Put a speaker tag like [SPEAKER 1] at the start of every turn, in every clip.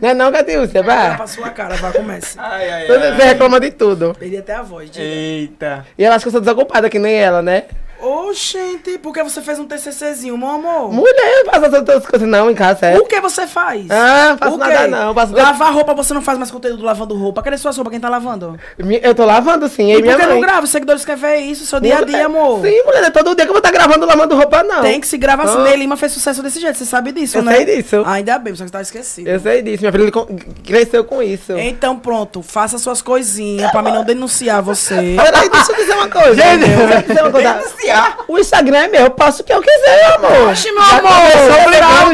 [SPEAKER 1] Não é não, Catiúcia,
[SPEAKER 2] Vai
[SPEAKER 1] vá.
[SPEAKER 2] Tá pra sua cara, vai, comece.
[SPEAKER 3] Ai, ai,
[SPEAKER 2] é.
[SPEAKER 1] Você você reclama de tudo.
[SPEAKER 2] Perdi até a voz, diga.
[SPEAKER 3] Eita.
[SPEAKER 1] E ela acha que eu sou desocupada, que nem ela, né?
[SPEAKER 2] Oxente, por que você fez um TCCzinho, meu amor?
[SPEAKER 1] Mulher, eu faço essas outras coisas não em casa, é.
[SPEAKER 2] O que você faz?
[SPEAKER 1] Ah, faço
[SPEAKER 2] O
[SPEAKER 1] nada não, faço-
[SPEAKER 2] Lavar roupa, você não faz mais conteúdo lavando roupa. Cadê sua roupa? Quem tá lavando?
[SPEAKER 1] Mi- Eu tô lavando sim,
[SPEAKER 2] E,
[SPEAKER 1] e
[SPEAKER 2] por
[SPEAKER 1] minha
[SPEAKER 2] que não
[SPEAKER 1] mãe.
[SPEAKER 2] grava? Os seguidores querem ver isso, seu dia a dia,
[SPEAKER 1] É,
[SPEAKER 2] amor.
[SPEAKER 1] Sim, mulher, não é todo dia que eu vou estar gravando lavando roupa, não.
[SPEAKER 2] Tem que se gravar assim.
[SPEAKER 1] Ah.
[SPEAKER 2] Ney Lima fez sucesso desse jeito, você sabe disso,
[SPEAKER 1] Eu
[SPEAKER 2] né?
[SPEAKER 1] sei disso.
[SPEAKER 2] Ainda bem, só que você tá esquecido.
[SPEAKER 1] Eu sei disso, minha filha ele co- cresceu com isso.
[SPEAKER 2] Então pronto, faça suas coisinhas pra mim não denunciar você.
[SPEAKER 1] Peraí, deixa eu dizer uma coisa. Gente, deixa eu dizer uma coisa. O Instagram é meu, eu posso o que eu quiser, meu amor.
[SPEAKER 2] Oxe, meu
[SPEAKER 1] Já
[SPEAKER 2] amor, é
[SPEAKER 1] começou
[SPEAKER 2] salve,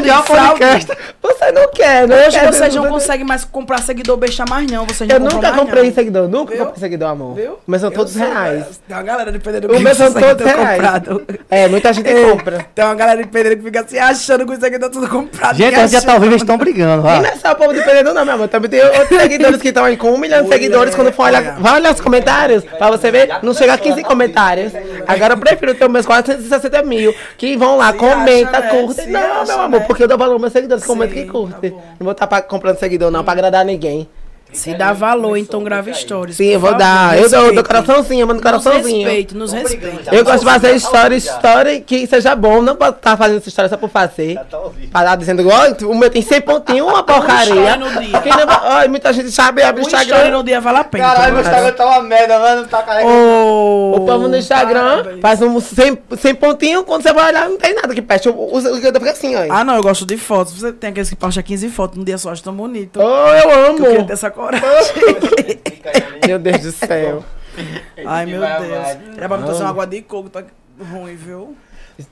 [SPEAKER 1] brigando já o
[SPEAKER 2] salve.
[SPEAKER 1] podcast. Você não quer, né?
[SPEAKER 2] Hoje
[SPEAKER 1] Quer
[SPEAKER 2] vocês não
[SPEAKER 1] tudo.
[SPEAKER 2] conseguem mais comprar seguidor besta mais não, vocês não
[SPEAKER 1] Eu
[SPEAKER 2] compram
[SPEAKER 1] nunca
[SPEAKER 2] mais,
[SPEAKER 1] comprei
[SPEAKER 2] não.
[SPEAKER 1] seguidor, nunca
[SPEAKER 2] Viu?
[SPEAKER 1] comprei seguidor, amor.
[SPEAKER 2] Viu?
[SPEAKER 1] Mas são
[SPEAKER 2] Eu
[SPEAKER 1] todos
[SPEAKER 2] sou-
[SPEAKER 1] reais.
[SPEAKER 2] Tem uma galera de pedreiro
[SPEAKER 1] O meu são
[SPEAKER 2] consegue
[SPEAKER 1] todos
[SPEAKER 2] ter
[SPEAKER 1] reais. É, muita gente compra.
[SPEAKER 2] Tem uma galera de pedreiro que fica se achando que o seguidor tudo comprado.
[SPEAKER 4] Gente,
[SPEAKER 2] que
[SPEAKER 4] hoje já tá-
[SPEAKER 2] achando-
[SPEAKER 4] talvez eles estão brigando,
[SPEAKER 1] E
[SPEAKER 4] vá.
[SPEAKER 1] não é só o povo de Pereira, não, meu amor. Também tem outros seguidores que estão aí com um milhão de
[SPEAKER 2] Mulher,
[SPEAKER 1] seguidores. Quando for olhar, vai olhar os comentários pra você ver. Não chega a 15 comentários. Agora eu prefiro ter meus 460 mil que vão lá,
[SPEAKER 2] Se
[SPEAKER 1] comenta,
[SPEAKER 2] acha, né?
[SPEAKER 1] curte.
[SPEAKER 2] Se
[SPEAKER 1] Não,
[SPEAKER 2] acha,
[SPEAKER 1] meu amor,
[SPEAKER 2] né?
[SPEAKER 1] porque eu dou valor aos meus seguidores. Comenta que
[SPEAKER 2] tá
[SPEAKER 1] curte.
[SPEAKER 2] bom.
[SPEAKER 1] Não vou estar pra- comprando seguidor, não, pra agradar ninguém.
[SPEAKER 2] Se dá valor, então grava stories.
[SPEAKER 1] Sim,
[SPEAKER 2] por
[SPEAKER 1] eu vou
[SPEAKER 2] favor,
[SPEAKER 1] dar. Eu dou, eu dou
[SPEAKER 2] respeite.
[SPEAKER 1] coraçãozinho, mando
[SPEAKER 2] Nos
[SPEAKER 1] coraçãozinho.
[SPEAKER 2] respeite, nos respeite.
[SPEAKER 1] Eu gosto de fazer história, história que seja bom. Não posso estar fazendo essa história só por fazer. Parar dizendo, igual o meu tem 100 pontinhos, uma porcaria.
[SPEAKER 2] story Um no dia.
[SPEAKER 1] Quem não vai- Ai, muita gente sabe, abre o
[SPEAKER 2] Um story
[SPEAKER 1] Instagram.
[SPEAKER 2] no dia vale a pena.
[SPEAKER 4] Caralho, meu Instagram tá uma merda, mano. Tá carregando.
[SPEAKER 2] Ô,
[SPEAKER 1] O povo no Instagram
[SPEAKER 2] parabéns.
[SPEAKER 1] faz um 100, 100 pontinhos, quando você vai olhar, não tem nada que peste. O o- o seguidor fica assim, ó.
[SPEAKER 2] Ah, não, eu gosto de fotos. Você tem aqueles que postam 15 fotos num dia só, acho tão bonito.
[SPEAKER 1] Oh, eu
[SPEAKER 2] Que eu queria
[SPEAKER 1] amo.
[SPEAKER 2] ter essa coragem.
[SPEAKER 1] Meu Deus do céu.
[SPEAKER 2] Ai, meu Deus. Era pra me trazer uma
[SPEAKER 1] Não.
[SPEAKER 2] água de coco, tá ruim, viu?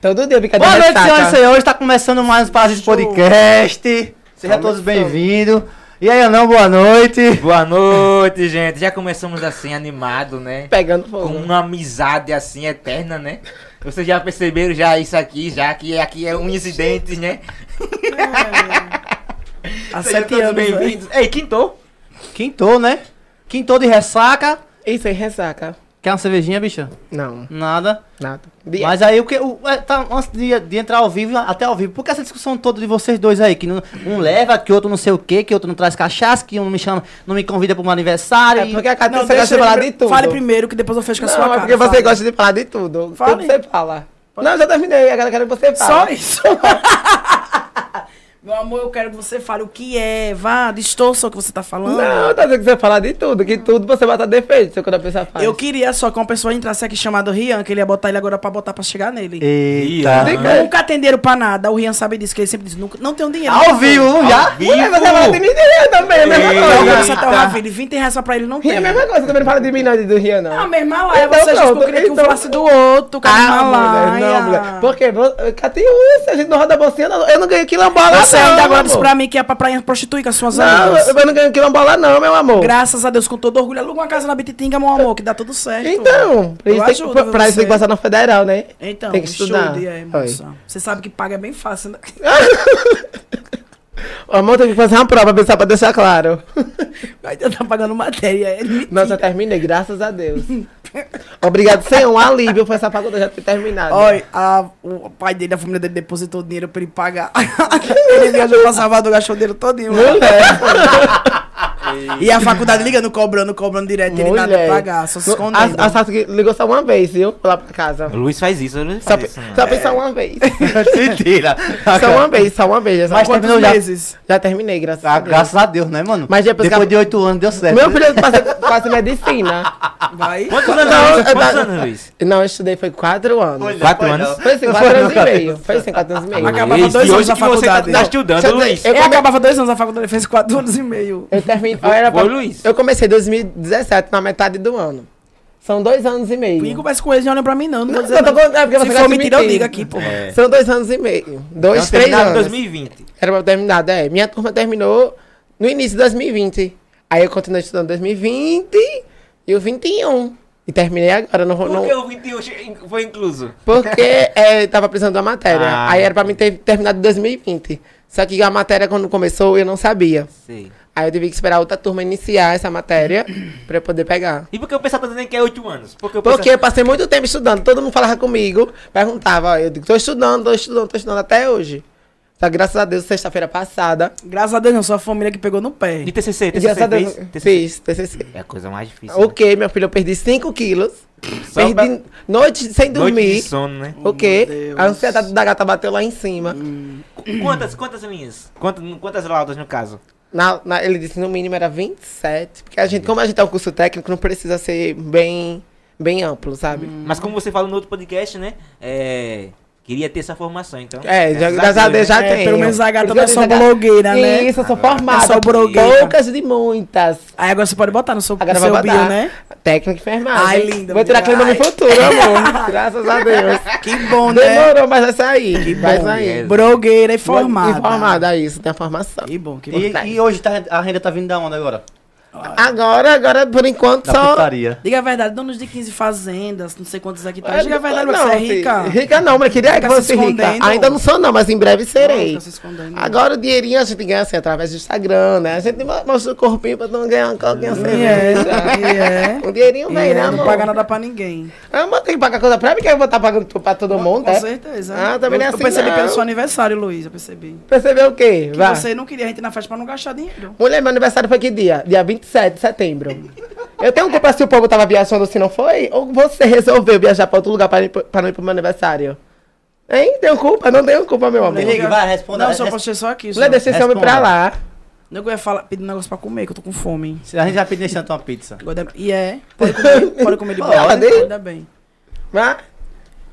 [SPEAKER 1] Todo dia fica de
[SPEAKER 4] Boa noite,
[SPEAKER 1] ressaca.
[SPEAKER 4] senhoras e senhores. Está começando mais um Parasite Podcast. Sejam todos bem-vindos. E aí, Anão, boa noite.
[SPEAKER 3] Boa noite, gente. Já começamos assim, animado, né?
[SPEAKER 1] Pegando
[SPEAKER 3] Com
[SPEAKER 1] fogo.
[SPEAKER 3] uma amizade assim, eterna, né? Vocês já perceberam já isso aqui, já que aqui é um incidente, né?
[SPEAKER 2] Há
[SPEAKER 4] tá
[SPEAKER 3] Sejam
[SPEAKER 2] sete
[SPEAKER 3] todos
[SPEAKER 2] anos, né? velho.
[SPEAKER 3] bem-vindos. Ei, quintou.
[SPEAKER 4] Quintou, né? Quintou de ressaca.
[SPEAKER 1] Isso aí, ressaca.
[SPEAKER 4] Quer uma cervejinha, bicha?
[SPEAKER 1] Não,
[SPEAKER 4] Nada.
[SPEAKER 1] nada. De-
[SPEAKER 4] Mas aí, o que. o- é, tá, antes de, de entrar ao vivo, até ao vivo, por que essa discussão toda de vocês dois aí? Que não- um leva, que outro não sei o quê, que outro não traz cachaça, que um não me chama, não me convida para um aniversário.
[SPEAKER 1] É
[SPEAKER 4] e-
[SPEAKER 1] porque a Cátia
[SPEAKER 2] Não,
[SPEAKER 1] gosta
[SPEAKER 2] deixa
[SPEAKER 1] de
[SPEAKER 2] ele
[SPEAKER 1] falar
[SPEAKER 2] primeiro-
[SPEAKER 1] de tudo.
[SPEAKER 2] Fale primeiro, que depois eu fecho com a
[SPEAKER 1] Não,
[SPEAKER 2] sua
[SPEAKER 1] é
[SPEAKER 2] cara.
[SPEAKER 1] porque você
[SPEAKER 2] fale.
[SPEAKER 1] gosta de falar de tudo.
[SPEAKER 2] Fale.
[SPEAKER 1] Tudo você fala. Não, já terminei. Agora eu quero que você
[SPEAKER 2] Só
[SPEAKER 1] fale.
[SPEAKER 2] isso. Meu amor, eu quero que você fale o que é. Vá, distorça o que você tá falando.
[SPEAKER 1] Não, tá dizendo que você fala de tudo. Que tudo você bota defeito quando a pessoa faz.
[SPEAKER 2] Eu queria só que uma pessoa entrasse aqui chamada Rian, que ele ia botar ele agora pra botar pra chegar nele.
[SPEAKER 4] Eita.
[SPEAKER 1] Tem que-
[SPEAKER 2] Nunca atenderam pra nada. O Rian sabe disso, que ele sempre diz, nunca, não tenho dinheiro.
[SPEAKER 4] Ao vivo, vamos já?
[SPEAKER 1] Mulher, você fala de mim direito também, é a mesma
[SPEAKER 3] Ei,
[SPEAKER 2] Agora
[SPEAKER 1] coisa.
[SPEAKER 2] você tá ouvindo, 20 reais só pra ele não
[SPEAKER 1] Ria é
[SPEAKER 2] tem.
[SPEAKER 1] a mesma coisa, também não fala de mim não, de- do Ria
[SPEAKER 2] É a
[SPEAKER 1] não.
[SPEAKER 2] mesma laia,
[SPEAKER 1] Então
[SPEAKER 2] você já
[SPEAKER 1] pronto,
[SPEAKER 2] queria que um
[SPEAKER 1] então-
[SPEAKER 2] falasse do outro, é cara.
[SPEAKER 1] Ah, mulher, não, mulher. Porque, Catiúcia, a gente não roda bolsinha, não. eu não ganho quilombola,
[SPEAKER 2] Você
[SPEAKER 1] não,
[SPEAKER 2] ainda agora disse
[SPEAKER 1] amor.
[SPEAKER 2] pra mim que ia pra praia prostituir com as suas
[SPEAKER 1] Não,
[SPEAKER 2] amigas.
[SPEAKER 1] eu não ganho quilombola, não, meu amor.
[SPEAKER 2] Graças a Deus, com todo orgulho, aluga uma casa na Bititinga, meu amor, que dá tudo certo.
[SPEAKER 1] Então, pra
[SPEAKER 2] Eu
[SPEAKER 1] isso, tem,
[SPEAKER 2] ajudo
[SPEAKER 1] que- pra isso
[SPEAKER 2] você.
[SPEAKER 1] tem que passar na federal, né?
[SPEAKER 2] Então,
[SPEAKER 1] tem que estudar.
[SPEAKER 2] estude, é, moça. Você sabe que paga bem fácil, né?
[SPEAKER 1] O amor tem que fazer uma prova, pensar pra deixar claro.
[SPEAKER 2] Ainda tá pagando matéria. é mentira.
[SPEAKER 1] Não, já terminei, graças a Deus. Obrigado, Senhor. Um alívio foi essa faculdade já ter terminado.
[SPEAKER 2] Olha, a- o pai dele, a família dele depositou dinheiro pra ele pagar. ele viajou pra Salvador, gastou o dinheiro todinho. E a faculdade ligando, cobrando, cobrando direto. Ele nada pra pagar, só se escondendo.
[SPEAKER 1] A, a Sato que ligou só uma vez, viu? Lá pra casa.
[SPEAKER 3] Luiz faz isso, Luiz
[SPEAKER 1] Só,
[SPEAKER 3] faz isso. mano.
[SPEAKER 1] só pensar uma vez.
[SPEAKER 4] Mentira.
[SPEAKER 1] Só uma vez, só uma vez.
[SPEAKER 4] Mas
[SPEAKER 1] Mas
[SPEAKER 4] tem-
[SPEAKER 2] Quantos
[SPEAKER 4] já-
[SPEAKER 2] meses?
[SPEAKER 1] já terminei, graças
[SPEAKER 4] Ah,
[SPEAKER 1] a Deus.
[SPEAKER 4] graças a Deus, né, mano?
[SPEAKER 1] Mas depois que
[SPEAKER 4] depois,
[SPEAKER 1] a-
[SPEAKER 4] de oito anos deu certo. né?
[SPEAKER 1] Meu filho passa, passa medicina.
[SPEAKER 2] Vai.
[SPEAKER 3] Quantos anos,
[SPEAKER 1] Não,
[SPEAKER 3] Luiz?
[SPEAKER 1] é
[SPEAKER 3] Ah, Quantos
[SPEAKER 1] da-
[SPEAKER 3] anos, Luiz?
[SPEAKER 1] Não, eu estudei foi quatro anos.
[SPEAKER 3] Quatro anos.
[SPEAKER 1] Foi assim, quatro anos e meio. Foi assim, quatro anos e meio.
[SPEAKER 2] Acabava
[SPEAKER 3] Luiz,
[SPEAKER 2] dois
[SPEAKER 3] de
[SPEAKER 2] anos
[SPEAKER 3] hoje
[SPEAKER 2] na
[SPEAKER 3] que você tá-
[SPEAKER 2] faculdade.
[SPEAKER 3] tá estudando,
[SPEAKER 1] Eu-
[SPEAKER 3] Luiz.
[SPEAKER 1] eu-
[SPEAKER 2] Ele acabava dois anos na faculdade, ele fez quatro anos e meio.
[SPEAKER 1] Eu terminei. eu era
[SPEAKER 3] Foi,
[SPEAKER 1] pra-
[SPEAKER 3] Luiz.
[SPEAKER 1] Eu comecei em 2017, na metade do ano. São dois anos e meio.
[SPEAKER 2] Ninguém conversa com eles, não olha pra mim, não. Não vou
[SPEAKER 1] Não,
[SPEAKER 2] dizer
[SPEAKER 1] eu tô
[SPEAKER 2] não.
[SPEAKER 1] falando- é porque
[SPEAKER 2] Se
[SPEAKER 1] você
[SPEAKER 2] for
[SPEAKER 1] gosta de
[SPEAKER 2] mentira, eu
[SPEAKER 1] mentir.
[SPEAKER 2] digo aqui, pô.
[SPEAKER 3] É.
[SPEAKER 1] São dois anos e meio. Dois,
[SPEAKER 3] Então,
[SPEAKER 1] três
[SPEAKER 3] terminado em
[SPEAKER 1] anos.
[SPEAKER 3] 2020.
[SPEAKER 1] Era pra eu terminar, é. Minha turma terminou no início de 2020. Aí eu continuei estudando 2020 e o 21. E terminei agora, não vou.
[SPEAKER 3] Por
[SPEAKER 1] Não,
[SPEAKER 3] que o 21 che- foi incluso?
[SPEAKER 1] porque é, tava precisando da matéria.
[SPEAKER 3] Ah,
[SPEAKER 1] Aí era pra mim ter terminado em 2020. Só que a matéria, quando começou, eu não sabia.
[SPEAKER 3] Sei.
[SPEAKER 1] Aí eu tive que esperar outra turma iniciar essa matéria pra eu poder pegar.
[SPEAKER 3] E por que o pessoal tá dizendo que é 8 anos? Porque o pessoal-
[SPEAKER 1] Porque eu passei muito tempo estudando, todo mundo falava comigo, perguntava, ó, eu digo, tô estudando, tô estudando, tô estudando até hoje. Tá, graças a Deus, sexta-feira passada.
[SPEAKER 2] Graças a Deus, não, sou a família que pegou no pé.
[SPEAKER 3] E TCC,
[SPEAKER 1] E graças a
[SPEAKER 3] TCC
[SPEAKER 1] Deus,
[SPEAKER 3] fez?
[SPEAKER 1] fiz, fiz TCC.
[SPEAKER 3] É a coisa mais difícil. né?
[SPEAKER 1] Ok, meu filho, eu perdi 5 quilos.
[SPEAKER 3] Só
[SPEAKER 1] perdi
[SPEAKER 3] pra-
[SPEAKER 1] noite sem
[SPEAKER 3] Noite
[SPEAKER 1] dormir.
[SPEAKER 3] de sono, né?
[SPEAKER 1] ok.
[SPEAKER 2] Meu Deus.
[SPEAKER 1] A ansiedade da gata bateu lá em cima.
[SPEAKER 3] Hum. Quantas, quantas linhas? Quantas, quantas laudas no caso?
[SPEAKER 1] Na- na- ele disse no mínimo era 27. Porque a gente, como a gente é um curso técnico, não precisa ser bem, bem amplo, sabe?
[SPEAKER 3] Mas como você falou no outro podcast, né? É... Queria ter essa formação, então.
[SPEAKER 1] É, já, graças a Deus já
[SPEAKER 2] É,
[SPEAKER 1] tem.
[SPEAKER 2] pelo menos a gata
[SPEAKER 1] Graças
[SPEAKER 2] não é
[SPEAKER 1] Deus
[SPEAKER 2] só
[SPEAKER 1] a gata-
[SPEAKER 2] blogueira, né?
[SPEAKER 1] Isso, eu
[SPEAKER 3] Ah,
[SPEAKER 1] sou formada.
[SPEAKER 2] É só blogueira.
[SPEAKER 1] Poucas de muitas.
[SPEAKER 2] Aí agora você pode botar no seu, no
[SPEAKER 1] Agora vai
[SPEAKER 2] seu
[SPEAKER 1] botar.
[SPEAKER 2] bio, né?
[SPEAKER 1] Técnica e enfermagem.
[SPEAKER 2] Ai, linda,
[SPEAKER 1] Vou tirar
[SPEAKER 2] mulher.
[SPEAKER 1] clima no
[SPEAKER 2] Ai.
[SPEAKER 1] futuro, amor. graças a Deus.
[SPEAKER 2] Que bom, né?
[SPEAKER 1] Demorou, mas vai sair. vai
[SPEAKER 3] bom,
[SPEAKER 1] sair.
[SPEAKER 3] mulher.
[SPEAKER 2] Blogueira e formada.
[SPEAKER 1] Informada, isso, tem a formação.
[SPEAKER 2] Que bom, que bom.
[SPEAKER 4] E, e hoje tá- a renda tá vindo da onda agora?
[SPEAKER 1] Agora, agora, por enquanto,
[SPEAKER 4] Da
[SPEAKER 3] tá
[SPEAKER 1] só.
[SPEAKER 4] putaria.
[SPEAKER 2] Diga a verdade, donos de 15 fazendas, não sei quantos aqui tá.
[SPEAKER 1] É,
[SPEAKER 2] Diga a verdade, você
[SPEAKER 1] não,
[SPEAKER 2] é
[SPEAKER 1] fi-
[SPEAKER 2] rica.
[SPEAKER 1] Rica não, mas queria que
[SPEAKER 2] Fica se
[SPEAKER 1] fosse rica.
[SPEAKER 2] escondendo.
[SPEAKER 1] Ainda não sou, não, mas em breve serei.
[SPEAKER 2] Não, fica se escondendo.
[SPEAKER 1] Agora o dinheirinho a gente ganha assim através do Instagram, né? A gente mo- mostra o corpinho pra não ganhar uma coquinha
[SPEAKER 2] E é,
[SPEAKER 1] cerveja.
[SPEAKER 2] e é.
[SPEAKER 1] O dinheirinho vem,
[SPEAKER 2] E
[SPEAKER 1] né,
[SPEAKER 2] é,
[SPEAKER 1] amor? É,
[SPEAKER 2] não paga nada pra ninguém.
[SPEAKER 1] Amor, tem que pagar coisa pra mim, que eu vou estar pagando tu- pra todo mundo,
[SPEAKER 2] Com
[SPEAKER 1] né?
[SPEAKER 2] certeza.
[SPEAKER 1] Ah, também
[SPEAKER 2] eu,
[SPEAKER 1] não é
[SPEAKER 2] eu
[SPEAKER 1] assim,
[SPEAKER 2] percebi
[SPEAKER 1] não.
[SPEAKER 2] pelo seu aniversário, Luiz, eu percebi.
[SPEAKER 1] Percebeu o quê?
[SPEAKER 2] Que
[SPEAKER 1] Vá.
[SPEAKER 2] você não queria a gente ir na festa pra não gastar dinheiro.
[SPEAKER 1] Mulher, meu aniversário foi que dia? Dia 27 de setembro. Eu tenho um culpa se o povo tava viajando se não foi? Ou você resolveu viajar pra outro lugar pra, ir pro- pra não ir pro meu aniversário? Hein? Tenho culpa? Não tenho culpa, meu amor.
[SPEAKER 4] Liga, vai, responda.
[SPEAKER 2] Não, eu só
[SPEAKER 4] Res-
[SPEAKER 2] postei só aqui. Só.
[SPEAKER 1] Mulher, deixa esse homem pra
[SPEAKER 4] Responda.
[SPEAKER 1] lá.
[SPEAKER 2] Nego ia falar, pedir um negócio pra comer, que eu tô com fome.
[SPEAKER 4] A gente já pediu nesse tanto uma pizza.
[SPEAKER 2] Agora dá- E é. Pode comer, pode comer de
[SPEAKER 1] Pode.
[SPEAKER 2] boa. né? Ainda bem.
[SPEAKER 1] Vá.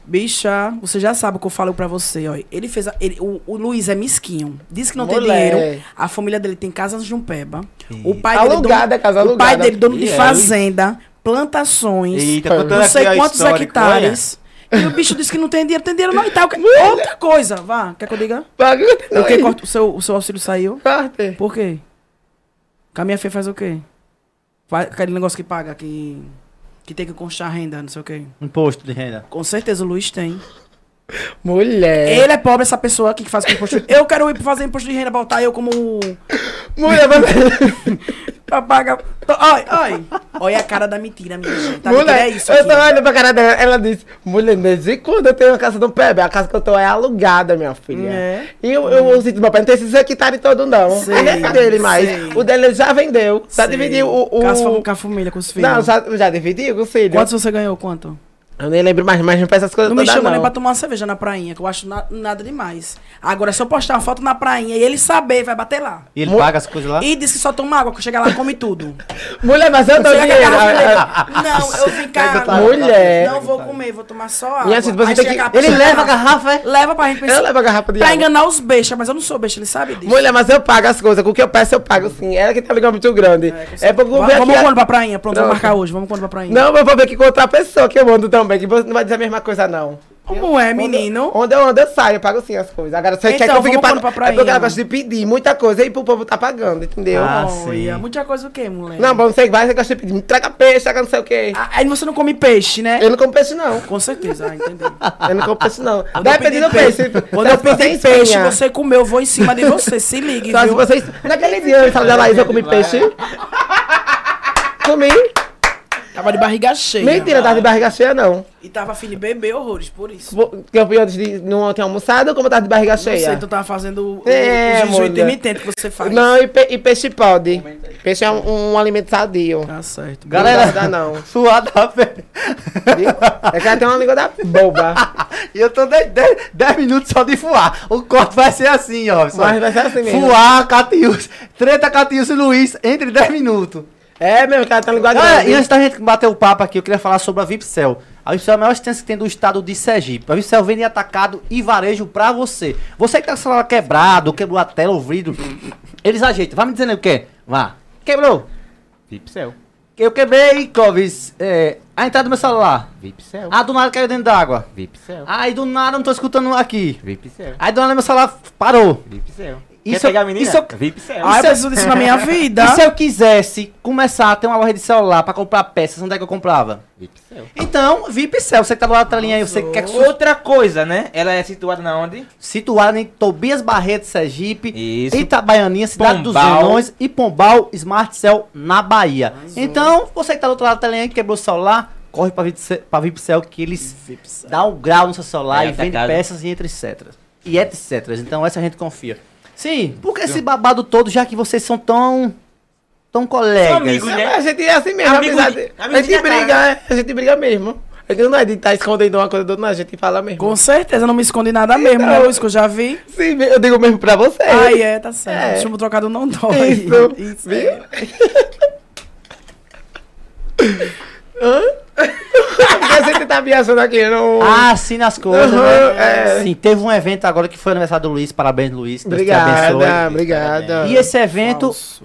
[SPEAKER 2] Bicha, você já sabe o que eu falo pra você, ó. Ele fez. a- ele- o, o Luiz é mesquinho. Diz que não
[SPEAKER 1] Mulher.
[SPEAKER 2] tem dinheiro. A família dele tem casa de Jumpeba. O pai
[SPEAKER 1] Alugada,
[SPEAKER 2] dele. é
[SPEAKER 1] casa
[SPEAKER 2] dono, o pai
[SPEAKER 1] alugada. é.
[SPEAKER 2] dele, é dono
[SPEAKER 3] E
[SPEAKER 2] de
[SPEAKER 3] aí?
[SPEAKER 2] fazenda, plantações.
[SPEAKER 3] Eita,
[SPEAKER 1] Não
[SPEAKER 2] não
[SPEAKER 3] contando aqui,
[SPEAKER 2] sei
[SPEAKER 3] ó,
[SPEAKER 2] quantos
[SPEAKER 3] histórico,
[SPEAKER 2] hectares. E o bicho disse que não tem dinheiro, tem dinheiro não e tal. Que- Outra coisa, vá, quer que eu diga?
[SPEAKER 1] Paga
[SPEAKER 2] Por que corta- o seu, o seu auxílio saiu?
[SPEAKER 1] Corte.
[SPEAKER 2] Por quê? Caminha feia faz o quê? Faz aquele negócio que paga, que, que tem que constar renda, não sei o quê.
[SPEAKER 4] Imposto de renda.
[SPEAKER 2] Com certeza o Luiz tem.
[SPEAKER 1] Mulher.
[SPEAKER 2] Ele é pobre, essa pessoa aqui que faz com imposto. Eu quero ir fazer imposto de renda, botar eu como. Tá,
[SPEAKER 1] Mulher, você...
[SPEAKER 2] pra pagar. Tô- Ai, ai. Olha a cara da mentira, minha gente. Tá mentira
[SPEAKER 1] mulher,
[SPEAKER 2] é isso.
[SPEAKER 1] eu tô
[SPEAKER 2] Aqui.
[SPEAKER 1] olhando pra cara dela. Ela disse, mulher, desde quando eu tenho a casa do Pebe? A casa que eu tô é alugada, minha filha.
[SPEAKER 2] É.
[SPEAKER 1] E eu, eu uso do meu pai, não tem esses hectares todos, tá não.
[SPEAKER 2] Sei,
[SPEAKER 1] Ele é dele, mas
[SPEAKER 2] sei.
[SPEAKER 1] o dele ele já vendeu. Já dividiu tá o... o...
[SPEAKER 2] Caso com a família, com os filhos.
[SPEAKER 1] Não, já, já dividiu com o filho.
[SPEAKER 2] Quantos você ganhou? Quanto?
[SPEAKER 1] Eu nem lembro mais, mas não faz essas coisas
[SPEAKER 2] Não me
[SPEAKER 1] todas,
[SPEAKER 2] chama nem
[SPEAKER 1] não.
[SPEAKER 2] pra tomar uma cerveja na prainha, que eu acho na- nada demais. Agora, se eu postar uma foto na prainha e ele saber, vai bater lá.
[SPEAKER 4] E ele
[SPEAKER 1] Mo-
[SPEAKER 4] paga as coisas lá?
[SPEAKER 2] E diz que só toma água, que chega lá e come tudo.
[SPEAKER 1] Mulher, mas eu tô
[SPEAKER 2] Chega com a é garrafa de
[SPEAKER 1] dinheiro.
[SPEAKER 2] leite. Não, eu vim cá.
[SPEAKER 1] Mulher.
[SPEAKER 2] Não vou comer, vou tomar só água.
[SPEAKER 1] Minha gente, assim, tipo,
[SPEAKER 2] Aí
[SPEAKER 1] você tem
[SPEAKER 2] chega
[SPEAKER 1] que...
[SPEAKER 2] aquela
[SPEAKER 1] Ele
[SPEAKER 2] pessoa-
[SPEAKER 1] leva a garrafa, é?
[SPEAKER 2] Leva pra gente
[SPEAKER 1] Eu levo a garrafa de
[SPEAKER 2] pra
[SPEAKER 1] água.
[SPEAKER 2] enganar os bestas, mas eu não sou besta, ele sabe disso.
[SPEAKER 1] Mulher, mas eu pago as coisas. Com o que eu peço, eu pago sim. Ela que tá ligando muito grande. É, porque eu
[SPEAKER 2] Va-
[SPEAKER 1] vou ver
[SPEAKER 2] vamos
[SPEAKER 1] aqui.
[SPEAKER 2] quando pra prainha, pronto,
[SPEAKER 1] Não.
[SPEAKER 2] vamos marcar hoje, vamos quando pra prainha.
[SPEAKER 1] Não, eu vou ver que com outra pessoa que eu ando também, que você não vai dizer a mesma coisa, não.
[SPEAKER 2] Como é,
[SPEAKER 1] Onde-
[SPEAKER 2] menino?
[SPEAKER 1] Onde eu ando, eu saio, eu pago sim as coisas. Agora, você quer que
[SPEAKER 2] Então,
[SPEAKER 1] eu fique
[SPEAKER 2] vamos
[SPEAKER 1] pagando.
[SPEAKER 2] pra
[SPEAKER 1] é porque
[SPEAKER 2] prainha.
[SPEAKER 1] ela gosta de pedir muita coisa e pro povo tá pagando, entendeu?
[SPEAKER 4] Ah,
[SPEAKER 2] Olha,
[SPEAKER 4] sim.
[SPEAKER 2] muita coisa o quê, mulher?
[SPEAKER 1] Não, mas não sei, vai, você gosta de pedir. Me traga peixe, traga não sei o quê.
[SPEAKER 2] é. Ah, Aí você não come peixe, né?
[SPEAKER 1] Eu não como peixe, não.
[SPEAKER 2] Com certeza, ah, entendi.
[SPEAKER 1] Eu não como peixe, não.
[SPEAKER 2] Quando eu
[SPEAKER 1] Depende
[SPEAKER 2] pedir
[SPEAKER 1] do peixe. tá
[SPEAKER 2] Quando eu pedir
[SPEAKER 1] pedi
[SPEAKER 2] peixe, você comeu, eu vou em cima de você, se ligue,
[SPEAKER 1] Só Então, se
[SPEAKER 2] viu?
[SPEAKER 1] vocês. é Naquele dia, eu falei da Laís, eu comi peixe. Comi.
[SPEAKER 2] Tava Tá de barriga cheia.
[SPEAKER 1] Mentira, tava de barriga cheia, não.
[SPEAKER 2] E tava filho bebê horrores, por isso.
[SPEAKER 1] Vou- que eu fui antes de não ter almoçado ou como eu tava de barriga
[SPEAKER 2] Não sei,
[SPEAKER 1] cheia?
[SPEAKER 2] tu tava fazendo o, o,
[SPEAKER 1] É,
[SPEAKER 2] o jejum
[SPEAKER 1] mulher.
[SPEAKER 2] intermitente que você faz.
[SPEAKER 1] Não, e, pe- e peixe pode. Peixe é um, um alimento sadio.
[SPEAKER 2] Tá certo.
[SPEAKER 1] Não dá, não.
[SPEAKER 4] suada, velho.
[SPEAKER 1] Viu? É que ela tem uma língua da boba.
[SPEAKER 4] E eu tô 10 minutos só de fuar. O corte vai ser assim, ó. só.
[SPEAKER 1] Mas vai ser assim mesmo.
[SPEAKER 4] Fuar, Catius. Treta Catius e Luiz entre 10 minutos.
[SPEAKER 1] É mesmo, que ela tem uma língua
[SPEAKER 4] Galera, e
[SPEAKER 1] grande.
[SPEAKER 4] antes da gente bater o papo aqui, eu queria falar sobre a Vipcel. A Vipcel é a maior assistência que tem do estado de Sergipe. A Vipcel vende atacado e varejo pra você. Você que tá com o celular quebrado, quebrou a tela, o vidro, eles ajeitam. Vai me dizendo aí o que? Vá. Quebrou.
[SPEAKER 3] Vipcel.
[SPEAKER 4] Eu quebrei, Clóvis, é, a entrada do meu celular.
[SPEAKER 3] Vipcel.
[SPEAKER 4] Ah, do nada caiu dentro d'água.
[SPEAKER 3] Vipcel.
[SPEAKER 4] Aí do nada eu não tô escutando aqui.
[SPEAKER 3] Vipcel.
[SPEAKER 4] Aí do nada meu celular parou.
[SPEAKER 3] Vipcel.
[SPEAKER 4] Isso
[SPEAKER 3] Quer
[SPEAKER 4] eu-
[SPEAKER 3] pegar a menina?
[SPEAKER 4] isso eu-
[SPEAKER 3] Vipcel.
[SPEAKER 2] Ah, eu
[SPEAKER 4] Isso é-
[SPEAKER 2] preciso disso na minha vida.
[SPEAKER 1] é
[SPEAKER 4] E se eu quisesse começar a ter uma loja de celular pra comprar peças, onde é que eu comprava?
[SPEAKER 3] Vipcel.
[SPEAKER 4] Então, Vipcel, você que tá do lado da linha aí, você que quer su-
[SPEAKER 3] Outra coisa, né? Ela é situada na onde?
[SPEAKER 4] situada em Tobias Barreto, Sergipe,
[SPEAKER 3] Isso.
[SPEAKER 4] Itabaianinha, Cidade dos
[SPEAKER 3] Pombal.
[SPEAKER 4] Vilões e Pombal Smart Cell na Bahia. Então, você que tá do outro lado da linha aí, quebrou o celular, corre pra Vipcel, pra Vipcel que eles dão um grau no seu celular
[SPEAKER 3] É,
[SPEAKER 4] e vende
[SPEAKER 3] atacado.
[SPEAKER 4] peças e entre etc. e etc. Então essa a gente confia. Sim, por que esse babado todo, já que vocês são tão. tão colegas?
[SPEAKER 3] amigos, né?
[SPEAKER 1] A gente é assim mesmo,
[SPEAKER 3] Amigo de-
[SPEAKER 1] amizade.
[SPEAKER 3] amigo
[SPEAKER 1] a gente
[SPEAKER 3] de cara.
[SPEAKER 1] briga, é, a gente briga mesmo. A gente não é de estar escondendo uma coisa do outro, não, a gente fala mesmo.
[SPEAKER 2] Com certeza, não me escondi nada
[SPEAKER 1] Então,
[SPEAKER 2] mesmo, né, Luiz? Que eu já vi.
[SPEAKER 1] Sim, eu digo mesmo pra você.
[SPEAKER 2] Ai, é, tá certo.
[SPEAKER 1] É.
[SPEAKER 2] Chumbo trocado não dói.
[SPEAKER 1] Isso,
[SPEAKER 2] Isso.
[SPEAKER 1] viu?
[SPEAKER 2] é.
[SPEAKER 1] Porque a gente tá viajando aqui, não...
[SPEAKER 4] Ah, sim, nas coisas,
[SPEAKER 1] Aham,
[SPEAKER 4] né?
[SPEAKER 1] é.
[SPEAKER 4] Sim, teve um evento agora que foi aniversário do Luiz. Parabéns, Luiz. Deus te abençoe.
[SPEAKER 1] obrigada, obrigada.
[SPEAKER 4] E esse evento,
[SPEAKER 2] Falso.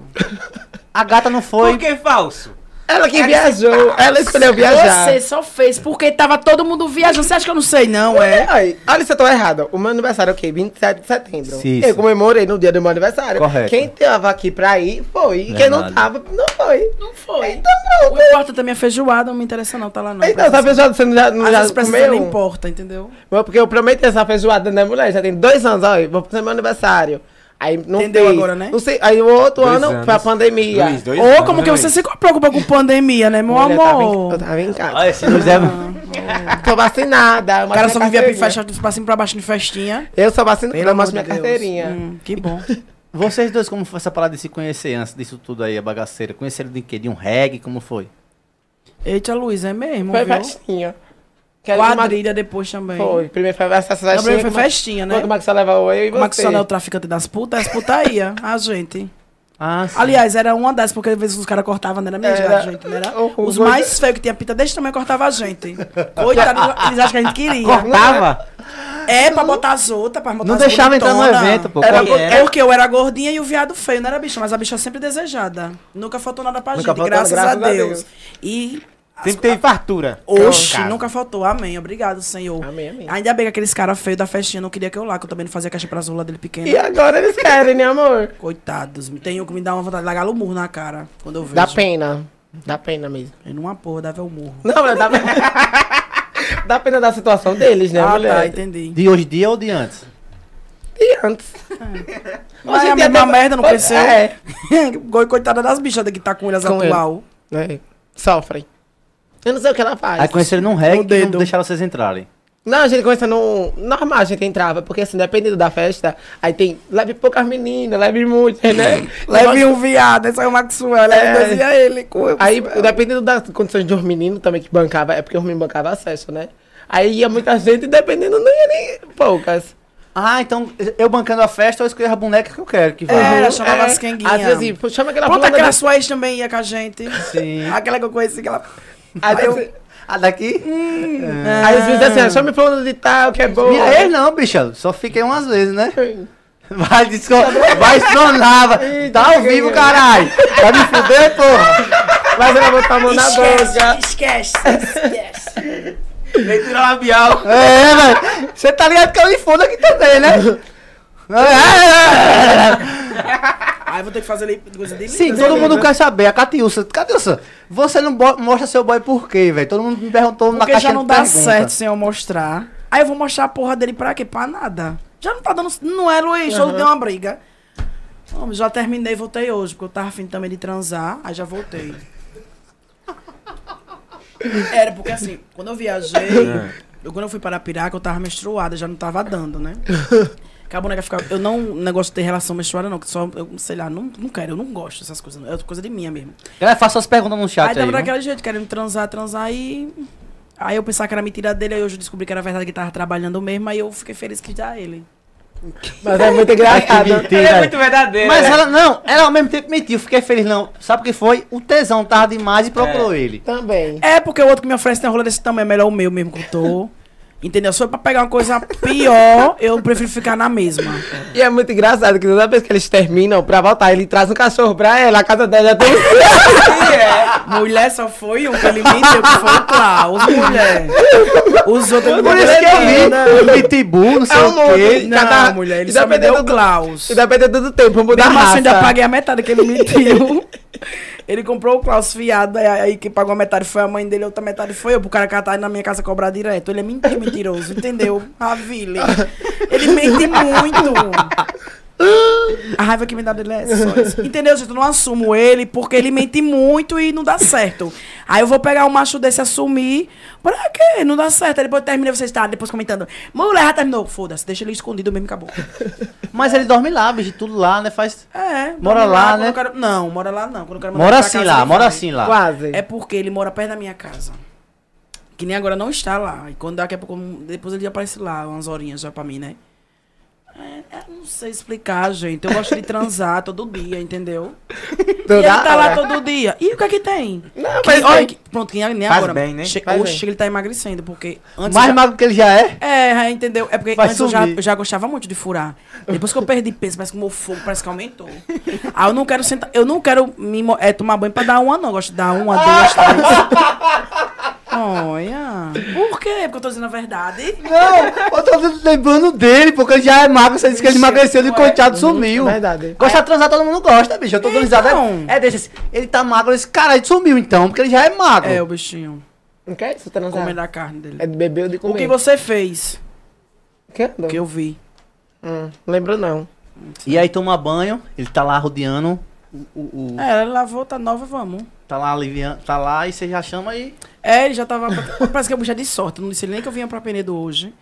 [SPEAKER 4] a gata não foi.
[SPEAKER 3] Por que falso?
[SPEAKER 1] Ela que viajou, ela escolheu viajar.
[SPEAKER 2] Você só fez porque tava todo mundo viajando. Você acha que eu não sei, não, é?
[SPEAKER 1] Ai, olha se eu tô errada. O meu aniversário é o quê? 27 de setembro.
[SPEAKER 4] Isso.
[SPEAKER 1] Eu comemorei no dia do meu aniversário.
[SPEAKER 4] Correto.
[SPEAKER 1] Quem tava aqui pra ir, foi. E quem não
[SPEAKER 4] Verdade.
[SPEAKER 1] tava, não foi.
[SPEAKER 2] Não foi.
[SPEAKER 1] Então
[SPEAKER 2] O
[SPEAKER 1] pronto.
[SPEAKER 2] importante é minha feijoada, não me interessa não, tá lá não.
[SPEAKER 1] Então, essa feijoada você não já, não
[SPEAKER 2] Às vezes
[SPEAKER 1] já
[SPEAKER 2] precisa, não
[SPEAKER 1] comeu?
[SPEAKER 2] importa, entendeu?
[SPEAKER 1] Mas Porque eu prometi essa feijoada, né, mulher? Já tem dois anos, olha, vou fazer meu aniversário. Aí não
[SPEAKER 2] Entendeu
[SPEAKER 1] fez.
[SPEAKER 2] agora, né?
[SPEAKER 1] Não sei. Aí o outro
[SPEAKER 5] Dois
[SPEAKER 1] ano
[SPEAKER 5] anos.
[SPEAKER 1] foi a pandemia.
[SPEAKER 5] Luiz, dois
[SPEAKER 2] Ou
[SPEAKER 5] anos, né,
[SPEAKER 2] como que
[SPEAKER 5] Luiz.
[SPEAKER 2] você se preocupa com pandemia, né, meu
[SPEAKER 1] tá Mulher, eu tava em-
[SPEAKER 2] amor?
[SPEAKER 1] Eu tava em casa.
[SPEAKER 4] Olha, esse Luiz é.
[SPEAKER 1] Tô vacinada. tá
[SPEAKER 2] O cara só vivia pra
[SPEAKER 1] fechar.
[SPEAKER 2] fechar pra cima e pra baixo de festinha.
[SPEAKER 1] Eu sou vacinada, eu mostro minha
[SPEAKER 2] amor de Deus.
[SPEAKER 1] carteirinha.
[SPEAKER 2] Hum, que bom.
[SPEAKER 4] Vocês dois, como foi essa parada de se conhecer antes disso tudo aí, a bagaceira? Conheceram de quê? De um reggae? Como foi?
[SPEAKER 2] Eita, Luiz, é mesmo,
[SPEAKER 1] Foi
[SPEAKER 2] viu?
[SPEAKER 1] festinha. Quero tomar-
[SPEAKER 2] Quadrilha depois também.
[SPEAKER 1] Foi. Primeiro foi essa festinha.
[SPEAKER 2] Não, primeiro foi
[SPEAKER 1] como-
[SPEAKER 2] festinha, né?
[SPEAKER 1] Como é que você leva eu e
[SPEAKER 2] Como é que
[SPEAKER 1] você?
[SPEAKER 2] só não é o traficante das putas? As putaria, a gente.
[SPEAKER 4] Ah, sim.
[SPEAKER 2] Aliás, era uma das, porque às vezes os caras cortavam, não era mesmo?
[SPEAKER 1] Era.
[SPEAKER 2] A gente, não era?
[SPEAKER 1] O- o
[SPEAKER 2] Os
[SPEAKER 1] gordo-
[SPEAKER 2] mais feios que tinha pinta desse tamanho cortavam a gente. Coitado, eles acham que a gente queria.
[SPEAKER 4] Cortava?
[SPEAKER 2] É, pra botar as outras, pra botar
[SPEAKER 4] Não
[SPEAKER 2] as
[SPEAKER 4] deixava entrar no
[SPEAKER 2] bonitonas.
[SPEAKER 4] evento, pô.
[SPEAKER 1] Era
[SPEAKER 4] Qual que
[SPEAKER 2] É Porque eu era gordinha e o viado feio, não era bicha, mas a bicha é sempre desejada. Nunca faltou nada pra
[SPEAKER 1] Nunca
[SPEAKER 2] gente,
[SPEAKER 1] faltou,
[SPEAKER 2] graças,
[SPEAKER 1] graças
[SPEAKER 2] a,
[SPEAKER 1] a
[SPEAKER 2] Deus.
[SPEAKER 1] Deus. Então,
[SPEAKER 2] E. as-
[SPEAKER 5] Sempre teve fartura.
[SPEAKER 2] Oxi,
[SPEAKER 5] Casa.
[SPEAKER 2] nunca faltou. Amém. Obrigado, Senhor.
[SPEAKER 1] Amém, amém.
[SPEAKER 2] Ainda bem que aqueles caras feios da festinha não queria que eu lá, que eu também não fazia caixa pra zula dele pequeno.
[SPEAKER 1] E agora eles querem, né, amor?
[SPEAKER 2] Coitados, tem um que me dá uma vontade de largar o murro na cara quando eu vejo.
[SPEAKER 1] Dá pena. Dá pena mesmo.
[SPEAKER 2] Ele numa porra, dava o murro.
[SPEAKER 1] Não, mas dá pena. dá pena da situação deles, né,
[SPEAKER 2] ah, tá,
[SPEAKER 1] mulher?
[SPEAKER 2] entendi.
[SPEAKER 4] De hoje em dia ou de antes?
[SPEAKER 1] E antes.
[SPEAKER 2] Mas é a
[SPEAKER 1] Hoje em dia
[SPEAKER 2] mesma
[SPEAKER 1] tem-
[SPEAKER 2] merda, não
[SPEAKER 1] Pois
[SPEAKER 2] cresceu?
[SPEAKER 1] É.
[SPEAKER 2] Goi- Coitada das bichas que tá com elas
[SPEAKER 1] Com ele.
[SPEAKER 2] atual.
[SPEAKER 1] é. Sofrem. Eu não sei o que ela faz.
[SPEAKER 4] Aí conheceram num reggae
[SPEAKER 2] No
[SPEAKER 4] que
[SPEAKER 2] dedo.
[SPEAKER 4] não deixaram vocês entrarem.
[SPEAKER 1] Não, a gente começa no. Normal, a gente entrava, porque assim, dependendo da festa, aí tem. Leve poucas meninas, leve muitas, né?
[SPEAKER 2] Leve um viado, esse é o Maxwell, leve
[SPEAKER 1] É.
[SPEAKER 2] dois e é ele.
[SPEAKER 4] um-
[SPEAKER 2] com-
[SPEAKER 1] Aí, dependendo das condições de um menino também que bancava, é porque os meninos bancavam acesso, né? Aí ia muita gente, dependendo, não ia nem poucas.
[SPEAKER 4] Ah, então eu bancando a festa, eu escolho a boneca que eu quero que vá.
[SPEAKER 2] Era, chamava
[SPEAKER 1] É,
[SPEAKER 2] as canguinhas.
[SPEAKER 1] Às vezes, pô, chama aquela
[SPEAKER 2] Pronto,
[SPEAKER 1] fulana
[SPEAKER 2] aquela
[SPEAKER 1] da-
[SPEAKER 2] Tá sua ex também ia com a gente.
[SPEAKER 4] Sim.
[SPEAKER 2] Aquela assim que eu conheci, aquela...
[SPEAKER 1] Às
[SPEAKER 4] Aí eu-
[SPEAKER 1] vezes-
[SPEAKER 4] A Ah, daqui? É.
[SPEAKER 1] Aí às vezes assim, ó, chama fulano de tal, que é boa.
[SPEAKER 4] Minha ex não, bicha. Só fiquei umas vezes, né? Vai, disco... Vai sonava. Tá ao vivo, caralho. Vai me fuder, porra.
[SPEAKER 1] Mas ela botou a mão na boca.
[SPEAKER 2] esquece, esquece.
[SPEAKER 3] Leitura labial.
[SPEAKER 4] É, velho. Você tá ligado que eu me foda aqui também, né? É, é, é.
[SPEAKER 2] Aí vou ter que fazer ali coisa dele.
[SPEAKER 4] Sim, todo mundo quer saber. A Catiúça, Catiúça, você não bo- mostra seu boy por quê, velho? Todo mundo me perguntou na
[SPEAKER 2] Porque
[SPEAKER 4] caixa
[SPEAKER 2] já
[SPEAKER 4] de
[SPEAKER 2] não dá
[SPEAKER 4] pergunta.
[SPEAKER 2] certo sem eu mostrar. Aí eu vou mostrar a porra dele pra quê? Pra nada. Já não tá dando. Não é, Luiz? Eu dei uma briga. Homem, já terminei e voltei hoje, porque eu tava afim também de transar, aí já voltei. Era porque assim, quando eu viajei,
[SPEAKER 4] É.
[SPEAKER 2] eu, quando eu fui para Piraca, eu tava menstruada, já não tava dando, né? Acabou, né? que eu ficava- Eu não. Negócio de ter relação menstruada, não, que só. Eu, sei lá, não, não quero, eu não gosto dessas coisas, não. É coisa de minha mesmo.
[SPEAKER 4] Galera, faça suas perguntas no chat
[SPEAKER 2] Aí né?
[SPEAKER 4] aí. né?
[SPEAKER 2] tava
[SPEAKER 4] viu?
[SPEAKER 2] daquele jeito, querendo transar, transar e. Aí eu pensava que era mentira dele, aí hoje eu descobri que era verdade que tava trabalhando mesmo, aí eu fiquei feliz que já ele.
[SPEAKER 1] Mas é muito
[SPEAKER 4] Ah, que
[SPEAKER 1] engraçado. É
[SPEAKER 4] mentira.
[SPEAKER 3] É verdadeiro.
[SPEAKER 4] Mas ela, não, ela ao mesmo tempo mentiu. Fiquei feliz, não. Sabe o que foi? O tesão tava demais e procurou ele.
[SPEAKER 1] Também.
[SPEAKER 2] É, porque o outro que me oferece tem um rolê desse tamanho, é melhor o meu mesmo que eu tô. Entendeu? Se for pra pegar uma coisa pior, eu prefiro ficar na mesma.
[SPEAKER 1] E é muito engraçado que toda vez que eles terminam pra voltar, ele traz um cachorro pra ela, a casa dela já tem um
[SPEAKER 2] é? Mulher só foi um que ele me deu, que foi o Klaus, mulher. Os outros ele
[SPEAKER 4] Por
[SPEAKER 2] me
[SPEAKER 4] isso que eu vi.
[SPEAKER 2] deu.
[SPEAKER 4] né? Pitbull, não sei
[SPEAKER 1] É um
[SPEAKER 4] o quê.
[SPEAKER 1] monte.
[SPEAKER 2] Não,
[SPEAKER 1] Cada-
[SPEAKER 2] mulher, ele
[SPEAKER 1] e
[SPEAKER 2] só me deu
[SPEAKER 1] dependendo
[SPEAKER 2] o
[SPEAKER 1] do-
[SPEAKER 2] Klaus.
[SPEAKER 1] E dependendo do tempo, muda a
[SPEAKER 2] Mesmo assim,
[SPEAKER 1] raça.
[SPEAKER 2] ainda paguei a metade que ele me deu. ele comprou o Klaus fiado, aí, aí quem pagou a metade foi a mãe dele, a outra metade foi eu, pro cara catar na minha casa cobrar direto. Ah, Ele é menti- mentiroso, entendeu? Ravile. Ele mente muito. A raiva que me dá dele é só isso. Entendeu, gente? Eu não assumo ele porque ele mente muito e não dá certo. Aí eu vou pegar um macho desse e assumir. Pra quê? Não dá certo. Aí depois termina você está depois comentando. Mulher já terminou. Foda-se, deixa ele escondido mesmo e acabou.
[SPEAKER 4] Mas ele dorme lá, bicho, tudo lá, né? Faz.
[SPEAKER 2] É.
[SPEAKER 4] Mora
[SPEAKER 2] dorme
[SPEAKER 4] lá,
[SPEAKER 2] quando
[SPEAKER 4] né?
[SPEAKER 2] eu quero- Não, mora lá não. Quando eu quero mandar
[SPEAKER 4] Mora
[SPEAKER 2] pra
[SPEAKER 4] assim
[SPEAKER 2] casa,
[SPEAKER 4] lá,
[SPEAKER 2] ele
[SPEAKER 4] mora
[SPEAKER 2] vai.
[SPEAKER 4] assim lá.
[SPEAKER 1] Quase.
[SPEAKER 2] É porque ele mora perto da minha casa. Que nem agora não está lá. E quando daqui a pouco. Depois ele aparece lá, umas horinhas já pra mim, né? É, eu não sei explicar, gente. Eu gosto de transar todo dia, entendeu? E ele tá lá todo dia. E o que é que tem?
[SPEAKER 1] Não,
[SPEAKER 2] Que-
[SPEAKER 1] mas
[SPEAKER 2] olha
[SPEAKER 1] tem-
[SPEAKER 2] que- pronto, que nem nem
[SPEAKER 3] Faz
[SPEAKER 2] agora.
[SPEAKER 3] bem, né?
[SPEAKER 2] Che-
[SPEAKER 1] Faz
[SPEAKER 2] Hoje
[SPEAKER 1] bem.
[SPEAKER 2] ele tá emagrecendo, porque antes.
[SPEAKER 4] Mais
[SPEAKER 2] eu-
[SPEAKER 4] magro que ele já é?
[SPEAKER 2] é, entendeu? É porque
[SPEAKER 4] Vai
[SPEAKER 2] antes eu já,
[SPEAKER 4] sumir.
[SPEAKER 2] eu já gostava muito de furar. Depois que eu perdi peso, parece que o meu fogo parece que aumentou. Aí eu não quero sentar, eu não quero me, mo- é, tomar banho pra dar uma, não. Eu gosto de dar uma, duas, três. Olha. Por quê? É Porque eu tô dizendo a verdade.
[SPEAKER 4] Não, eu tô lembrando dele, porque ele já é magro. Você disse que ele
[SPEAKER 2] Vixe,
[SPEAKER 4] emagreceu e
[SPEAKER 2] ué.
[SPEAKER 4] coitado sumiu.
[SPEAKER 1] é Verdade.
[SPEAKER 4] Gosta de transar, todo mundo gosta, bicho. Eu tô organizado.
[SPEAKER 2] Então.
[SPEAKER 4] É, é, deixa assim. Ele tá magro, esse cara ele sumiu então, porque ele já é magro.
[SPEAKER 2] É, o bichinho.
[SPEAKER 1] Não quer isso transar?
[SPEAKER 2] Comendo a carne dele.
[SPEAKER 1] É de beber ou de
[SPEAKER 2] O
[SPEAKER 1] comer?
[SPEAKER 2] que você fez?
[SPEAKER 1] Que
[SPEAKER 2] O
[SPEAKER 1] andou?
[SPEAKER 2] que eu vi.
[SPEAKER 1] Hum, lembro não.
[SPEAKER 4] E aí toma banho, ele tá lá rodeando. O, o- o-
[SPEAKER 2] É, ela lavou, tá nova, vamos.
[SPEAKER 4] Tá lá aliviando, tá lá e você já chama e.
[SPEAKER 2] É, ele já tava. Parece que é bucha de sorte. eu Não disse nem que eu vinha pra Penedo hoje.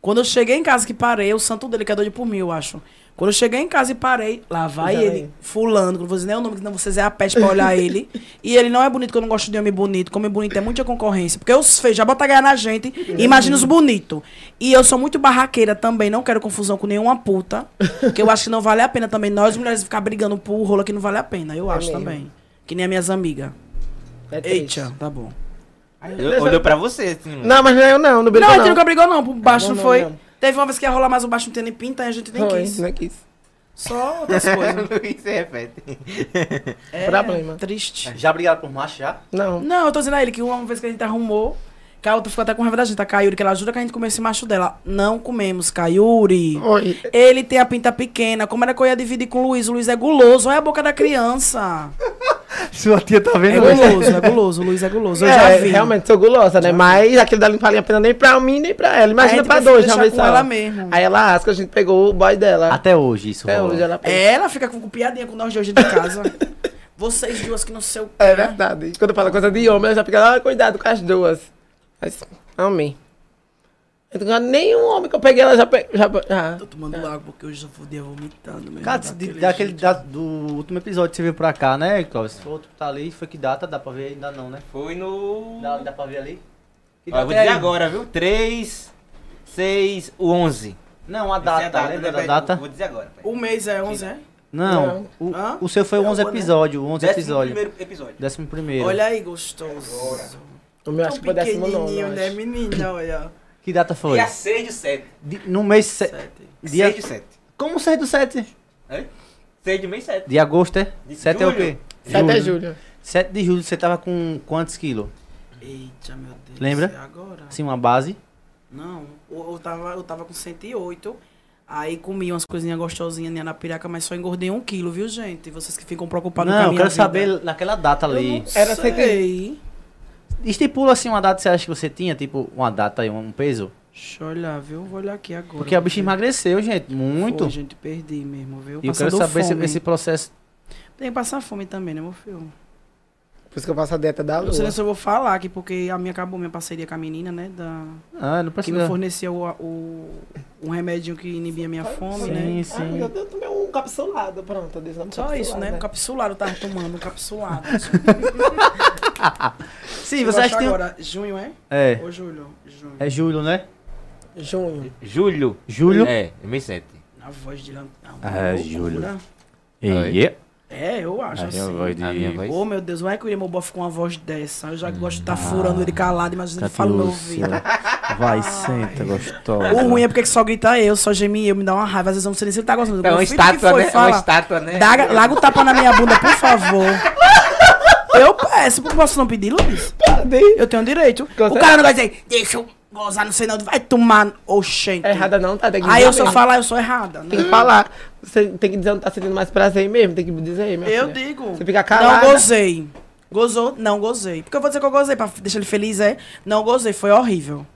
[SPEAKER 2] Quando eu cheguei em casa que parei, o santo dele que é doido por mim, eu acho. Quando eu cheguei em casa e parei, lá vai
[SPEAKER 1] Já
[SPEAKER 2] ele,
[SPEAKER 1] vem.
[SPEAKER 2] fulano, que eu não vou dizer nem o nome, que não vocês é a peste pra olhar ele. E ele não é bonito, que eu não gosto de homem bonito. Como homem bonito é muita concorrência. Porque os feios já botam a ganhar na gente, imagina os bonitos. E eu sou muito barraqueira também, não quero confusão com nenhuma puta. Porque eu acho que não vale a pena também. Nós mulheres ficar brigando por rolo que não vale a pena, eu acho
[SPEAKER 1] É mesmo.
[SPEAKER 2] também. Que nem as minhas amigas.
[SPEAKER 1] É triste.
[SPEAKER 2] Eita, tá bom.
[SPEAKER 3] Eu- Olhou pra você, assim, mano.
[SPEAKER 1] Não, mas não é eu não, não brigou
[SPEAKER 2] não, a
[SPEAKER 1] não.
[SPEAKER 2] gente nunca brigou, não. Pro baixo
[SPEAKER 1] Não,
[SPEAKER 2] não,
[SPEAKER 1] não,
[SPEAKER 2] foi.
[SPEAKER 1] não.
[SPEAKER 2] Teve uma vez que ia rolar mais o baixo não tinha nem pinta, aí a gente nem
[SPEAKER 1] Foi,
[SPEAKER 2] quis.
[SPEAKER 1] não quis.
[SPEAKER 2] Só outras coisas.
[SPEAKER 3] Luiz se repete.
[SPEAKER 2] É,
[SPEAKER 1] Problema.
[SPEAKER 2] Triste.
[SPEAKER 4] Já brigaram por macho já?
[SPEAKER 1] Não.
[SPEAKER 2] Não, eu tô dizendo a ele que uma vez que a gente arrumou, que a outra ficou até com raiva da gente, a Caiuri, que ela jura que a gente comeu esse macho dela. Não comemos, Caiuri.
[SPEAKER 1] Oi.
[SPEAKER 2] Ele tem a pinta pequena. Como era que eu ia dividir com o Luiz? O Luiz é guloso. Olha a boca da criança.
[SPEAKER 4] Sua tia tá
[SPEAKER 2] É
[SPEAKER 4] vendo
[SPEAKER 2] guloso, é guloso. O Luiz é guloso. Eu
[SPEAKER 1] É,
[SPEAKER 2] já vi.
[SPEAKER 1] realmente sou gulosa, né? Mas aquele dali não valia a pena nem pra mim, nem pra ela.
[SPEAKER 2] A
[SPEAKER 1] Imagina
[SPEAKER 2] gente
[SPEAKER 1] pra
[SPEAKER 2] prefere
[SPEAKER 1] dois, já
[SPEAKER 2] assim, deixar
[SPEAKER 1] vez
[SPEAKER 2] com
[SPEAKER 1] só.
[SPEAKER 2] ela mesmo.
[SPEAKER 1] Aí ela asca, a gente pegou o boy dela.
[SPEAKER 4] Até hoje isso.
[SPEAKER 1] Até
[SPEAKER 4] rola.
[SPEAKER 1] hoje ela pega.
[SPEAKER 2] Ela fica com piadinha com nós de hoje de casa. Vocês duas que não sei o quê.
[SPEAKER 1] É verdade. Quando fala coisa de homem, ela já fica, ah, cuidado com as duas. Mas, amei. Então, nenhum homem que eu peguei, ela já pegou. Já, já.
[SPEAKER 2] Tô tomando água porque hoje eu fudei vomitando mesmo.
[SPEAKER 4] É. Cara, de- daquele da- do último episódio que você veio pra cá, né, Cláudio? Se for outro que tá ali, foi que data? Dá pra ver ainda não, né?
[SPEAKER 3] Foi no.
[SPEAKER 4] Dá, dá pra ver ali? Que
[SPEAKER 3] Ó, eu vou
[SPEAKER 4] data é
[SPEAKER 3] dizer
[SPEAKER 4] aí?
[SPEAKER 3] agora, viu? 3, 6, 11.
[SPEAKER 4] Não, a
[SPEAKER 3] é
[SPEAKER 4] data, lembra da
[SPEAKER 3] repete,
[SPEAKER 4] data?
[SPEAKER 3] né, Vou dizer agora. peraí.
[SPEAKER 2] O mês é 11, é?
[SPEAKER 4] Não, o,
[SPEAKER 2] Hã?
[SPEAKER 4] o seu foi
[SPEAKER 2] É
[SPEAKER 4] 11
[SPEAKER 2] o ano, né?
[SPEAKER 4] episódios, 11
[SPEAKER 3] Décimo
[SPEAKER 4] episódios.
[SPEAKER 3] primeiro episódio.
[SPEAKER 4] Décimo primeiro.
[SPEAKER 2] Olha aí, gostoso.
[SPEAKER 1] O meu acho que foi décimo nono. eu
[SPEAKER 2] pequenininho, né,
[SPEAKER 1] acho.
[SPEAKER 2] menina? Olha.
[SPEAKER 4] Que data foi?
[SPEAKER 3] Dia 6 de 7.
[SPEAKER 4] Di- no mês... Se...
[SPEAKER 2] Sete.
[SPEAKER 4] Dia...
[SPEAKER 3] 6 de 7.
[SPEAKER 4] Como 6 do 7?
[SPEAKER 3] 6 de mês 7.
[SPEAKER 4] De agosto, é?
[SPEAKER 3] De
[SPEAKER 4] 7 é o quê?
[SPEAKER 3] julho.
[SPEAKER 1] Sete é julho.
[SPEAKER 4] 7 de julho você tava com quantos quilos?
[SPEAKER 2] Eita, meu Deus.
[SPEAKER 4] Lembra?
[SPEAKER 2] é agora?
[SPEAKER 4] Assim, uma base.
[SPEAKER 2] Não. Eu, eu, tava, eu tava com 108. Aí comi umas coisinhas gostosinhas né, na piraca, mas só engordei um quilo, viu, gente? Vocês que ficam preocupados com a
[SPEAKER 4] não, eu
[SPEAKER 2] minha
[SPEAKER 4] quero
[SPEAKER 2] vida.
[SPEAKER 4] saber naquela data
[SPEAKER 2] Eu
[SPEAKER 4] ali.
[SPEAKER 2] não
[SPEAKER 1] Era
[SPEAKER 2] sei.
[SPEAKER 4] Estipula assim uma data que você acha que você tinha, tipo, uma data aí, um peso.
[SPEAKER 2] Deixa eu olhar, viu? Vou olhar aqui agora.
[SPEAKER 4] Porque a bicha emagreceu, gente, muito.
[SPEAKER 2] Foi, gente, perdi mesmo, viu?
[SPEAKER 4] e eu quero
[SPEAKER 2] Passando
[SPEAKER 4] saber se
[SPEAKER 2] fome.
[SPEAKER 4] esse processo.
[SPEAKER 2] Tem que passar fome também, né, meu filho?
[SPEAKER 1] Por isso que eu faço a dieta da
[SPEAKER 2] Eu
[SPEAKER 1] lua.
[SPEAKER 2] sei nem se eu vou falar aqui, porque a minha acabou minha parceria com a menina, né? Da...
[SPEAKER 4] Ah, não
[SPEAKER 2] Que
[SPEAKER 4] precisa.
[SPEAKER 3] é.
[SPEAKER 2] me forneceu o, o, um remedinho que inibia minha fome, né?
[SPEAKER 4] Sim,
[SPEAKER 1] Ah,
[SPEAKER 4] sim.
[SPEAKER 1] eu tomei um capsulado, pronto. eu disse, não,
[SPEAKER 2] Só
[SPEAKER 1] capsulado,
[SPEAKER 2] isso, né? Um capsulado eu tava tomando, um capsulado.
[SPEAKER 4] Sim,
[SPEAKER 2] Eu
[SPEAKER 4] você
[SPEAKER 2] acho
[SPEAKER 4] acha que
[SPEAKER 3] um-
[SPEAKER 4] tem.
[SPEAKER 2] agora, junho, é?
[SPEAKER 4] É.
[SPEAKER 2] Ou julho? Junho.
[SPEAKER 4] É julho, né?
[SPEAKER 1] é Junho.
[SPEAKER 3] Julho.
[SPEAKER 4] Julho.
[SPEAKER 3] É, mês 7.
[SPEAKER 2] A voz de lan- Ah,
[SPEAKER 4] É,
[SPEAKER 2] loucura.
[SPEAKER 4] julho.
[SPEAKER 2] É, eu acho assim.
[SPEAKER 3] A minha voz. Hum.
[SPEAKER 2] Ô, meu Deus, não é que o Irmão Boff com uma voz dessa. Eu já gosto de estar furando ele calado, imagina
[SPEAKER 3] Tá
[SPEAKER 2] ele falando no meu ouvido.
[SPEAKER 4] Vai, senta, gostosa.
[SPEAKER 2] O ruim é porque que só grita eu, só geme eu, me dá uma raiva. Às vezes eu não sei nem se ele tá gostando.
[SPEAKER 3] É
[SPEAKER 2] Meu
[SPEAKER 3] uma
[SPEAKER 2] filho, o que
[SPEAKER 3] estátua,
[SPEAKER 2] foi?
[SPEAKER 3] né? É uma
[SPEAKER 2] Fala.
[SPEAKER 3] estátua, né?
[SPEAKER 2] Dá, larga o tapa na minha bunda, por favor. Eu peço, por que posso não pedir, Luiz? Eu tenho direito. O cara não vai dizer, deixa eu gozar, não sei não. Vai tomar, oxente.
[SPEAKER 1] É errada não, tá? Tem que
[SPEAKER 2] Aí
[SPEAKER 1] dizer
[SPEAKER 2] eu só
[SPEAKER 1] mesmo.
[SPEAKER 2] falo, ah, eu sou errada.
[SPEAKER 1] Tem que falar. Você tem que dizer onde tá sentindo mais prazer aí mesmo. Assim, Tem que dizer aí, meu
[SPEAKER 2] Eu digo.
[SPEAKER 1] Você fica calada.
[SPEAKER 2] Não gozei. Gozou? Não gozei. Porque eu vou dizer que eu gozei, pra deixar ele feliz, é? Não gozei, foi horrível.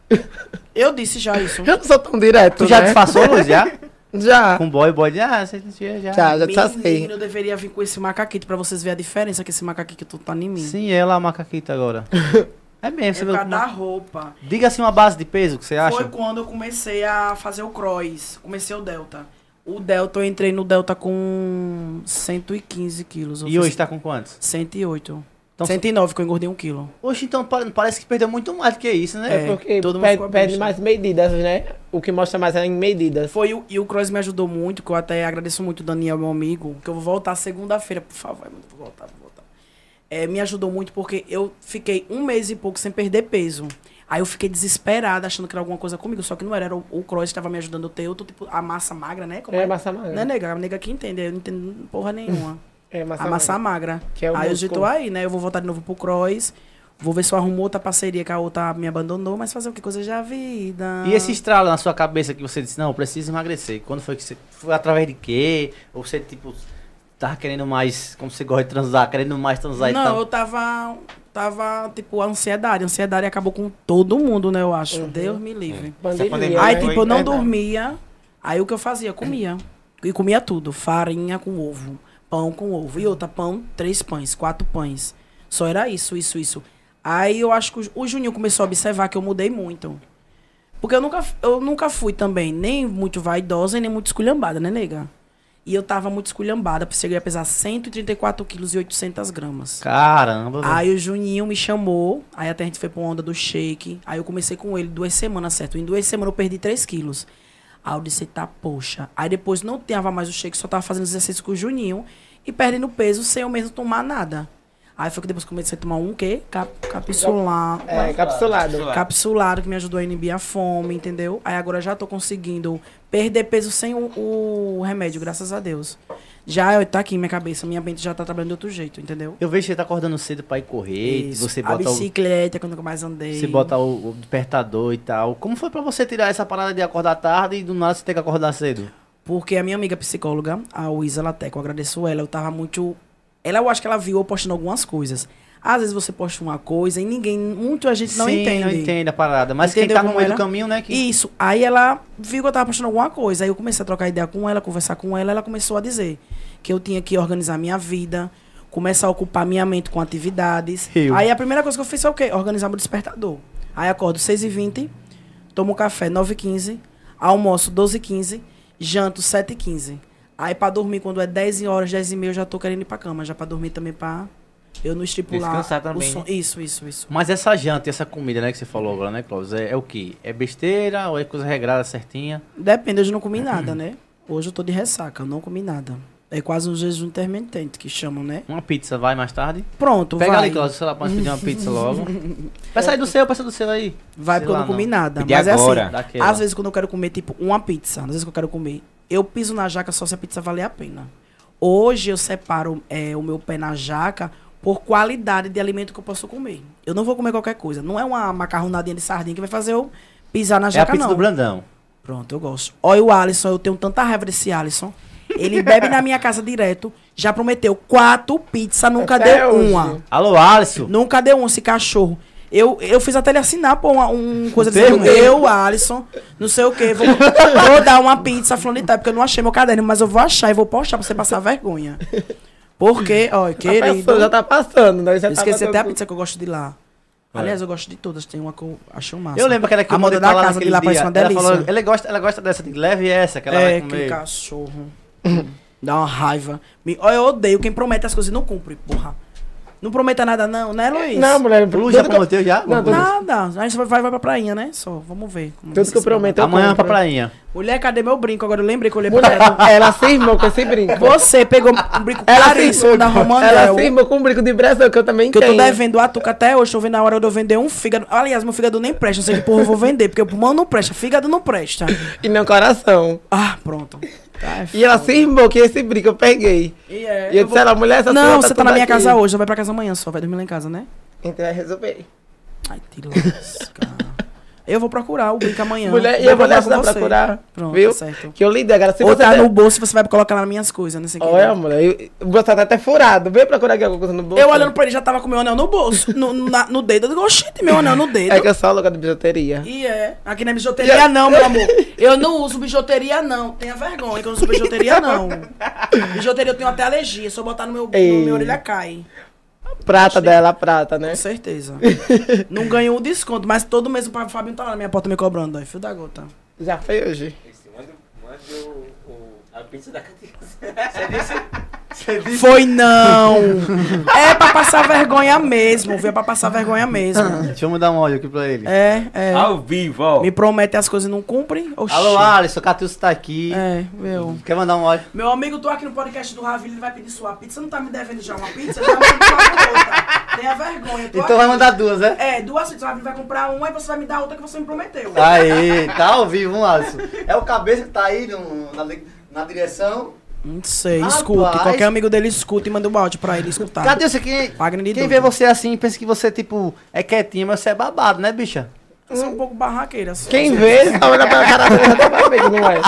[SPEAKER 2] Eu disse já isso.
[SPEAKER 1] Eu não sou tão direto,
[SPEAKER 4] Tu já
[SPEAKER 1] né?
[SPEAKER 4] disfarçou, Luiz? Já?
[SPEAKER 1] Já.
[SPEAKER 4] Com boy, boy. de, Ah, você já.
[SPEAKER 1] Já,
[SPEAKER 4] já.
[SPEAKER 1] já te
[SPEAKER 2] Menino,
[SPEAKER 1] saciei.
[SPEAKER 2] eu assim. deveria vir com esse macaquito pra vocês verem a diferença que esse macaquito tu tá em mim.
[SPEAKER 4] Sim, ela é a macaquita agora. É mesmo,
[SPEAKER 2] É
[SPEAKER 4] você
[SPEAKER 2] por
[SPEAKER 4] viu?
[SPEAKER 2] causa da roupa.
[SPEAKER 4] Diga assim uma base de peso que você acha.
[SPEAKER 2] Foi quando eu comecei a fazer o cross. Comecei o Delta. O Delta, eu entrei no Delta com 115 quilos. Eu
[SPEAKER 4] E
[SPEAKER 2] fiz
[SPEAKER 4] hoje tá com quantos?
[SPEAKER 2] 108.
[SPEAKER 4] Então-
[SPEAKER 2] 109, que eu engordei um quilo.
[SPEAKER 4] Hoje então pare- parece que perdeu muito mais do que isso, né?
[SPEAKER 2] É,
[SPEAKER 1] Porque
[SPEAKER 2] todo mundo
[SPEAKER 1] pede,
[SPEAKER 2] ficou
[SPEAKER 1] pede
[SPEAKER 2] besta.
[SPEAKER 1] mais medidas, né? O que mostra mais é em medidas.
[SPEAKER 2] Foi o- e o cross me ajudou muito, que eu até agradeço muito o Daniel, meu amigo, que eu vou voltar segunda-feira, por favor, eu vou voltar, vou voltar. É, me ajudou muito porque eu fiquei um mês e pouco sem perder peso. Aí eu fiquei desesperada, achando que era alguma coisa comigo, só que não era, era o, o cross que estava me ajudando a ter outro tipo, a massa magra, né? Como
[SPEAKER 1] É massa magra.
[SPEAKER 2] Né, nega? A nega que entende, eu não entendo porra nenhuma.
[SPEAKER 1] É massa,
[SPEAKER 2] a Ah, massa magra.
[SPEAKER 1] Que é o
[SPEAKER 2] aí eu
[SPEAKER 1] músculo.
[SPEAKER 2] tô aí, né? Eu vou voltar de novo pro cross, vou ver se eu arrumo outra parceria, que a outra me abandonou, mas fazer o que? Coisa já vida.
[SPEAKER 4] E esse estralo na sua cabeça que você disse, não, eu preciso emagrecer. Quando foi que você. Foi através de quê? Ou você, tipo, tava querendo mais. Como você gosta de transar, querendo mais transar e
[SPEAKER 1] então?
[SPEAKER 2] Não,
[SPEAKER 4] tal.
[SPEAKER 2] eu tava. Tava, tipo, a ansiedade. A ansiedade acabou com todo mundo, né? Eu acho.
[SPEAKER 1] Uhum.
[SPEAKER 2] Deus me livre.
[SPEAKER 1] Pandemia,
[SPEAKER 3] pandemia
[SPEAKER 2] Aí,
[SPEAKER 3] né?
[SPEAKER 2] tipo, eu não
[SPEAKER 1] É,
[SPEAKER 2] dormia. Aí o que eu fazia? Comia. E comia tudo. Farinha com ovo. Pão com ovo. E outra, pão, três pães, quatro pães. Só era isso, isso, isso. Aí eu acho que o Ju- o Juninho começou a observar que eu mudei muito. Porque eu nunca, eu nunca fui também, nem muito vaidosa e nem muito esculhambada, né, nega? E eu tava muito esculhambada, porque cheguei a pesar 134 quilos e 800 gramas.
[SPEAKER 4] Caramba, velho.
[SPEAKER 2] Aí o Juninho me chamou, aí até a gente foi pra uma onda do shake. Aí eu comecei com ele duas semanas, certo? Em duas semanas eu perdi 3 quilos. Aí eu disse, tá, poxa. Aí depois não tava mais o shake, só tava fazendo os exercícios com o Juninho e perdendo peso sem eu mesmo tomar nada. Aí foi que depois comecei a tomar um quê? Cap, capsular.
[SPEAKER 1] É, capsulado.
[SPEAKER 2] Capsulado, que me ajudou a inibir a fome, entendeu? Aí agora já tô conseguindo perder peso sem o, o remédio, graças a Deus. Já eu- tá aqui em minha cabeça, minha mente já tá trabalhando de outro jeito, entendeu?
[SPEAKER 4] Eu vejo que você tá acordando cedo pra ir correr,
[SPEAKER 2] Isso.
[SPEAKER 4] você
[SPEAKER 2] a
[SPEAKER 4] bota o.
[SPEAKER 2] bicicleta, quando eu mais andei.
[SPEAKER 4] Você bota o, o despertador e tal. Como foi pra você tirar essa parada de acordar tarde e do nada você ter que acordar cedo?
[SPEAKER 2] Porque a minha amiga psicóloga, a Luísa Lateco, eu agradeço ela, eu tava muito... Ela, eu acho que ela viu eu postando algumas coisas. Às vezes você posta uma coisa e ninguém, muito a gente não
[SPEAKER 4] Sim,
[SPEAKER 2] entende.
[SPEAKER 4] não entende a parada. Mas
[SPEAKER 2] Entendeu
[SPEAKER 4] quem tá no
[SPEAKER 2] como
[SPEAKER 4] meio do
[SPEAKER 2] era?
[SPEAKER 4] caminho, né? Que...
[SPEAKER 2] Isso. Aí ela viu que eu tava postando alguma coisa. Aí eu comecei a trocar ideia com ela, conversar com ela. Ela começou a dizer que eu tinha que organizar minha vida, começar a ocupar minha mente com atividades.
[SPEAKER 4] Eu.
[SPEAKER 2] Aí a primeira coisa que eu fiz foi o quê? Organizar meu despertador. Aí acordo 6h20, tomo café 9h15, almoço 12h15, janto 7h15. Aí pra dormir, quando é 10 horas, 10 e meia, eu já tô querendo ir pra cama. Já pra dormir também pra... Eu não estipular...
[SPEAKER 3] Descansar
[SPEAKER 2] o
[SPEAKER 3] também,
[SPEAKER 2] sono.
[SPEAKER 3] né?
[SPEAKER 2] Isso, isso, isso.
[SPEAKER 4] Mas essa janta, e essa comida, né, que você falou agora, né, Cláudio? É, é o que? É besteira ou é coisa regrada certinha?
[SPEAKER 2] Depende, hoje eu não comi nada, né? Hoje eu tô de ressaca, eu não comi nada. É quase um jejum intermitente que chamam, né?
[SPEAKER 4] Uma pizza vai mais tarde?
[SPEAKER 2] Pronto,
[SPEAKER 4] Pega
[SPEAKER 2] vai.
[SPEAKER 4] ali, Cláudio, sei lá, pra nós pedir uma pizza logo. Peça aí do seu, peça do seu aí.
[SPEAKER 2] Vai,
[SPEAKER 4] Sei
[SPEAKER 2] porque eu
[SPEAKER 4] lá,
[SPEAKER 2] não comi nada.
[SPEAKER 3] Pedir
[SPEAKER 2] Mas é
[SPEAKER 3] agora.
[SPEAKER 2] assim,
[SPEAKER 4] Daquela.
[SPEAKER 2] às vezes quando eu quero comer, tipo, uma pizza, às vezes que eu quero comer, eu piso na jaca só se a pizza valer a pena. Hoje eu separo é, o meu pé na jaca por qualidade de alimento que eu posso comer. Eu não vou comer qualquer coisa. Não é uma macarronadinha de sardinha que vai fazer eu pisar na
[SPEAKER 4] É a
[SPEAKER 2] jaca,
[SPEAKER 4] pizza
[SPEAKER 2] não.
[SPEAKER 4] do Brandão.
[SPEAKER 2] Pronto, eu gosto. Olha o Alisson, eu tenho tanta raiva desse Alisson. Ele bebe na minha casa direto, já prometeu quatro pizzas, nunca
[SPEAKER 1] Até
[SPEAKER 2] deu
[SPEAKER 1] hoje.
[SPEAKER 2] uma.
[SPEAKER 4] Alô, Alisson.
[SPEAKER 2] Nunca deu um, esse cachorro. Eu, eu fiz até ele assinar, pô, uma, um coisa
[SPEAKER 4] termo?
[SPEAKER 2] dizendo, eu, Alisson, não sei o quê, vou, vou dar uma pizza falando de tal, porque eu não achei meu caderno, mas eu vou achar e vou postar pra você passar vergonha. Porque, ó,
[SPEAKER 1] Tá
[SPEAKER 2] querido...
[SPEAKER 1] passando, já tá passando, né? Já
[SPEAKER 2] Eu esqueci
[SPEAKER 1] tá
[SPEAKER 2] até a
[SPEAKER 1] passando.
[SPEAKER 2] pizza que eu gosto de lá. Aliás, eu gosto de todas, tem uma que eu acho massa.
[SPEAKER 4] Eu lembro que era que
[SPEAKER 2] A
[SPEAKER 4] eu mandei
[SPEAKER 2] moda da
[SPEAKER 4] pra lá
[SPEAKER 2] casa de
[SPEAKER 4] naquele
[SPEAKER 2] lá
[SPEAKER 4] dia.
[SPEAKER 2] parece uma
[SPEAKER 4] ela
[SPEAKER 2] delícia.
[SPEAKER 4] falou, ela gosta, ela gosta dessa, de leve essa que ela
[SPEAKER 2] é,
[SPEAKER 4] vai
[SPEAKER 2] que
[SPEAKER 4] comer.
[SPEAKER 2] cachorro. Dá uma raiva. Me- ó, Eu odeio quem promete as coisas e não cumpre, porra. Não prometa nada, não, né, Luiz?
[SPEAKER 1] É, Não, mulher.
[SPEAKER 4] Lu
[SPEAKER 1] tudo
[SPEAKER 4] já
[SPEAKER 1] que eu-
[SPEAKER 4] prometeu já?
[SPEAKER 1] Não, tudo-
[SPEAKER 2] Nada. Aí você vai, vai, vai pra prainha, né? Só, vamos ver. como
[SPEAKER 1] Tudo
[SPEAKER 2] vai
[SPEAKER 1] que eu
[SPEAKER 2] ser.
[SPEAKER 1] prometo, eu
[SPEAKER 4] Amanhã
[SPEAKER 1] compro.
[SPEAKER 2] né?
[SPEAKER 4] pra prainha.
[SPEAKER 2] Mulher, cadê meu brinco? Agora eu lembrei que eu olhei pra
[SPEAKER 1] Mulher,
[SPEAKER 2] ela.
[SPEAKER 1] ela se irmou com esse brinco.
[SPEAKER 2] Você pegou um brinco
[SPEAKER 1] Ela
[SPEAKER 2] caríssimo da
[SPEAKER 1] Ela
[SPEAKER 2] Romandel.
[SPEAKER 1] se irmou com um brinco de Brasil, que eu também
[SPEAKER 2] Que eu tô
[SPEAKER 1] tenho.
[SPEAKER 2] devendo a tuca até hoje, tô vendo a hora de eu vender um fígado. Aliás, meu fígado nem presta, não sei que porra eu vou vender, porque o pulmão não presta, fígado não presta.
[SPEAKER 1] E meu coração.
[SPEAKER 2] Ah, pronto. Tá, é
[SPEAKER 1] E ela se irmou que esse brinco eu peguei.
[SPEAKER 2] E é,
[SPEAKER 1] E eu
[SPEAKER 2] eu vou-
[SPEAKER 1] disse, ela, mulher, essa
[SPEAKER 2] Não,
[SPEAKER 1] senhora
[SPEAKER 2] você tá na
[SPEAKER 1] toda
[SPEAKER 2] minha
[SPEAKER 1] aqui. é
[SPEAKER 2] casa hoje, não vai pra casa amanhã só, vai dormir lá em casa, né?
[SPEAKER 1] Então vai resolver.
[SPEAKER 2] Ai, te lasca. Eu vou procurar o brinco amanhã.
[SPEAKER 1] Mulher, e
[SPEAKER 2] Vou
[SPEAKER 1] eu vou lhe
[SPEAKER 2] procurar com
[SPEAKER 1] ajudar
[SPEAKER 2] você.
[SPEAKER 1] pra curar.
[SPEAKER 2] Pronto, tá
[SPEAKER 1] viu?
[SPEAKER 2] certo.
[SPEAKER 1] Que eu lhe dei, cara. Se
[SPEAKER 2] Ou
[SPEAKER 1] você
[SPEAKER 2] tá
[SPEAKER 1] der-
[SPEAKER 2] no bolso, você vai colocar lá nas minhas coisas, né, não sei o que.
[SPEAKER 1] Olha, mulher, eu- você tá até furado. Vem procurar aqui alguma coisa no bolso.
[SPEAKER 2] Eu olhando pra ele, já tava com meu anel no bolso, no, na- no dedo. Eu digo, oxente, meu anel no dedo.
[SPEAKER 1] É que eu sou a louca de bijuteria.
[SPEAKER 2] E é. Aqui não é bijuteria, não, meu amor. Eu não uso bijuteria, não. Tenha vergonha que eu não uso bijuteria, não. Bijuteria eu tenho até alergia. Se eu botar no meu, no
[SPEAKER 1] Ei.
[SPEAKER 2] minha orelha, cai.
[SPEAKER 1] Prata dela, prata, né?
[SPEAKER 2] Com certeza. não ganhou o desconto, mas todo mês o Fábio- Fabinho tá lá na minha porta me cobrando. Aí, fio da gota.
[SPEAKER 1] Já foi hoje.
[SPEAKER 3] Esse, Manda, manda o, o- a pizza da Catriz.
[SPEAKER 2] Foi não! É pra passar vergonha mesmo, viu? É pra passar vergonha mesmo.
[SPEAKER 4] Deixa eu mandar um óleo aqui pra ele.
[SPEAKER 2] É, é.
[SPEAKER 3] Ao vivo, ó.
[SPEAKER 2] Me promete as coisas e não cumpre. Oxi.
[SPEAKER 4] Alô, Alisson, Catius tá aqui.
[SPEAKER 2] É, meu.
[SPEAKER 4] Quer mandar um óleo?
[SPEAKER 2] Meu amigo, tô aqui no podcast do Ravi, ele vai pedir sua pizza. Você não tá me devendo já uma pizza? Já me deu outra. Tenha vergonha. tô
[SPEAKER 4] Então
[SPEAKER 2] aqui.
[SPEAKER 4] vai mandar duas, né?
[SPEAKER 2] É, duas pizzas. O Ravi vai comprar uma e você vai me dar outra que você me prometeu.
[SPEAKER 4] Aí, tá ao vivo, um Alisson. É o cabeça que tá aí no- na, na direção.
[SPEAKER 2] Não sei,
[SPEAKER 4] Rapaz.
[SPEAKER 2] escute. Qualquer amigo dele escuta e manda um áudio pra ele escutar.
[SPEAKER 4] Cadê você? Quem,
[SPEAKER 2] Wagner de doido.
[SPEAKER 4] quem vê você assim pensa que você, tipo, é quietinho, mas você é babado, né, bicha?
[SPEAKER 2] Eu sou um pouco barraqueira. Só,
[SPEAKER 1] Quem vê, tá olhando pra cara dela, tá amigo, não é?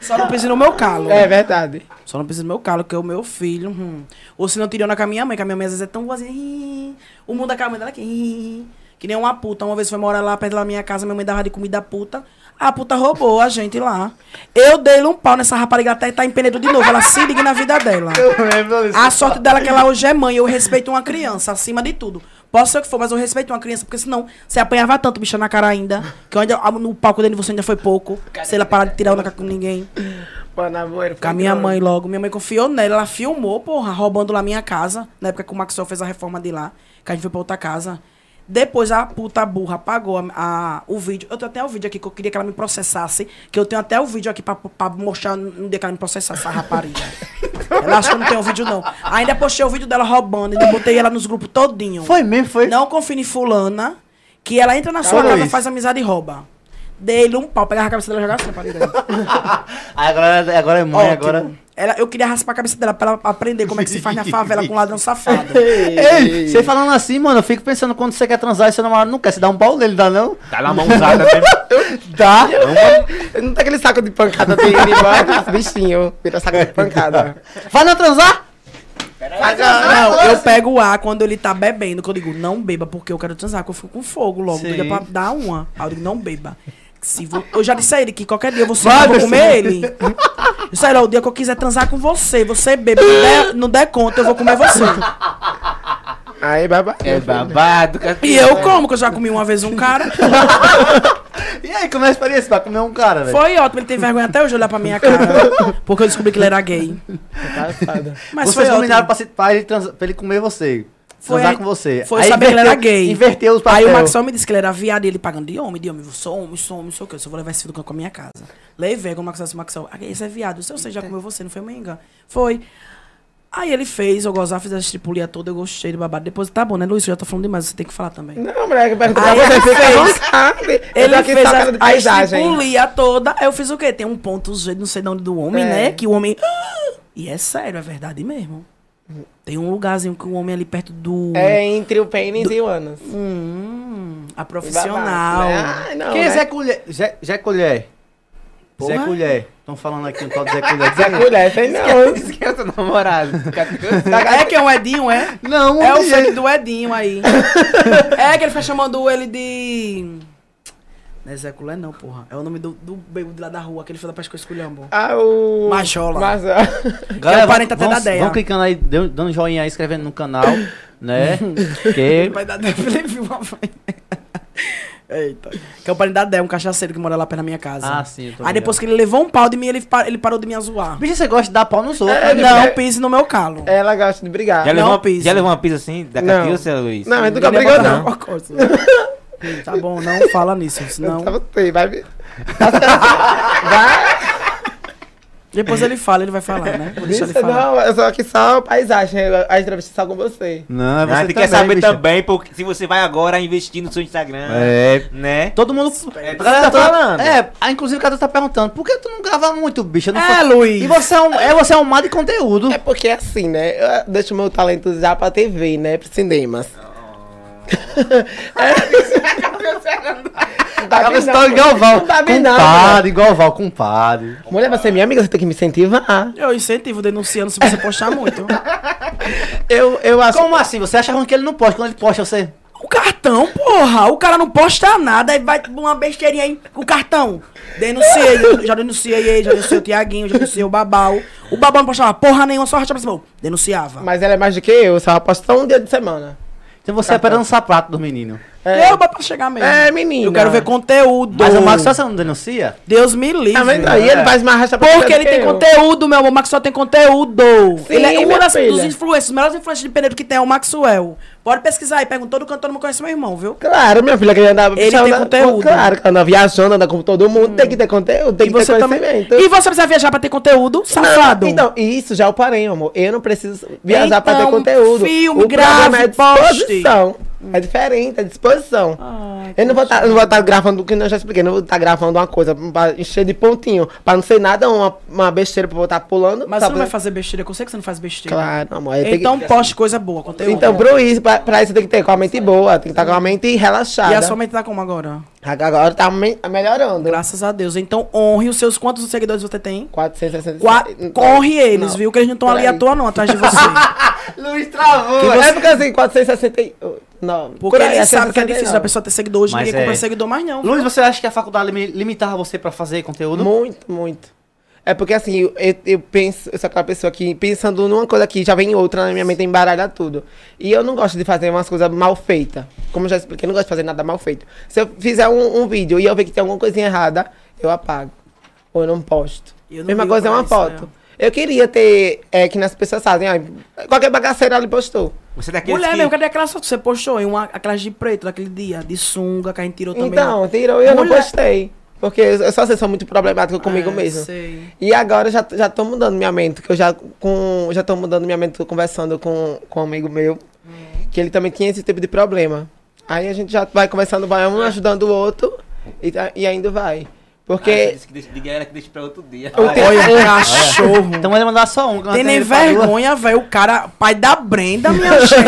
[SPEAKER 2] só não pise no meu calo.
[SPEAKER 1] É verdade.
[SPEAKER 2] Só não precisa do meu calo, que é o meu filho. hum. Ou se não tirou na com a minha mãe, que a minha mãe às vezes é tão boazinha. ih, O mundo da mãe dela aqui. ih, Que nem uma puta. Uma vez foi morar lá perto da minha casa, minha mãe dava de comida à puta. A puta roubou a gente lá. Eu dei um pau nessa rapariga até tá em Penedo de novo. Ela se liga na vida dela.
[SPEAKER 4] lembro
[SPEAKER 2] A sorte dela é que ela hoje é mãe. Eu respeito uma criança, acima de tudo. Posso ser o que for, mas eu respeito uma criança, porque senão você apanhava tanto bicha na cara ainda. Que onde, no palco dele você ainda foi pouco. Se ela parar de tirar o cara com ninguém.
[SPEAKER 1] Mano, amor,
[SPEAKER 2] Com a minha mãe logo. Minha mãe confiou nela. Ela filmou, porra, roubando lá minha casa. Na época que o Maxwell fez a reforma de lá. Que a gente foi pra outra casa. Depois a puta burra apagou a- a- o vídeo. Eu tenho até o vídeo aqui que eu queria que ela me processasse. Que eu tenho até o vídeo aqui pra, pra mostrar no dia que ela me processasse, essa rapariga. ela acha que eu não tenho vídeo, não. Ainda postei o vídeo dela roubando. Ainda botei ela nos grupos todinho.
[SPEAKER 4] Foi mesmo, foi?
[SPEAKER 2] Não confie em fulana, que ela entra na sua
[SPEAKER 4] Alô,
[SPEAKER 2] casa,
[SPEAKER 4] Luiz.
[SPEAKER 2] faz amizade e rouba. Dei-lhe um pau, pegava a cabeça dela e jogava assim na parede.
[SPEAKER 4] Aí agora, agora é mãe,
[SPEAKER 2] Ótimo.
[SPEAKER 4] agora.
[SPEAKER 2] Ela, eu queria raspar a cabeça dela pra ela aprender como é que se faz na favela com um ladrão safado.
[SPEAKER 4] é Ei, você falando assim, mano, eu fico pensando quando você quer transar e seu namorado não quer. Você dá um pau nele, dá não?
[SPEAKER 5] Tá lá mãozada mesmo.
[SPEAKER 4] Dá.
[SPEAKER 1] Não tá aquele saco de pancada dele, mano? Bichinho, vira saco de pancada.
[SPEAKER 4] Vai não transar?
[SPEAKER 2] Não, eu pego o ar quando ele tá bebendo, que eu digo, não beba, porque eu quero transar, que eu fico com fogo logo.
[SPEAKER 4] Sim.
[SPEAKER 2] Diga pra dar uma. Aí eu digo, não beba. Se vo- Eu já disse a ele que qualquer dia você
[SPEAKER 4] Vai,
[SPEAKER 2] eu vou
[SPEAKER 4] meu
[SPEAKER 2] comer ele. Eu sei lá, o dia que eu quiser transar com você, você bebe, não der, não der conta, eu vou comer você.
[SPEAKER 1] Aí, babá.
[SPEAKER 3] É babado,
[SPEAKER 2] E
[SPEAKER 3] Catriz.
[SPEAKER 2] eu como, que eu já comi uma vez um cara.
[SPEAKER 4] E aí, como é a experiência pra comer um cara, velho?
[SPEAKER 2] Foi ótimo, ele tem vergonha até hoje de olhar pra minha cara. Porque eu descobri que ele era gay. Mas
[SPEAKER 4] Vocês
[SPEAKER 2] foi ótimo.
[SPEAKER 4] combinaram pra, se- pra ele trans- pra ele comer você.
[SPEAKER 2] Foi
[SPEAKER 4] transar
[SPEAKER 2] aí-
[SPEAKER 4] com você.
[SPEAKER 2] Foi
[SPEAKER 4] Aí
[SPEAKER 2] saber que ele era
[SPEAKER 4] inverteu-
[SPEAKER 2] gay.
[SPEAKER 4] Inverteu os
[SPEAKER 2] Aí
[SPEAKER 4] papéis.
[SPEAKER 2] o Max só me disse que ele era viado e ele pagando de homem, de homem. Eu sou homem, sou homem, sou o quê? Eu só vou levar esse filho com a minha casa. Levei com o Max disse, Maxwell, ah, esse é viado. Eu sei, eu sei, já comeu você, não foi menga. Foi. Aí ele fez, eu gozava, fiz a estripulia toda, eu gostei do babado. Depois, tá bom, né, Luiz? Eu já tô falando demais, você tem que falar também.
[SPEAKER 1] Não, mulher, que pergunta pra
[SPEAKER 2] Aí
[SPEAKER 1] você,
[SPEAKER 2] ele
[SPEAKER 1] fica
[SPEAKER 2] fez-
[SPEAKER 1] à vontade. Eu
[SPEAKER 2] Ele
[SPEAKER 1] tô aqui só
[SPEAKER 2] fez a,
[SPEAKER 1] cara de
[SPEAKER 2] a
[SPEAKER 1] paisagem.
[SPEAKER 2] estripulia toda. Aí eu fiz o quê? Tem um ponto G, não sei de onde, do homem,
[SPEAKER 1] É.
[SPEAKER 2] né? Que o homem... "Ah!" E é sério, é verdade mesmo. Tem um lugarzinho que o homem ali perto do...
[SPEAKER 1] É entre o pênis e o ânus.
[SPEAKER 2] Hum, a profissional.
[SPEAKER 1] Babado, né? Ah, não,
[SPEAKER 4] Quem é
[SPEAKER 1] né?
[SPEAKER 4] Zé Colher? Zé, Zé Colher. Zé
[SPEAKER 2] Porra.
[SPEAKER 4] Colher. Estão falando aqui um tal de Zé Colher. Zé
[SPEAKER 1] Zé
[SPEAKER 4] Colher.
[SPEAKER 1] Colher, sei não.
[SPEAKER 3] Esse que é o teu namorado. Catriz.
[SPEAKER 2] É que é um Edinho, é?
[SPEAKER 4] Não,
[SPEAKER 2] É o
[SPEAKER 4] mulher.
[SPEAKER 2] funk do Edinho aí. É que ele fica chamando ele de. Não é Zé Culé, não, porra. É o nome do, do bêbado lá da rua, aquele filho da pesca esculhambo.
[SPEAKER 1] Ah, o...
[SPEAKER 2] Majola.
[SPEAKER 1] Majola.
[SPEAKER 2] Que é
[SPEAKER 4] Galera,
[SPEAKER 2] o parente até
[SPEAKER 4] vão,
[SPEAKER 2] da Deia.
[SPEAKER 4] vão clicando aí, deu- dando joinha aí, inscrevendo no canal, né? que...
[SPEAKER 2] Vai dar ele viu uma vez. Eita. Que é o parente da Dé, um cachaceiro que mora lá perto da minha casa.
[SPEAKER 4] Ah, sim, eu tô
[SPEAKER 2] Aí depois que ele levou um pau de mim, ele, pa- ele parou de me azoar.
[SPEAKER 4] Bicho, você gosta de dar pau nos outros.
[SPEAKER 1] É,
[SPEAKER 4] né?
[SPEAKER 2] Não pise no meu calo.
[SPEAKER 1] Ela gosta de brigar.
[SPEAKER 3] Já, levou uma,
[SPEAKER 2] pisa.
[SPEAKER 3] já levou uma pizza assim da
[SPEAKER 1] Não.
[SPEAKER 3] Catriz, seu Luiz?
[SPEAKER 1] Não, mas
[SPEAKER 2] Ele
[SPEAKER 1] nunca
[SPEAKER 2] ia
[SPEAKER 1] brigou,
[SPEAKER 2] botar
[SPEAKER 1] não.
[SPEAKER 2] uma coisa. Tá bom, não fala nisso, senão...
[SPEAKER 1] Não. Você assim, vai ver.
[SPEAKER 2] Depois ele fala, ele vai falar, né? Deixa ele
[SPEAKER 1] Isso
[SPEAKER 2] falar.
[SPEAKER 1] não, eu sou aqui só paisagem, eu- a entrevista só com você.
[SPEAKER 4] Não, é
[SPEAKER 3] Ah,
[SPEAKER 4] você
[SPEAKER 3] você quer
[SPEAKER 4] também,
[SPEAKER 3] saber
[SPEAKER 4] bicha.
[SPEAKER 3] também porque se você vai agora investir no seu Instagram.
[SPEAKER 4] É.
[SPEAKER 3] Né?
[SPEAKER 4] Todo mundo.
[SPEAKER 3] É,
[SPEAKER 4] A galera
[SPEAKER 3] tá
[SPEAKER 4] tá-
[SPEAKER 3] falando.
[SPEAKER 4] É, ah, inclusive o cara tá perguntando, por que tu não grava muito, bicho? Eu Não
[SPEAKER 2] É,
[SPEAKER 4] fa-
[SPEAKER 2] Luiz.
[SPEAKER 4] E você é um, é, você é um mar de conteúdo.
[SPEAKER 1] ah, É porque é assim, né? Eu deixo meu talento já pra TV, né? Pra cinemas.
[SPEAKER 4] Tava
[SPEAKER 1] não,
[SPEAKER 4] estando É igual o Val.
[SPEAKER 1] Não dá bem não,
[SPEAKER 3] né?
[SPEAKER 4] Compadre, igual o Val, compadre.
[SPEAKER 1] Mulher, você é minha amiga, você tem que me incentivar.
[SPEAKER 2] Eu incentivo denunciando se você postar muito.
[SPEAKER 1] Eu, eu acho.
[SPEAKER 4] Como assim? Você acha ruim que ele não posta? Quando ele posta, você.
[SPEAKER 2] O cartão, porra! O cara não posta nada, aí vai uma besteirinha aí. O cartão. Denunciei, eu já denunciei ele, já denunciei o Tiaguinho, já denunciei o Babau. O Babau não postava porra nenhuma, só rachava pra cima. Denunciava.
[SPEAKER 1] Mas ela é mais do que eu, só aposta um dia de semana.
[SPEAKER 4] Então você é perando o sapato do menino.
[SPEAKER 1] É.
[SPEAKER 2] Eu, pra chegar mesmo.
[SPEAKER 1] É, menina.
[SPEAKER 2] Eu quero ver conteúdo.
[SPEAKER 4] Mas o Max só você não denuncia?
[SPEAKER 2] Deus me livre.
[SPEAKER 1] Tá vendo aí? é Ele faz mais racha pra
[SPEAKER 2] né? Porque
[SPEAKER 1] você
[SPEAKER 2] ele
[SPEAKER 1] do
[SPEAKER 2] tem
[SPEAKER 1] que eu.
[SPEAKER 2] conteúdo, meu amor. O Maxwell tem conteúdo.
[SPEAKER 1] Sim,
[SPEAKER 2] ele é
[SPEAKER 1] minha
[SPEAKER 2] um das, dos
[SPEAKER 1] filha.
[SPEAKER 2] influencers, os melhores influencers de Penedo que tem é o Maxwell. Pode pesquisar aí, pega em todo canto, todo mundo conhece meu irmão, viu?
[SPEAKER 1] Claro, minha filha, que ele andava.
[SPEAKER 2] Ele tem
[SPEAKER 1] anda-
[SPEAKER 2] conteúdo.
[SPEAKER 1] Claro, que anda viajando, anda com todo mundo, tem que ter conteúdo, tem que ter conhecimento.
[SPEAKER 2] E você precisa viajar pra ter conteúdo, safado.
[SPEAKER 1] Não, então, isso já eu parei, amor. Eu não preciso viajar pra ter
[SPEAKER 2] Então,
[SPEAKER 1] conteúdo.
[SPEAKER 2] filme,
[SPEAKER 1] o programa
[SPEAKER 2] grave,
[SPEAKER 1] é disposição. É diferente, é disposição.
[SPEAKER 2] Ai,
[SPEAKER 1] eu não vou estar gravando, que eu já expliquei, não vou estar gravando uma coisa pra encher de pontinho. Pra não ser nada, uma, uma besteira pra eu estar pulando. tá
[SPEAKER 2] Mas você não vai
[SPEAKER 1] pulando.
[SPEAKER 2] fazer besteira, eu sei que você não faz besteira.
[SPEAKER 1] Claro, amor. aí tem que-
[SPEAKER 2] Então poste coisa boa, conteúdo.
[SPEAKER 1] Então, pro isso, pra, pra isso tem que ter com a mente boa, tem que estar com a mente relaxada.
[SPEAKER 2] e a sua mente tá como agora?
[SPEAKER 1] Agora tá me- melhorando.
[SPEAKER 2] Graças a Deus. Então honre os seus quantos seguidores você tem.
[SPEAKER 1] 460.
[SPEAKER 2] Qua- Corre eles,
[SPEAKER 1] Não.
[SPEAKER 2] viu? Que eles não estão ali
[SPEAKER 1] Peraí.
[SPEAKER 2] à toa, não, atrás de você.
[SPEAKER 4] Luiz travou.
[SPEAKER 1] Que você... É porque assim, 469.
[SPEAKER 2] Porque eles sabem que é
[SPEAKER 1] 469.
[SPEAKER 2] difícil da pessoa ter seguidor hoje,
[SPEAKER 4] Mas
[SPEAKER 2] ninguém compra
[SPEAKER 4] é.
[SPEAKER 2] seguidor mais, não.
[SPEAKER 4] Luiz, você acha que a faculdade limi- limitava você pra fazer conteúdo?
[SPEAKER 1] Muito, muito. É porque assim, eu, eu- eu penso, eu sou aquela pessoa que pensando numa coisa aqui, já vem outra na minha mente embaralha tudo. E eu não gosto de fazer umas coisas mal feitas. Como eu já expliquei, eu não gosto de fazer nada mal feito. Se eu fizer um, um vídeo e eu ver que tem alguma coisinha errada, eu apago. Ou eu não posto.
[SPEAKER 2] Eu não
[SPEAKER 1] Mesma
[SPEAKER 2] ligo
[SPEAKER 1] coisa é
[SPEAKER 2] pra
[SPEAKER 1] uma
[SPEAKER 2] isso,
[SPEAKER 1] foto.
[SPEAKER 2] né?
[SPEAKER 1] Eu queria ter, é, que nas pessoas fazem, ah, qualquer bagaceira ali postou.
[SPEAKER 3] Você é daqueles
[SPEAKER 2] Mulher
[SPEAKER 3] que...
[SPEAKER 2] mesmo, cadê aquela foto que você postou? Em uma, aquelas de preto daquele dia, de sunga que a gente tirou também.
[SPEAKER 1] Então, tirou e eu não
[SPEAKER 2] Mulher-
[SPEAKER 1] postei. Porque eu eu só sei, sou muito problemática comigo
[SPEAKER 2] É,
[SPEAKER 1] mesmo.
[SPEAKER 2] sei.
[SPEAKER 1] E agora eu já, já tô mudando minha mente, que eu já, com, já tô mudando minha mente conversando com, com um amigo meu,
[SPEAKER 2] Hum.
[SPEAKER 1] que ele também tinha esse tipo de problema. Aí a gente já vai conversando, vai
[SPEAKER 2] Ah.
[SPEAKER 1] um ajudando o outro e, tá- e ainda vai.
[SPEAKER 3] Ah, você
[SPEAKER 1] Porque
[SPEAKER 3] disse que deixa, diga a ela que deixa pra outro dia.
[SPEAKER 1] eu tenho-
[SPEAKER 2] Olha, cachorro.
[SPEAKER 4] Então ele mandar só um.
[SPEAKER 2] Tem nem vergonha, velho. O cara, pai da Brenda, minha gente.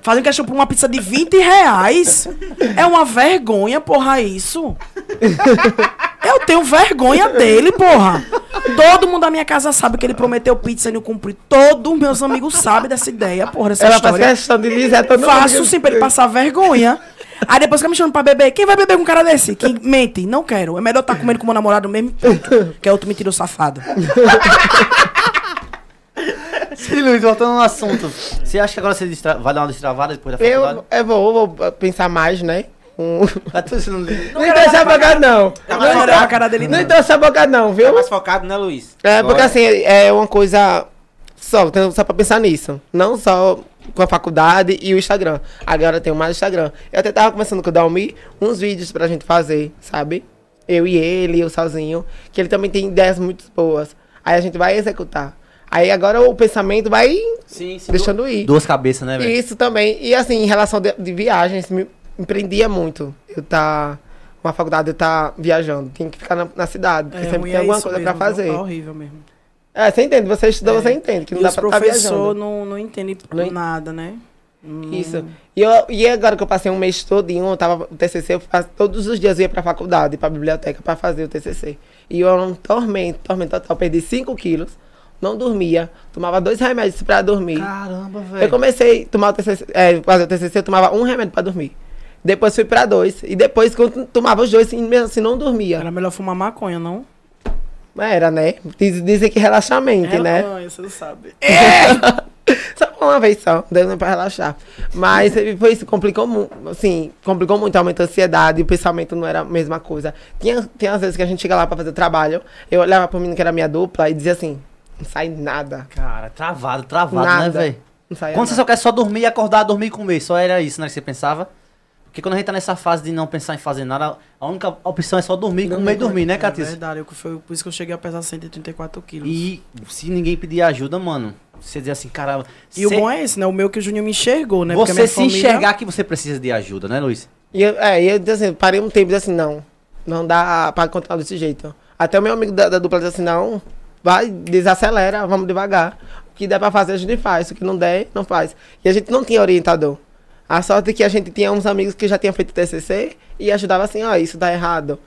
[SPEAKER 2] Fazendo questão por uma pizza de 20 reais. É uma vergonha, porra, isso. Eu tenho vergonha dele, porra. Todo mundo da minha casa sabe que ele prometeu pizza e não cumpriu. Todos os meus amigos sabem dessa ideia, porra, dessa
[SPEAKER 1] ela tá faz
[SPEAKER 2] história.
[SPEAKER 1] questão de dizer todo mundo
[SPEAKER 2] Faço
[SPEAKER 1] que-
[SPEAKER 2] sim pra ele passar vergonha. Aí depois fica me chamando pra beber. Quem vai beber com um cara desse? Que mente, não quero. É melhor estar comendo com meu namorado mesmo. Puto, que é outro mentiroso safado.
[SPEAKER 4] Sim, Luiz, voltando no assunto. Você acha que agora você distra- vai dar uma destravada depois da
[SPEAKER 1] Eu,
[SPEAKER 4] faculdade?
[SPEAKER 1] eu vou, vou pensar mais, né? Um-
[SPEAKER 4] Tá tudo sendo-
[SPEAKER 1] Não entorce a boca, não.
[SPEAKER 2] Não
[SPEAKER 1] Não
[SPEAKER 2] quero olhar pra
[SPEAKER 1] entorce-
[SPEAKER 2] cara dele,
[SPEAKER 1] Não
[SPEAKER 2] não.
[SPEAKER 1] entorce a boca, não,
[SPEAKER 3] Tá
[SPEAKER 1] viu?
[SPEAKER 3] mais focado, né, Luiz?
[SPEAKER 1] É,
[SPEAKER 3] Agora.
[SPEAKER 1] porque assim, é uma coisa só, tem- só pra pensar nisso. Não só com a faculdade e o Instagram. Agora tem mais Instagram. Eu até tava conversando com o Dalmi uns vídeos pra gente fazer, sabe? Eu e ele, eu sozinho. Que ele também tem ideias muito boas. Aí a gente vai executar. Aí agora o pensamento vai
[SPEAKER 3] Sim, sim.
[SPEAKER 1] deixando ir.
[SPEAKER 4] Duas cabeças, né, velho?
[SPEAKER 1] Isso também. E assim, em relação de, de viagens, me empreendia muito. Eu tá. Uma faculdade eu tá viajando. Tem que ficar na, na cidade. Porque sempre
[SPEAKER 2] ruim
[SPEAKER 1] É, tem alguma
[SPEAKER 2] É, isso
[SPEAKER 1] coisa pra
[SPEAKER 2] mesmo, viu?
[SPEAKER 1] fazer.
[SPEAKER 2] É horrível mesmo.
[SPEAKER 1] É, você entende, você estudou,
[SPEAKER 2] É.
[SPEAKER 1] você entende, que não
[SPEAKER 2] e
[SPEAKER 1] dá
[SPEAKER 2] os
[SPEAKER 1] pra estar
[SPEAKER 2] professores
[SPEAKER 1] viajando.
[SPEAKER 2] não, não entendem
[SPEAKER 1] Não en-
[SPEAKER 2] nada, né? Hum.
[SPEAKER 1] Isso. E, eu, e agora que eu passei um mês todinho, eu tava o TCC, eu faço, todos os dias eu ia pra faculdade, pra biblioteca, pra fazer o TCC. E eu era um tormento, tormento total. Perdi 5 quilos, não dormia, tomava dois remédios pra dormir.
[SPEAKER 4] Caramba,
[SPEAKER 1] Eu
[SPEAKER 4] velho.
[SPEAKER 1] comecei a tomar o TCC, é, fazer o TCC, eu tomava um remédio pra dormir. Depois fui pra dois. E depois, quando tomava os dois, assim, mesmo assim, não dormia.
[SPEAKER 2] Era melhor fumar maconha, não?
[SPEAKER 1] Era, né? Diz- Dizem que relaxa a
[SPEAKER 2] É,
[SPEAKER 1] mente, né?
[SPEAKER 2] Maconha, você não sabe.
[SPEAKER 1] Só uma vez só, deu nem pra relaxar. Mas eh, foi isso, complicou muito. Assim, complicou muito, aumentou a ansiedade, o pensamento não era a mesma coisa. Tinha, tem às vezes que a gente chega lá pra fazer trabalho, eu olhava pro menino que era minha dupla e dizia assim: não sai nada.
[SPEAKER 4] Cara, travado, travado, né,
[SPEAKER 1] Nada.
[SPEAKER 4] velho?
[SPEAKER 1] Não sai
[SPEAKER 4] Quando você
[SPEAKER 1] nada.
[SPEAKER 4] só quer só dormir e acordar, dormir e comer, só era isso, né, que você pensava? Porque quando a gente tá nessa fase de não pensar em fazer nada, a única opção é só dormir, comer e dormir, né,
[SPEAKER 2] É
[SPEAKER 4] Catice?
[SPEAKER 2] verdade, eu, foi por isso que eu cheguei a pesar 134 quilos. E,
[SPEAKER 4] E se ninguém pedir ajuda, mano, você dizer assim, cara,
[SPEAKER 2] o
[SPEAKER 4] cê-
[SPEAKER 2] bom é esse, né? O meu que o Júnior me enxergou, né? Porque a
[SPEAKER 4] você
[SPEAKER 2] minha
[SPEAKER 4] se
[SPEAKER 2] família-
[SPEAKER 4] enxergar que você precisa de ajuda, né, Luiz?
[SPEAKER 1] E eu, é, e eu disse assim, parei um tempo e disse assim: não, não dá ah, pra continuar desse jeito. Até o meu amigo da, da dupla disse assim: não, vai, desacelera, vamos devagar. O que der pra fazer, a gente faz. O que não der, não faz. E a gente não tinha orientador. A sorte é que a gente tinha uns amigos que já tinham feito TCC e ajudava assim, ó, isso tá errado,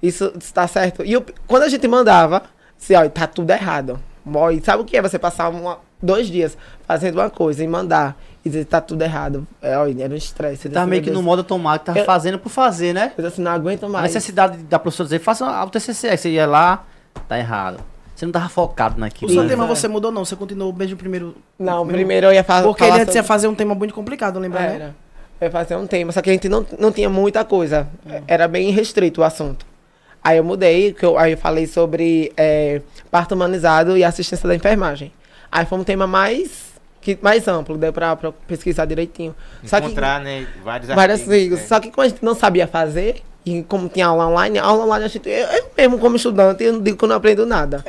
[SPEAKER 1] isso está certo. E o- quando a gente mandava, assim, ó, tá tudo errado. Mó, e sabe o que é você passar uma- dois dias fazendo uma coisa e mandar e dizer tá tudo errado? É, ó, era um estresse. Eu disse,
[SPEAKER 4] Tava Tá meio
[SPEAKER 1] meu
[SPEAKER 4] que no
[SPEAKER 1] Deus,
[SPEAKER 4] modo automático, tava
[SPEAKER 1] Eu-
[SPEAKER 4] fazendo por fazer, né?
[SPEAKER 1] Eu disse assim, não aguento
[SPEAKER 4] A
[SPEAKER 1] mais.
[SPEAKER 4] necessidade da professora dizer, faça o TCC. Aí você ia lá, tá errado. Você não tava focado
[SPEAKER 2] O
[SPEAKER 4] naquilo.
[SPEAKER 2] seu
[SPEAKER 4] né?
[SPEAKER 1] É.
[SPEAKER 2] tema você mudou, não? Você continuou mesmo o primeiro.
[SPEAKER 1] Não, primeiro eu ia fa
[SPEAKER 2] Porque
[SPEAKER 1] falar
[SPEAKER 2] ele ia
[SPEAKER 1] sobre- É.
[SPEAKER 2] fazer um tema muito complicado, lembra? né?
[SPEAKER 1] Era. Eu ia fazer um tema, só que a gente não, não tinha muita coisa.
[SPEAKER 2] Hum.
[SPEAKER 1] Era bem restrito o assunto. Aí eu mudei, que eu, aí eu falei sobre é, parto humanizado e assistência da enfermagem. Aí foi um tema mais, que, mais amplo, deu pra, pra pesquisar direitinho. Só que,
[SPEAKER 3] Encontrar, né? Vários
[SPEAKER 1] vários
[SPEAKER 3] artigos,
[SPEAKER 1] amigos.
[SPEAKER 3] né?
[SPEAKER 1] Só que como a gente não sabia fazer, e como tinha aula online, aula online a gente. Eu, eu mesmo, como estudante, eu não digo que eu não aprendo nada.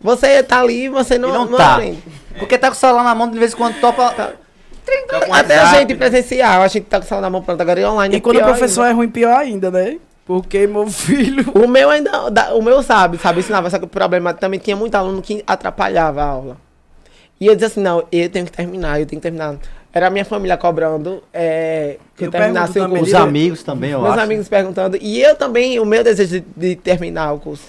[SPEAKER 1] Você tá ali, você
[SPEAKER 4] E
[SPEAKER 1] não,
[SPEAKER 4] não,
[SPEAKER 1] não
[SPEAKER 4] tá.
[SPEAKER 1] aprende.
[SPEAKER 4] Porque tá com o celular na mão, de vez em quando topa.
[SPEAKER 1] Tá,
[SPEAKER 3] Então, com
[SPEAKER 1] Até a
[SPEAKER 3] WhatsApp,
[SPEAKER 1] gente presencial, a gente tá com o celular na mão pronta, agora é online.
[SPEAKER 2] E
[SPEAKER 1] é
[SPEAKER 2] quando o
[SPEAKER 1] pior
[SPEAKER 2] professor é ruim, pior ainda, né? Porque meu filho.
[SPEAKER 1] O meu ainda, da- o meu sabe, sabe, ensinava, só que o problema também tinha muito aluno que atrapalhava a aula. E eu dizia assim, não, eu tenho que terminar, eu tenho que terminar. Era a minha família cobrando é, que eu,
[SPEAKER 2] Eu
[SPEAKER 1] terminasse
[SPEAKER 2] pergunto
[SPEAKER 1] o
[SPEAKER 2] também, né?
[SPEAKER 1] curso.
[SPEAKER 4] Os amigos também, eu
[SPEAKER 1] Meus
[SPEAKER 4] acho.
[SPEAKER 1] amigos perguntando. E eu também, o meu desejo de, de terminar o curso.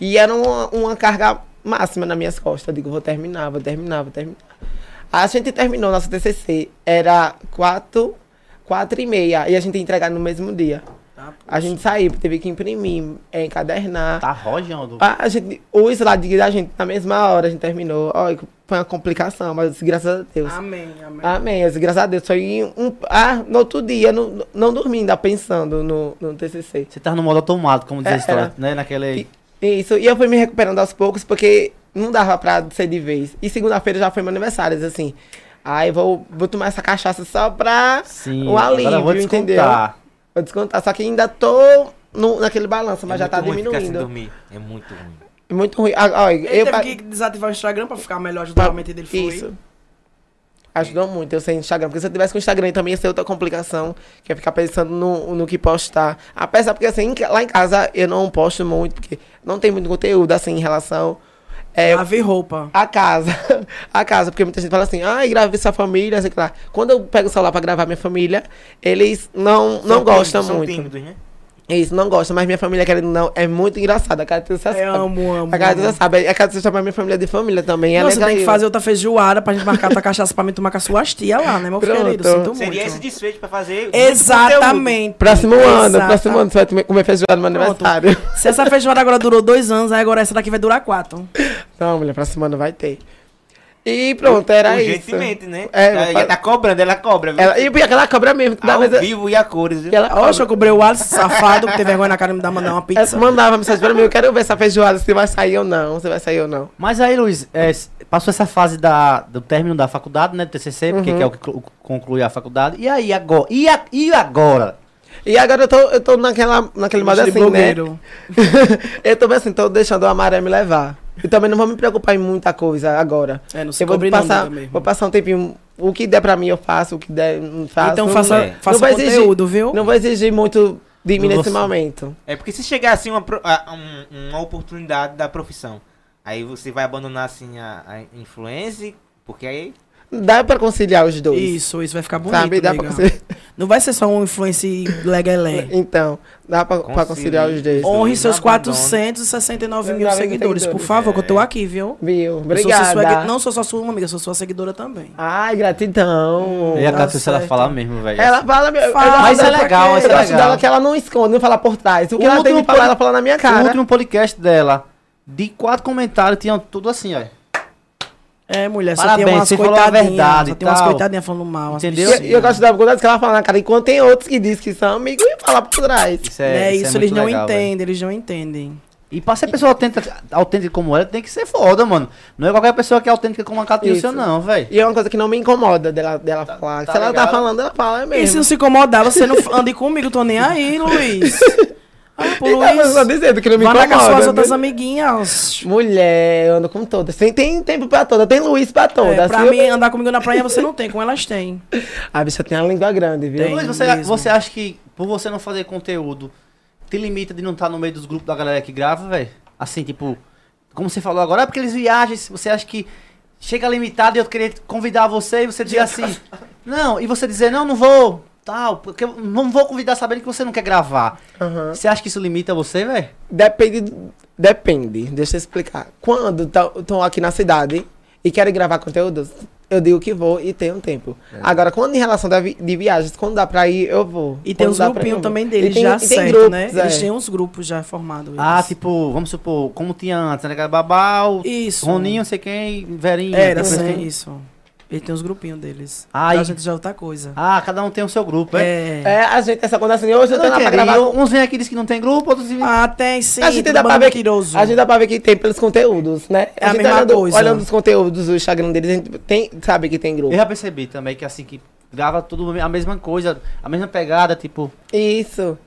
[SPEAKER 1] E era uma, uma carga máxima nas minhas costas. Eu digo, vou terminar, vou terminar, vou terminar. A gente terminou nosso TCC, era quatro, quatro e meia, e a gente ia entregar no mesmo dia. A gente saiu, teve que imprimir, eh, encadernar.
[SPEAKER 4] Tá rojando.
[SPEAKER 1] Ah, A gente, o slide da gente, na mesma hora a gente terminou. Olha, foi uma complicação, mas graças a Deus.
[SPEAKER 2] Amém, amém.
[SPEAKER 1] Amém, mas graças a Deus. Só em um. Ah, no outro dia, no, não dormindo, ah, pensando no, no TCC.
[SPEAKER 4] Você tá no modo automático, como diz a
[SPEAKER 1] É,
[SPEAKER 4] história,
[SPEAKER 1] era.
[SPEAKER 4] né? Naquele.
[SPEAKER 1] E, isso, e eu fui me recuperando aos poucos, porque não dava pra ser de vez. E segunda-feira já foi meu aniversário, disse assim. Aí eu vou, vou tomar essa cachaça só pra
[SPEAKER 4] Sim,
[SPEAKER 1] o um alívio,
[SPEAKER 4] agora eu vou
[SPEAKER 1] entendeu?
[SPEAKER 4] descontar.
[SPEAKER 1] Vou descontar. Só que ainda tô no, naquele balanço, mas
[SPEAKER 3] é
[SPEAKER 1] já tá
[SPEAKER 3] muito ruim ficar sem
[SPEAKER 1] diminuindo.
[SPEAKER 3] dormir. É muito ruim.
[SPEAKER 1] Muito ruim. Ah, olha,
[SPEAKER 2] Ele
[SPEAKER 1] eu
[SPEAKER 2] teve
[SPEAKER 1] pa-
[SPEAKER 2] que desativar o Instagram pra ficar melhor, ajudar
[SPEAKER 1] pa-
[SPEAKER 2] a mente dele fluir.
[SPEAKER 1] Isso. Ajudou muito eu sem Instagram. Porque se eu tivesse com Instagram também ia ser outra complicação, que é ficar pensando no, no que postar. Apesar, porque assim, em ca- lá em casa eu não posto muito, porque não tem muito conteúdo, assim, em relação. é,
[SPEAKER 2] Lavar roupa.
[SPEAKER 1] a casa. A casa, porque muita gente fala assim, ai, grave sua família, sei lá. Quando eu pego o celular pra gravar minha família, eles não, não
[SPEAKER 3] São
[SPEAKER 1] gostam
[SPEAKER 3] tímidos,
[SPEAKER 1] muito.
[SPEAKER 3] São tímidos, né?
[SPEAKER 1] Isso, não gosta, mas minha família, querendo ou não, é muito engraçada. A Cátia sabe.
[SPEAKER 2] Eu amo, amo.
[SPEAKER 1] A Cátia
[SPEAKER 2] amo.
[SPEAKER 1] sabe. A Cátia chama minha família é de família também.
[SPEAKER 2] Não,
[SPEAKER 1] ela
[SPEAKER 2] você tem que
[SPEAKER 1] enganou.
[SPEAKER 2] fazer outra feijoada pra gente marcar tua cachaça pra mim tomar com as suas tias lá, né, meu
[SPEAKER 1] Pronto.
[SPEAKER 2] querido? Sinto muito.
[SPEAKER 3] Seria esse desfecho pra fazer. muito
[SPEAKER 2] Exatamente.
[SPEAKER 1] Próximo ano,
[SPEAKER 2] Exata-
[SPEAKER 1] próximo ano você vai comer- comer feijoada no meu
[SPEAKER 2] Pronto.
[SPEAKER 1] aniversário.
[SPEAKER 2] Se essa feijoada agora durou dois anos, aí agora essa daqui vai durar quatro.
[SPEAKER 1] Não, mulher, próximo ano vai ter. E
[SPEAKER 3] conteúdo.
[SPEAKER 1] pronto, era isso.
[SPEAKER 3] Urgentemente, né?
[SPEAKER 1] É,
[SPEAKER 3] ela,
[SPEAKER 1] fa-
[SPEAKER 3] ela tá cobrando, ela cobra. viu?
[SPEAKER 1] Ela, e pior que ela cobra mesmo. toda
[SPEAKER 3] Ao
[SPEAKER 1] vez eu-
[SPEAKER 3] vivo e a cores.
[SPEAKER 2] né?
[SPEAKER 3] viu?
[SPEAKER 1] que ela
[SPEAKER 2] Oxe, eu
[SPEAKER 1] cobra.
[SPEAKER 2] cobrei o Alisson safado, que teve vergonha na cara de me dar mandar uma
[SPEAKER 1] Ela
[SPEAKER 2] pizza.
[SPEAKER 1] mandava mensagem pra mim, eu quero ver essa feijoada, se vai sair ou não, se vai sair ou não.
[SPEAKER 4] Mas aí, Luiz, é, s- passou essa fase da, do término da faculdade, né? Do TCC, porque
[SPEAKER 1] Uhum.
[SPEAKER 4] que é o que clu- conclui a faculdade. E aí, agora? E, a- e agora?
[SPEAKER 1] E agora eu tô, eu tô naquela, naquele modo
[SPEAKER 2] Gosto de
[SPEAKER 1] assim, né?
[SPEAKER 2] blogueiro.
[SPEAKER 1] eu tô bem assim, tô deixando a maré me levar. E também não vou me preocupar em muita coisa agora.
[SPEAKER 2] É, não se
[SPEAKER 1] eu vou
[SPEAKER 2] cobre não
[SPEAKER 1] passar,
[SPEAKER 2] também, irmão.
[SPEAKER 1] vou passar um tempinho. O que der pra mim eu faço, o que der não faço.
[SPEAKER 2] Então
[SPEAKER 1] um- Não-
[SPEAKER 2] faça,
[SPEAKER 3] é.
[SPEAKER 2] faça
[SPEAKER 1] vai exigir-
[SPEAKER 2] conteúdo, viu?
[SPEAKER 1] Não vou exigir muito de mim
[SPEAKER 4] Nossa.
[SPEAKER 1] nesse momento.
[SPEAKER 3] É porque se chegar assim uma, pro- a- um- uma oportunidade da profissão, aí você vai abandonar assim a, a influência, porque aí
[SPEAKER 1] Dá pra conciliar os dois.
[SPEAKER 2] Isso, isso vai ficar bonito,
[SPEAKER 1] sabe? Dá pra
[SPEAKER 2] nega.
[SPEAKER 1] conciliar.
[SPEAKER 2] Não vai ser só um influencer legalé.
[SPEAKER 1] Então, dá pra, pra conciliar os dois.
[SPEAKER 3] Conciliar.
[SPEAKER 2] Honre seus
[SPEAKER 3] Não abandone.
[SPEAKER 2] 469 mil
[SPEAKER 1] Não, não,
[SPEAKER 2] seguidores, por
[SPEAKER 1] seguidores.
[SPEAKER 2] favor, que eu tô aqui, viu?
[SPEAKER 1] Viu?
[SPEAKER 2] Eu sou sua
[SPEAKER 1] Obrigada.
[SPEAKER 2] segui- Não sou só sua amiga, eu sou sua seguidora também.
[SPEAKER 1] Ai, gratidão.
[SPEAKER 4] e a
[SPEAKER 2] tá
[SPEAKER 4] Cátia, se ela
[SPEAKER 2] certo.
[SPEAKER 4] falar mesmo, velho. Assim,
[SPEAKER 1] Ela fala, meu. eu
[SPEAKER 2] Fala,
[SPEAKER 1] gosto
[SPEAKER 2] mas é
[SPEAKER 1] dela-
[SPEAKER 4] legal, mas é
[SPEAKER 1] Eu gosto
[SPEAKER 4] legal.
[SPEAKER 1] dela que ela não esconde, não fala por trás. O que
[SPEAKER 4] O
[SPEAKER 1] ela tem
[SPEAKER 4] último
[SPEAKER 1] que falar,
[SPEAKER 4] pod-
[SPEAKER 1] ela fala na minha
[SPEAKER 4] O
[SPEAKER 2] né?
[SPEAKER 1] cara.
[SPEAKER 4] último podcast dela, de quatro comentários, tinha tudo assim, ó.
[SPEAKER 2] É, mulher, só
[SPEAKER 4] Parabéns,
[SPEAKER 2] tem umas
[SPEAKER 4] você falou a
[SPEAKER 2] coitadinhas.
[SPEAKER 4] verdade
[SPEAKER 2] Só
[SPEAKER 4] e
[SPEAKER 2] tem umas
[SPEAKER 4] tal.
[SPEAKER 2] coitadinhas falando mal. umas
[SPEAKER 4] Entendeu?
[SPEAKER 1] E eu, e eu gosto da dificuldade que ela fala na cara. Enquanto tem outros que dizem que são amigos e fala por trás.
[SPEAKER 4] Isso
[SPEAKER 2] É,
[SPEAKER 4] é,
[SPEAKER 2] isso,
[SPEAKER 4] é
[SPEAKER 2] eles
[SPEAKER 4] muito
[SPEAKER 2] não
[SPEAKER 4] legal, velho.
[SPEAKER 2] entendem, eles não entendem.
[SPEAKER 4] E pra ser pessoa autêntica, autêntica como ela, tem que ser foda, mano. Não é qualquer pessoa que é autêntica como a Cátia
[SPEAKER 1] Isso.
[SPEAKER 4] Wilson, não, velho.
[SPEAKER 1] E é uma coisa que não me incomoda dela, dela falar.
[SPEAKER 4] tá
[SPEAKER 1] Se ela
[SPEAKER 4] ligado?
[SPEAKER 1] tá falando, ela fala é
[SPEAKER 2] E se não
[SPEAKER 1] mesmo.
[SPEAKER 2] se incomodar, você não ande comigo, tô nem aí, Luiz. Ah, pô,
[SPEAKER 1] Então, mas eu tô
[SPEAKER 2] Luiz.
[SPEAKER 1] dizendo que não me
[SPEAKER 2] Vai lá com as suas
[SPEAKER 1] incomoda.
[SPEAKER 2] outras
[SPEAKER 1] né?
[SPEAKER 2] amiguinhas.
[SPEAKER 1] Mulher, eu ando com todas. Tem, tem tempo pra toda, tem Luiz pra todas.
[SPEAKER 2] É, pra
[SPEAKER 1] viu?
[SPEAKER 2] mim, andar comigo na praia você não tem, com elas tem.
[SPEAKER 1] A bicha tem a língua grande, viu?
[SPEAKER 2] Tem.
[SPEAKER 4] Luiz, você,
[SPEAKER 2] mesmo.
[SPEAKER 4] você acha que por você não fazer conteúdo, te limita de não estar no meio dos grupos da galera que grava, velho? Assim, tipo, como você falou agora, é porque eles viajam, se você acha que chega limitado e eu queria convidar você e você dizer assim, não, e você dizer, não, não vou, tal, porque eu não vou convidar sabendo que você não quer gravar.
[SPEAKER 1] Aham.
[SPEAKER 4] Você acha que isso limita você, velho?
[SPEAKER 1] Depende. Depende. Deixa eu explicar. Quando estão aqui na cidade e querem gravar conteúdo, eu digo que vou e tenho um tempo. Agora, quando em relação da vi- de viagens, quando dá pra ir, eu vou.
[SPEAKER 2] E tem
[SPEAKER 1] Quando
[SPEAKER 2] uns
[SPEAKER 1] dá pra ir, eu
[SPEAKER 2] grupinhos
[SPEAKER 1] vou.
[SPEAKER 2] também
[SPEAKER 1] E
[SPEAKER 2] deles
[SPEAKER 1] tem-
[SPEAKER 2] já
[SPEAKER 1] e tem
[SPEAKER 2] certo,
[SPEAKER 1] grupos,
[SPEAKER 2] né?
[SPEAKER 1] é.
[SPEAKER 2] Eles têm uns grupos já formados.
[SPEAKER 4] Ah,
[SPEAKER 2] eles.
[SPEAKER 4] tipo, vamos supor, como tinha antes, né? que era Babau,
[SPEAKER 2] Isso.
[SPEAKER 4] Roninho, não sei quem, Verinha.
[SPEAKER 1] é
[SPEAKER 4] tipo,
[SPEAKER 2] Era,
[SPEAKER 4] depois
[SPEAKER 2] assim,
[SPEAKER 4] tem-
[SPEAKER 2] isso. Ele tem uns grupinhos deles.
[SPEAKER 4] Ah,
[SPEAKER 2] Pra
[SPEAKER 4] e-
[SPEAKER 2] gente já é outra coisa.
[SPEAKER 4] Ah, cada um tem o seu grupo, tá é?
[SPEAKER 1] É, a gente, essa conta assim, hoje eu tô
[SPEAKER 4] Eu não
[SPEAKER 2] tá
[SPEAKER 1] lá pra
[SPEAKER 4] queria,
[SPEAKER 1] gravar. com-
[SPEAKER 4] Uns vêm aqui e dizem que não tem grupo, outros dizem...
[SPEAKER 2] Ah, tem sim.
[SPEAKER 1] a gente
[SPEAKER 2] do
[SPEAKER 1] dá pra
[SPEAKER 2] Bando
[SPEAKER 1] ver que,
[SPEAKER 2] Mentiroso.
[SPEAKER 1] a gente dá pra ver que tem pelos conteúdos, né?
[SPEAKER 2] É a
[SPEAKER 1] gente
[SPEAKER 2] mesma
[SPEAKER 1] olhando,
[SPEAKER 2] coisa.
[SPEAKER 1] Olhando os conteúdos do Instagram deles, a gente tem, sabe que tem grupo.
[SPEAKER 4] Eu já percebi também que assim, que grava tudo a mesma coisa, a mesma pegada, tipo...
[SPEAKER 1] Isso.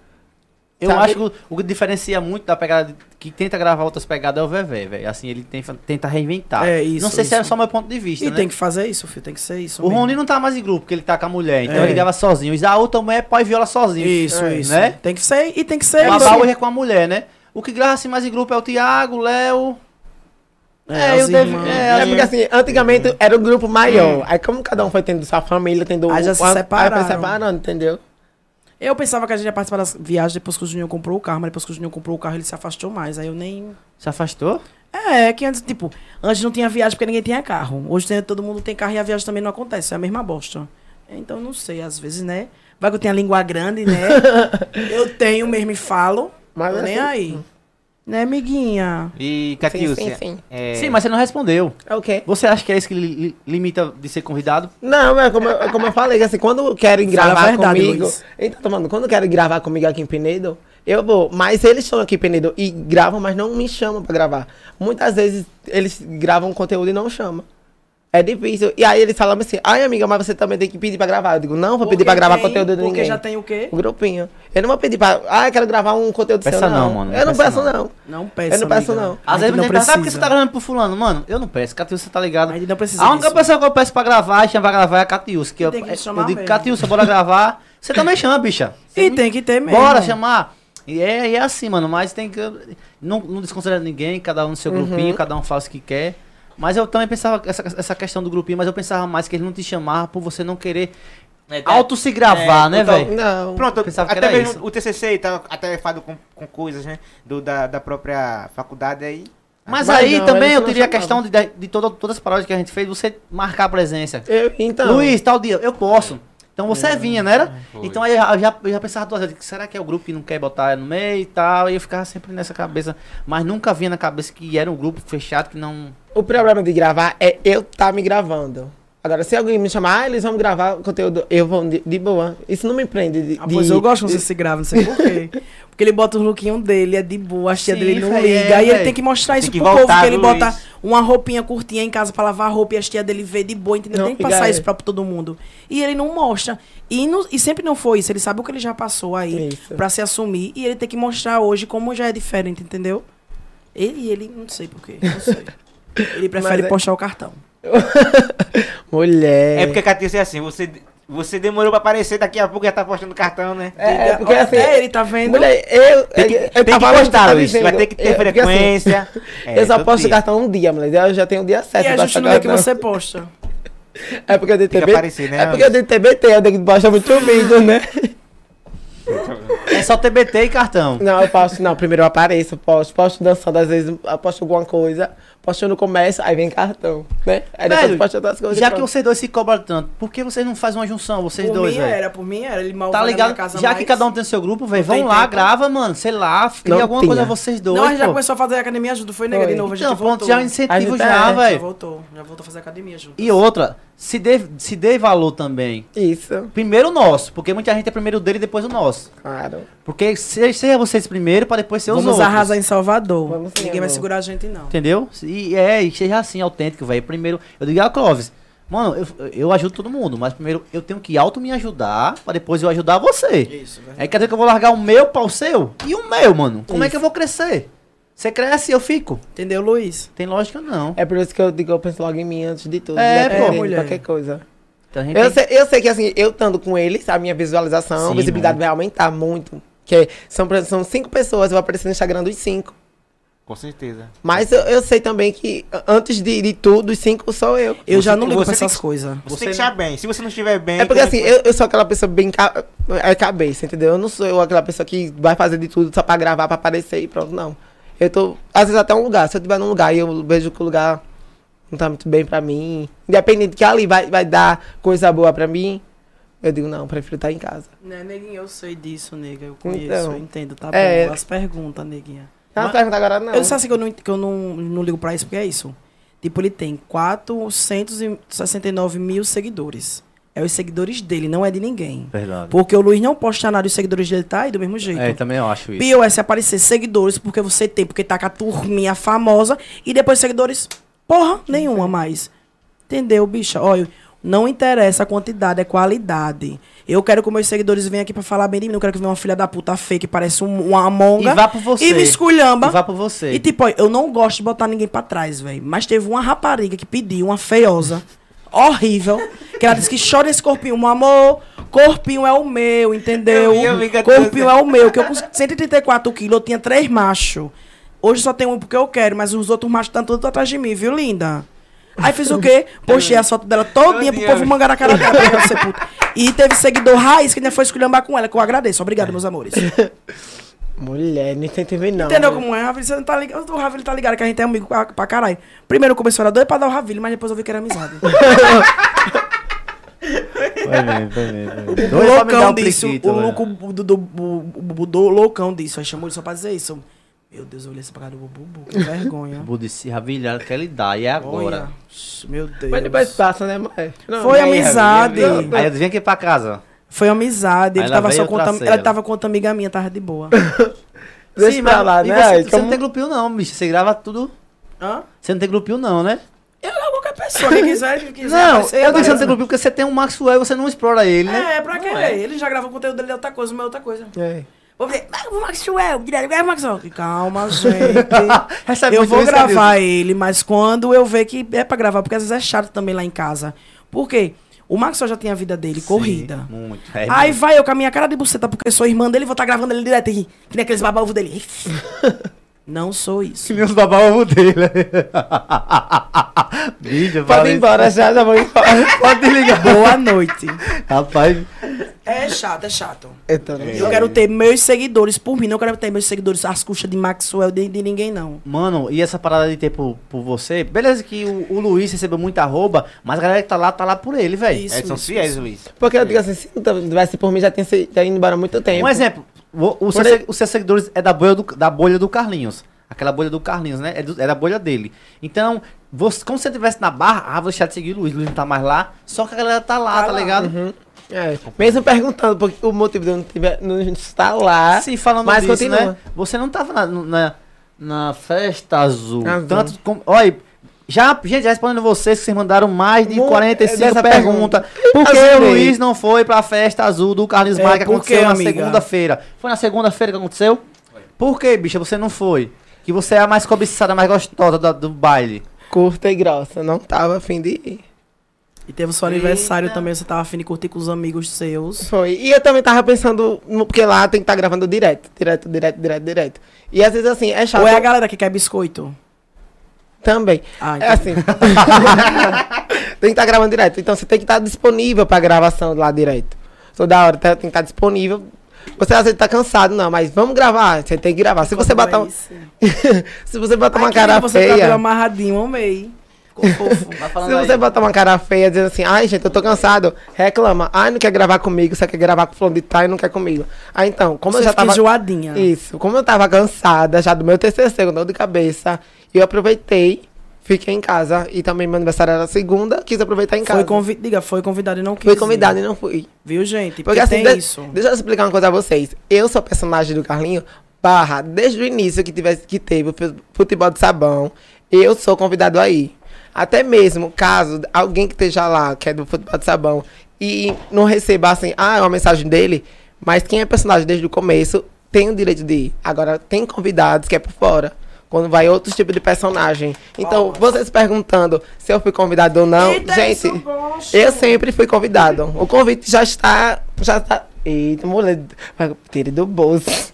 [SPEAKER 4] Eu
[SPEAKER 1] Sabe?
[SPEAKER 4] acho que o, o que diferencia muito da pegada de- que tenta gravar outras pegadas é o VV, velho. Assim, ele tem- tenta reinventar.
[SPEAKER 2] É, isso,
[SPEAKER 4] Não sei se é
[SPEAKER 2] isso.
[SPEAKER 4] só meu ponto de vista,
[SPEAKER 2] E
[SPEAKER 4] né?
[SPEAKER 2] tem que fazer isso, filho. Tem que ser isso.
[SPEAKER 4] O
[SPEAKER 2] mesmo.
[SPEAKER 4] Rony não tá mais em grupo, porque ele tá com a mulher. Então
[SPEAKER 2] É.
[SPEAKER 4] ele grava sozinho. O Isaú também é pós-viola sozinho.
[SPEAKER 2] Isso,
[SPEAKER 4] é,
[SPEAKER 2] isso.
[SPEAKER 4] Né?
[SPEAKER 2] Tem que ser. E tem que
[SPEAKER 4] É,
[SPEAKER 2] ser. isso.
[SPEAKER 4] Babau é com a mulher, né? O que grava assim mais em grupo é o Thiago, o Léo. É,
[SPEAKER 2] os
[SPEAKER 4] eu devo-
[SPEAKER 2] irmãos. né? É.
[SPEAKER 4] é,
[SPEAKER 1] É, porque assim, antigamente era um grupo maior. Aí como cada um foi tendo sua família, tendo...
[SPEAKER 2] Aí já se
[SPEAKER 1] o- Aí
[SPEAKER 2] separaram.
[SPEAKER 1] foi separando, entendeu?
[SPEAKER 2] Eu pensava que a gente ia participar das viagens depois que o Juninho comprou o carro, mas depois que o Juninho comprou o carro, ele se afastou mais. Aí eu nem.
[SPEAKER 4] Se afastou?
[SPEAKER 2] É, que antes, tipo, antes não tinha viagem porque ninguém tinha carro. Hoje tem- todo mundo tem carro e a viagem também não acontece. É a mesma bosta. Então não sei, às vezes, né? Vai que eu tenho a língua grande, né? eu tenho mesmo e falo.
[SPEAKER 1] Mas
[SPEAKER 2] Mas tô nem
[SPEAKER 1] assim-
[SPEAKER 2] aí. Né, amiguinha?
[SPEAKER 3] E,
[SPEAKER 1] sim,
[SPEAKER 3] Catiúcia,
[SPEAKER 1] sim.
[SPEAKER 3] é,
[SPEAKER 4] Sim, mas você não respondeu.
[SPEAKER 1] É o quê?
[SPEAKER 4] Você acha que é isso que li- li- limita de ser convidado?
[SPEAKER 1] Não, é como, é como eu falei, assim, quando querem
[SPEAKER 2] Fala a
[SPEAKER 1] gravar
[SPEAKER 2] verdade,
[SPEAKER 1] comigo.
[SPEAKER 2] Luiz.
[SPEAKER 1] Então, tomando, quando querem gravar comigo aqui em Penedo, eu vou. Mas eles estão aqui em Penedo e gravam, mas não me chamam pra gravar. Muitas vezes eles gravam conteúdo e não chamam. É difícil. E aí eles falam assim, ai amiga, mas você também tem que pedir pra gravar. Eu digo, não, vou pedir pra gravar conteúdo de
[SPEAKER 2] Porque
[SPEAKER 1] ninguém.
[SPEAKER 2] já tem o quê?
[SPEAKER 1] Um grupinho. Eu não vou pedir pra. Ah, eu quero gravar um conteúdo
[SPEAKER 4] Peça
[SPEAKER 1] seu, não.
[SPEAKER 4] não, mano, não
[SPEAKER 1] Eu não
[SPEAKER 4] peça
[SPEAKER 1] peço,
[SPEAKER 4] não.
[SPEAKER 1] não.
[SPEAKER 2] Não peço.
[SPEAKER 1] Eu não peço,
[SPEAKER 2] amiga.
[SPEAKER 1] não.
[SPEAKER 2] A gente
[SPEAKER 4] Às vezes
[SPEAKER 2] não
[SPEAKER 4] você precisa.
[SPEAKER 2] precisa.
[SPEAKER 4] Ah, por que você tá gravando pro fulano? Mano, eu não peço. Catiúcia, você tá ligado?
[SPEAKER 2] A gente não precisa.
[SPEAKER 4] A única
[SPEAKER 2] disso.
[SPEAKER 4] pessoa que eu peço pra gravar, chama pra gravar é a Catiúcia. Que eu,
[SPEAKER 2] Tem que
[SPEAKER 4] eu
[SPEAKER 2] chamar
[SPEAKER 4] digo,
[SPEAKER 2] mesmo.
[SPEAKER 4] Catiúcia, bora gravar. Você também chama, bicha.
[SPEAKER 2] E tem que ter mesmo.
[SPEAKER 4] Bora chamar. E é, e é assim, mano. Mas tem que. Não, não desconsidera ninguém, cada um no seu grupinho, cada um faz o que quer. Mas eu também pensava essa, essa questão do grupinho, mas eu pensava mais que ele não te chamava por você não querer
[SPEAKER 3] é, tá-
[SPEAKER 4] auto se gravar,
[SPEAKER 3] é,
[SPEAKER 4] né,
[SPEAKER 3] então,
[SPEAKER 4] velho?
[SPEAKER 1] Não.
[SPEAKER 3] Pronto,
[SPEAKER 4] Pensava que
[SPEAKER 3] até
[SPEAKER 4] era
[SPEAKER 3] mesmo
[SPEAKER 4] isso.
[SPEAKER 3] o TCC tá atarefado com, com coisas, né? Do, da, da própria faculdade aí.
[SPEAKER 4] Mas,
[SPEAKER 1] Mas
[SPEAKER 4] aí
[SPEAKER 1] não,
[SPEAKER 4] também
[SPEAKER 1] ele
[SPEAKER 4] eu
[SPEAKER 1] não
[SPEAKER 4] teria a
[SPEAKER 1] chamava.
[SPEAKER 4] questão de, de, de toda- todas as paródias que a gente fez, você marcar a presença.
[SPEAKER 1] Eu, então.
[SPEAKER 4] Luiz, tal dia, eu posso. Então você vinha, não era?
[SPEAKER 3] Foi.
[SPEAKER 4] Então aí eu já- eu já, eu já pensava duas vezes, será que é o grupo que não quer botar no meio e tal? E eu ficava sempre nessa cabeça, mas nunca vinha na cabeça que era um grupo fechado que não.
[SPEAKER 1] O problema de gravar é eu tá me gravando. Agora, se alguém me chamar, ah, eles vão gravar o conteúdo, eu vou de, de boa. Isso não me prende de.
[SPEAKER 2] Ah, pois
[SPEAKER 1] de-
[SPEAKER 2] eu gosto quando você se grava, não sei por quê. Porque ele bota o lookinho dele, é de boa, a tia
[SPEAKER 4] Sim,
[SPEAKER 2] dele não
[SPEAKER 4] véi,
[SPEAKER 2] liga.
[SPEAKER 4] é,
[SPEAKER 2] aí ele
[SPEAKER 4] véi.
[SPEAKER 2] tem que mostrar
[SPEAKER 3] Tem
[SPEAKER 2] isso
[SPEAKER 3] que
[SPEAKER 2] pro povo,
[SPEAKER 3] voltar,
[SPEAKER 2] que ele
[SPEAKER 3] Luiz.
[SPEAKER 2] bota uma roupinha curtinha em casa pra lavar a roupa e a tia dele vê de boa, entendeu?
[SPEAKER 1] Não, é.
[SPEAKER 2] tem que passar
[SPEAKER 1] e
[SPEAKER 2] isso pra todo mundo. E ele não mostra. E, não- e sempre não foi isso, ele sabe o que ele já passou aí
[SPEAKER 1] Isso.
[SPEAKER 2] pra se assumir. E ele tem que mostrar hoje como já é diferente, entendeu? Ele, ele, não sei por quê, não sei. Ele prefere
[SPEAKER 1] é-
[SPEAKER 2] postar o cartão.
[SPEAKER 1] Mulher.
[SPEAKER 3] É porque a Catiúcia é assim, você, você demorou pra aparecer, daqui a pouco já tá postando cartão, né?
[SPEAKER 1] É, é porque assim.
[SPEAKER 2] É, ele tá vendo.
[SPEAKER 1] Mulher, eu.
[SPEAKER 3] Tem que,
[SPEAKER 1] eu,
[SPEAKER 3] tem que
[SPEAKER 1] tava lá,
[SPEAKER 3] postar,
[SPEAKER 1] tá
[SPEAKER 3] Luiz. Vai
[SPEAKER 1] dizendo,
[SPEAKER 3] ter que ter
[SPEAKER 1] eu- porque assim,
[SPEAKER 3] frequência. É,
[SPEAKER 1] eu só
[SPEAKER 3] todo
[SPEAKER 1] posto
[SPEAKER 3] dia. é
[SPEAKER 1] cartão um dia, mulher. Eu já tenho um dia
[SPEAKER 2] E
[SPEAKER 1] certo.
[SPEAKER 2] a
[SPEAKER 1] pra
[SPEAKER 2] gente não
[SPEAKER 1] postar
[SPEAKER 2] vê que
[SPEAKER 1] cartão.
[SPEAKER 2] você posta.
[SPEAKER 1] É porque eu dei
[SPEAKER 3] Tem que
[SPEAKER 1] TBT.
[SPEAKER 3] aparecer, né,
[SPEAKER 1] É porque eu dei TBT, eu tenho que postar muito vídeo, né?
[SPEAKER 4] É só TBT e cartão.
[SPEAKER 1] Não, eu posto, não. Primeiro eu apareço, posto, posto dançando, às vezes eu posto alguma coisa, posto no comércio, aí vem cartão, né? Aí depois
[SPEAKER 4] Velho,
[SPEAKER 1] eu posto outras coisas.
[SPEAKER 4] Já
[SPEAKER 1] pronto.
[SPEAKER 4] que vocês dois se cobram tanto, por que vocês não fazem uma junção, vocês
[SPEAKER 2] por
[SPEAKER 4] dois,
[SPEAKER 2] mim
[SPEAKER 4] velho?
[SPEAKER 2] era, por mim era. Ele mal
[SPEAKER 4] Tá
[SPEAKER 2] vai na
[SPEAKER 4] ligado?
[SPEAKER 2] minha casa
[SPEAKER 4] Já que
[SPEAKER 2] mais.
[SPEAKER 4] cada um tem seu grupo, velho,
[SPEAKER 2] Não tem
[SPEAKER 4] vão lá,
[SPEAKER 2] tempo.
[SPEAKER 4] grava, mano, sei lá, cria
[SPEAKER 1] Não
[SPEAKER 4] alguma
[SPEAKER 1] tinha.
[SPEAKER 4] coisa vocês dois.
[SPEAKER 2] Não, a gente já
[SPEAKER 4] pô.
[SPEAKER 2] começou a fazer academia junto, foi nega
[SPEAKER 1] Foi.
[SPEAKER 2] de novo, a gente
[SPEAKER 4] Então, pronto,
[SPEAKER 2] voltou.
[SPEAKER 4] já é um
[SPEAKER 1] A
[SPEAKER 4] incentivo
[SPEAKER 1] gente
[SPEAKER 4] já,
[SPEAKER 1] é,
[SPEAKER 2] Já
[SPEAKER 4] velho.
[SPEAKER 2] voltou, já voltou a fazer academia junto.
[SPEAKER 4] E outra, se dê, se dê valor também.
[SPEAKER 1] Isso,
[SPEAKER 4] Primeiro o nosso, porque muita gente é primeiro o dele e depois o nosso.
[SPEAKER 1] claro.
[SPEAKER 4] Porque se- seja vocês primeiro pra depois ser os
[SPEAKER 2] Vamos
[SPEAKER 4] outros.
[SPEAKER 2] arrasar em Salvador.
[SPEAKER 1] Vamos sim,
[SPEAKER 2] Ninguém vai
[SPEAKER 1] amor.
[SPEAKER 2] segurar a gente, não.
[SPEAKER 4] Entendeu? E é, e seja assim, autêntico, velho. Primeiro, eu digo, ah, Clóvis, mano, eu, eu ajudo todo mundo, mas primeiro eu tenho que auto me ajudar pra depois eu ajudar você.
[SPEAKER 2] Isso, é velho.
[SPEAKER 4] Aí quer dizer que eu vou largar o meu pra o seu? E o meu, mano? Como é que eu vou crescer? Você cresce e eu fico?
[SPEAKER 2] Entendeu, Luiz?
[SPEAKER 4] Tem lógica não.
[SPEAKER 1] É por isso que eu digo, eu penso logo em mim antes de tudo.
[SPEAKER 4] É,
[SPEAKER 1] dependendo
[SPEAKER 4] pô,
[SPEAKER 1] de
[SPEAKER 2] mulher.
[SPEAKER 1] Qualquer coisa.
[SPEAKER 4] Então a gente
[SPEAKER 1] Eu
[SPEAKER 4] tem-
[SPEAKER 1] sei, eu sei que assim, eu estando com eles, a minha visualização,
[SPEAKER 4] Sim,
[SPEAKER 1] a visibilidade
[SPEAKER 4] muito.
[SPEAKER 1] vai aumentar muito. Que é- são, pra- são cinco pessoas, eu vou aparecer no Instagram dos cinco.
[SPEAKER 3] Com certeza.
[SPEAKER 1] Mas eu, eu sei também que a- antes de, de tudo, os cinco sou eu.
[SPEAKER 2] Eu já não
[SPEAKER 3] tem-
[SPEAKER 2] ligo pra
[SPEAKER 3] você tem
[SPEAKER 2] essas
[SPEAKER 3] que-
[SPEAKER 2] coisas.
[SPEAKER 3] Você, tem que estar bem. Se você não estiver bem.
[SPEAKER 1] É porque assim,
[SPEAKER 3] também-
[SPEAKER 1] eu, eu sou aquela pessoa bem ca... é cabeça, entendeu? Eu não sou eu aquela pessoa que vai fazer de tudo só pra gravar, pra aparecer e pronto, não. Eu tô, às vezes, até um lugar. Se eu estiver num lugar e eu vejo que o lugar não tá muito bem pra mim, independente que ali vai, vai dar coisa boa pra mim, eu digo, não, prefiro estar em casa.
[SPEAKER 2] Né, neguinha, eu sei disso, nega. Eu conheço,
[SPEAKER 1] Então,
[SPEAKER 2] eu entendo, tá
[SPEAKER 1] é-
[SPEAKER 2] bom. As perguntas, neguinha.
[SPEAKER 1] Ela não pergunta agora, não.
[SPEAKER 2] Eu disse assim que eu, não, que eu não, não ligo pra isso, porque é isso. Tipo, ele tem 469 mil seguidores. É os seguidores dele, não é de ninguém.
[SPEAKER 4] Verdade.
[SPEAKER 2] Porque o Luiz não posta nada e os seguidores dele tá aí do mesmo jeito.
[SPEAKER 4] É, também eu acho isso.
[SPEAKER 2] Pior é se aparecer seguidores porque você tem, porque tá com a turminha famosa e depois seguidores, porra, nenhuma mais. Entendeu, bicha? Olha, não interessa a quantidade, é qualidade. Eu quero que meus seguidores venham aqui pra falar bem de mim. Não quero que venha uma filha da puta feia que parece um, uma monga.
[SPEAKER 4] E vá por você.
[SPEAKER 2] E me esculhamba.
[SPEAKER 4] E vá por você.
[SPEAKER 2] E tipo, ó, eu não gosto de botar ninguém pra trás, velho. Mas teve uma rapariga que pediu, uma feiosa, horrível, que ela disse que chora esse corpinho. Meu amor, corpinho é o meu, entendeu?
[SPEAKER 3] Eu vi, eu vi que eu tô
[SPEAKER 2] corpinho é o meu. Que eu com 134 quilos, eu tinha três machos. Hoje só tem um porque eu quero, mas os outros machos estão todos atrás de mim, viu, linda? Aí fiz o quê? Postei a foto dela todinha pro
[SPEAKER 3] Todinha,
[SPEAKER 2] povo
[SPEAKER 3] velho.
[SPEAKER 2] mangar na cara dela. pra ela ser puta. E teve seguidor raiz que ainda foi esculhambar com ela, que eu agradeço. Obrigado, meus amores.
[SPEAKER 1] Mulher, não tem TV, não.
[SPEAKER 2] Entendeu como é? Ravilho, você não tá ligado. O Ravilho tá ligado que a gente é amigo pra, pra caralho. Primeiro começou a doer pra dar o Ravilho, mas depois eu vi que era amizade.
[SPEAKER 4] Foi mesmo, foi mesmo.
[SPEAKER 2] O
[SPEAKER 4] um
[SPEAKER 2] loucão disso. O
[SPEAKER 4] né?
[SPEAKER 2] louco bu- do, do, bu- bu- bu- do loucão disso. Aí chamou ele só pra dizer isso. Meu Deus, eu olhei essa pra cara do Bubu. Que vergonha.
[SPEAKER 4] Budice, Ravilhar, quer lidar, e é agora.
[SPEAKER 2] Olha, shh, Meu Deus.
[SPEAKER 1] Mas depois passa, né, mãe? Não,
[SPEAKER 2] Foi
[SPEAKER 1] né?
[SPEAKER 2] amizade.
[SPEAKER 4] Aí eu vim aqui pra casa.
[SPEAKER 2] Foi amizade.
[SPEAKER 4] Aí
[SPEAKER 2] Ele
[SPEAKER 4] ela
[SPEAKER 2] tava
[SPEAKER 4] veio,
[SPEAKER 2] só
[SPEAKER 4] eu
[SPEAKER 2] com outra,
[SPEAKER 4] tracei
[SPEAKER 2] ela
[SPEAKER 4] ela.
[SPEAKER 2] tava com outra amiga minha, tava de boa.
[SPEAKER 1] Deixa
[SPEAKER 4] Sim,
[SPEAKER 1] pra
[SPEAKER 4] mas-
[SPEAKER 1] lá,
[SPEAKER 4] e
[SPEAKER 1] né?
[SPEAKER 4] Você,
[SPEAKER 1] Ai,
[SPEAKER 4] você
[SPEAKER 1] como-
[SPEAKER 4] não tem grupinho não, bicho. Você grava tudo.
[SPEAKER 2] Hã?
[SPEAKER 4] Você não tem grupinho não, né?
[SPEAKER 2] Eu não, qualquer pessoa que quiser. Que quiser
[SPEAKER 4] Não,
[SPEAKER 2] aparecer,
[SPEAKER 4] eu tô
[SPEAKER 2] aparece.
[SPEAKER 4] dizendo grupo porque você tem um Maxwell e você não explora ele, né?
[SPEAKER 2] É, pra quê? Ele já gravou o conteúdo dele de outra coisa, o meu é outra coisa.
[SPEAKER 1] É.
[SPEAKER 2] Vou ver, ah, o Maxwell, direto, é o Maxwell. Calma, gente.
[SPEAKER 4] Recebe
[SPEAKER 2] eu
[SPEAKER 4] é muito
[SPEAKER 2] vou
[SPEAKER 4] isso,
[SPEAKER 2] gravar ele, mas quando eu ver que é pra gravar, porque às vezes é chato também lá em casa. Por quê? O Maxwell já tem a vida dele, corrida.
[SPEAKER 4] Muito. É,
[SPEAKER 2] Aí vai eu com a minha cara de buceta, porque sou irmã dele, vou estar gravando ele direto, aqui, que nem aqueles babaúvos dele. Não sou isso.
[SPEAKER 4] que nem os babau dele. Bicho,
[SPEAKER 1] Pode
[SPEAKER 4] fala
[SPEAKER 1] ir
[SPEAKER 4] isso.
[SPEAKER 1] embora já, já vou embora.
[SPEAKER 4] Pode desligar.
[SPEAKER 2] Boa noite.
[SPEAKER 4] Rapaz,
[SPEAKER 2] É chato, é chato.
[SPEAKER 1] Eu tô nem-
[SPEAKER 2] Eu quero ter meus seguidores por mim, não quero ter meus seguidores às custas de Maxwell, de, de ninguém, não.
[SPEAKER 4] mano, e essa parada de ter por, por você? Beleza que o, o Luiz recebeu muita arroba, mas a galera que tá lá, tá lá por ele, velho.
[SPEAKER 2] Isso,
[SPEAKER 3] É, são
[SPEAKER 2] isso,
[SPEAKER 3] fiéis, Luiz.
[SPEAKER 1] Porque eu digo assim, se não tivesse por mim, já tinha se- já ido embora há muito tempo.
[SPEAKER 4] Um exemplo, o- o seu
[SPEAKER 1] Por
[SPEAKER 4] se- os seus seguidores é da bolha do, da bolha do Carlinhos. Aquela bolha do Carlinhos, né? É, do- é da bolha dele. Então, você, como se você estivesse na barra, ah, vou deixar de seguir o Luiz, o Luiz não tá mais lá. Só que a galera tá lá,
[SPEAKER 2] Tá
[SPEAKER 4] tá,
[SPEAKER 2] lá.
[SPEAKER 4] ligado?
[SPEAKER 1] É, mesmo perguntando porque o motivo de eu não, tiver, não estar lá.
[SPEAKER 4] É. Sim, falando
[SPEAKER 1] Mas
[SPEAKER 4] disso,
[SPEAKER 1] continua.
[SPEAKER 4] né? Você não tava na, na, na festa azul.
[SPEAKER 1] Azul.
[SPEAKER 4] Tanto como. Olha, já, gente, já respondendo vocês, que vocês mandaram mais de
[SPEAKER 1] Mu-
[SPEAKER 4] 45
[SPEAKER 1] dessa pergunta.
[SPEAKER 4] perguntas. Por que
[SPEAKER 1] Azulei.
[SPEAKER 4] o Luiz não foi pra festa azul do Carlos
[SPEAKER 2] É,
[SPEAKER 4] Maia que
[SPEAKER 2] por
[SPEAKER 4] aconteceu
[SPEAKER 2] quê,
[SPEAKER 4] na
[SPEAKER 2] amiga?
[SPEAKER 4] segunda-feira? Foi na segunda-feira que aconteceu? Por que, bicha, você não foi? Que você é a mais cobiçada, a mais gostosa da- do baile.
[SPEAKER 1] Curta e grossa, não tava afim de ir.
[SPEAKER 2] E teve o seu aniversário também, você tava afim de curtir com os amigos seus.
[SPEAKER 1] Foi. E eu também tava pensando, no- porque lá tem que estar gravando direto, direto, direto, direto, direto. E às vezes assim, é chato
[SPEAKER 2] Ou é a galera que quer biscoito?
[SPEAKER 1] também.
[SPEAKER 2] Ah,
[SPEAKER 1] É assim. tem que estar gravando direto. Então você tem que estar disponível pra gravação lá direto. Toda hora tá- tem que estar disponível. Você às vezes tá cansado, não, mas vamos gravar. Você tem que gravar. Se você
[SPEAKER 4] é
[SPEAKER 1] botar, um- se você botar uma cara
[SPEAKER 2] você
[SPEAKER 1] feia.
[SPEAKER 2] cabelo amarradinho, amei. Ficou fofo.
[SPEAKER 1] Se você botar uma cara feia dizendo assim, ai gente, eu tô cansado, reclama. Ai, não quer gravar comigo, você quer gravar com o fulano de tal e não quer comigo. Ah, então, como
[SPEAKER 2] Você
[SPEAKER 1] eu já
[SPEAKER 2] fica
[SPEAKER 1] tava.
[SPEAKER 2] enjoadinha.
[SPEAKER 1] Isso, como eu tava cansada já do meu TCC, com dor de cabeça, eu aproveitei, fiquei em casa. E também meu aniversário era segunda, quis aproveitar em casa.
[SPEAKER 2] Foi convi... Diga, foi convidado e não quis.
[SPEAKER 1] Fui
[SPEAKER 2] ir.
[SPEAKER 1] convidada e não fui.
[SPEAKER 2] Viu,
[SPEAKER 1] Porque
[SPEAKER 2] gente? Porque,
[SPEAKER 1] assim,
[SPEAKER 2] tem
[SPEAKER 1] de-
[SPEAKER 2] isso.
[SPEAKER 1] deixa eu explicar uma coisa a vocês. Eu sou personagem do Carlinho Barra, desde o início que, tivesse, que teve o fu- futebol de sabão, eu sou convidado aí. Até mesmo caso alguém que esteja lá, que é do futebol de sabão, e não receba assim, ah, é uma mensagem dele, mas quem é personagem desde o começo tem o direito de ir. Agora, tem convidados que é por fora. Quando vai outro tipo de personagem. Então, vocês perguntando se eu fui convidado ou não.
[SPEAKER 2] Eita,
[SPEAKER 1] gente,
[SPEAKER 2] isso eu gosto.
[SPEAKER 1] eu sempre fui convidado. O convite já está. Já está. Eita, mulher. Vai, Tire do bolso.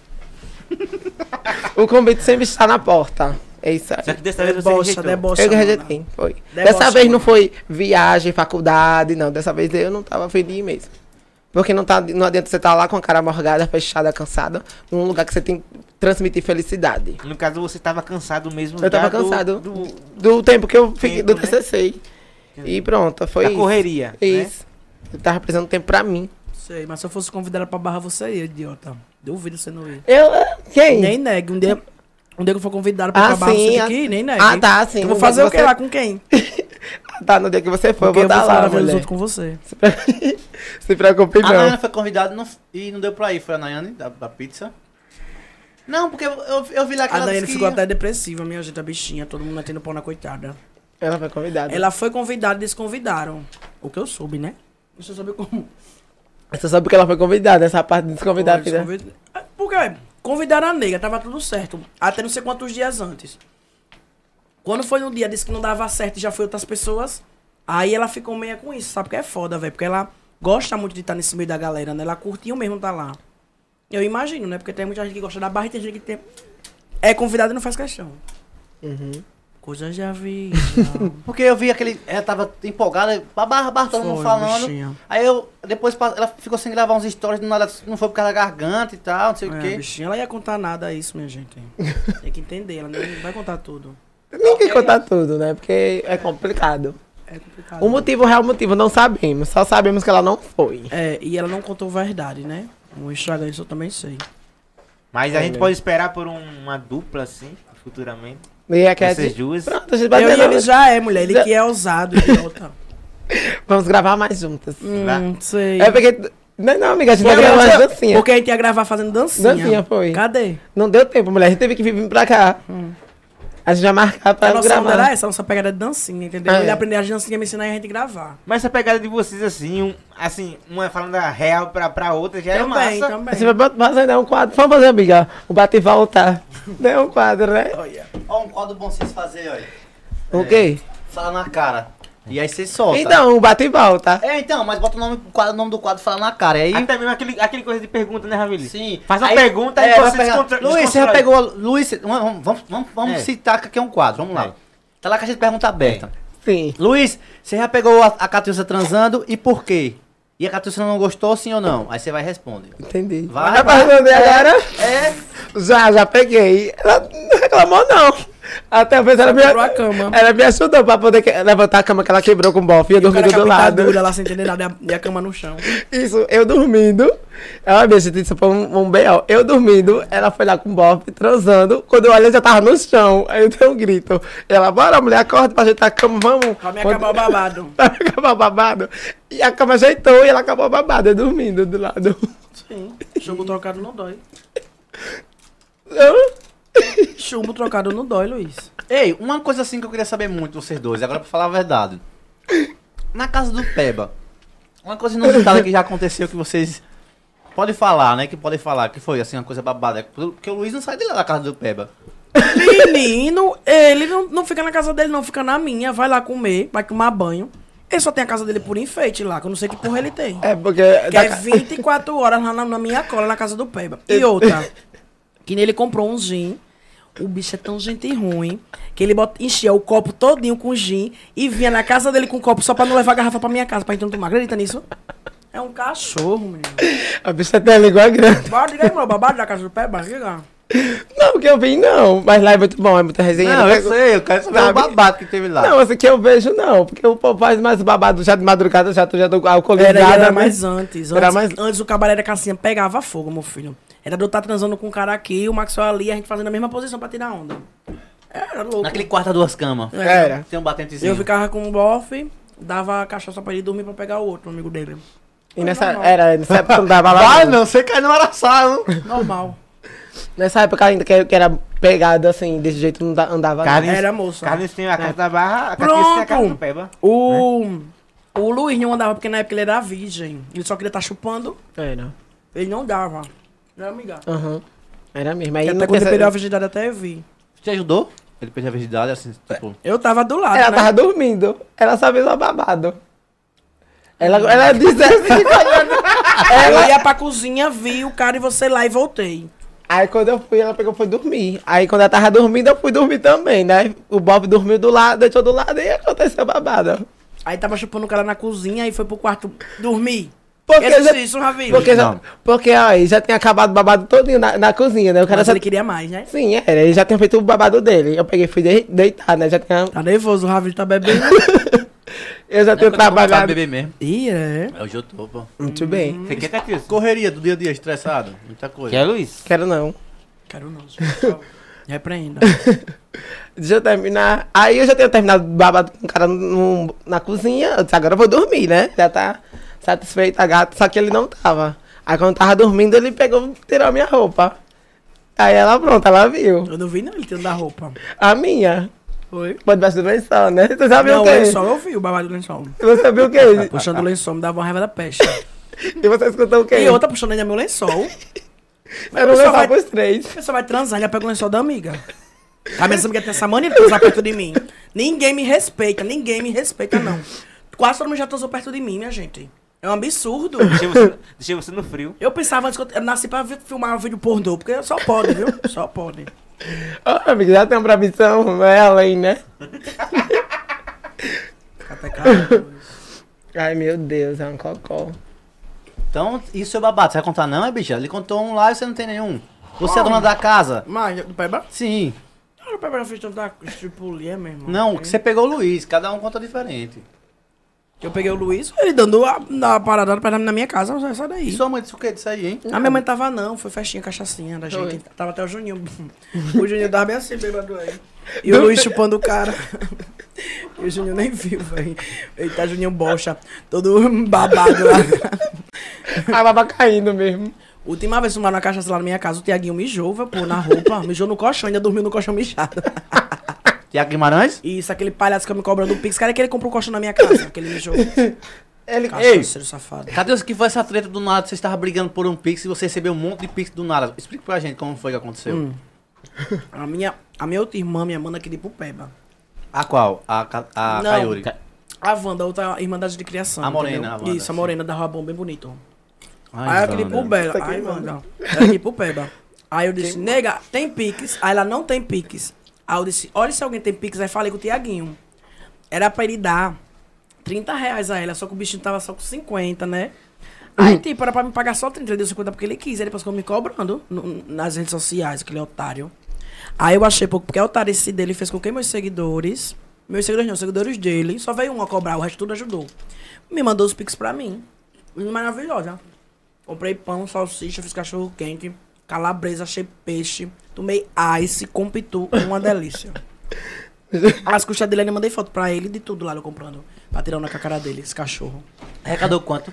[SPEAKER 1] o convite sempre está na porta. É isso aí.
[SPEAKER 3] Só que dessa vez você
[SPEAKER 2] Debocha,
[SPEAKER 3] tá rejeitou.
[SPEAKER 2] debocha.
[SPEAKER 1] Eu que
[SPEAKER 2] mana.
[SPEAKER 1] rejeitei, foi.
[SPEAKER 2] Debocha,
[SPEAKER 1] Dessa vez não
[SPEAKER 2] mano.
[SPEAKER 1] foi viagem, faculdade, não. Dessa vez eu não tava feliz mesmo. Porque não, tá, não adianta você estar lá com a cara morgada, fechada, cansada, num lugar que você tem que transmitir felicidade.
[SPEAKER 3] No caso, você tava cansado mesmo.
[SPEAKER 1] Eu tava
[SPEAKER 3] da- do-
[SPEAKER 1] cansado
[SPEAKER 3] do-
[SPEAKER 1] do, tempo que eu fiquei do
[SPEAKER 3] né?
[SPEAKER 1] TCC. E pronto, foi
[SPEAKER 3] da
[SPEAKER 1] isso.
[SPEAKER 3] correria. né?
[SPEAKER 1] Isso. Eu tava precisando de tempo pra mim.
[SPEAKER 2] Sei, mas se eu fosse convidada pra barra, você ia, idiota. Duvido você não ir.
[SPEAKER 1] Eu. ah, é Quem?
[SPEAKER 2] Nem negue. Um dia, um dia que eu for convidada pra
[SPEAKER 1] Ah,
[SPEAKER 2] acabar, você
[SPEAKER 1] sim,
[SPEAKER 2] tem
[SPEAKER 1] ah-
[SPEAKER 2] que ir, nem negue.
[SPEAKER 1] Ah, tá, sim.
[SPEAKER 2] Eu
[SPEAKER 1] No
[SPEAKER 2] vou
[SPEAKER 1] dia
[SPEAKER 2] fazer
[SPEAKER 1] que
[SPEAKER 2] o que
[SPEAKER 1] você-
[SPEAKER 2] lá com quem?
[SPEAKER 1] Tá, no dia que você foi, eu
[SPEAKER 2] Porque
[SPEAKER 1] vou estar
[SPEAKER 2] falar
[SPEAKER 1] lá,
[SPEAKER 2] na frente dos
[SPEAKER 1] mulher.
[SPEAKER 2] outros com você.
[SPEAKER 1] Se pre- Se
[SPEAKER 2] Ah,
[SPEAKER 1] preocupe,
[SPEAKER 4] A
[SPEAKER 1] não.
[SPEAKER 4] Nayane foi convidada não- e não deu pra ir. Foi a Nayane, da, da pizza. Não, porque eu, eu- eu vi lá que
[SPEAKER 2] A
[SPEAKER 4] ela disse
[SPEAKER 2] Daiane
[SPEAKER 4] que
[SPEAKER 2] ficou
[SPEAKER 4] ia.
[SPEAKER 2] até depressiva, minha gente, a bichinha, todo mundo metendo pau na coitada.
[SPEAKER 1] Ela foi convidada.
[SPEAKER 2] Ela foi convidada e desconvidaram. O que eu soube, né? Deixa eu saber como.
[SPEAKER 1] Você sabe que ela foi convidada, essa parte de desconvidada.
[SPEAKER 2] Foi,
[SPEAKER 1] né?
[SPEAKER 2] desconvid- Ah, Por quê? Convidaram a nega, tava tudo certo. Até não sei quantos dias antes. Quando foi no dia, disse que não dava certo e já foi outras pessoas. Aí ela ficou meia com isso, sabe? Porque é foda, velho. Porque ela gosta muito de estar nesse meio da galera, né? Ela curtiu mesmo estar lá. Eu imagino, né? Porque tem muita gente que gosta da barra e tem gente que tem... é convidada e não faz questão.
[SPEAKER 4] Uhum.
[SPEAKER 2] Coisa já vi.
[SPEAKER 4] Porque eu vi aquele. Ela tava empolgada, barra, barra, todo mundo
[SPEAKER 2] Foi,
[SPEAKER 4] falando.
[SPEAKER 2] bichinha.
[SPEAKER 4] Aí eu. Depois pa- ela ficou sem gravar uns stories, do nada, não foi por causa da garganta e tal, não sei o
[SPEAKER 2] é,
[SPEAKER 4] quê.
[SPEAKER 2] bichinha, ela ia contar nada é isso, minha gente. Tem que entender, ela não vai contar tudo.
[SPEAKER 1] Ninguém contar tudo, né? Porque é complicado.
[SPEAKER 2] É complicado.
[SPEAKER 1] O motivo, o real motivo, não sabemos. Só sabemos que ela não foi.
[SPEAKER 2] É, e ela não contou verdade, né? O Instagram, isso eu também sei.
[SPEAKER 3] Mas a
[SPEAKER 1] É,
[SPEAKER 3] gente
[SPEAKER 1] né?
[SPEAKER 3] pode esperar por um- uma dupla, assim, futuramente.
[SPEAKER 1] E é que a
[SPEAKER 3] Vocês
[SPEAKER 1] gente-
[SPEAKER 3] duas.
[SPEAKER 1] Pronto, a gente vai
[SPEAKER 2] Eu
[SPEAKER 1] ter
[SPEAKER 2] e ele
[SPEAKER 1] nome.
[SPEAKER 2] já é, mulher. Ele
[SPEAKER 1] Já-
[SPEAKER 2] que é ousado, idiota.
[SPEAKER 1] Vamos gravar mais juntas.
[SPEAKER 2] hum, sei.
[SPEAKER 1] É porque. Não, não, amiga, a gente tá vai
[SPEAKER 2] Porque
[SPEAKER 1] gravar
[SPEAKER 2] a gente-
[SPEAKER 1] mais dancinha.
[SPEAKER 2] Porque a gente ia gravar fazendo dancinha.
[SPEAKER 1] Dancinha, foi.
[SPEAKER 2] Cadê?
[SPEAKER 1] é. Não deu tempo, mulher. A gente teve que vir pra cá. A gente vai marcar pra
[SPEAKER 2] a Hum. É nossa onda
[SPEAKER 1] gravar.
[SPEAKER 2] era essa, a nossa pegada de dancinha, entendeu?
[SPEAKER 1] Ah,
[SPEAKER 2] ele
[SPEAKER 1] é.
[SPEAKER 2] aprender as dancinhas, me ensinar e a gente gravar.
[SPEAKER 3] Mas essa pegada de vocês, assim, um- assim uma falando da real pra, pra outra, já
[SPEAKER 2] também,
[SPEAKER 3] é massa.
[SPEAKER 1] A gente
[SPEAKER 2] também.
[SPEAKER 1] vai fazer né, um quadro. Vamos fazer, amiga. O bate e volta. Não é um quadro, né?
[SPEAKER 2] Olha.
[SPEAKER 4] Ó, um quadro bom vocês fazerem, olha.
[SPEAKER 1] O
[SPEAKER 2] É.
[SPEAKER 1] quê?
[SPEAKER 4] Fala na cara. E aí vocês soltam.
[SPEAKER 1] Então, o bate e volta.
[SPEAKER 4] É, então, mas bota o nome, o quadro- o nome do quadro fala na cara. Aí.
[SPEAKER 3] Até mesmo aquele, aquele coisa de pergunta, né, Ravili?
[SPEAKER 4] Sim.
[SPEAKER 3] Faz uma
[SPEAKER 4] Aí-
[SPEAKER 3] pergunta
[SPEAKER 4] é,
[SPEAKER 3] e
[SPEAKER 4] vai
[SPEAKER 3] você
[SPEAKER 4] pegar-
[SPEAKER 3] descontra-
[SPEAKER 4] Luiz, você já
[SPEAKER 3] desconstrói.
[SPEAKER 4] pegou. a- Luiz, você- vamos, vamos, vamos, vamos
[SPEAKER 3] É.
[SPEAKER 4] citar que aqui é um quadro. Vamos lá.
[SPEAKER 3] É.
[SPEAKER 4] Tá lá com a gente pergunta aberta.
[SPEAKER 1] Sim.
[SPEAKER 4] Luiz, você já pegou a, a Catiúcia transando e por quê? E a Catiúcia não gostou, sim ou não? Aí você vai e responde.
[SPEAKER 1] Entendi.
[SPEAKER 4] Vai,
[SPEAKER 1] Vai,
[SPEAKER 4] vai.
[SPEAKER 1] pra responder agora?
[SPEAKER 4] É.
[SPEAKER 1] Já, já peguei. Ela não reclamou, não. Até vez ela me,
[SPEAKER 2] quebrou a cama.
[SPEAKER 1] ela me ajudou pra poder que- levantar a cama que ela quebrou com o bofe e eu
[SPEAKER 2] E o cara
[SPEAKER 1] dormindo
[SPEAKER 2] com a
[SPEAKER 1] do lado.
[SPEAKER 2] pitadura lá sem entender nada e a- e a cama no chão.
[SPEAKER 1] Isso, eu dormindo. Ela me gente, isso foi um, um B.O. Eu dormindo, ela foi lá com o bofe, transando. Quando eu olhei, eu já tava no chão. Aí eu dei um grito. Ela, bora, mulher, acorda pra ajeitar a cama, vamos.
[SPEAKER 2] Pra me acabar o babado.
[SPEAKER 1] Pra me acabar o babado. E a cama ajeitou e ela acabou babada, eu dormindo do lado.
[SPEAKER 2] Sim. Chumbo trocado não dói.
[SPEAKER 1] Eu-
[SPEAKER 2] Chumbo trocado não dói, Luiz.
[SPEAKER 4] Ei, uma coisa assim que eu queria saber muito de vocês dois, agora pra falar a verdade. Na casa do Peba, uma coisa inusitada que já aconteceu que vocês podem falar, né? Que podem falar, que foi assim, uma coisa babada. Porque o Luiz não sai de lá da casa do Peba.
[SPEAKER 2] Menino, ele não, não fica na casa dele, não, fica na minha. Vai lá comer, vai tomar banho. Ele só tem a casa dele por enfeite lá, que eu não sei que porra ele tem.
[SPEAKER 1] É porque.
[SPEAKER 2] que
[SPEAKER 1] da
[SPEAKER 2] é
[SPEAKER 1] ca-
[SPEAKER 2] 24 horas lá na, na minha cola, na casa do Peba. E outra, que nele comprou um gin. O bicho é tão gente ruim que ele bota, enchia o copo todinho com gin e vinha na casa dele com o copo só pra não levar a garrafa pra minha casa, pra gente não tomar. Acredita nisso? É um cachorro, menino.
[SPEAKER 1] A bicha tem a língua grande.
[SPEAKER 2] Bora, diga aí, meu babado da casa do Peba, diga.
[SPEAKER 1] Não, o que eu vi não. Mas lá é muito bom, é muita resenha.
[SPEAKER 4] Não, eu
[SPEAKER 1] pego-
[SPEAKER 4] sei, eu quero saber o
[SPEAKER 1] Sabe?
[SPEAKER 4] babado que teve lá.
[SPEAKER 1] Não, assim que eu vejo não, porque o povo faz mais babado já de madrugada, já tô já tô alcoolizada.
[SPEAKER 2] Era, era
[SPEAKER 1] né?
[SPEAKER 2] mais um, antes. antes
[SPEAKER 1] Era mais-
[SPEAKER 2] antes o cabaré da Cassinha pegava fogo, meu filho. Era de eu estar transando com o cara aqui, o Maxwell ali, a gente fazendo a mesma posição pra tirar onda. Era louco.
[SPEAKER 4] Naquele quarto a duas camas.
[SPEAKER 1] É. Era.
[SPEAKER 4] Tem um batentezinho.
[SPEAKER 2] Eu ficava com um bofe, dava a cachaça pra ele dormir pra pegar o outro, amigo dele.
[SPEAKER 1] E nessa era, nessa época não dava lá.
[SPEAKER 4] Vai,
[SPEAKER 1] não.
[SPEAKER 4] não, você cai no araçá, não.
[SPEAKER 2] Normal.
[SPEAKER 1] Nessa época ainda que, que era pegado assim, desse jeito não da- andava não.
[SPEAKER 3] Carlinhos-
[SPEAKER 2] Era moça.
[SPEAKER 3] Carlinhos tem a casa da barra, a Catiúcia tem a casa
[SPEAKER 2] Pronto.
[SPEAKER 3] do Peba.
[SPEAKER 2] O, É. o Luiz não andava porque na época ele era virgem. Ele só queria estar chupando,
[SPEAKER 1] Era.
[SPEAKER 2] ele não dava. Não era amiga.
[SPEAKER 1] Aham. Era mesmo. Aí
[SPEAKER 2] E até
[SPEAKER 1] não
[SPEAKER 2] quando eu
[SPEAKER 1] pensa...
[SPEAKER 2] perdeu a virgindade até eu vi.
[SPEAKER 4] Te ajudou? Ele perdeu a virgindade, assim,
[SPEAKER 1] É.
[SPEAKER 4] tipo...
[SPEAKER 2] Eu tava do lado,
[SPEAKER 1] Ela
[SPEAKER 2] né?
[SPEAKER 1] tava dormindo. Ela só fez uma babado. Ela,
[SPEAKER 2] Uhum.
[SPEAKER 1] ela disse assim,
[SPEAKER 2] Eu ia pra cozinha, vi o cara e você lá e voltei.
[SPEAKER 1] Aí quando eu fui, ela pegou e foi dormir. Aí quando ela tava dormindo, eu fui dormir também, né? O Bob dormiu do lado, deixou do lado e aconteceu a babada.
[SPEAKER 2] Aí tava chupando o cara na cozinha e foi pro quarto dormir.
[SPEAKER 1] Porque
[SPEAKER 2] Esse-
[SPEAKER 1] já-
[SPEAKER 2] isso, Ravi.
[SPEAKER 1] Porque, já,
[SPEAKER 4] Não.
[SPEAKER 1] porque ó, ele já tinha acabado o babado todinho na, na cozinha, né? O cara
[SPEAKER 2] Mas
[SPEAKER 1] já...
[SPEAKER 2] ele queria mais, né?
[SPEAKER 1] Sim, era. Ele já tinha feito o babado dele. Eu peguei, fui de- deitar, né? Já tinha...
[SPEAKER 2] Tá nervoso, o Ravi tá bebendo.
[SPEAKER 1] Eu já tinha
[SPEAKER 4] Sabe
[SPEAKER 1] trabalhado.
[SPEAKER 4] beber mesmo.
[SPEAKER 2] Ih, é.
[SPEAKER 4] Hoje eu tô, pô.
[SPEAKER 1] Muito bem.
[SPEAKER 2] Hum.
[SPEAKER 3] Você quer que é Cris?
[SPEAKER 4] Correria do dia a dia, estressado. Muita
[SPEAKER 3] Quer,
[SPEAKER 4] coisa.
[SPEAKER 3] é Luiz?
[SPEAKER 1] Quero não.
[SPEAKER 2] Quero não, gente. Repreenda.
[SPEAKER 1] Deixa eu terminar. Aí eu já tinha terminado o babado com o cara no- na cozinha. Eu disse, agora eu vou dormir, né? Já tá satisfeito a gata, só que ele não tava. Aí quando eu tava dormindo, ele pegou, tirou a minha roupa. Aí ela, pronto, ela viu.
[SPEAKER 2] Eu não vi não ele tirando da roupa.
[SPEAKER 1] A minha.
[SPEAKER 2] Foi?
[SPEAKER 1] Pô, debaixo do lençol, né? Você sabe
[SPEAKER 2] Não, é
[SPEAKER 1] o
[SPEAKER 2] o
[SPEAKER 1] quê?
[SPEAKER 2] lençol, eu vi o babado do lençol.
[SPEAKER 1] Você sabia o quê?
[SPEAKER 2] Puxando o lençol, me dava uma raiva da peste.
[SPEAKER 1] E você escutou o quê?
[SPEAKER 2] E outra puxando ainda meu lençol.
[SPEAKER 1] Era um
[SPEAKER 2] Só
[SPEAKER 1] lençol
[SPEAKER 2] vai-
[SPEAKER 1] pros três.
[SPEAKER 2] A pessoa vai transar, já pega o lençol da amiga. Tá A minha amiga tem essa mania de transar perto de mim. Ninguém me respeita, ninguém me respeita, não. Quase todo mundo já transou perto de mim, minha gente. É um absurdo.
[SPEAKER 3] Deixei você, deixei você no frio.
[SPEAKER 2] Eu pensava antes que eu, eu nasci pra vi- filmar um vídeo pornô, porque só pode, viu? Só pode.
[SPEAKER 1] Ô, amigo, já tem uma proibição, não é além, né?
[SPEAKER 2] Até caralho.
[SPEAKER 1] Ai, meu Deus, é um cocô.
[SPEAKER 4] Então, isso é babado. Você vai contar não, é, bicha? Ele contou um lá e você não tem nenhum. Você é dona da casa.
[SPEAKER 2] Mas, do Peba?
[SPEAKER 4] Sim.
[SPEAKER 2] Cara, o Peba já fez tanta estripulia, meu irmão.
[SPEAKER 4] Não, que você pegou o Luiz. Cada um conta diferente.
[SPEAKER 2] Eu peguei o Luiz, ele dando a, na parada pra- na minha casa, sai- sai daí.
[SPEAKER 4] E sua mãe disse o que disso aí, hein?
[SPEAKER 2] A minha mãe tava não, foi festinha, cachaçinha da gente. Tava até o Juninho. O Juninho tava bem assim, bêbado aí. E o Luiz chupando o cara. E o Juninho nem viu, velho. Eita, Juninho bocha. Todo babado lá.
[SPEAKER 1] A baba caindo mesmo.
[SPEAKER 2] Última vez que tomaram uma cachaça lá na minha casa, o Tiaguinho mijou, velho, pô, na roupa. Mijou no colchão, ainda dormiu no colchão mijado.
[SPEAKER 4] Tiago Guimarães?
[SPEAKER 2] Isso, aquele palhaço que eu me cobrando do Pix. Cara, é que ele comprou o colchão na minha casa, aquele mijou.
[SPEAKER 4] Ele... Ei,
[SPEAKER 2] Cachaceiro safado.
[SPEAKER 4] cadê os que foi essa treta do nada? Você estava brigando por um pix e você recebeu um monte de pix do nada. Explica pra gente como foi que aconteceu.
[SPEAKER 2] Hum. A minha, a minha outra irmã, minha mana, queria ir pro Peba.
[SPEAKER 4] A qual? A, Ca- a
[SPEAKER 2] Não.
[SPEAKER 4] Kayuri.
[SPEAKER 2] A Wanda, a outra irmã da de criação.
[SPEAKER 4] A morena,
[SPEAKER 2] entendeu?
[SPEAKER 4] a Wanda,
[SPEAKER 2] Isso, a
[SPEAKER 4] sim.
[SPEAKER 2] morena dava bom, bem bonito.
[SPEAKER 4] Ai,
[SPEAKER 2] Aí eu queria ir
[SPEAKER 4] Wanda.
[SPEAKER 2] pro Beba.
[SPEAKER 1] Tá
[SPEAKER 2] Aí,
[SPEAKER 1] queimando.
[SPEAKER 2] Wanda. Eu queria ir pro Peba. Aí eu disse, nega, tem Pix. Aí ela não tem Pix. Aí eu disse, olha se alguém tem Pix. Aí falei com o Tiaguinho. Era pra ele dar 30 reais a ela, só que o bichinho tava só com 50, né? Aí, tipo, era pra me pagar só 30, ele deu 50 porque ele quis. Aí depois ficou me cobrando no- nas redes sociais, aquele otário. Aí eu achei pouco, porque a otarice dele fez com que meus seguidores. Meus seguidores não, seguidores dele. Só veio um a cobrar, o resto tudo ajudou. Me mandou os pix pra mim. Maravilhosa. Comprei pão, salsicha, fiz cachorro quente, calabresa, achei peixe. Tomei ice com pitu, uma delícia. As custas dele, eu mandei foto pra ele de tudo lá, eu comprando. Pra tirar uma com a cara dele, esse cachorro.
[SPEAKER 4] Arrecadou quanto?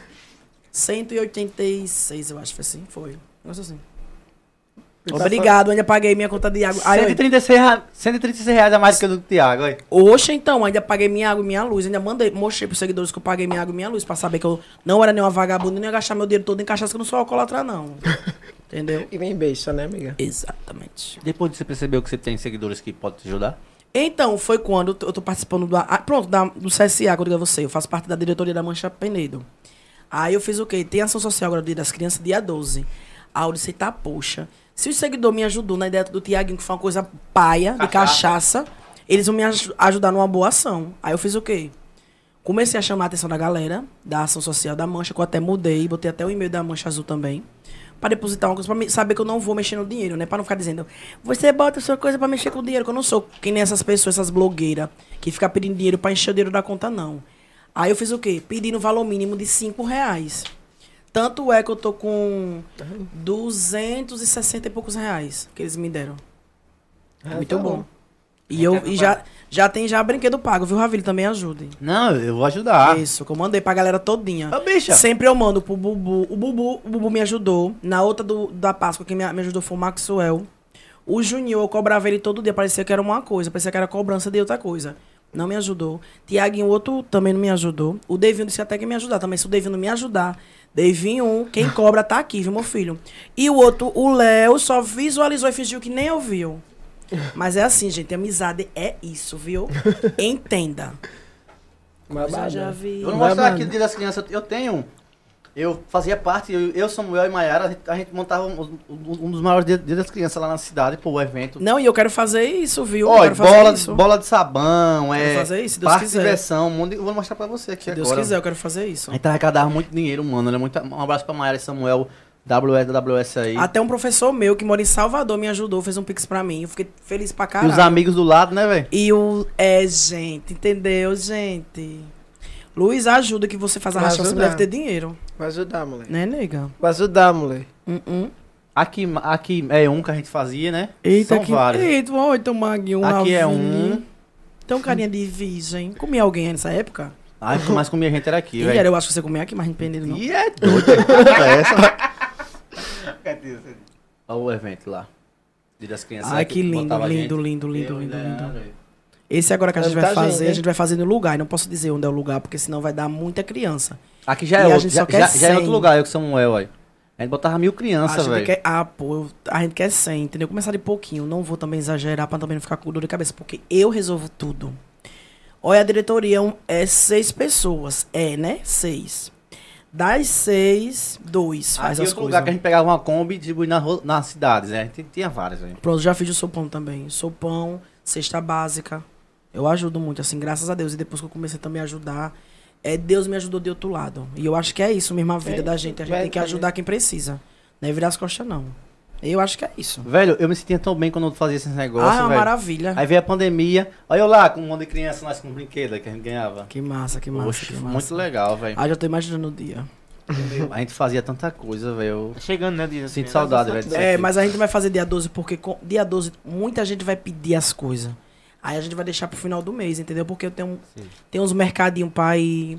[SPEAKER 2] 186, eu acho que foi assim. Foi. Nossa, assim. Obrigado, ainda paguei minha conta de água. Aí, eu-
[SPEAKER 4] 136, rea- 136 reais a mais que o do Tiago, olha.
[SPEAKER 2] Oxe, então, ainda paguei minha água e minha luz. Ainda mandei, mostrei pros seguidores que eu paguei minha água e minha luz pra saber que eu não era nenhuma vagabunda e não ia gastar meu dinheiro todo em cachaça, que eu não sou alcoólatra, não. Entendeu?
[SPEAKER 1] E nem beijo, né, amiga?
[SPEAKER 2] Exatamente.
[SPEAKER 4] Depois de você percebeu que você tem seguidores que podem te ajudar?
[SPEAKER 2] Então, foi quando eu tô- eu tô participando do. ah, pronto, da- do CSA, que eu digo a você. Eu faço parte da diretoria da Mancha Penedo. Aí eu fiz o quê? Tem ação social agora do Dia das Crianças, dia 12. Aí eu disse, tá, poxa. Se o seguidor me ajudou na ideia do Tiaguinho, que foi uma coisa paia, de cachaça, eles vão me aj- ajudar numa boa ação. Aí eu fiz o quê? Comecei a chamar a atenção da galera da ação social da Mancha, que eu até mudei, botei até o e-mail da Mancha Azul também. Pra depositar uma coisa, pra me- saber que eu não vou mexer no dinheiro, né? Pra não ficar dizendo, você bota sua coisa pra mexer com o dinheiro, que eu não sou que nem essas pessoas, essas blogueiras, que ficam pedindo dinheiro pra encher o dinheiro da conta, não. Aí eu fiz o quê? Pedi no valor mínimo de 5 reais. Tanto é que eu tô com 260 e poucos reais que eles me deram. Muito
[SPEAKER 1] tá
[SPEAKER 2] Ah, bom. E, eu, e já, já tem já brinquedo pago, viu, Ravilho? Também ajudem.
[SPEAKER 4] Não, eu vou ajudar.
[SPEAKER 2] Isso, que eu mandei pra galera todinha.
[SPEAKER 4] Ô, Tá? bicha.
[SPEAKER 2] Sempre eu mando pro Bubu. O Bubu, o Bubu me ajudou. Na outra do, da Páscoa, quem me, me ajudou foi o Maxwell. O Juninho, eu cobrava ele todo dia. Parecia que era uma coisa, parecia que era cobrança de outra coisa. Não me ajudou. Tiaguinho, outro também não me ajudou. O Devinho disse até que ia me ajudar também. Se o Devinho não me ajudar, Devinho, quem cobra tá aqui, viu, meu filho? E o outro, o Léo, só visualizou e fingiu que nem ouviu. Mas é assim, gente, amizade é isso, viu? Entenda.
[SPEAKER 1] Uma
[SPEAKER 2] Mas eu já vi.
[SPEAKER 4] Eu não
[SPEAKER 1] Vai,
[SPEAKER 4] mostro aqui
[SPEAKER 1] mano.
[SPEAKER 4] no dia das crianças. Eu tenho Eu fazia parte, eu, eu Samuel e Maiara, a gente- a gente montava um, um- um dos maiores dias dias das crianças lá na cidade, pô, o evento.
[SPEAKER 2] Não, e eu quero fazer isso, viu? Eu
[SPEAKER 4] Olha,
[SPEAKER 2] quero fazer
[SPEAKER 4] bola,
[SPEAKER 2] isso.
[SPEAKER 4] bola de sabão, é.
[SPEAKER 2] Quero fazer isso, se Deus
[SPEAKER 4] parque de
[SPEAKER 2] quiser.
[SPEAKER 4] diversão, um monte de- eu vou mostrar pra você aqui
[SPEAKER 2] Se Deus
[SPEAKER 4] agora.
[SPEAKER 2] quiser, eu quero fazer isso.
[SPEAKER 4] A gente arrecadava muito dinheiro, mano. Era muito, um abraço pra Maiara e Samuel, WS da WS aí.
[SPEAKER 2] Até um professor meu que mora em Salvador me ajudou, fez um pix pra mim. Eu fiquei feliz pra
[SPEAKER 4] e
[SPEAKER 2] caralho.
[SPEAKER 4] os amigos do lado, né, velho?
[SPEAKER 2] E o. É, gente, entendeu, gente? Luiz, ajuda que você faz a
[SPEAKER 1] Vai
[SPEAKER 2] racha, você
[SPEAKER 1] ajudar.
[SPEAKER 2] deve ter dinheiro.
[SPEAKER 1] Vai ajudar, moleque.
[SPEAKER 2] Né, nega?
[SPEAKER 1] Vai ajudar, moleque.
[SPEAKER 2] Uh-uh.
[SPEAKER 4] Aqui, aqui é um que a gente fazia, né?
[SPEAKER 2] Eita,
[SPEAKER 4] São
[SPEAKER 2] que.
[SPEAKER 4] vários.
[SPEAKER 2] Eita, olha, então, Magno, um
[SPEAKER 4] Aqui é
[SPEAKER 2] novinho.
[SPEAKER 4] um.
[SPEAKER 2] Então, carinha de virgem. Comia alguém nessa época?
[SPEAKER 4] Ai, o que mais comia gente era aqui,
[SPEAKER 2] E era, um
[SPEAKER 4] velho.
[SPEAKER 2] eu acho que você comia aqui, mas não entendido não.
[SPEAKER 4] E é doido. é essa?
[SPEAKER 3] Cadê você?
[SPEAKER 4] Olha o evento lá. Dia das crianças.
[SPEAKER 2] Ai,
[SPEAKER 4] né,
[SPEAKER 2] que lindo,
[SPEAKER 4] botava
[SPEAKER 2] lindo,
[SPEAKER 4] gente.
[SPEAKER 2] lindo, lindo,
[SPEAKER 4] Eu, né?
[SPEAKER 2] lindo,
[SPEAKER 4] Leandro,
[SPEAKER 2] lindo. Esse agora que a gente
[SPEAKER 1] Muita
[SPEAKER 2] vai
[SPEAKER 1] gente,
[SPEAKER 2] fazer, a
[SPEAKER 1] hein?
[SPEAKER 2] gente vai fazer no lugar. E não posso dizer onde é o lugar, porque senão vai dar muita criança.
[SPEAKER 4] Aqui já
[SPEAKER 2] E
[SPEAKER 4] é
[SPEAKER 2] a
[SPEAKER 4] outro,
[SPEAKER 2] gente
[SPEAKER 4] já,
[SPEAKER 2] só quer
[SPEAKER 4] já, já é outro
[SPEAKER 2] 100.
[SPEAKER 4] lugar, eu que Samuel, aí. A gente botava mil
[SPEAKER 2] a
[SPEAKER 4] crianças,
[SPEAKER 2] gente
[SPEAKER 4] velho.
[SPEAKER 2] quer, ah, pô, eu- a gente quer 100, entendeu? Começar de pouquinho. Não vou também exagerar pra também não ficar com dor de cabeça, porque eu resolvo tudo. Olha, a diretoria é um- é seis pessoas. É, né? Seis. Das seis, dois faz
[SPEAKER 4] Aqui é
[SPEAKER 2] as
[SPEAKER 4] outro lugar que a
[SPEAKER 2] coisas. né?
[SPEAKER 4] gente pegava uma Kombi e distribuía na ro- nas cidades, né? Tinha, tinha várias, velho.
[SPEAKER 2] Pronto, já fiz o sopão também. Sopão, cesta básica. Eu ajudo muito, assim, graças a Deus. E depois que eu comecei também a ajudar, é, Deus me ajudou de outro lado. E eu acho que é isso mesmo a vida
[SPEAKER 1] É,
[SPEAKER 2] da gente. A gente
[SPEAKER 1] vai
[SPEAKER 2] tem que
[SPEAKER 1] também.
[SPEAKER 2] ajudar quem precisa. Não é virar as costas, não. Eu acho que é isso.
[SPEAKER 4] Velho, eu me sentia tão bem quando eu fazia esses negócios,
[SPEAKER 2] ah, é uma
[SPEAKER 4] velho.
[SPEAKER 2] maravilha.
[SPEAKER 4] Aí veio a pandemia. Olha eu lá, com um monte de criança nós com brinquedo que a gente ganhava.
[SPEAKER 2] Que massa, que massa,
[SPEAKER 4] Poxa,
[SPEAKER 2] que massa.
[SPEAKER 4] muito legal, velho.
[SPEAKER 2] Ah, já tô imaginando o dia.
[SPEAKER 4] A gente fazia tanta coisa, velho.
[SPEAKER 3] Tá Chegando, né?
[SPEAKER 4] Eu
[SPEAKER 3] Diz,
[SPEAKER 4] Sinto saudade, velho. disso
[SPEAKER 2] É,
[SPEAKER 4] aqui.
[SPEAKER 2] mas a gente vai fazer dia 12, porque com- dia 12 muita gente vai pedir as coisas. Aí a gente vai deixar pro final do mês, entendeu? Porque eu tenho, um,
[SPEAKER 3] Sim.
[SPEAKER 2] tenho uns mercadinhos pra ir.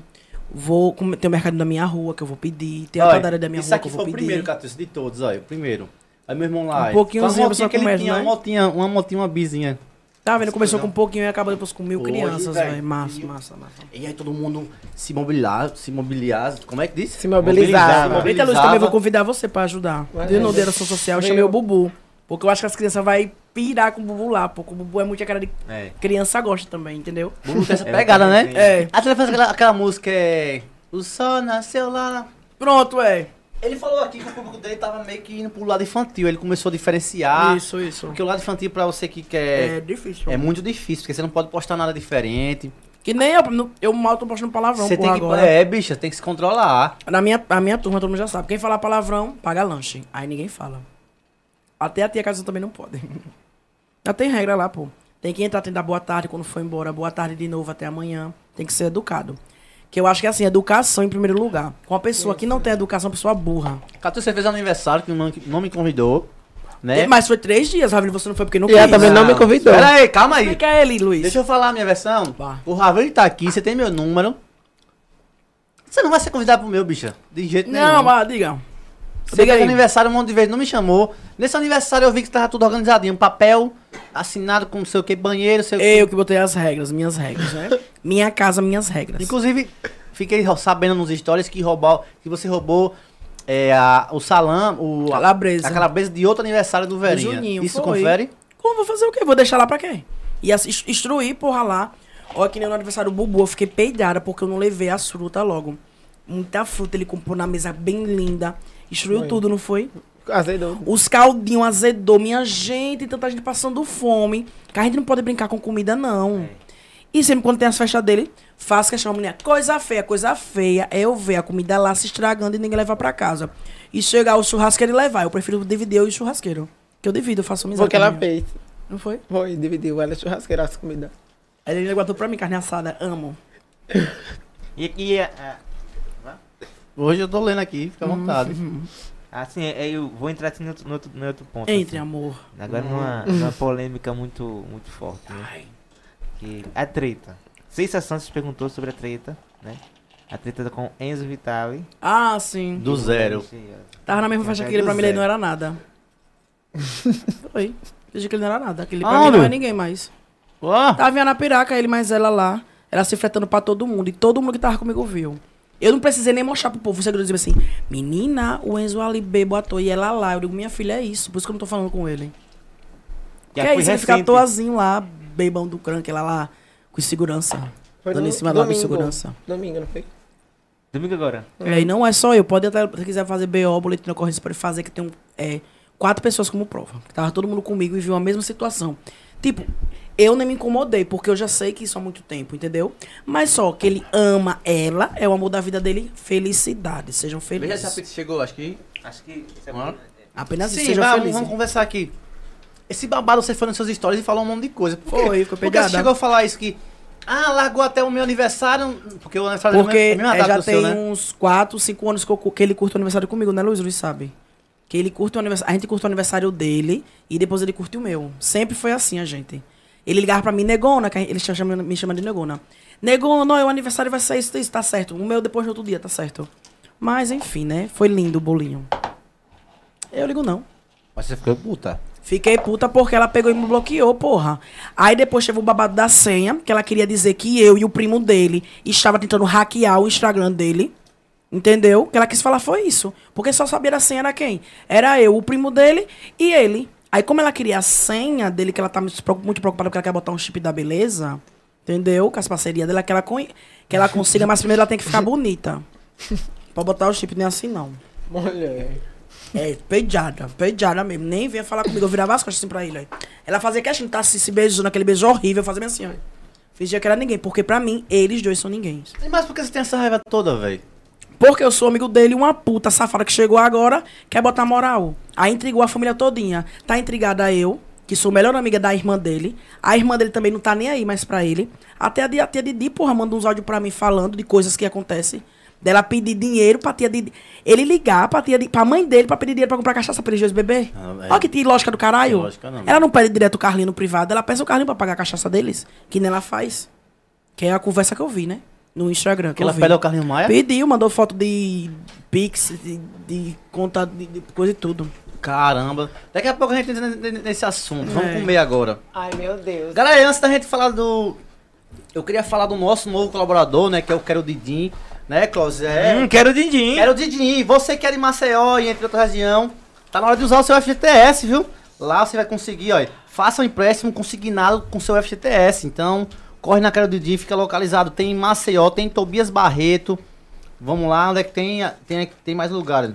[SPEAKER 2] Vou, com- tem o mercadinho da minha rua que eu vou pedir. Tem a
[SPEAKER 4] Olha,
[SPEAKER 2] padaria da minha
[SPEAKER 4] Isso
[SPEAKER 2] rua que
[SPEAKER 4] aqui
[SPEAKER 2] eu
[SPEAKER 4] foi
[SPEAKER 2] vou
[SPEAKER 4] o
[SPEAKER 2] pedir.
[SPEAKER 4] primeiro, Catuço, de todos, olha. O primeiro. Aí meu irmão lá.
[SPEAKER 2] Um pouquinhozinho
[SPEAKER 4] com
[SPEAKER 2] a
[SPEAKER 4] a
[SPEAKER 2] pessoa
[SPEAKER 4] motinha que ele
[SPEAKER 2] começa,
[SPEAKER 4] tinha,
[SPEAKER 2] né?
[SPEAKER 4] uma motinha, uma motinha, uma bizinha.
[SPEAKER 2] Tá vendo? Começou com um pouquinho e acaba depois com mil
[SPEAKER 4] Hoje,
[SPEAKER 2] crianças,
[SPEAKER 4] velho.
[SPEAKER 2] velho. Massa, massa, massa.
[SPEAKER 4] E aí todo mundo se mobiliar, se mobiliar, como é que diz?
[SPEAKER 1] Se mobilizava.
[SPEAKER 4] Se
[SPEAKER 2] Eita, Luz, também vou convidar você pra ajudar.
[SPEAKER 1] Vai.
[SPEAKER 2] De Nodeiração Social, eu
[SPEAKER 1] Meu.
[SPEAKER 2] chamei o Bubu. Porque eu acho que as crianças vão pirar com o Bubu lá, porque o Bubu é muito a cara de
[SPEAKER 3] É.
[SPEAKER 2] criança gosta também, entendeu?
[SPEAKER 4] Bubu tem essa
[SPEAKER 3] É,
[SPEAKER 4] pegada, né?
[SPEAKER 3] tem.
[SPEAKER 2] É.
[SPEAKER 4] Aí você faz aquela, aquela música, é... O sol nasceu lá...
[SPEAKER 2] Pronto, é.
[SPEAKER 4] Ele falou aqui que o público dele tava meio que indo pro lado infantil, ele começou a diferenciar.
[SPEAKER 2] isso, isso.
[SPEAKER 4] Tá. Porque o lado infantil, pra você que quer...
[SPEAKER 2] É difícil.
[SPEAKER 4] é muito difícil, porque você não pode postar nada diferente.
[SPEAKER 2] Que nem eu, não- eu mal tô postando palavrão
[SPEAKER 4] Você tem
[SPEAKER 2] porra,
[SPEAKER 4] que.
[SPEAKER 2] Tá agora.
[SPEAKER 4] É, bicha, tem que se controlar.
[SPEAKER 2] Na minha, a minha turma, todo mundo já sabe. Quem falar palavrão, paga lanche. Aí ninguém fala. Até a tia casa também não pode. Já tem regra lá, pô. Tem que entrar, tem que dar boa tarde quando for embora, boa tarde de novo até amanhã. Tem que ser educado. Que eu acho que é assim, educação em primeiro lugar. Com a pessoa que não tem educação, a pessoa burra.
[SPEAKER 4] Catu, você fez aniversário que não, que não me convidou, né?
[SPEAKER 2] Mas foi três dias, Ravel, você não foi porque não
[SPEAKER 1] E ela
[SPEAKER 2] quis.
[SPEAKER 1] É, também não me convidou.
[SPEAKER 4] Pera aí, calma aí.
[SPEAKER 2] Explica ele, Luiz.
[SPEAKER 4] Deixa eu falar a minha versão.
[SPEAKER 2] é Vá.
[SPEAKER 4] O Ravel tá aqui, você tem meu número. Você não vai ser convidado pro meu, bicha. De jeito nenhum.
[SPEAKER 2] Não, mas diga.
[SPEAKER 4] Você
[SPEAKER 2] Diga aí.
[SPEAKER 4] fez aniversário um monte de vezes, não me chamou. Nesse aniversário eu vi que tava tudo organizadinho. Papel assinado com não sei o que, banheiro, sei o que.
[SPEAKER 2] Eu que botei as regras, minhas regras, né? Minha casa, minhas regras.
[SPEAKER 4] Inclusive, fiquei ro- sabendo nos stories que, roubou, que você roubou é, a- o salão, o, a,
[SPEAKER 2] Calabresa.
[SPEAKER 4] a calabresa de outro aniversário do Verinha.
[SPEAKER 2] Juninho,
[SPEAKER 4] Isso
[SPEAKER 2] foi.
[SPEAKER 4] confere?
[SPEAKER 2] Como vou fazer o quê? Vou deixar lá pra quê? E ass- instru- instruir, porra, lá. Olha que nem no aniversário do Bubu, eu fiquei peidada porque eu não levei as frutas logo. Muita fruta, ele comprou na mesa bem linda. Instruiu
[SPEAKER 1] Foi.
[SPEAKER 2] tudo, não foi?
[SPEAKER 1] Azedou.
[SPEAKER 2] Os caldinhos azedou, minha gente, tanta gente passando fome. Que a gente não pode brincar com comida, não.
[SPEAKER 1] É.
[SPEAKER 2] E sempre quando tem as festas dele, faço questão, mulher. Coisa feia, coisa feia é eu ver a comida lá se estragando e ninguém levar pra casa. E chegar o churrasqueiro e levar. Eu prefiro dividir eu e o churrasqueiro. Que eu divido, eu faço amizade.
[SPEAKER 1] Foi o que
[SPEAKER 2] com
[SPEAKER 1] ela
[SPEAKER 2] ele.
[SPEAKER 1] fez.
[SPEAKER 2] Não foi?
[SPEAKER 1] Foi, dividiu. Ela é churrasqueira as comidas.
[SPEAKER 2] Aí Ele guardou pra mim carne assada, amo.
[SPEAKER 3] E aqui, ah,
[SPEAKER 4] Hoje eu tô lendo aqui, fica à
[SPEAKER 2] Hum,
[SPEAKER 4] vontade.
[SPEAKER 3] assim, é, eu vou entrar assim no outro, no outro, no outro ponto.
[SPEAKER 2] Entre,
[SPEAKER 3] assim.
[SPEAKER 2] amor.
[SPEAKER 3] Agora numa,
[SPEAKER 4] Hum.
[SPEAKER 3] numa polêmica muito, muito forte, né? Que, é a treta. Cissa Santos perguntou sobre a treta, né? A treta com Enzo Vitale. é
[SPEAKER 2] Ah, sim.
[SPEAKER 4] Do zero.
[SPEAKER 2] Tava na mesma faixa que ele, pra mim ele não era nada. Foi. Fingi que ele não era nada. Aquele pra
[SPEAKER 4] Ah,
[SPEAKER 2] mim não é
[SPEAKER 4] meu.
[SPEAKER 2] ninguém mais.
[SPEAKER 4] Ó,
[SPEAKER 2] Tava em piraca, ele mais ela lá. Ela se fretando pra todo mundo. E todo mundo que tava comigo viu. Eu não precisei nem mostrar pro povo. O segredo dizia assim: Menina, o Enzo ali bebo à toa e ela lá. Eu digo: Minha filha, é isso. Por isso que eu não tô falando com ele. Que é isso, ele fica à toazinho lá, bebão do crank, ela lá, com segurança.
[SPEAKER 1] Foi
[SPEAKER 2] Dando
[SPEAKER 1] no
[SPEAKER 2] em cima da
[SPEAKER 1] domingo.
[SPEAKER 2] segurança.
[SPEAKER 1] Domingo, não foi?
[SPEAKER 3] Domingo agora.
[SPEAKER 2] É, e não é só eu, pode até, se quiser fazer BO, boletim de ocorrência, pode fazer, que tem um, é, quatro pessoas como prova. Que tava todo mundo comigo e viu a mesma situação. Tipo, eu nem me incomodei, porque eu já sei que isso há muito tempo, entendeu? Mas só que ele ama ela, é o amor da vida dele, felicidade. Sejam
[SPEAKER 5] Veja se a
[SPEAKER 2] felizes.
[SPEAKER 5] pizza chegou, acho que.
[SPEAKER 3] Acho que. é
[SPEAKER 5] Mano.
[SPEAKER 2] Apenas isso,
[SPEAKER 4] Sim,
[SPEAKER 2] sejam
[SPEAKER 4] vamos,
[SPEAKER 2] felizes.
[SPEAKER 4] vamos conversar aqui. Esse babado você foi nos seus stories e falou um monte de coisa. Por quê?
[SPEAKER 2] Foi, ficou
[SPEAKER 4] Por que você
[SPEAKER 2] pegada.
[SPEAKER 4] chegou a falar isso que. Ah, largou até o meu aniversário. Porque o aniversário
[SPEAKER 2] Porque
[SPEAKER 4] é a mesma
[SPEAKER 2] é,
[SPEAKER 4] data
[SPEAKER 2] já
[SPEAKER 4] do
[SPEAKER 2] tem
[SPEAKER 4] seu, né?
[SPEAKER 2] uns 4, 5 anos que, eu cu- que ele curte o aniversário comigo, né, Luiz? Luiz sabe. Que ele curte o aniversário. A gente curte o aniversário dele e depois ele curte o meu. Sempre foi assim, a gente. Ele ligava pra mim, Negona, que ele chama- me chama de Negona. Negona, ó, o aniversário vai ser isso, isso, tá certo. O meu depois no outro dia, tá certo. Mas, enfim, né? Foi lindo o bolinho. Eu ligo não.
[SPEAKER 4] Mas você ficou puta.
[SPEAKER 2] Fiquei puta porque ela pegou e me bloqueou, porra. Aí depois teve o babado da senha, que ela queria dizer que eu e o primo dele estava tentando hackear o Instagram dele. Entendeu? O que ela quis falar foi isso. Porque só sabia da senha era quem? Era eu, o primo dele e ele. Aí como ela queria a senha dele, que ela tá muito preocup- muito preocupada porque ela quer botar um chip da beleza, entendeu? Com as parcerias dela, que ela, con- que ela consiga, mas primeiro ela tem que ficar bonita. Pra botar o chip nem assim, não.
[SPEAKER 1] Mulher.
[SPEAKER 2] É, peidada, peidada mesmo. Nem vinha falar comigo, eu virava as costas assim pra ele. ó. Ela fazia questão de estar se, se beijando, aquele beijo horrível, eu fazia bem assim, ó. Fingia que era ninguém, porque pra mim, eles dois são ninguém.
[SPEAKER 4] Mas por que você tem essa raiva toda, velho?
[SPEAKER 2] Porque eu sou amigo dele, uma puta safada que chegou agora, quer botar moral. Aí intrigou a família todinha. Tá intrigada eu, que sou a melhor amiga da irmã dele. A irmã dele também não tá nem aí mais pra ele. Até a, di- a tia Didi, porra, manda uns áudios pra mim falando de coisas que acontecem. Dela pedir dinheiro pra tia Didi. Ele ligar pra, tia Didi, pra mãe dele pra pedir dinheiro pra comprar cachaça pra eles dois beber.
[SPEAKER 4] Ah, velho.
[SPEAKER 2] Olha que tia lógica do caralho.
[SPEAKER 4] Tem lógica não. né?
[SPEAKER 2] Ela não pede direto o Carlinho no privado, ela pede o Carlinho pra pagar a cachaça deles, que nem ela faz. Que é a conversa que eu vi, né? No Instagram. Que
[SPEAKER 4] Aquela
[SPEAKER 2] eu vi.
[SPEAKER 4] pele é o Carlinhos Maia?
[SPEAKER 2] Pediu, mandou foto de Pix, de, de conta, de, de coisa e tudo.
[SPEAKER 4] Caramba. Daqui a pouco a gente entra n- n- nesse assunto. Vamos
[SPEAKER 2] É.
[SPEAKER 4] comer agora.
[SPEAKER 1] Ai, meu Deus.
[SPEAKER 4] Galera, antes da gente falar do. Eu queria falar do nosso novo colaborador, né? Que é o Quero Didim, né, Closé?
[SPEAKER 3] Hum, quero din-din.
[SPEAKER 4] Quero Didim. Você que é de Maceió e entre outra região, tá na hora de usar o seu FGTS, viu? Lá você vai conseguir, ó. Faça um empréstimo consignado com seu FGTS. Então, corre na Quero Didim, fica localizado. Tem em Maceió, tem em Tobias Barreto. Vamos lá, onde é que tem, tem, tem mais lugares?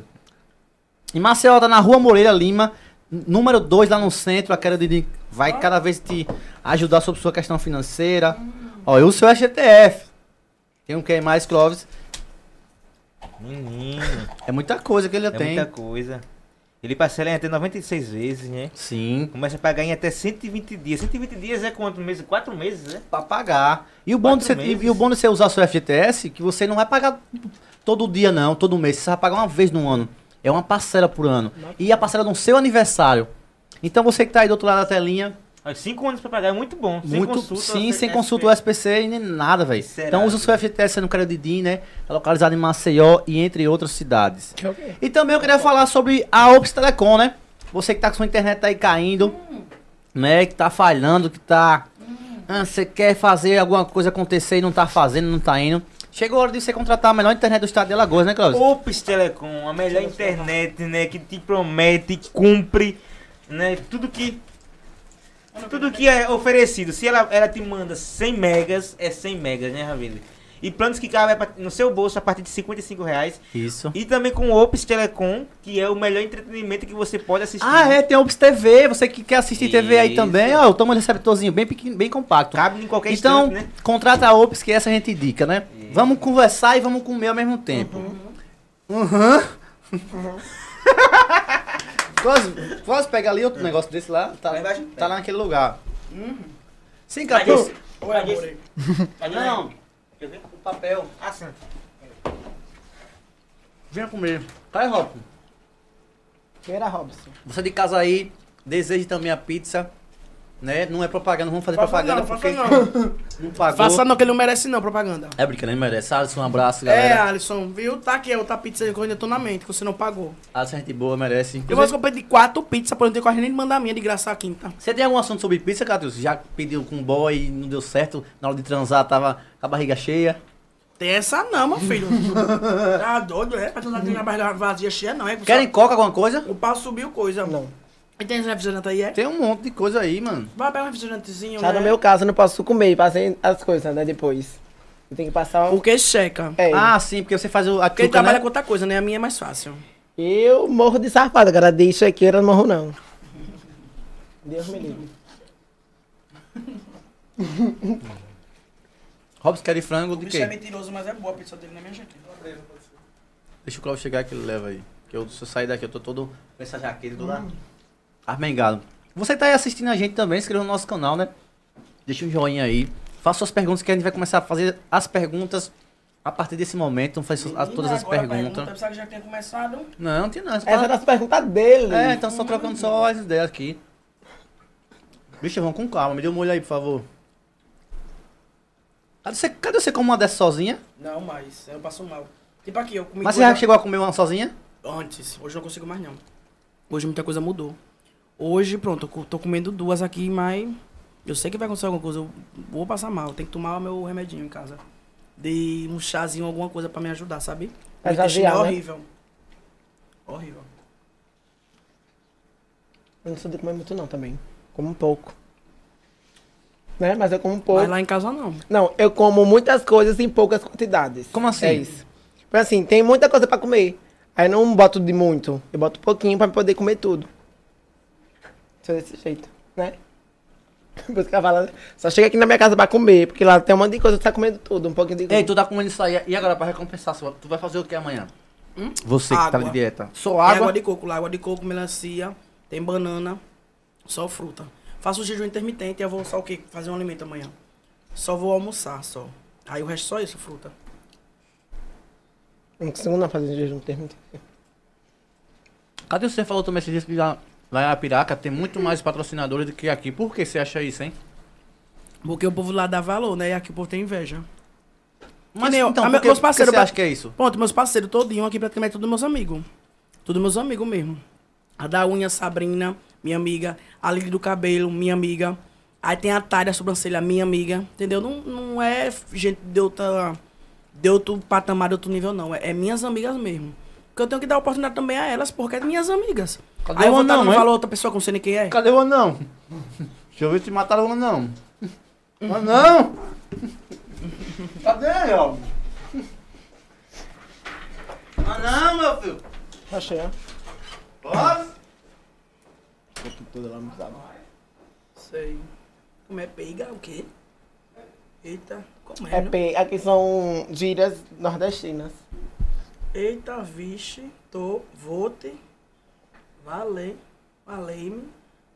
[SPEAKER 4] Em Maceió, tá na Rua Moreira Lima, n- número 2, lá no centro. A Quero Didim vai cada vez te ajudar sobre sua questão financeira. Ó, eu uso o seu FGTS. Tem um que mais, Clóvis?
[SPEAKER 3] Menino.
[SPEAKER 4] É muita coisa que ele já
[SPEAKER 3] É
[SPEAKER 4] tem.
[SPEAKER 3] muita coisa. Ele parcela em até 96 vezes, né?
[SPEAKER 4] Sim,
[SPEAKER 3] Começa a pagar em até 120 dias. 120 dias é quanto meses? Quatro meses, né?
[SPEAKER 4] pra pagar. E o, bom de você,
[SPEAKER 3] Quatro
[SPEAKER 4] e,
[SPEAKER 3] meses.
[SPEAKER 4] e o bom de você usar seu FGTS, que você não vai pagar todo dia, não, todo mês. Você vai pagar uma vez no ano. É uma parcela por ano. E a parcela do seu aniversário. Então você que tá aí do outro lado da telinha,
[SPEAKER 3] Ó, Cinco anos pra pagar é muito bom. Sem
[SPEAKER 4] muito
[SPEAKER 3] consulta,
[SPEAKER 4] sim,
[SPEAKER 3] você-
[SPEAKER 4] sem
[SPEAKER 3] é-
[SPEAKER 4] consulta o SPC e nem nada, velho.
[SPEAKER 3] Será?
[SPEAKER 4] Então usa o seu FGTS no Cara de Din, né? É localizado em Maceió e entre outras cidades.
[SPEAKER 1] Que é o quê?
[SPEAKER 4] E também eu queria falar sobre a Ops Telecom, né? Você que tá com sua internet aí caindo, né? Que tá falhando, que tá. Ah, Você quer fazer alguma coisa acontecer e não tá fazendo, não tá indo. Chegou a hora de você contratar a melhor internet do estado de Alagoas, né, Cláudio?
[SPEAKER 3] Ops Telecom, a melhor internet, né? Que te promete, cumpre, né? Tudo que. Tudo que é oferecido. Se ela, ela te manda 100 megas, é 100 megas, né, Ravine? E planos que cabem a part- no seu bolso a partir de 55 reais.
[SPEAKER 4] Isso.
[SPEAKER 3] E também com o Ops Telecom, que é o melhor entretenimento que você pode assistir.
[SPEAKER 4] Ah, é, tem a Ops TV. Você que quer assistir TV aí
[SPEAKER 3] Isso.
[SPEAKER 4] também, ó, eu tomo um receptorzinho bem pequeno, bem compacto.
[SPEAKER 3] Cabe em qualquer
[SPEAKER 4] então,
[SPEAKER 3] instante, né?
[SPEAKER 4] contrata a Ops, que essa a gente indica, né?
[SPEAKER 3] Isso.
[SPEAKER 4] Vamos conversar e vamos comer ao mesmo tempo. Uhum. Posso, posso pegar ali outro negócio desse lá? Tá,
[SPEAKER 3] Lá embaixo?
[SPEAKER 4] tá lá naquele lugar. Sim,
[SPEAKER 3] Ah,
[SPEAKER 4] Catu.
[SPEAKER 3] esse- ah, esse- ah,
[SPEAKER 4] Não,
[SPEAKER 3] Quer ver?
[SPEAKER 4] o papel.
[SPEAKER 3] Ah, sim.
[SPEAKER 4] Venha comer. Tá, Robson?
[SPEAKER 1] Queira, Robson.
[SPEAKER 4] Você de casa aí, deseja também a pizza. Né? Não é propaganda, não vamos fazer
[SPEAKER 2] Faça
[SPEAKER 4] propaganda
[SPEAKER 2] não, faça
[SPEAKER 4] porque não pagou.
[SPEAKER 2] Faça não, que ele não merece não, propaganda.
[SPEAKER 4] É brincadeira, merece. Alisson, um abraço,
[SPEAKER 2] É,
[SPEAKER 4] galera.
[SPEAKER 2] Alisson, viu? Tá aqui, é outra pizza que eu ainda tô na mente, que você não pagou.
[SPEAKER 4] Alisson, é gente boa, merece.
[SPEAKER 2] Eu vou comprar de quatro pizzas, pra eu não ter coragem nem de mandar a minha de graça então. a quinta.
[SPEAKER 4] Você tem algum assunto sobre pizza, Catus? Já pediu com boy e não deu certo? Na hora de transar tava com a barriga cheia?
[SPEAKER 2] Tem essa não, meu filho. tá doido, é? Pra tu não ter a barriga vazia cheia, não. É que
[SPEAKER 4] Querem coca, alguma coisa?
[SPEAKER 2] O pau subiu coisa. Não. E tem esse refrigerante aí, é?
[SPEAKER 4] Tem um monte de coisa aí, mano.
[SPEAKER 2] Vai pegar um refrigerantezinho,
[SPEAKER 1] Já
[SPEAKER 2] né?
[SPEAKER 1] no meu caso, eu não posso comer, passei as coisas, né, depois. Você tem que passar um.
[SPEAKER 2] Porque checa.
[SPEAKER 1] É.
[SPEAKER 4] Ah, sim, porque você faz o- a
[SPEAKER 2] Porque ele
[SPEAKER 4] truca,
[SPEAKER 2] trabalha
[SPEAKER 4] né?
[SPEAKER 2] com outra coisa, né? A minha é mais fácil.
[SPEAKER 1] Eu morro de safado, cara. De chequeira eu não morro, não. Deus me livre.
[SPEAKER 4] Robson quer de frango
[SPEAKER 2] O
[SPEAKER 4] de
[SPEAKER 2] bicho
[SPEAKER 4] quê?
[SPEAKER 2] é mentiroso, mas é boa a pizza dele na minha jaqueta.
[SPEAKER 4] Deixa o Cláudio chegar que ele leva aí. Que eu, se eu sair daqui, eu tô todo com essa jaqueta do lado. Armengado. Você tá aí assistindo a gente também, se inscreva no nosso canal, né? Deixa um joinha aí. Faça suas perguntas que a gente vai começar a fazer as perguntas a partir desse momento. Vamos fazer as- todas as
[SPEAKER 2] Agora a
[SPEAKER 4] perguntas.
[SPEAKER 2] Pergunta, tá apesar que já tem começado.
[SPEAKER 4] Não, não tem não. Só
[SPEAKER 1] Essa era a pergunta dele.
[SPEAKER 4] É, então só trocando só as ideias aqui. Bicho, vamos com calma. Me dê uma olho aí, por favor. Cadê você, cadê você como uma dessas sozinha?
[SPEAKER 2] Não, mas eu passo mal. Tipo aqui, eu comi
[SPEAKER 4] Mas você
[SPEAKER 2] coisa
[SPEAKER 4] já chegou a comer uma sozinha?
[SPEAKER 2] antes. Hoje eu não consigo mais, não. Hoje muita coisa mudou. Hoje, pronto, eu co- tô comendo duas aqui, mas eu sei que vai acontecer alguma coisa. Eu vou passar mal. Tem que tomar o meu remedinho em casa. Dei um chazinho, alguma coisa pra me ajudar, sabe?
[SPEAKER 1] Pra
[SPEAKER 2] Meu intestino é
[SPEAKER 1] jazear, né?
[SPEAKER 2] horrível. Horrível.
[SPEAKER 1] Eu não sou de comer muito, não, também. Como um pouco. Né? Mas eu como um pouco.
[SPEAKER 2] Mas lá em casa não.
[SPEAKER 1] Não, eu como muitas coisas em poucas quantidades.
[SPEAKER 4] Como assim?
[SPEAKER 1] É isso. Mas assim, tem muita coisa pra comer. Aí eu não boto de muito. Eu boto pouquinho pra poder comer tudo. Sou desse jeito, né? Por isso que ela fala, só chega aqui na minha casa pra comer, porque lá tem um monte de coisa, tu tá comendo tudo, um pouquinho de
[SPEAKER 4] Ei, tu tá comendo isso aí. E agora, pra recompensar, sua- tu vai fazer o que amanhã? Você que tá
[SPEAKER 2] Hum? Água.
[SPEAKER 4] de dieta. Só
[SPEAKER 2] Tem
[SPEAKER 4] água?
[SPEAKER 2] É água? de coco lá, água de coco, melancia, tem banana, só fruta. Faço jejum intermitente e eu vou só o quê? Fazer um alimento amanhã. Só vou almoçar, só. Aí o resto só isso, fruta.
[SPEAKER 1] Não consigo não fazer jejum termo.
[SPEAKER 4] Cadê você falou também esses dias que lá, lá em Apiraca tem muito mais patrocinadores do que aqui. Por que você acha isso, hein?
[SPEAKER 2] Porque o povo lá dá valor, né? E aqui o povo tem inveja.
[SPEAKER 4] Mas
[SPEAKER 2] nem eu.
[SPEAKER 4] então,
[SPEAKER 2] Ah,
[SPEAKER 4] por
[SPEAKER 2] meu-
[SPEAKER 4] que,
[SPEAKER 2] meus
[SPEAKER 4] por que
[SPEAKER 2] parceiros
[SPEAKER 4] você
[SPEAKER 2] pra-
[SPEAKER 4] acha que é isso?
[SPEAKER 2] Pronto, meus parceiros todinho aqui praticamente todos meus amigos. Todos meus amigos mesmo. A da unha, Sabrina, minha amiga. A Lili do cabelo, minha amiga. Aí tem a Tari, a sobrancelha, minha amiga. Entendeu? Não, não é gente de outra... De outro patamar, de outro nível, não. É, é minhas amigas mesmo. Porque eu tenho que dar oportunidade também a elas, porque é minhas amigas.
[SPEAKER 4] Cadê
[SPEAKER 2] Aí
[SPEAKER 4] o
[SPEAKER 2] uma tá
[SPEAKER 4] anão,
[SPEAKER 2] dando
[SPEAKER 4] hein?
[SPEAKER 2] valor a outra pessoa que eu não sei nem quem é.
[SPEAKER 4] Cadê o anão? Deixa eu ver se mataram o anão.
[SPEAKER 2] Hum.
[SPEAKER 4] O anão! Cadê ele, ó? Anão, meu filho!
[SPEAKER 1] Achei, ó.
[SPEAKER 4] Posso?
[SPEAKER 2] Sei. Como é peiga? O quê? Eita, como é?
[SPEAKER 1] É
[SPEAKER 2] né?
[SPEAKER 1] pe... Aqui são gírias nordestinas.
[SPEAKER 2] Eita, vixe, tô, vote, valei, valei-me,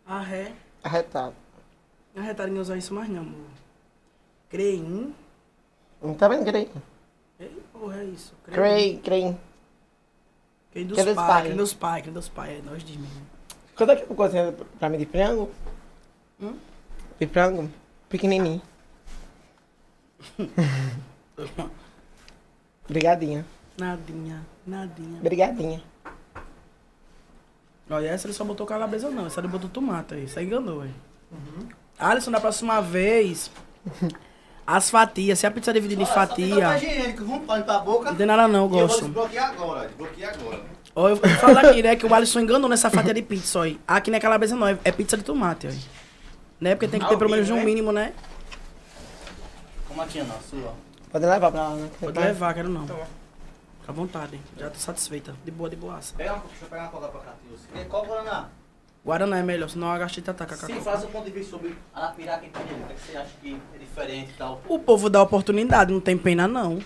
[SPEAKER 2] arré,
[SPEAKER 1] Arretado.
[SPEAKER 2] arretar ninguém usar isso mais não, amor. Creim,
[SPEAKER 1] Não tá vendo, Crei?
[SPEAKER 2] ei, porra, é isso.
[SPEAKER 1] Crei, Crei.
[SPEAKER 2] Creim dos
[SPEAKER 1] Crei dos
[SPEAKER 2] pais,
[SPEAKER 1] pai.
[SPEAKER 2] creim dos pais, creim dos pais, é nós de mim.
[SPEAKER 1] Quanto é que eu cozinho pra mim de frango?
[SPEAKER 2] Hum?
[SPEAKER 1] De frango? Pequenininho. Brigadinha.
[SPEAKER 2] Nadinha, nadinha.
[SPEAKER 1] Brigadinha.
[SPEAKER 2] Olha, essa ele só botou calabresa não, essa ele botou tomate aí, você enganou, hein.
[SPEAKER 4] Uhum.
[SPEAKER 2] Alisson, da próxima vez, as fatias, se a pizza dividir em fatia,
[SPEAKER 4] Vamos pra boca.
[SPEAKER 2] não tem nada não, eu
[SPEAKER 4] E eu
[SPEAKER 2] gosto.
[SPEAKER 4] vou desbloquear agora, desbloquear agora.
[SPEAKER 2] Ó, eu vou falar aqui, né, que o Alisson enganou nessa fatia de pizza aí. Aqui não é calabresa não, é é pizza de tomate aí. Né, porque tem que ter pelo menos um mínimo, né?
[SPEAKER 4] Como aqui, Ana? Sua.
[SPEAKER 1] Pode levar pra lá, né?
[SPEAKER 2] Pode levar, quero não. Fica à vontade, já tô satisfeita. De boa, de boaça.
[SPEAKER 4] Pega uma, deixa eu pegar uma coca pra cá, tio. Se tem coca, Ana?
[SPEAKER 2] Guaraná é melhor, senão eu agastei tata
[SPEAKER 4] Sim, fala seu ponto de vista sobre Arapiraca e Pereira. O que você acha que é diferente e tal?
[SPEAKER 2] O povo dá oportunidade, não tem pena não.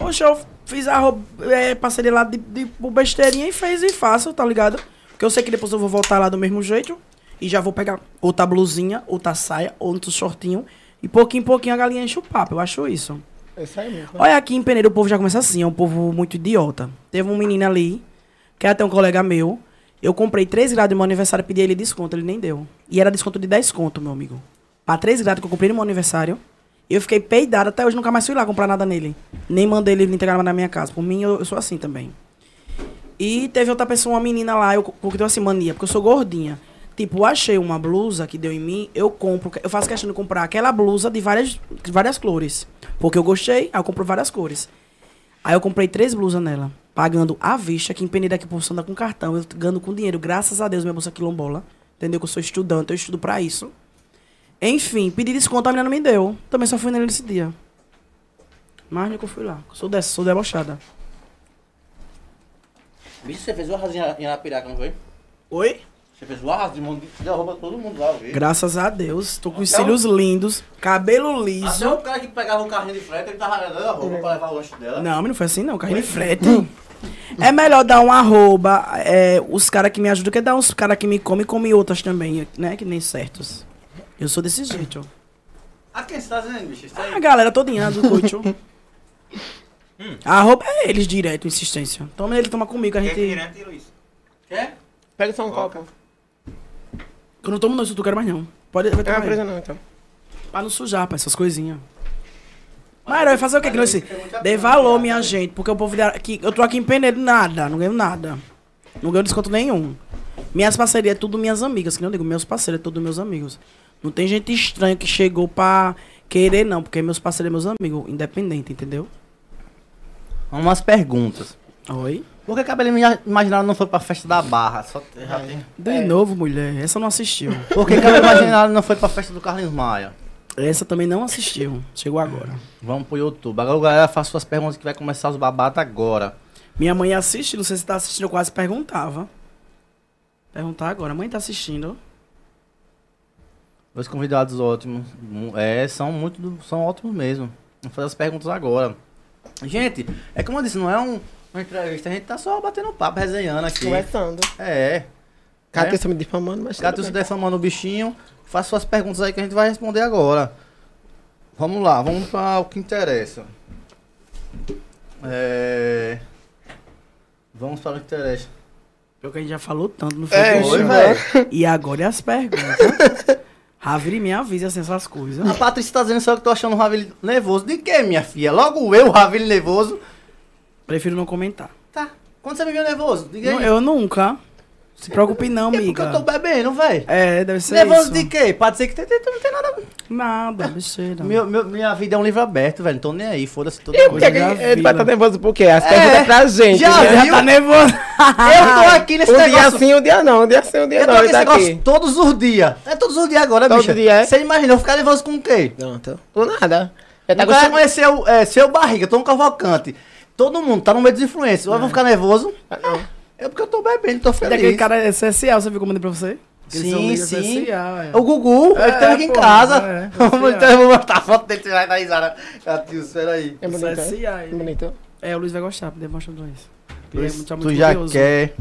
[SPEAKER 2] Oxe, eu fiz a ro- é, parceria lá de, de por besteirinha e fez e faço, tá ligado? Porque eu sei que depois eu vou voltar lá do mesmo jeito e já vou pegar outra blusinha, outra saia, outro shortinho. E pouquinho em pouquinho a galinha enche o papo, eu acho isso.
[SPEAKER 1] É Isso aí mesmo.
[SPEAKER 2] Olha aqui em Peneira o povo já começa assim, é um povo muito idiota. Teve um menino ali, que era até um colega meu. Eu comprei 3 graus no meu aniversário, pedi a ele desconto, ele nem deu. E era desconto de 10 conto, meu amigo. Pra 3 graus que eu comprei no meu aniversário, eu fiquei peidado até hoje, nunca mais fui lá comprar nada nele. Nem mandei ele entregar na minha casa. Por mim, eu, eu sou assim também. E teve outra pessoa, uma menina lá, eu, porque deu assim, mania, porque eu sou gordinha. Tipo, eu achei uma blusa que deu em mim, eu compro, eu faço questão de comprar aquela blusa de várias, de várias cores. Porque eu gostei, aí eu compro várias cores. Aí eu comprei três blusas nela, pagando à vista, que em Peneira aqui por anda com cartão, eu ganho com dinheiro, graças a Deus, minha bolsa é quilombola. Entendeu? Que eu sou estudante, eu estudo pra isso. Enfim, pedi desconto, a menina não me deu. Também só fui nele nesse dia. Mas nunca fui lá. Sou dessa, sou debochada.
[SPEAKER 5] Bicho, você fez o arraso em Arapiraca, não foi?
[SPEAKER 2] Oi?
[SPEAKER 5] Você fez o arraso de mundo, você derruba todo mundo lá, eu vi.
[SPEAKER 2] Graças a Deus. Tô com os
[SPEAKER 5] Até o-
[SPEAKER 2] cílios lindos, cabelo liso.
[SPEAKER 5] Até o cara que pegava
[SPEAKER 4] um
[SPEAKER 5] o carrinho de frete, ele tava arranjando a roupa pra levar o lanche dela.
[SPEAKER 2] Não, mas não foi assim não, carrinho de frete. É melhor dar um arroba, é, os caras que me ajudam, que dar uns caras que me comem, comem outras também, né? Que nem certos. Eu sou desse jeito. ó.
[SPEAKER 5] Ah, quem você tá dizendo, bicho? Isso
[SPEAKER 2] A
[SPEAKER 5] aí.
[SPEAKER 2] galera todinha do coach. ó.
[SPEAKER 5] Hum.
[SPEAKER 2] Arroba é eles direto, insistência. Toma ele, toma comigo, a
[SPEAKER 3] é
[SPEAKER 5] é
[SPEAKER 2] gente...
[SPEAKER 3] Refrigerante, Luiz.
[SPEAKER 2] Ah,
[SPEAKER 5] Quer?
[SPEAKER 1] Pega só um coca.
[SPEAKER 2] Eu não tomo não, isso tu quero mais não. Pode, vai
[SPEAKER 1] É uma
[SPEAKER 2] tomar
[SPEAKER 1] presa
[SPEAKER 2] aí.
[SPEAKER 1] não, então.
[SPEAKER 2] Pra não sujar, pá, essas coisinhas. Mas vai fazer o que que não
[SPEAKER 5] Mas
[SPEAKER 2] se...
[SPEAKER 5] isso é muita
[SPEAKER 2] Dê
[SPEAKER 5] coisa,
[SPEAKER 2] valor,
[SPEAKER 5] cara.
[SPEAKER 2] minha gente, porque o povo... de Ara- Aqui, eu tô aqui em Penedo, nada, não ganho nada. Não ganho desconto nenhum. Minhas parcerias é tudo minhas amigas, que não digo, meus parceiros é tudo meus amigos. Não tem gente estranha que chegou pra querer, não, porque meus parceiros é meus amigos, independente, entendeu?
[SPEAKER 4] Vamos umas perguntas.
[SPEAKER 2] Oi?
[SPEAKER 4] Por que Cabelinho Ima- Imaginário não foi pra festa da Barra? Só... já
[SPEAKER 5] É.
[SPEAKER 4] tem.
[SPEAKER 2] De novo, mulher, essa não assistiu.
[SPEAKER 4] Por que Cabelinho Imaginário não foi pra festa do Carlinhos Maia?
[SPEAKER 2] Essa também não assistiu, chegou agora.
[SPEAKER 4] Vamos pro YouTube. Agora, galera, faça suas perguntas que vai começar os babados agora.
[SPEAKER 2] Minha mãe assiste, não sei se tá assistindo, eu quase perguntava. Perguntar agora, mãe tá assistindo?
[SPEAKER 4] Dois convidados ótimos. Mu- É, são muito. do- São ótimos mesmo. Vamos fazer as perguntas agora. Gente, é como eu disse, não é um, uma entrevista, a gente tá só batendo papo, resenhando aqui.
[SPEAKER 1] Conversando.
[SPEAKER 4] É.
[SPEAKER 1] Cátia está me difamando, mas. tudo
[SPEAKER 4] Catu se
[SPEAKER 1] bem.
[SPEAKER 4] defamando o bichinho. Faça suas perguntas aí que a gente vai responder agora. Vamos lá, vamos para o que interessa. É... Vamos para o que interessa.
[SPEAKER 2] Pior que a gente já falou tanto no
[SPEAKER 1] É,
[SPEAKER 2] Facebook.
[SPEAKER 1] sim.
[SPEAKER 2] E agora é as perguntas. Raviri me avisa assim, essas coisas.
[SPEAKER 4] A Patrícia tá dizendo só que tô achando o Ravilho nervoso. De quê, minha filha? Logo eu, Ravilho nervoso.
[SPEAKER 2] Prefiro não comentar.
[SPEAKER 4] Tá. Quando você me viu nervoso? Diga aí.
[SPEAKER 2] Não, eu nunca. Se preocupe não,
[SPEAKER 4] É porque
[SPEAKER 2] amiga.
[SPEAKER 4] eu tô bebendo, véi.
[SPEAKER 2] É, deve ser
[SPEAKER 4] Nervoso
[SPEAKER 2] isso.
[SPEAKER 4] de quê? Pode ser que tem, tem- não tem nada.
[SPEAKER 2] Nada, besteira.
[SPEAKER 4] Meu, meu- minha vida é um livro aberto, velho. Não tô nem aí, foda-se toda
[SPEAKER 1] E por
[SPEAKER 4] coisa.
[SPEAKER 1] que que
[SPEAKER 2] Coisa da
[SPEAKER 1] ele vai
[SPEAKER 2] vida.
[SPEAKER 1] estar nervoso por quê? As
[SPEAKER 4] É,
[SPEAKER 1] perguntas é pra gente.
[SPEAKER 4] já
[SPEAKER 1] né?
[SPEAKER 4] viu?
[SPEAKER 2] Tá nervoso.
[SPEAKER 4] Eu tô aqui nesse
[SPEAKER 1] Um dia
[SPEAKER 4] negócio.
[SPEAKER 1] sim, um dia não. Um dia sim, um dia
[SPEAKER 4] eu tô
[SPEAKER 1] não.
[SPEAKER 4] aqui
[SPEAKER 1] Ele
[SPEAKER 4] nesse
[SPEAKER 1] tá
[SPEAKER 4] negócio
[SPEAKER 1] aqui.
[SPEAKER 4] todos os dias. É todos os dias agora,
[SPEAKER 1] Todo
[SPEAKER 4] bicha.
[SPEAKER 1] dia, é? Tá
[SPEAKER 4] Você imaginou ficar nervoso com o quê?
[SPEAKER 1] Não, tô. Do nada. Já tá
[SPEAKER 4] o cara
[SPEAKER 1] acostum-
[SPEAKER 4] conheceu é, seu barriga, Tom Cavalcante. Todo mundo tá no meio dos influências.
[SPEAKER 2] É.
[SPEAKER 4] Ou eu vou ficar nervoso?
[SPEAKER 1] Ah, não.
[SPEAKER 4] É porque eu tô bebendo, tô feliz.
[SPEAKER 2] Daquele cara é essencial, você viu como eu mandei pra você? Aquele seu
[SPEAKER 4] Sim,
[SPEAKER 2] líder
[SPEAKER 4] sim.
[SPEAKER 2] essencial, é.
[SPEAKER 4] O Gugu,
[SPEAKER 2] É,
[SPEAKER 4] ele teve aqui em
[SPEAKER 2] pô,
[SPEAKER 4] casa.
[SPEAKER 2] é,
[SPEAKER 4] Vamos,
[SPEAKER 2] é.
[SPEAKER 4] então eu vou botar a foto dele, você vai dar risada. Ah, Catius, peraí.
[SPEAKER 1] É bonito. né?
[SPEAKER 2] Essencial,
[SPEAKER 1] É
[SPEAKER 2] ele.
[SPEAKER 1] bonito.
[SPEAKER 2] É, o Luiz vai gostar, demonstra pra nós. Ele é
[SPEAKER 4] Luiz,
[SPEAKER 2] muito- tá muito
[SPEAKER 4] tu já
[SPEAKER 2] curioso.
[SPEAKER 4] quer...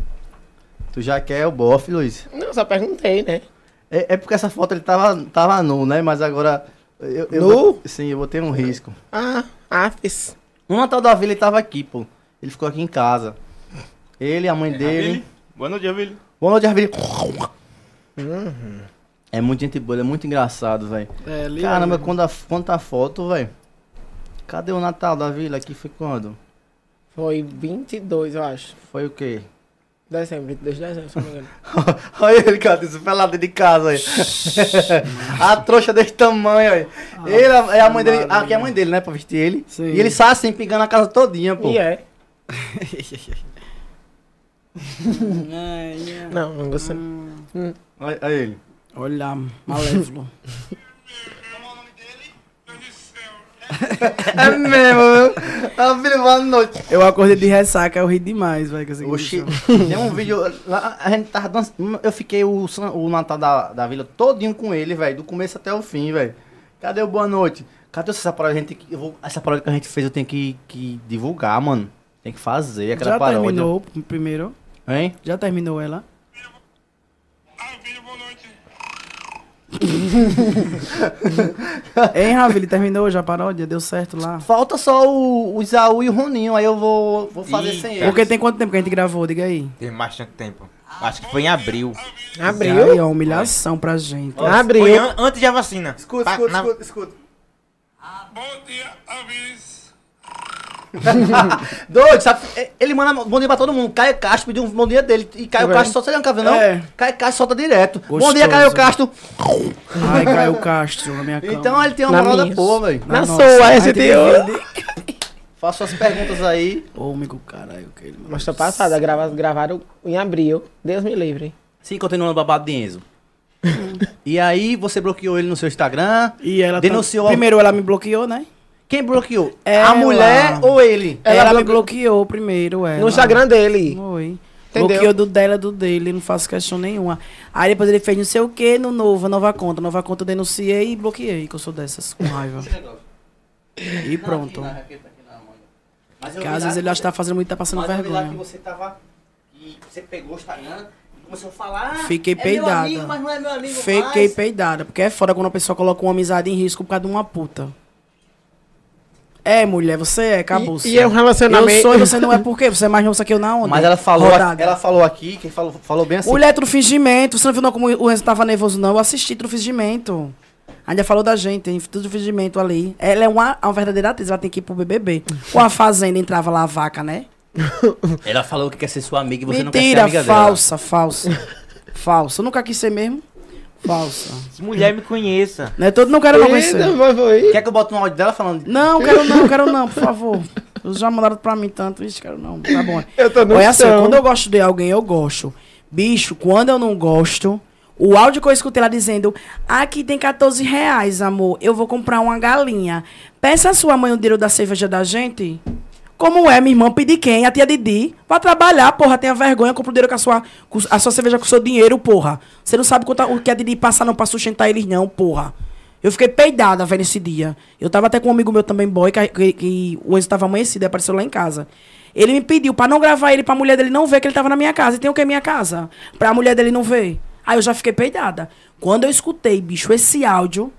[SPEAKER 4] Tu já quer o bofe, Luiz.
[SPEAKER 1] Não, só perguntei, né?
[SPEAKER 4] É, é porque essa foto ele tava, tava nu, né? Mas agora... Eu, eu
[SPEAKER 1] Nu?
[SPEAKER 4] bot- Sim, eu botei um risco.
[SPEAKER 1] Ah, afis.
[SPEAKER 4] No Natal da Vila ele tava aqui, pô. Ele ficou aqui em casa. Ele, a mãe
[SPEAKER 2] É,
[SPEAKER 4] dele.
[SPEAKER 3] né? Boa noite, Avilho.
[SPEAKER 4] Boa noite, Arvilha. É muito gente boa, ele é muito engraçado, velho.
[SPEAKER 2] É, ele-
[SPEAKER 4] Caramba, quando a, quando tá a foto, velho. Cadê o Natal da Vila aqui? Foi quando?
[SPEAKER 1] Foi 22, eu acho.
[SPEAKER 4] Foi o quê?
[SPEAKER 1] Dezembro, 22 de dezembro, se não me engano.
[SPEAKER 4] Olha ele, cara, isso pelado de casa aí. a trouxa desse tamanho, aí.
[SPEAKER 2] Ah.
[SPEAKER 4] Ele, a- é a mãe dele. Aqui é a mãe dele, né? Pra vestir ele.
[SPEAKER 2] Sim.
[SPEAKER 4] E ele sai assim, pingando a casa todinha, pô.
[SPEAKER 1] E é.
[SPEAKER 2] É, é.
[SPEAKER 1] Não, não gostei.
[SPEAKER 4] Olha, olha ele.
[SPEAKER 2] Olha, malévolo.
[SPEAKER 4] É mesmo, viu? A Vila, boa noite.
[SPEAKER 2] Eu acordei de ressaca, eu ri demais, velho. com essa
[SPEAKER 4] Oxi,
[SPEAKER 2] questão.
[SPEAKER 4] tem um vídeo. Lá, a gente tava dançando. Eu fiquei o, san- o Natal da, da vila todinho com ele, velho. Do começo até o fim, velho. Cadê o boa noite? Cadê essa paródia? A gente, eu vou, essa paródia que a gente fez eu tenho que, que divulgar, mano. Tem que fazer aquela
[SPEAKER 2] Já
[SPEAKER 4] paródia.
[SPEAKER 2] terminou primeiro?
[SPEAKER 4] Hein?
[SPEAKER 2] Já terminou ela? hein, Ravili, terminou já a paródia? Deu certo lá?
[SPEAKER 4] Falta só o, o Isaú e o Roninho, aí eu vou, vou fazer sem
[SPEAKER 3] Ih, cara.
[SPEAKER 4] ele.
[SPEAKER 2] é Porque tem quanto tempo que a gente gravou? Diga aí.
[SPEAKER 3] Teve bastante tempo. Acho que foi em abril.
[SPEAKER 2] E aí,
[SPEAKER 1] Abriu?
[SPEAKER 2] ó, humilhação pra gente.
[SPEAKER 3] Foi
[SPEAKER 1] Abriu.
[SPEAKER 3] an- antes da vacina.
[SPEAKER 4] Escuta,
[SPEAKER 3] Pa-
[SPEAKER 4] escuta,
[SPEAKER 3] na-
[SPEAKER 4] escuta, escuta.
[SPEAKER 6] Bom dia, amigos.
[SPEAKER 4] Doido, sabe? É, Ele manda bom dia pra todo mundo. Caio Castro pediu um bom dia dele. E Caio
[SPEAKER 1] Tá
[SPEAKER 4] Castro solta, você não quer ver, não?
[SPEAKER 2] É.
[SPEAKER 4] Caio Castro solta direto. Bom
[SPEAKER 2] Gostoso.
[SPEAKER 4] dia, Caio Castro.
[SPEAKER 2] Ai, Caio Castro, na minha cama.
[SPEAKER 4] Então ele tem uma
[SPEAKER 1] Na
[SPEAKER 4] moral da
[SPEAKER 1] minha.
[SPEAKER 4] porra, velho.
[SPEAKER 1] Na
[SPEAKER 2] nossa,
[SPEAKER 1] sua,
[SPEAKER 2] vai ter
[SPEAKER 1] SDU.
[SPEAKER 4] Faça suas perguntas aí.
[SPEAKER 2] Ô, amigo, caralho, que ele...
[SPEAKER 1] Mas
[SPEAKER 4] tá
[SPEAKER 1] tô passada, grava- gravaram em abril. Deus me livre.
[SPEAKER 4] Sim, continuando o babado de Enzo. e aí, você bloqueou ele no seu Instagram.
[SPEAKER 2] E ela tá-
[SPEAKER 4] Denunciou a-
[SPEAKER 2] Primeiro ela me bloqueou, né?
[SPEAKER 4] Quem bloqueou?
[SPEAKER 2] Ela.
[SPEAKER 4] A mulher ou ele?
[SPEAKER 2] Ela,
[SPEAKER 1] Ela
[SPEAKER 2] me
[SPEAKER 1] bloque-
[SPEAKER 2] bloqueou primeiro, ela.
[SPEAKER 1] No Instagram dele.
[SPEAKER 2] Foi.
[SPEAKER 1] Entendeu?
[SPEAKER 2] Bloqueou do dela do dele, não faço questão nenhuma. Aí depois ele fez não sei o que no Nova, nova conta. Nova conta eu denunciei e bloqueei, que eu sou dessas, com raiva. E pronto.
[SPEAKER 5] Aqui na raqueta, aqui na manga. Mas eu
[SPEAKER 2] Porque
[SPEAKER 5] vi
[SPEAKER 2] às
[SPEAKER 5] lá
[SPEAKER 2] vezes ele
[SPEAKER 5] que-
[SPEAKER 2] acha que tá fazendo muito, tá passando
[SPEAKER 5] Mas eu vi lá que
[SPEAKER 2] vergonha.
[SPEAKER 5] você tava. E você pegou o Instagram e começou a falar. "Ah,
[SPEAKER 2] Fiquei
[SPEAKER 5] é meu
[SPEAKER 2] peidada.
[SPEAKER 5] amigo, mas não é meu amigo
[SPEAKER 2] Fiquei
[SPEAKER 5] mais."
[SPEAKER 2] peidada, porque é foda quando a pessoa coloca uma amizade em risco por causa de uma puta. É, mulher, você é, acabou.
[SPEAKER 1] E- e é um relacionamento-
[SPEAKER 2] Eu sou e você não é por quê? Você é mais nossa que eu na onda.
[SPEAKER 4] Mas ela falou,
[SPEAKER 2] Rodada.
[SPEAKER 4] ela falou aqui, que falou, falou bem assim.
[SPEAKER 2] Mulher, tudo fingimento. Você não viu não, como o Renzo tava nervoso, não? Eu assisti tudo fingimento. Ainda falou da gente, hein? Tudo fingimento ali. Ela é uma, uma verdadeira atriz, ela tem que ir pro BBB. Com a Fazenda entrava lá a vaca, né?
[SPEAKER 4] Ela falou que quer ser sua amiga e você não quer ser
[SPEAKER 2] Mentira,
[SPEAKER 4] amiga
[SPEAKER 2] falsa, falsa. falsa. Eu nunca quis ser mesmo. Falsa.
[SPEAKER 3] Se mulher me conheça.
[SPEAKER 2] Não é todo, não quero não
[SPEAKER 1] Eita,
[SPEAKER 2] conhecer.
[SPEAKER 1] mas foi.
[SPEAKER 4] dela. Quer que eu bote um áudio dela falando?
[SPEAKER 2] Não, quero não, quero não, por favor. Eles já mandaram pra mim tanto. Ixi, quero não. Tá bom.
[SPEAKER 1] Eu tô no
[SPEAKER 2] Olha assim,
[SPEAKER 1] chão.
[SPEAKER 2] quando eu gosto de alguém, eu gosto. Bicho, quando eu não gosto, o áudio que eu escutei lá dizendo: aqui tem 14 reais, amor, eu vou comprar uma galinha. Peça a sua mãe o dinheiro da cerveja da gente. Como é, minha irmã? Pedir quem? A tia Didi. Vai trabalhar, porra. Tenha vergonha. Compra o dinheiro com a sua, com a sua cerveja com o seu dinheiro, porra. Você não sabe quanto, a- o que a Didi passar não pra sustentar eles, não, porra. Eu fiquei peidada, velho, nesse dia. Eu tava até com um amigo meu também, boy, que, que- que o Enzo tava amanhecido, ele apareceu lá em casa. Ele me pediu pra não gravar ele, pra mulher dele não ver que ele tava na minha casa. E tem o que em minha casa? Pra mulher dele não ver. Aí eu já fiquei peidada. Quando eu escutei, bicho, esse áudio.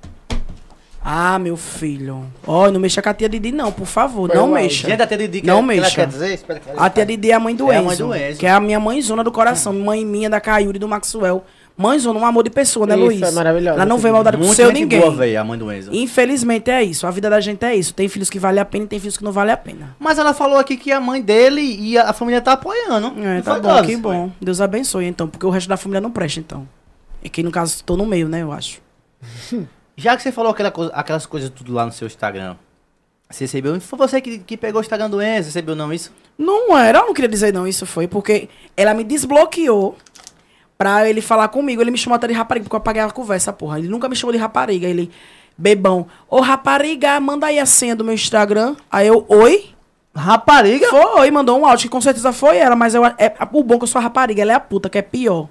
[SPEAKER 2] Ah, meu filho. Ó, não mexa com a tia Didi, não, por favor.
[SPEAKER 1] Foi
[SPEAKER 2] não
[SPEAKER 1] o áudio.
[SPEAKER 2] mexa.
[SPEAKER 4] Gente, a tia Didi, que
[SPEAKER 2] Não
[SPEAKER 4] ela- que ela
[SPEAKER 2] mexa.
[SPEAKER 4] quer dizer? Espera que ela-
[SPEAKER 2] A tia Didi é a mãe do
[SPEAKER 4] É a
[SPEAKER 2] Enzo,
[SPEAKER 4] mãe do Enzo. Hum.
[SPEAKER 2] Que é a minha mãezona do coração. Mãe minha, da Caiuri e do Maxwell. Mãezona, um amor de pessoa, né,
[SPEAKER 1] Isso,
[SPEAKER 2] Luiz?
[SPEAKER 1] é maravilhosa
[SPEAKER 2] Ela não
[SPEAKER 1] essa
[SPEAKER 2] vê
[SPEAKER 1] Didi.
[SPEAKER 2] maldade com
[SPEAKER 4] Muito
[SPEAKER 2] seu
[SPEAKER 4] gente
[SPEAKER 2] ninguém.
[SPEAKER 4] boa, velho, a mãe do Enzo.
[SPEAKER 2] Infelizmente é isso. A vida da gente é isso. Tem filhos que vale a pena e tem filhos que não vale a pena.
[SPEAKER 4] Mas ela falou aqui que a mãe dele e a a família tá apoiando.
[SPEAKER 2] É,
[SPEAKER 4] Não
[SPEAKER 2] tá
[SPEAKER 4] foi,
[SPEAKER 2] bom,
[SPEAKER 4] Davi?
[SPEAKER 2] que bom. Deus abençoe, então. Porque o resto da família não presta, então. E que, no caso, tô no meio, né, eu acho.
[SPEAKER 4] Já que você falou aquela coisa- aquelas coisas tudo lá no seu Instagram, você recebeu. Foi você que, que pegou o Instagram do Enzo, recebeu não isso?
[SPEAKER 2] Não era, eu não queria dizer não, isso foi, porque ela me desbloqueou pra ele falar comigo. Ele me chamou até de rapariga, porque eu apaguei a conversa, porra. Ele nunca me chamou de rapariga, ele, bebão. Ô, rapariga, manda aí a senha do meu Instagram. Aí eu, oi?
[SPEAKER 4] Rapariga?
[SPEAKER 2] Foi, mandou um áudio, que com certeza foi ela, mas eu, é, o bom é que eu sou a rapariga, ela é a puta, que é pior.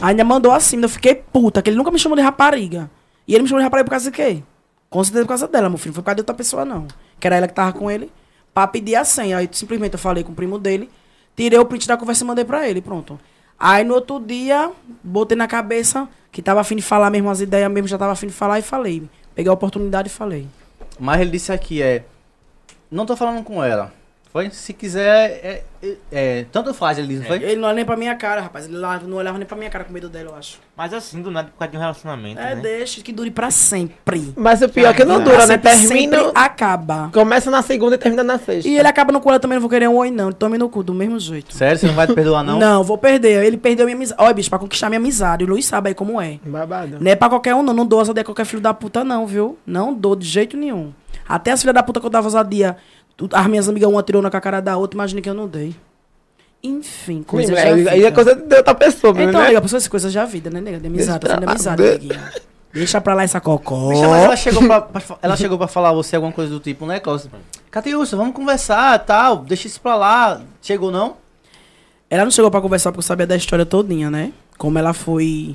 [SPEAKER 2] Ainda mandou assim, eu fiquei puta, que ele nunca me chamou de rapariga. E ele me chamou de rapariga por causa de quê? Com certeza por causa dela, meu filho, não foi por causa de outra pessoa, não. Que era ela que tava com ele, pra pedir a senha. Aí simplesmente eu falei com o primo dele, tirei o print da conversa e mandei pra ele, pronto. Aí no outro dia, botei na cabeça que tava afim de falar mesmo as ideias mesmo, já tava afim de falar e falei. Peguei a oportunidade e falei.
[SPEAKER 4] Mas ele disse aqui, é. Não tô falando com ela. Foi? Se quiser, é. é- é, tanto faz, ele disse, não foi?
[SPEAKER 2] Ele não olhava nem pra minha cara, rapaz. Ele lá- não olhava nem pra minha cara com medo dela, eu acho.
[SPEAKER 3] Mas assim, do nada, por causa de um relacionamento,
[SPEAKER 2] É,
[SPEAKER 3] né?
[SPEAKER 2] deixa que dure pra sempre.
[SPEAKER 1] Mas o pior é que não
[SPEAKER 2] Pra
[SPEAKER 1] dura, né?
[SPEAKER 2] sempre, sempre
[SPEAKER 1] Termina.
[SPEAKER 2] acaba.
[SPEAKER 1] Começa na segunda e termina na sexta.
[SPEAKER 2] E ele é acaba no cu, eu também não vou querer um oi, não. Ele tome no cu, do mesmo jeito.
[SPEAKER 4] Sério, você não vai te perdoar, não?
[SPEAKER 2] Não, vou perder. Ele perdeu minha amizade. Olha, bicho, pra conquistar minha amizade. O Luiz sabe aí como é.
[SPEAKER 1] Babado.
[SPEAKER 2] Não é pra qualquer um, não. Não dou ousadia a qualquer filho da puta, não, viu? Não dou de jeito nenhum. Até as filhas da puta que eu dava ousadia, tu- as minhas amigas, uma tirou na com a cara da outra, imagina que eu não dei. Enfim, coisa
[SPEAKER 1] Sim, aí-
[SPEAKER 2] já
[SPEAKER 1] Aí é
[SPEAKER 2] fica.
[SPEAKER 1] coisa de outra pessoa, né?
[SPEAKER 2] Então, nega, pessoas coisas já vida, né, nega? De amizade,
[SPEAKER 1] Deixa
[SPEAKER 2] tá sendo
[SPEAKER 1] pra lá,
[SPEAKER 2] amizade,
[SPEAKER 1] né?
[SPEAKER 2] neguinha. Deixa pra lá essa cocó.
[SPEAKER 4] Bicha, mas ela chegou pra, pra fa- ela chegou pra falar você alguma coisa do tipo, né, Cláudio? Catiúcio, vamos conversar tal, deixa isso pra lá. Chegou não?
[SPEAKER 2] Ela não chegou pra conversar porque eu sabia da história todinha, né? Como ela foi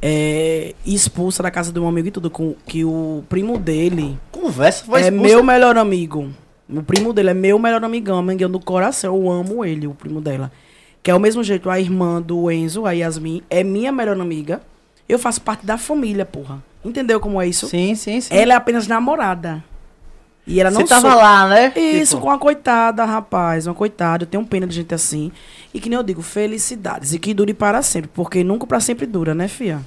[SPEAKER 2] é, expulsa da casa de um amigo e tudo, com, que o primo dele
[SPEAKER 4] Conversa, foi
[SPEAKER 2] é
[SPEAKER 4] expulsa.
[SPEAKER 2] meu melhor amigo. O primo dele é meu melhor amigão, amigão do coração. Eu amo ele, o primo dela. Que é o mesmo jeito, a irmã do Enzo, a Yasmin, é minha melhor amiga. Eu faço parte da família, porra. Entendeu como é isso?
[SPEAKER 4] Sim, sim, sim.
[SPEAKER 2] Ela é apenas namorada. E ela não
[SPEAKER 4] você tava
[SPEAKER 2] soube-
[SPEAKER 4] lá, né?
[SPEAKER 2] isso,
[SPEAKER 4] Tipo,
[SPEAKER 2] com a coitada, rapaz. Uma coitada. Eu tenho pena de gente assim. E que nem eu digo, felicidades. E que dure para sempre. Porque nunca para sempre dura, né, fia?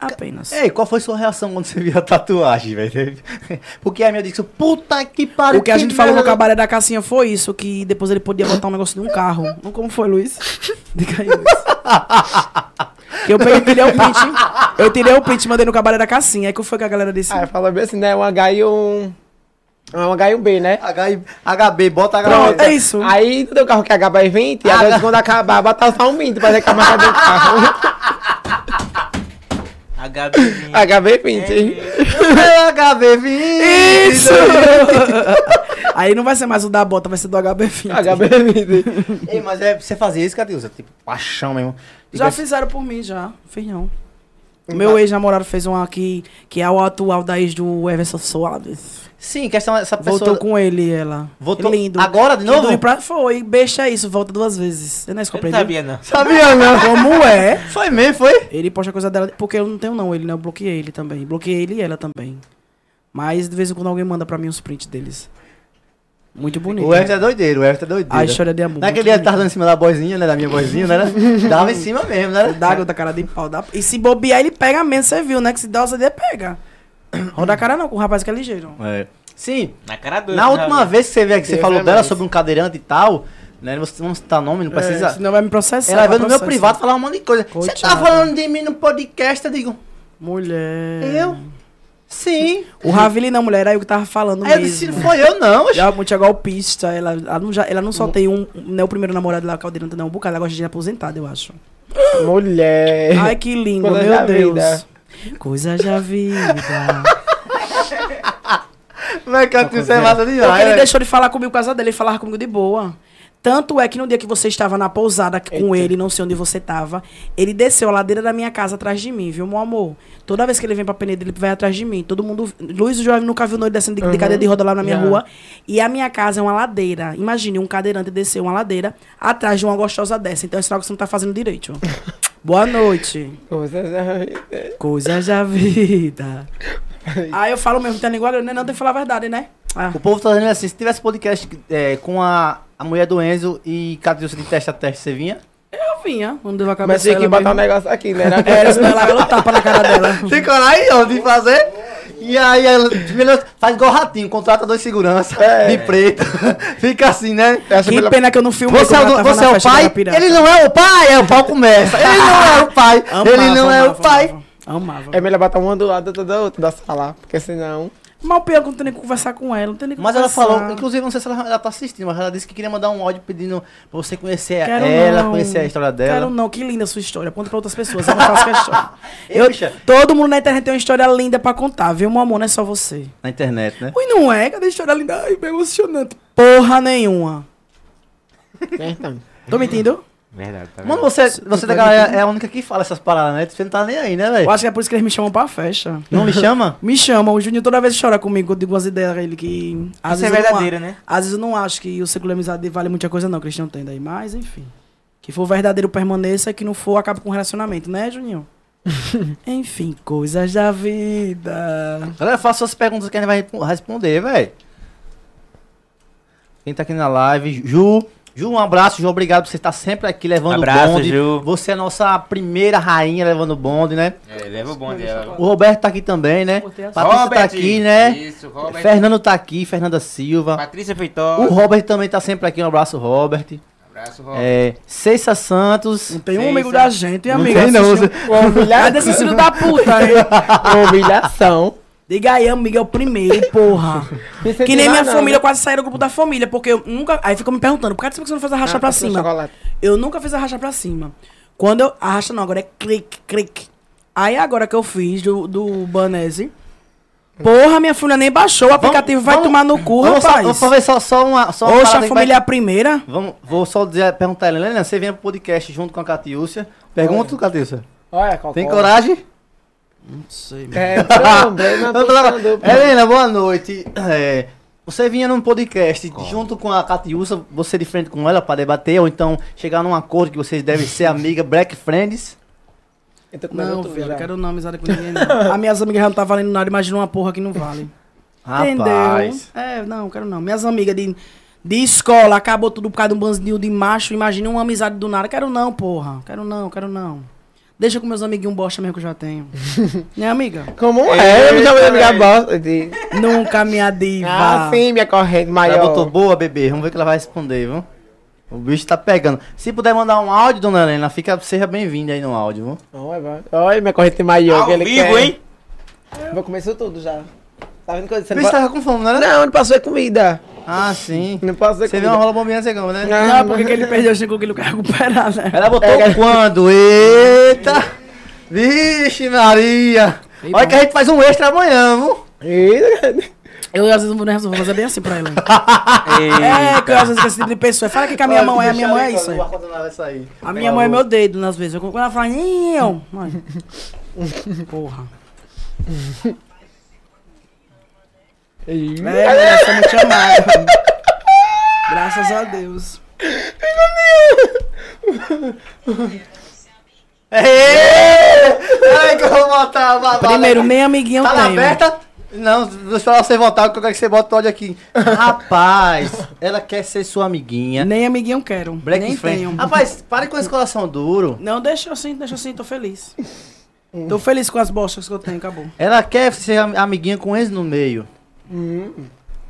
[SPEAKER 2] Apenas.
[SPEAKER 4] Ei, qual foi sua reação quando você viu a tatuagem, velho? Porque a minha disse, puta que pariu.
[SPEAKER 2] O que a gente falou no
[SPEAKER 4] merda.
[SPEAKER 2] cabaré da Cassinha foi isso, que depois ele podia botar um negócio de um carro. Não como foi, Luiz? Diga aí, Luiz. Que eu peguei, tirei o print. Eu tirei o print e mandei no cabaré da Cassinha. Aí que foi que a galera disse.
[SPEAKER 1] Ah, fala bem assim, né? Um H e um. É um H e um B, né?
[SPEAKER 4] H- HB, bota
[SPEAKER 1] Pronto,
[SPEAKER 4] HB.
[SPEAKER 2] é isso. Ah,
[SPEAKER 1] Aí tu tem um carro que acaba em 20, e às vezes quando acabar, bota só um 20 pra ver que a marca do carro.
[SPEAKER 2] É.
[SPEAKER 3] HB20.
[SPEAKER 1] HB20, hein?
[SPEAKER 4] HB20!
[SPEAKER 1] Isso!
[SPEAKER 2] Aí não vai ser mais o da bota, vai ser do HB20.
[SPEAKER 1] HB20.
[SPEAKER 4] Ei, mas é, você fazia isso, Catilza? Tipo, paixão mesmo. Tipo,
[SPEAKER 2] Já fizeram por mim, já. Fiz não.
[SPEAKER 4] Hum,
[SPEAKER 2] O
[SPEAKER 4] tá.
[SPEAKER 2] Meu ex-namorado fez uma aqui, que é o atual da ex do Everson Soares.
[SPEAKER 4] Sim, questão é essa pessoa...
[SPEAKER 2] Voltou com ele, ela.
[SPEAKER 4] Voltou-
[SPEAKER 2] Lindo.
[SPEAKER 4] Agora de
[SPEAKER 2] Que
[SPEAKER 4] novo?
[SPEAKER 2] dure pra- Foi, beixa é isso, volta duas vezes. Eu não
[SPEAKER 3] Eu
[SPEAKER 2] escopei
[SPEAKER 3] não sabia, não.
[SPEAKER 4] Sabia, não?
[SPEAKER 2] Como é?
[SPEAKER 4] Foi mesmo, foi?
[SPEAKER 2] Ele posta coisa dela, porque eu não tenho não ele, né? Eu bloqueei ele também. Bloqueei ele e ela também. Mas de vez em quando alguém manda pra mim uns prints deles. Muito bonito. né?
[SPEAKER 4] O Everton é doideiro, o Everton é doideiro.
[SPEAKER 2] A história de amor.
[SPEAKER 4] Naquele dia ele é tava dando em cima da boizinha, né? Da minha boizinha, né? Dava em cima mesmo, né?
[SPEAKER 2] Dá água da cara de pau. Dá... E se bobear, ele pega mesmo, você viu, né? Que se dá o CD, pega. Roda a cara não, com o rapaz que é ligeiro.
[SPEAKER 4] É. Sim,
[SPEAKER 3] Na cara doida.
[SPEAKER 4] na última vez que você veio aqui, que você
[SPEAKER 1] Teve
[SPEAKER 4] falou
[SPEAKER 1] a
[SPEAKER 4] dela
[SPEAKER 1] mais.
[SPEAKER 4] sobre um cadeirante e tal, né? Não vou citar nome, não
[SPEAKER 2] É,
[SPEAKER 4] precisa.
[SPEAKER 2] senão vai me processar.
[SPEAKER 4] Tá. Ela veio
[SPEAKER 2] vai
[SPEAKER 4] no meu
[SPEAKER 2] processar.
[SPEAKER 4] privado falar um monte de coisa. Você tá
[SPEAKER 2] Coitada.
[SPEAKER 4] falando de mim no podcast? Eu digo,
[SPEAKER 2] Mulher.
[SPEAKER 4] eu? Sim.
[SPEAKER 2] O Ravili não, mulher, era eu que tava falando
[SPEAKER 4] Aí eu disse,
[SPEAKER 2] mesmo.
[SPEAKER 4] não foi eu não. oxe.
[SPEAKER 2] Ela é muito golpista, ela, ela não, já, ela não só tem um, né, o primeiro namorado lá, caldeirante não, um bocado, ela gosta de aposentado, eu acho.
[SPEAKER 4] É.
[SPEAKER 1] Mulher.
[SPEAKER 2] Ai, que lindo,
[SPEAKER 1] Coisa da
[SPEAKER 2] meu Deus.
[SPEAKER 1] vida.
[SPEAKER 2] Coisa da vida.
[SPEAKER 4] Mas que
[SPEAKER 2] tá
[SPEAKER 4] eu você é massa
[SPEAKER 2] Porque
[SPEAKER 4] demais.
[SPEAKER 2] ele
[SPEAKER 4] né?
[SPEAKER 2] deixou de falar comigo por causa dele, ele falava comigo de boa. Tanto é que no dia que você estava na pousada com ele, não sei onde você estava, ele desceu a ladeira da minha casa atrás de mim, viu, meu amor? Toda vez que ele vem pra Penedo, ele vai atrás de mim. Todo mundo. Luiz Jovem nunca viu ele descendo de, de cadeira de roda lá na minha rua. E a minha casa é uma ladeira. Imagine um cadeirante descer uma ladeira atrás de uma gostosa dessa. Então é sinal que você não tá fazendo direito. Boa noite.
[SPEAKER 1] Coisa da-
[SPEAKER 2] Coisas da vida. Aí eu falo mesmo, tem língua grande, não tem que falar a verdade, né? Ah,
[SPEAKER 4] O povo tá dizendo assim, se tivesse podcast é, com a, a mulher do Enzo e Catilza de teste a teste, você vinha?
[SPEAKER 2] eu vinha, não deu a cabeça.
[SPEAKER 1] Mas tinha que
[SPEAKER 2] ela
[SPEAKER 1] botar um
[SPEAKER 2] mesmo.
[SPEAKER 1] negócio aqui, né?
[SPEAKER 2] Era, senão ela dava um tapa na cara dela.
[SPEAKER 4] Tem coragem ó, de fazer? E aí, ela- melhor, faz igual ratinho, contrata dois segurança de preto. Fica assim, né?
[SPEAKER 1] Acho
[SPEAKER 2] Que
[SPEAKER 1] melhor-
[SPEAKER 2] pena que eu não filmei.
[SPEAKER 4] Você é,
[SPEAKER 2] quando ela
[SPEAKER 4] o,
[SPEAKER 2] tava
[SPEAKER 4] você
[SPEAKER 2] na
[SPEAKER 4] é o
[SPEAKER 2] festa da
[SPEAKER 4] pai?
[SPEAKER 2] Pirata.
[SPEAKER 4] Ele não é o pai, é o pau começa. Ele não é o pai,
[SPEAKER 2] Amava,
[SPEAKER 4] ele não é o
[SPEAKER 2] amava,
[SPEAKER 4] pai.
[SPEAKER 2] Amava. amava.
[SPEAKER 1] É melhor botar uma do lado da- da outra da sala, porque senão.
[SPEAKER 2] Mal pior que eu não tenho nem que conversar com ela, não tenho nem que
[SPEAKER 4] Mas ela
[SPEAKER 2] conversar.
[SPEAKER 4] falou, inclusive, não sei se ela, ela tá assistindo, mas ela disse que queria mandar um áudio pedindo pra você conhecer
[SPEAKER 2] Quero
[SPEAKER 4] ela,
[SPEAKER 2] não.
[SPEAKER 4] conhecer a história
[SPEAKER 2] Quero
[SPEAKER 4] dela.
[SPEAKER 2] não, que linda a sua história. Conta pra outras pessoas, eu não faço questão.
[SPEAKER 4] Eu, bicha,
[SPEAKER 2] Todo mundo na internet tem uma história linda pra contar, viu, meu amor? Não é só você.
[SPEAKER 4] na internet, né?
[SPEAKER 2] Ui, não é? Cadê a história linda? Ai, bem emocionante. Porra nenhuma.
[SPEAKER 1] Então.
[SPEAKER 2] Tô mentindo?
[SPEAKER 3] Verdade, tá
[SPEAKER 4] Mano, você, você da galera é a única que fala essas paradas, né? Você não tá nem aí, né,
[SPEAKER 2] Eu
[SPEAKER 4] velho?
[SPEAKER 2] acho que é por isso que eles me chamam pra festa.
[SPEAKER 4] Não me chama?
[SPEAKER 2] Me chamam, o Juninho toda vez chora comigo, eu digo umas ideias a ele que. Às
[SPEAKER 3] Isso é
[SPEAKER 2] vezes eu não a-
[SPEAKER 3] verdadeiro, né?
[SPEAKER 2] Às vezes eu não acho que o ciclo de amizade vale muita coisa, não, que eles estão tendo aí, mas enfim. Que for verdadeiro permaneça, que não for acaba com o relacionamento, né, Juninho? enfim, coisas da vida.
[SPEAKER 4] Galera, faça suas perguntas que a gente vai repo- responder, velho. Quem tá aqui na live, Ju. Ju, um abraço, Ju. Obrigado por você estar sempre aqui levando
[SPEAKER 3] Abraço,
[SPEAKER 4] bonde.
[SPEAKER 3] Ju.
[SPEAKER 4] Você é a nossa primeira rainha levando bonde, né?
[SPEAKER 3] É, leva o bonde dela.
[SPEAKER 4] O Roberto tá aqui também, né?
[SPEAKER 2] Cortei a-
[SPEAKER 4] Patrícia tá aqui, né?
[SPEAKER 3] Isso, Robert.
[SPEAKER 4] Fernando tá aqui, Fernanda Silva.
[SPEAKER 3] Patrícia Feitosa.
[SPEAKER 4] O Robert também tá sempre aqui. Um abraço, Robert.
[SPEAKER 3] Abraço, Robert.
[SPEAKER 4] É, Ceiça Santos.
[SPEAKER 2] Não tem um
[SPEAKER 3] Sim,
[SPEAKER 2] amigo
[SPEAKER 3] sim.
[SPEAKER 2] da gente, hein,
[SPEAKER 4] Não
[SPEAKER 2] amigo?
[SPEAKER 4] tem, não,
[SPEAKER 2] Assistiu- Cadê esse
[SPEAKER 1] Humilhação.
[SPEAKER 2] filho da puta, hein?
[SPEAKER 1] Humilhação.
[SPEAKER 2] Diga aí, amigo, é o primeiro, porra. Que nem minha
[SPEAKER 1] né?
[SPEAKER 2] família, quase saíram do grupo da família, porque eu nunca. Aí ficam me perguntando, por que você não faz a racha
[SPEAKER 1] Ah,
[SPEAKER 2] pra cima? Eu nunca fiz a racha pra cima. Quando eu. A racha não, agora é clique, clique. Aí é agora que eu fiz do, do Banese. Porra, minha filha nem baixou. O aplicativo vai
[SPEAKER 4] vamos-
[SPEAKER 2] tomar no cu,
[SPEAKER 4] vamos só,
[SPEAKER 2] rapaz.
[SPEAKER 4] vamos fazer só, só uma. Só uma
[SPEAKER 2] Oxe,
[SPEAKER 4] parada
[SPEAKER 2] a
[SPEAKER 4] que
[SPEAKER 2] família é a
[SPEAKER 4] vai-
[SPEAKER 2] primeira.
[SPEAKER 4] Vamos, vou só dizer, perguntar a Helena, você vem pro podcast junto com a Catiúcia. Pergunta, Catiúcia.
[SPEAKER 1] Olha, Cocó.
[SPEAKER 4] Tem coragem?
[SPEAKER 1] É, não, Breno, tô falando,
[SPEAKER 2] É,
[SPEAKER 1] pô.
[SPEAKER 4] Helena, boa noite. É, você vinha num podcast junto com a Catiúcia, você de frente com ela pra debater, ou então chegar num acordo que vocês devem ser amiga, Black Friends.
[SPEAKER 1] Eu tô comendo
[SPEAKER 2] Não,
[SPEAKER 1] tudo
[SPEAKER 2] filho,
[SPEAKER 1] já.
[SPEAKER 2] não quero não amizade com ninguém, não. As minhas amigas já não tá valendo nada, imagina uma porra que não vale.
[SPEAKER 4] Rapaz.
[SPEAKER 2] É, não, quero não. Minhas amigas de, de escola, acabou tudo por causa de um bandinho de macho. Imagina uma amizade do nada. Quero não, porra. Quero não, quero não. Deixa com meus amiguinhos um bosta mesmo que eu já tenho. Minha amiga.
[SPEAKER 1] Como é? Eu me chamo de amiga
[SPEAKER 3] velho.
[SPEAKER 1] bosta. de-
[SPEAKER 2] Nunca minha diva.
[SPEAKER 1] Ah, sim, minha corrente
[SPEAKER 4] Ela
[SPEAKER 1] maior.
[SPEAKER 4] botou boa, bebê. Vamos ver o que ela vai responder, viu? O bicho tá pegando. Se puder mandar um áudio, dona Helena, fica, seja bem-vinda aí no áudio, viu?
[SPEAKER 1] Olha, vai. Olha, minha corrente
[SPEAKER 4] é
[SPEAKER 1] maior. que
[SPEAKER 3] Ao
[SPEAKER 1] ele
[SPEAKER 3] vivo,
[SPEAKER 1] quer.
[SPEAKER 3] hein?
[SPEAKER 1] Vou comer isso tudo já. Tá vendo coisa? Você
[SPEAKER 4] O
[SPEAKER 1] não,
[SPEAKER 4] bicho
[SPEAKER 1] pode...
[SPEAKER 4] tava com fome, não era?
[SPEAKER 1] tá- não, não posso ver comida.
[SPEAKER 4] Ah, sim.
[SPEAKER 1] Não posso ver
[SPEAKER 4] Você viu
[SPEAKER 1] comida. Ah,
[SPEAKER 4] uma rola bombinha, você come, né?
[SPEAKER 2] Não, porque que ele perdeu, chegou que ele quer recuperar, né?
[SPEAKER 4] Ela botou quando? Eita! Vixe, Maria!
[SPEAKER 2] Ei,
[SPEAKER 4] Olha
[SPEAKER 2] bom.
[SPEAKER 4] que a gente faz um extra amanhã, viu?
[SPEAKER 1] Ih,
[SPEAKER 2] Eu às vezes não vou nem resolver, mas é bem assim pra ela. É, que eu às vezes com esse tipo de pessoa. Fala que, que a minha mão é, a minha mão é isso. aí. A minha mão é meu dedo, às vezes. Eu- Quando ela fala, "Ih, eu. mano." Porra.
[SPEAKER 1] Hum,
[SPEAKER 4] né?
[SPEAKER 2] É, mulher, sou muito amada. Graças a Deus.
[SPEAKER 4] É, Peraí é, que eu vou botar a babada.
[SPEAKER 2] Primeiro, meio amiguinho eu
[SPEAKER 4] Tá na
[SPEAKER 2] tenho.
[SPEAKER 4] aberta? Não, deixa ela sem vontade, que eu quero que você bota o ódio aqui. Rapaz, ela quer ser sua amiguinha.
[SPEAKER 2] Nem amiguinho eu quero.
[SPEAKER 4] Black Ah.
[SPEAKER 2] nem
[SPEAKER 4] Friend.
[SPEAKER 2] tenho.
[SPEAKER 4] Rapaz, pare com esse coração duro.
[SPEAKER 2] Não, deixa assim, deixa assim, tô feliz. Tô feliz com as bolsas que eu tenho, acabou.
[SPEAKER 4] Ela quer ser am- amiguinha com eles no meio.
[SPEAKER 1] hum.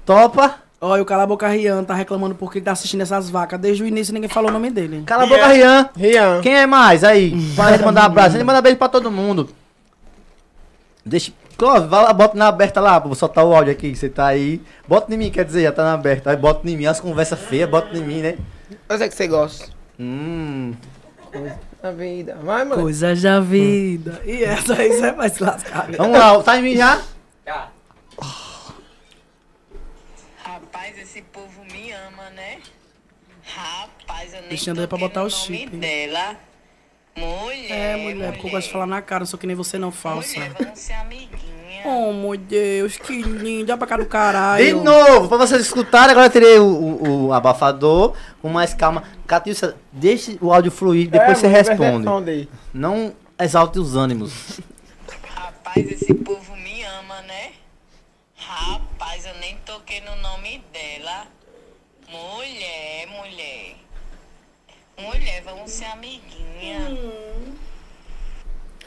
[SPEAKER 4] Topa?
[SPEAKER 2] Ó, e o Cala a Boca Rian tá reclamando porque ele tá assistindo essas vacas. Desde o início ninguém falou o nome dele.
[SPEAKER 4] Cala a boca, Rian.
[SPEAKER 1] Rian.
[SPEAKER 4] Quem é mais aí? Pra gente mandar um abraço. Ele manda beijo pra todo mundo. Deixa. Clóvis, vai lá, bota na aberta lá, vou soltar o áudio aqui, você tá aí. Bota em mim, quer dizer, já tá na aberta. Aí bota em mim, as conversas feias, bota em mim, né?
[SPEAKER 1] Eu sei que você gosta.
[SPEAKER 4] Hum.
[SPEAKER 1] A vida. Vai, mano.
[SPEAKER 2] Coisas da vida. E essa aí você vai se lascar.
[SPEAKER 4] Vamos lá, tá em mim já?
[SPEAKER 7] Rapaz, esse povo me ama, né? Rapaz, eu nem
[SPEAKER 2] Deixa eu
[SPEAKER 7] tô
[SPEAKER 2] dar pra
[SPEAKER 7] tendo
[SPEAKER 2] botar o
[SPEAKER 7] nome
[SPEAKER 2] chip.
[SPEAKER 7] dela. Mulher,
[SPEAKER 2] É, mulher, porque eu gosto de falar na cara, não sou que nem você não, falsa.
[SPEAKER 7] Mulher, vamos ser amiguinha.
[SPEAKER 2] Oh, meu Deus, que lindo. Olha pra cá do caralho.
[SPEAKER 4] De novo, pra vocês escutarem, agora eu tirei o, o- o abafador com mais calma. Catilça, deixe o áudio fluir,
[SPEAKER 1] É,
[SPEAKER 4] depois você responde. Não exalte os ânimos.
[SPEAKER 7] Rapaz, esse povo me ama, né? Rapaz, eu nem toquei no nome dela. Mulher, mulher. Mulher, vamos ser amiguinha.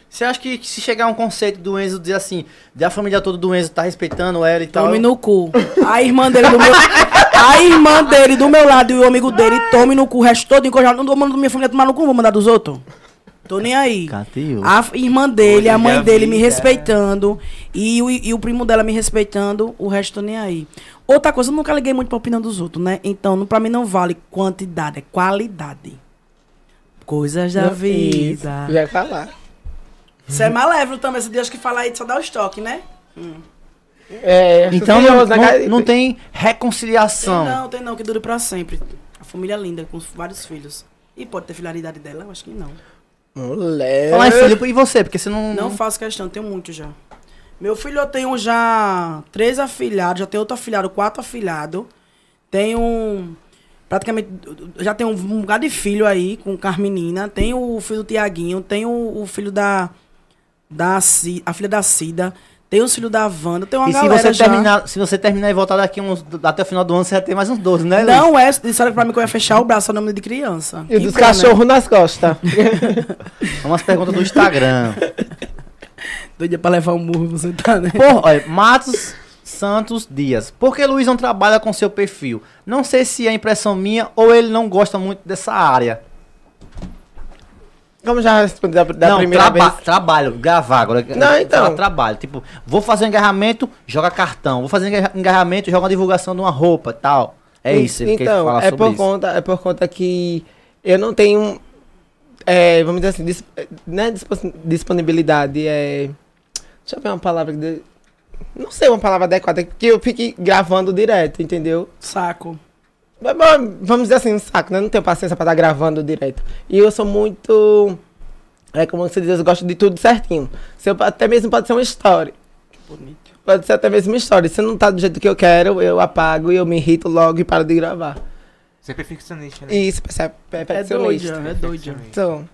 [SPEAKER 4] Você acha que se chegar um conceito do Enzo dizer assim, da família toda do Enzo tá respeitando ela e tal?
[SPEAKER 2] Tome no cu. A irmã dele do meu. A irmã dele do meu lado e o amigo dele, tome no cu. O resto todo encojado. Não tô mandando minha família tomar no cu, vou mandar dos outros. Tô nem aí.
[SPEAKER 4] Catilça.
[SPEAKER 2] A f- irmã dele, a mãe
[SPEAKER 3] Olha a
[SPEAKER 2] dele me
[SPEAKER 3] vida.
[SPEAKER 2] respeitando e o, e o primo dela me respeitando, o resto tô nem aí. Outra coisa, eu nunca liguei muito pra opinião dos outros, né? Então, não, pra mim não vale quantidade, é qualidade. Coisas da vida.
[SPEAKER 1] Já ia falar.
[SPEAKER 2] Você é malévolo também, esse dia acho que falar aí só dá o estoque, né?
[SPEAKER 1] É,
[SPEAKER 4] Então não,
[SPEAKER 1] sucinhoso, né,
[SPEAKER 4] não,
[SPEAKER 1] cara?
[SPEAKER 4] não tem
[SPEAKER 2] Tem
[SPEAKER 4] reconciliação.
[SPEAKER 2] não, tem não, que dure pra sempre. A família é linda, com vários filhos. E pode ter filharidade dela? Eu acho que não.
[SPEAKER 4] Hum.
[SPEAKER 1] Moleque.
[SPEAKER 4] Fala aí, Felipe, e você? Porque você não.
[SPEAKER 2] Não faço questão, tenho muito já. Meu filho, eu tenho já três afilhados, já tenho outro afilhado, quatro afilhados. Tenho um, praticamente, já tenho um lugar de filho aí com com as meninas. Tenho o filho do Tiaguinho, tenho o filho da, da Ci- a filha da Cida, tenho os filhos da Wanda, tenho uma
[SPEAKER 4] e se
[SPEAKER 2] galera
[SPEAKER 4] você,
[SPEAKER 2] já.
[SPEAKER 4] terminar, se você terminar e voltar daqui uns, até o final do ano, você vai ter mais uns 12, né, Luiz?
[SPEAKER 2] Não é, disseram pra mim que eu ia fechar o braço, é nome de criança.
[SPEAKER 1] E
[SPEAKER 2] Que
[SPEAKER 1] dos
[SPEAKER 2] pena.
[SPEAKER 1] cachorros nas costas.
[SPEAKER 4] Umas perguntas do Instagram.
[SPEAKER 2] Doida pra levar um murro, você tá, né?
[SPEAKER 4] Por, olha, Matos Santos Dias. Por que Luiz não trabalha com seu perfil? Não sei se é impressão minha ou ele não gosta muito dessa área.
[SPEAKER 1] Como já respondi da, da
[SPEAKER 4] não,
[SPEAKER 1] primeira
[SPEAKER 4] traba-
[SPEAKER 1] vez?
[SPEAKER 4] trabalho, gravar agora.
[SPEAKER 1] Não, então.
[SPEAKER 4] Fala trabalho. Tipo, vou fazer um engarramento, joga cartão. Vou fazer um engarra- engarramento, joga uma divulgação de uma roupa tal. É isso, ele quer
[SPEAKER 1] Então,
[SPEAKER 4] falar
[SPEAKER 1] é
[SPEAKER 4] sobre
[SPEAKER 1] por,
[SPEAKER 4] isso.
[SPEAKER 1] conta, é por conta que eu não tenho, é, vamos dizer assim, dis, não é dispo- disponibilidade, é... Deixa eu ver uma palavra que... dê- Não sei uma palavra adequada, que eu fique gravando direto, entendeu?
[SPEAKER 2] Saco.
[SPEAKER 1] Mas, bom, Vamos dizer assim, um saco, né? Eu Não tenho paciência pra estar gravando direto. E eu sou muito... É como você diz, eu gosto de tudo certinho. Se eu- até mesmo pode ser uma história.
[SPEAKER 2] Bonito.
[SPEAKER 1] Pode ser até mesmo uma história. Se não tá do jeito que eu quero, eu apago e eu me irrito logo e paro de gravar.
[SPEAKER 3] Você é perfeccionista, né?
[SPEAKER 1] E isso perce-
[SPEAKER 2] É doida,
[SPEAKER 1] perfeccionista.
[SPEAKER 2] é doida.
[SPEAKER 1] Então,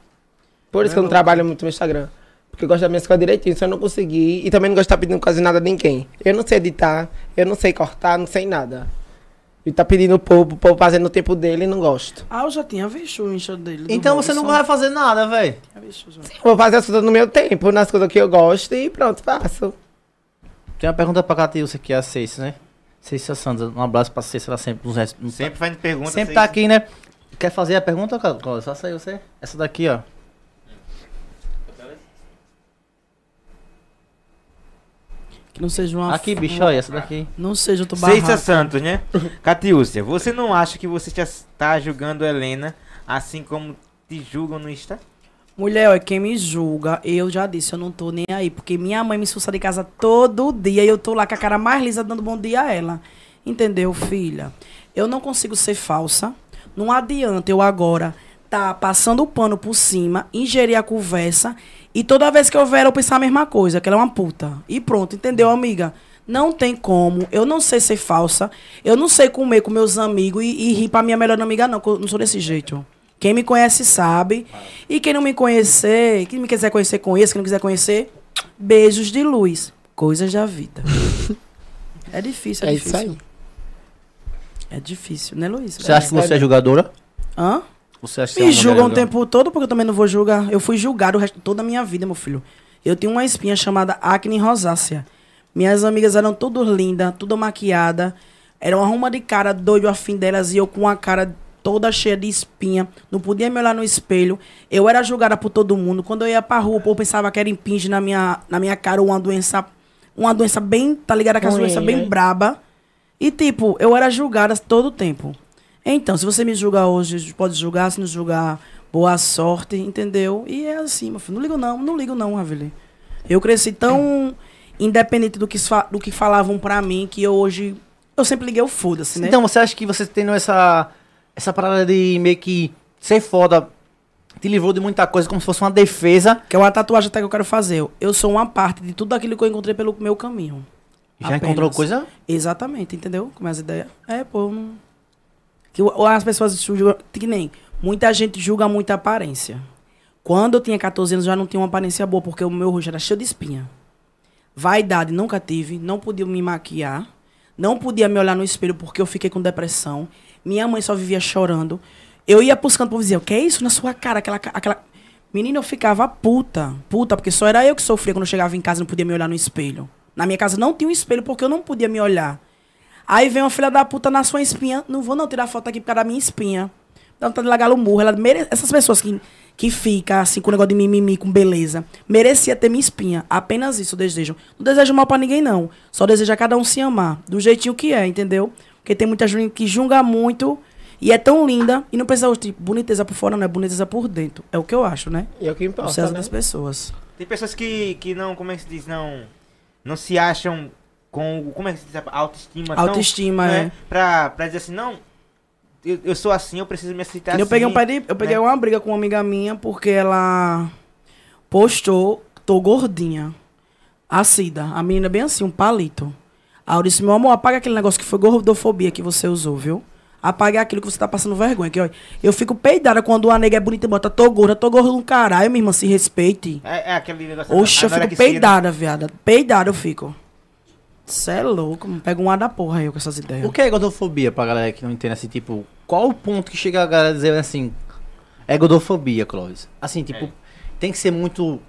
[SPEAKER 1] por isso que eu não trabalho muito no Instagram. Porque eu gosto da minha coisas direitinho, se eu não conseguir. E também não gosto de estar pedindo quase nada a ninguém. Eu não sei editar, eu não sei cortar, não sei nada. E tá pedindo o povo, o povo fazendo o tempo dele e não gosto.
[SPEAKER 2] Ah, eu já tinha visto o incha dele. do
[SPEAKER 4] Então você não
[SPEAKER 2] Robson.
[SPEAKER 4] vai fazer nada, velho.
[SPEAKER 2] Tinha visto já.
[SPEAKER 1] Eu vou fazer as coisas no meu tempo, nas coisas que eu gosto e pronto, faço.
[SPEAKER 4] Tem uma pergunta pra Catiúcia aqui, a Ceice, né? Ceice Santos, um abraço pra Ceice, ela sempre nos, res- nos
[SPEAKER 3] Sempre faz pergunta.
[SPEAKER 4] Sempre
[SPEAKER 3] assim.
[SPEAKER 4] tá aqui, né? Quer fazer a pergunta, Carlos? Só saiu você. Essa daqui, ó.
[SPEAKER 2] Que não seja uma.
[SPEAKER 4] Aqui,
[SPEAKER 2] f-
[SPEAKER 4] bicho, é olha, essa daqui.
[SPEAKER 2] Não seja outro
[SPEAKER 3] Seixas
[SPEAKER 2] barraco.
[SPEAKER 3] Santos, né? Catiúcia, você tá não acha que você já está julgando Helena assim como te julgam no Insta?
[SPEAKER 2] Mulher, olha, quem me julga, eu já disse, eu não tô nem aí. Porque minha mãe me expulsa de casa todo dia e eu tô lá com a cara mais lisa dando bom dia a ela. Entendeu, filha? Eu não consigo ser falsa. Não adianta eu agora tá passando o pano por cima, ingerir a conversa e toda vez que eu ver ela eu pensar a mesma coisa, que ela é uma puta. E pronto, entendeu, amiga? Não tem como. Eu não sei ser falsa. Eu não sei comer com meus amigos e, e rir pra minha melhor amiga, não, que eu não sou desse jeito. Quem me conhece sabe. E quem não me conhecer, quem me quiser conhecer, conheça. Quem não quiser conhecer, beijos de luz. Coisas da vida. É difícil, é,
[SPEAKER 1] É
[SPEAKER 2] difícil.
[SPEAKER 1] isso aí.
[SPEAKER 2] É difícil, né, Luiz?
[SPEAKER 4] Você acha que você é julgadora?
[SPEAKER 2] Hã?
[SPEAKER 4] Você acha que
[SPEAKER 2] Me
[SPEAKER 4] você é uma
[SPEAKER 2] julgam
[SPEAKER 4] mulher
[SPEAKER 2] o
[SPEAKER 4] julgadora?
[SPEAKER 2] tempo todo, porque eu também não vou julgar. Eu fui julgado o resto toda a minha vida, meu filho. Eu tenho uma espinha chamada acne rosácea. Minhas amigas eram todas lindas, toda maquiada. Era uma arruma de cara doido afim delas e eu com a cara toda cheia de espinha. Não podia me olhar no espelho. Eu era julgada por todo mundo. Quando eu ia pra rua, o povo pensava que era impinge na minha, na minha cara ou uma doença. Uma doença bem, tá ligada com as
[SPEAKER 1] Ruim,
[SPEAKER 2] doenças bem
[SPEAKER 1] né?
[SPEAKER 2] braba. E, tipo, eu era julgada todo o tempo. Então, se você me julgar hoje, pode julgar. Se não julgar, boa sorte, entendeu? E é assim, meu filho. Não ligo não, não ligo não, Raveli. Eu cresci tão independente do que, fa- do que falavam pra mim, que eu hoje... Eu sempre liguei o foda-se, né?
[SPEAKER 4] Então, você acha que você tendo essa, essa parada de meio que ser foda, te livrou de muita coisa como se fosse uma defesa?
[SPEAKER 2] que é uma tatuagem até que eu quero fazer. Eu sou uma parte de tudo aquilo que eu encontrei pelo meu caminho.
[SPEAKER 4] Já
[SPEAKER 2] Apenas.
[SPEAKER 4] encontrou coisa?
[SPEAKER 2] Exatamente, entendeu? Com as ideias. É, pô, eu não... Que o- as pessoas julgam, que nem, muita gente julga muito a aparência. Quando eu tinha 14 anos, eu já não tinha uma aparência boa, porque o meu rosto era cheio de espinha. Vaidade nunca tive, não podia me maquiar, não podia me olhar no espelho porque eu fiquei com depressão. Minha mãe só vivia chorando. Eu ia buscando pro vizinho, o que é isso na sua cara? Aquela, ca- aquela... Menina, eu ficava puta, puta, porque só era eu que sofria quando eu chegava em casa e não podia me olhar no espelho. Na minha casa não tinha um espelho porque eu não podia me olhar. Aí vem uma filha da puta na sua espinha, não vou não tirar foto aqui por causa da minha espinha. Dá vontade de largar o murro. Ela mere... Essas pessoas que, que ficam assim com o negócio de mimimi, com beleza, merecia ter minha espinha. Apenas isso eu desejo. Não desejo mal pra ninguém, não. Só desejo a cada um se amar, do jeitinho que é, entendeu? Porque tem muita gente que julga muito e é tão linda e não precisa, tipo, boniteza por fora, não é boniteza por dentro. É o que eu acho, né?
[SPEAKER 1] E é o que
[SPEAKER 2] O
[SPEAKER 1] importa,
[SPEAKER 2] sucesso
[SPEAKER 1] né?
[SPEAKER 2] das pessoas.
[SPEAKER 3] Tem pessoas que, que não, como é que se diz, não, não se acham com, como é que se diz, a autoestima. tão, né,
[SPEAKER 2] Autoestima, é.
[SPEAKER 3] Pra, pra dizer assim, não, eu, eu sou assim, eu preciso me aceitar
[SPEAKER 2] eu
[SPEAKER 3] assim.
[SPEAKER 2] peguei, um pé de- eu peguei
[SPEAKER 3] né?
[SPEAKER 2] uma briga com uma amiga minha porque ela postou, tô gordinha. A Cida, a menina bem assim, um palito. Aí eu disse, meu amor, apaga aquele negócio que foi gordofobia que você usou, viu? Apaga aquilo que você tá passando vergonha. Que, ó, eu fico peidada quando uma nega é bonita e bota, tô gorda, tô gorda um caralho, minha irmã, se respeite.
[SPEAKER 3] É, é aquele negócio.
[SPEAKER 2] Oxe, eu fico
[SPEAKER 3] anorexia, né?
[SPEAKER 2] peidada, viada. Peidada eu fico. Cê é louco, mano. pega um ar da porra aí com essas ideias.
[SPEAKER 4] O que é godofobia pra galera que não entende assim, tipo, qual o ponto que chega a galera dizer assim, é godofobia, Clóvis? Assim, tipo,
[SPEAKER 3] É.
[SPEAKER 4] tem que ser muito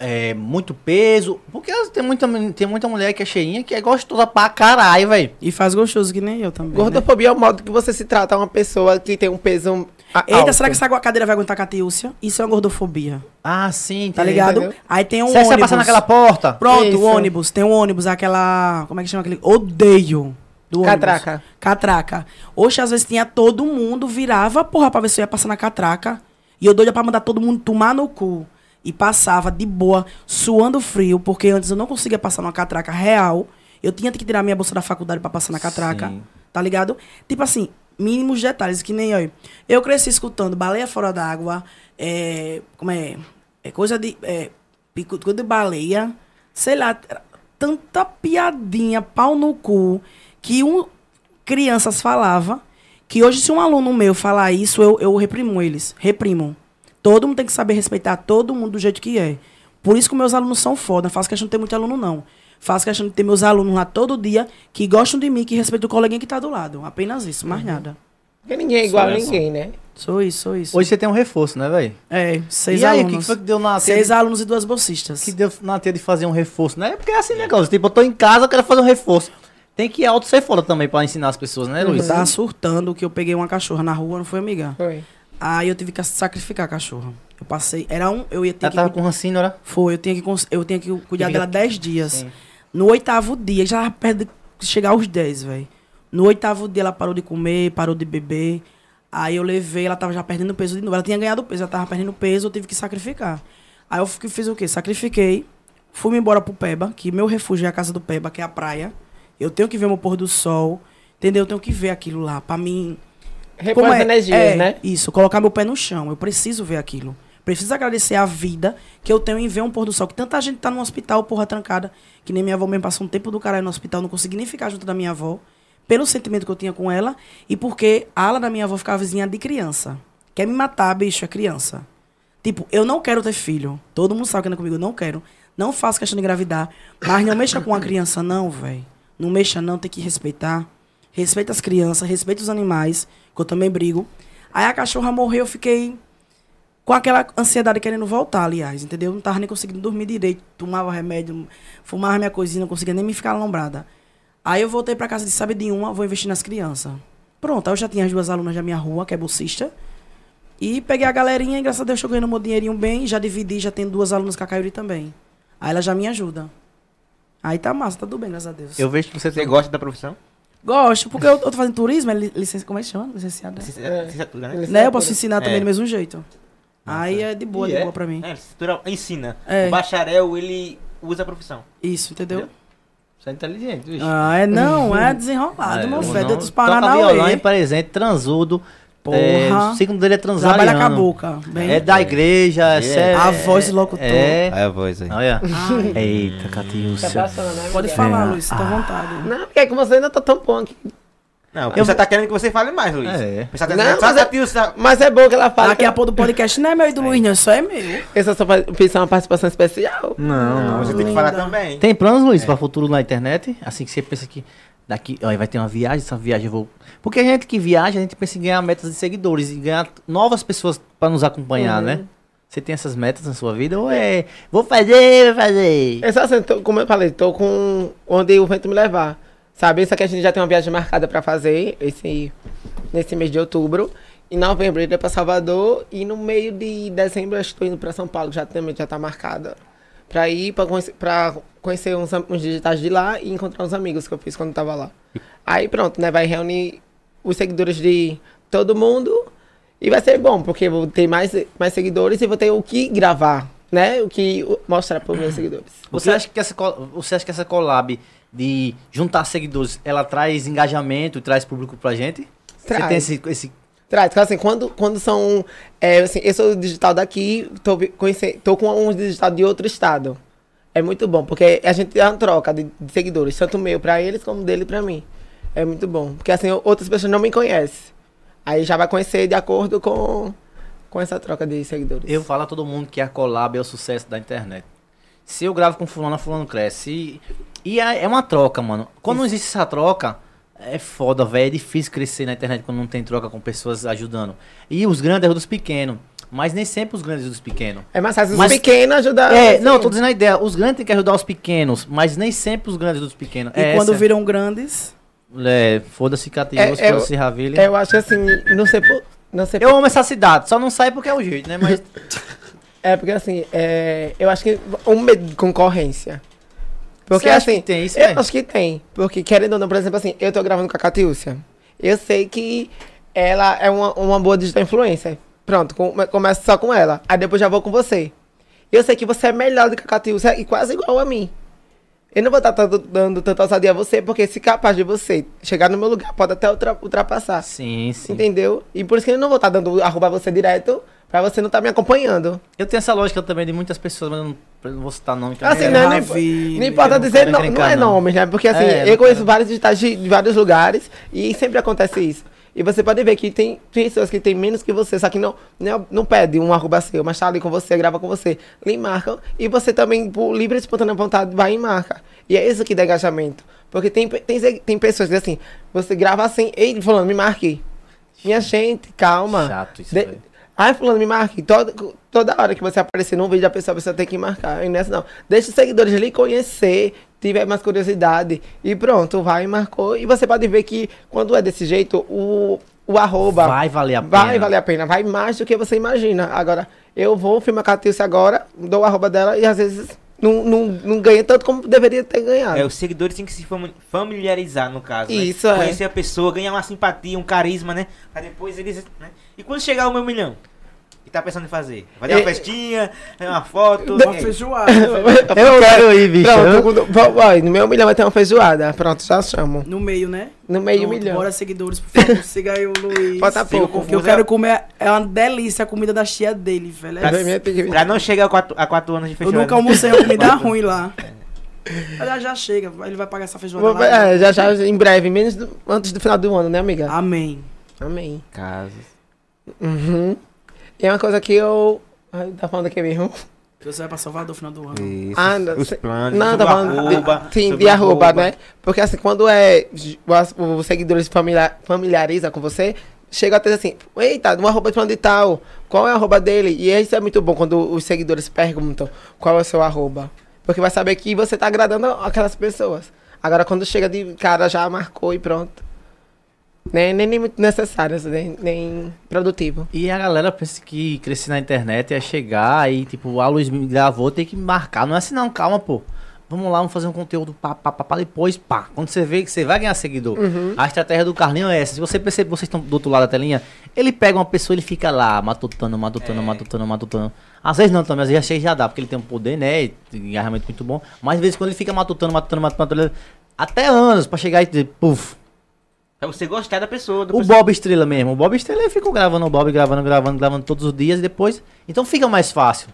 [SPEAKER 4] é, muito peso, porque as- tem muita, men- tem muita mulher que é cheinha que é gostosa pra caralho, velho.
[SPEAKER 2] E faz gostoso que nem eu também. né?
[SPEAKER 1] Gordofobia é o modo que você se trata uma pessoa que tem um peso. a-
[SPEAKER 2] Eita,
[SPEAKER 1] alto.
[SPEAKER 2] será que essa cadeira vai aguentar a Catiúcia? Isso é uma gordofobia,
[SPEAKER 4] Ah, sim,
[SPEAKER 2] tá
[SPEAKER 4] entendi.
[SPEAKER 2] ligado?
[SPEAKER 1] entendeu?
[SPEAKER 2] Aí tem um
[SPEAKER 4] Você
[SPEAKER 2] ônibus.
[SPEAKER 4] vai passar naquela porta?
[SPEAKER 2] Pronto,
[SPEAKER 1] Isso.
[SPEAKER 2] o ônibus. Tem um ônibus, aquela... Como é que chama aquele? Odeio do ônibus.
[SPEAKER 1] Catraca.
[SPEAKER 2] Catraca. Oxe, às vezes tinha todo mundo, virava, porra, pra ver se eu ia passar na catraca. E eu doida pra mandar todo mundo tomar no cu. E passava de boa, suando frio, porque antes eu não conseguia passar numa catraca real. Eu tinha que tirar minha bolsa da faculdade pra passar na catraca.
[SPEAKER 4] Sim.
[SPEAKER 2] Tá ligado? Tipo assim, mínimos detalhes, que nem eu. Eu cresci escutando baleia fora d'água, é, como é, é coisa de. É, pico coisa de baleia, sei lá, tanta piadinha, pau no cu, que um, crianças falava que hoje, se um aluno meu falar isso, eu, eu reprimo eles. Reprimo. Todo mundo tem que saber respeitar todo mundo do jeito que é. Por isso que meus alunos são foda. Faço questão de ter muito aluno, não. Faço questão de ter meus alunos lá todo dia que gostam de mim, que respeitam o coleguinha que tá do lado. Apenas isso, mais
[SPEAKER 4] Uhum.
[SPEAKER 2] nada.
[SPEAKER 1] Porque ninguém é igual a ninguém, né?
[SPEAKER 2] Sou isso, sou isso.
[SPEAKER 4] Hoje você tem um reforço, né, velho?
[SPEAKER 2] É, seis
[SPEAKER 4] E aí, o
[SPEAKER 2] alunos.
[SPEAKER 4] que que foi que deu na teia
[SPEAKER 2] Seis
[SPEAKER 4] de-
[SPEAKER 2] alunos e duas bolsistas.
[SPEAKER 4] que deu na teia de fazer um reforço, né? Porque é assim, né, Clóvis? Tipo, eu tô em casa, eu quero fazer um reforço. Tem que auto ser foda também pra ensinar as pessoas, né,
[SPEAKER 2] Eu
[SPEAKER 4] Luiz?
[SPEAKER 2] tava Tá surtando que eu peguei uma cachorra na rua, não foi amiga.
[SPEAKER 1] Foi.
[SPEAKER 2] Aí eu tive que sacrificar a cachorra. Eu passei. Era um. Eu ia ter
[SPEAKER 4] Ela
[SPEAKER 2] que.
[SPEAKER 4] tava com rancinho, né?
[SPEAKER 2] Foi, eu tinha que, cons- eu tinha que cuidar
[SPEAKER 4] Fica-
[SPEAKER 2] dela 10 dias.
[SPEAKER 4] Sim.
[SPEAKER 2] No oitavo dia, já tava perto de chegar aos 10, velho. No oitavo dia, ela parou de comer, parou de beber. Aí eu levei, ela tava já perdendo peso de novo. Ela tinha ganhado peso, ela tava perdendo peso, eu tive que sacrificar. Aí eu fi- fiz o quê? Sacrifiquei, fui embora pro Peba, que meu refúgio é a casa do Peba, que é a praia. Eu tenho que ver meu pôr do sol, entendeu? Eu tenho que ver aquilo lá, pra mim...
[SPEAKER 1] Repõe
[SPEAKER 2] Como
[SPEAKER 1] as
[SPEAKER 2] é-
[SPEAKER 1] energias,
[SPEAKER 2] é,
[SPEAKER 1] né?
[SPEAKER 2] Isso, colocar meu pé no chão. Eu preciso ver aquilo. Preciso agradecer a vida que eu tenho em ver um pôr do sol. Que tanta gente tá no hospital, porra, trancada, que nem minha avó mesmo passou um tempo do caralho no hospital, não consegui nem ficar junto da minha avó, pelo sentimento que eu tinha com ela e porque a ala da minha avó ficava vizinha de criança. Quer me matar, bicho, é criança. Tipo, eu não quero ter filho. Todo mundo sabe que anda comigo, eu não quero. Não faço questão de engravidar. Mas não mexa com a criança, não, velho. Não mexa, não, tem que respeitar. Respeita as crianças, respeita os animais, que eu também brigo. Aí a cachorra morreu, eu fiquei com aquela ansiedade querendo voltar, aliás, entendeu? Não tava nem conseguindo dormir direito, tomava remédio, fumava minha coisinha, não conseguia nem me ficar alombrada. Aí eu voltei pra casa de sabe de uma, vou investir nas crianças. Pronto, aí eu já tinha as duas alunas da minha rua, que é bolsista, e peguei a galerinha, e graças a Deus eu ganhando meu dinheirinho bem, já dividi, já tenho duas alunas com a Caiuri também. Aí ela já me ajuda. Aí tá massa, tá tudo bem, graças a Deus.
[SPEAKER 4] Eu vejo que você
[SPEAKER 3] Você
[SPEAKER 4] tem
[SPEAKER 3] gosta da profissão?
[SPEAKER 2] Gosto, porque eu, eu tô fazendo turismo, é li- licença, como é que chama? Licenciada.
[SPEAKER 3] Licenciatura, licenciatura, né?
[SPEAKER 2] Né? Eu posso ensinar também
[SPEAKER 3] É.
[SPEAKER 2] do mesmo jeito. Aí é de boa,
[SPEAKER 3] E
[SPEAKER 2] de
[SPEAKER 3] é?
[SPEAKER 2] boa pra mim.
[SPEAKER 3] É, licenciatura ensina.
[SPEAKER 2] É.
[SPEAKER 3] O bacharel, ele usa a profissão.
[SPEAKER 2] Isso, entendeu?
[SPEAKER 4] Você é inteligente, bicho.
[SPEAKER 2] Ah, é não, é desenrolado,
[SPEAKER 4] É,
[SPEAKER 2] meu
[SPEAKER 4] ou
[SPEAKER 2] filho. É
[SPEAKER 4] não,
[SPEAKER 2] dentro dos
[SPEAKER 4] Toca violão,
[SPEAKER 2] Paranauê.
[SPEAKER 4] é presente, transudo.
[SPEAKER 2] Porra.
[SPEAKER 4] É, o signo dele é transariano.
[SPEAKER 2] Trabalha com a boca. Bem,
[SPEAKER 4] É da igreja, é, sério.
[SPEAKER 2] A voz do locutor.
[SPEAKER 4] É.
[SPEAKER 8] Aí a voz aí.
[SPEAKER 4] Olha.
[SPEAKER 2] Ai,
[SPEAKER 4] Eita, Catiúcia.
[SPEAKER 1] Passando, né,
[SPEAKER 2] pode
[SPEAKER 1] amiga?
[SPEAKER 2] falar,
[SPEAKER 4] É.
[SPEAKER 2] Luiz, fica à vontade.
[SPEAKER 1] Não, porque com você ainda tá tão bom aqui.
[SPEAKER 3] Não, você tá querendo que você fale mais, Luiz.
[SPEAKER 4] É.
[SPEAKER 3] Você tá
[SPEAKER 1] Não,
[SPEAKER 3] querendo
[SPEAKER 1] mas
[SPEAKER 3] só
[SPEAKER 1] é-
[SPEAKER 3] que você-
[SPEAKER 1] Mas é bom que ela fala.
[SPEAKER 2] Daqui a pouco do podcast não é meu e do Luiz, não, só é meu.
[SPEAKER 1] Essa só faz- pensar uma participação especial.
[SPEAKER 4] Não, não.
[SPEAKER 3] Você tem que falar também.
[SPEAKER 4] Tem planos,
[SPEAKER 1] É.
[SPEAKER 4] Luiz, pra futuro na internet? Assim que você pensa que daqui, ó, vai ter uma viagem, essa viagem eu vou. Porque a gente que viaja, a gente pensa em ganhar metas de seguidores e ganhar novas pessoas pra nos
[SPEAKER 1] Uhum.
[SPEAKER 4] acompanhar, né? Você tem essas metas na sua vida ou é vou fazer, vou fazer?
[SPEAKER 1] É só assim, tô- como eu falei, tô com onde o vento me levar. Sabe? Só que a gente já tem uma viagem marcada pra fazer esse, nesse mês de outubro. Em novembro eu iria pra Salvador. E no meio de dezembro eu estou indo pra São Paulo, que já também já tá marcada. Pra ir pra conhecer, pra conhecer uns, am- uns digitais de lá e encontrar uns amigos que eu fiz quando tava lá. Aí pronto, né? Vai reunir os seguidores de todo mundo. E vai ser bom, porque eu vou ter mais, mais seguidores e vou ter o que gravar, né? O que o- mostrar pros meus seguidores.
[SPEAKER 4] Você acha que essa col- você acha que essa collab de juntar seguidores, ela traz engajamento, traz público pra gente? Você
[SPEAKER 1] Traz.
[SPEAKER 4] tem esse, esse
[SPEAKER 1] Traz, porque assim, quando, quando são. é, assim, eu sou digital daqui, tô, vi- conhece- tô com um digital de outro estado. É muito bom, porque a gente tem uma troca de, de seguidores, tanto meu pra eles como dele pra mim. É muito bom. Porque assim, o- outras pessoas não me conhecem. Aí já vai conhecer de acordo com, com essa troca de seguidores.
[SPEAKER 4] Eu falo a todo mundo que a collab é o sucesso da internet. Se eu gravo com fulano, fulano cresce. E, e é, é uma troca, mano. Quando não existe essa troca, é foda, velho. É difícil crescer na internet quando não tem troca com pessoas ajudando. E os grandes ajudam os pequenos. Mas nem sempre os grandes ajudam os pequenos.
[SPEAKER 1] É mais fácil os
[SPEAKER 4] Mas-
[SPEAKER 1] pequenos ajudar.
[SPEAKER 4] É,
[SPEAKER 1] assim.
[SPEAKER 4] não, tô dizendo a ideia. Os grandes têm que ajudar os pequenos, mas nem sempre os grandes ajudam os pequenos.
[SPEAKER 2] E
[SPEAKER 4] é
[SPEAKER 2] quando
[SPEAKER 4] essa.
[SPEAKER 2] viram grandes,
[SPEAKER 4] É, foda-se Catiúcio,
[SPEAKER 1] É, é,
[SPEAKER 4] foda-se Ravilha.
[SPEAKER 1] Eu acho assim, não sei por. Não sei
[SPEAKER 4] Eu amo essa cidade, só não sai porque é o jeito, né? Mas
[SPEAKER 1] É porque assim, é, eu acho que um medo de concorrência. Porque
[SPEAKER 4] Você acha
[SPEAKER 1] assim,
[SPEAKER 4] que tem isso, né?
[SPEAKER 1] eu
[SPEAKER 4] velho?
[SPEAKER 1] acho que tem. Porque querendo ou não, por exemplo, assim, eu tô gravando com a Catiúcia. Eu sei que ela é uma, uma boa digital influencer. Pronto, come, começo só com ela. Aí depois já vou com você. Eu sei que você é melhor do que a Catiúcia e quase igual a mim. Eu não vou estar tanto- dando tanta ousadia a você, porque se capaz de você chegar no meu lugar, pode até ultra- ultrapassar.
[SPEAKER 4] ah, sim, sim.
[SPEAKER 1] Entendeu? E por isso que eu não vou estar dando arroba você direto, pra você não estar me acompanhando.
[SPEAKER 4] Eu tenho essa lógica também de muitas pessoas, mas eu não, eu não vou citar nome. que eu
[SPEAKER 1] Assim,
[SPEAKER 4] não-
[SPEAKER 1] né? Não,
[SPEAKER 2] Ravi,
[SPEAKER 1] não importa
[SPEAKER 4] eu não
[SPEAKER 1] dizer,
[SPEAKER 4] quero
[SPEAKER 1] não, não
[SPEAKER 4] encrencar,
[SPEAKER 1] é
[SPEAKER 4] não.
[SPEAKER 1] nomes, né? Porque assim,
[SPEAKER 4] É, não
[SPEAKER 1] eu conheço
[SPEAKER 4] quero.
[SPEAKER 1] vários digitais de, de vários lugares e sempre acontece isso. E você pode ver que tem pessoas que têm menos que você, só que não, não, não pede um arroba seu, mas tá ali com você, grava com você. Lhe marcam e você também, por livre e espontânea vontade, vai e marca. E é isso que dá engajamento. Porque tem, pe- tem, se- tem pessoas que assim, você grava assim, ei, fulano, me marque. Minha gente, calma.
[SPEAKER 4] Chato isso, velho.
[SPEAKER 1] Ai, fulano, me marque. Toda, toda hora que você aparecer num vídeo, a pessoa, a pessoa tem que marcar. E nessa não. Deixa os seguidores lhe conhecer, tiver mais curiosidade. E pronto, vai e marcou. E você pode ver que quando é desse jeito, o, o arroba.
[SPEAKER 4] Vai valer a
[SPEAKER 1] vai
[SPEAKER 4] pena.
[SPEAKER 1] valer a pena. Vai mais do que você imagina. Agora, eu vou filmar com a Tilce agora, dou o arroba dela e às vezes não, não, não ganha tanto como deveria ter ganhado.
[SPEAKER 3] É, os seguidores têm que se fami- familiarizar, no caso. né?
[SPEAKER 1] Isso, é.
[SPEAKER 3] Conhecer a pessoa, ganhar uma simpatia, um carisma, né? Pra depois eles. né? E quando chegar o meu milhão? E tá pensando em fazer? Vai dar uma
[SPEAKER 1] É.
[SPEAKER 3] festinha, é uma foto.
[SPEAKER 2] Uma
[SPEAKER 3] né?
[SPEAKER 2] feijoada.
[SPEAKER 4] Eu quero ir, bicho.
[SPEAKER 1] Pronto, quando- vou- vai, no meu milhão vai ter uma feijoada. Pronto, já chamo.
[SPEAKER 2] No meio, né?
[SPEAKER 1] No meio
[SPEAKER 2] Pronto,
[SPEAKER 1] milhão.
[SPEAKER 2] Bora, seguidores, por favor, siga aí o Luiz.
[SPEAKER 1] Falta
[SPEAKER 2] Siga
[SPEAKER 1] pouco.
[SPEAKER 2] o Que eu quero comer. É uma delícia a comida da tia dele, velho.
[SPEAKER 1] Pra mim
[SPEAKER 2] É-
[SPEAKER 1] é pedir-
[SPEAKER 3] Pra não chegar a quatro, a quatro anos de
[SPEAKER 2] Eu
[SPEAKER 3] feijoada.
[SPEAKER 2] nunca almocei uma comida é ruim lá. Aliás, já chega. Ele vai pagar essa feijoada
[SPEAKER 1] Vou-
[SPEAKER 2] lá. né?
[SPEAKER 1] é, já já em breve, menos do- antes do final do ano, né, amiga?
[SPEAKER 2] Amém.
[SPEAKER 1] Amém.
[SPEAKER 3] Casos.
[SPEAKER 1] Uhum. E é uma coisa que eu. Ai, tá falando aqui mesmo?
[SPEAKER 2] Que você vai é pra Salvador no final do ano.
[SPEAKER 3] Isso.
[SPEAKER 1] Ah, não,
[SPEAKER 3] os
[SPEAKER 1] sei-
[SPEAKER 3] planos.
[SPEAKER 1] Não,
[SPEAKER 3] sobre
[SPEAKER 1] tá
[SPEAKER 3] o
[SPEAKER 1] falando. de-
[SPEAKER 3] arroba,
[SPEAKER 1] sim,
[SPEAKER 3] sobre
[SPEAKER 1] de
[SPEAKER 3] o
[SPEAKER 1] arroba, né? Porque assim, quando é. j- o- Os seguidores se familiar, familiarizam com você, chega até assim, eita, uma arroba de plano de tal. Qual é a arroba dele? E isso é muito bom quando os seguidores perguntam qual é o seu arroba. Porque vai saber que você tá agradando aquelas pessoas. Agora quando chega de cara já marcou e pronto. Nem, nem, nem muito necessário, assim, nem, nem produtivo.
[SPEAKER 4] E a galera pensa que crescer na internet é chegar e, tipo, a Luiz me gravou, tem que marcar. Não é assim não, calma, pô. Vamos lá, vamos fazer um conteúdo pá, pá, pá, pá, depois, pá. Quando você vê que você vai ganhar seguidor. A estratégia do Carlinho é essa. Se você perceber, vocês estão do outro lado da telinha, ele pega uma pessoa, ele fica lá, matutando, matutando, matutando, matutando. Às vezes não também, às vezes achei que já dá, porque ele tem um poder, né, e engarramento muito bom. Mas, às vezes, quando ele fica matutando, matutando, matutando, matutando, até anos pra chegar e dizer, puf,
[SPEAKER 3] Pra você gostar da pessoa. da
[SPEAKER 4] o
[SPEAKER 3] pessoa.
[SPEAKER 4] Bob Estrela mesmo. O Bob Estrela ele ficou gravando o Bob, gravando, gravando, gravando todos os dias e depois. Então fica mais fácil,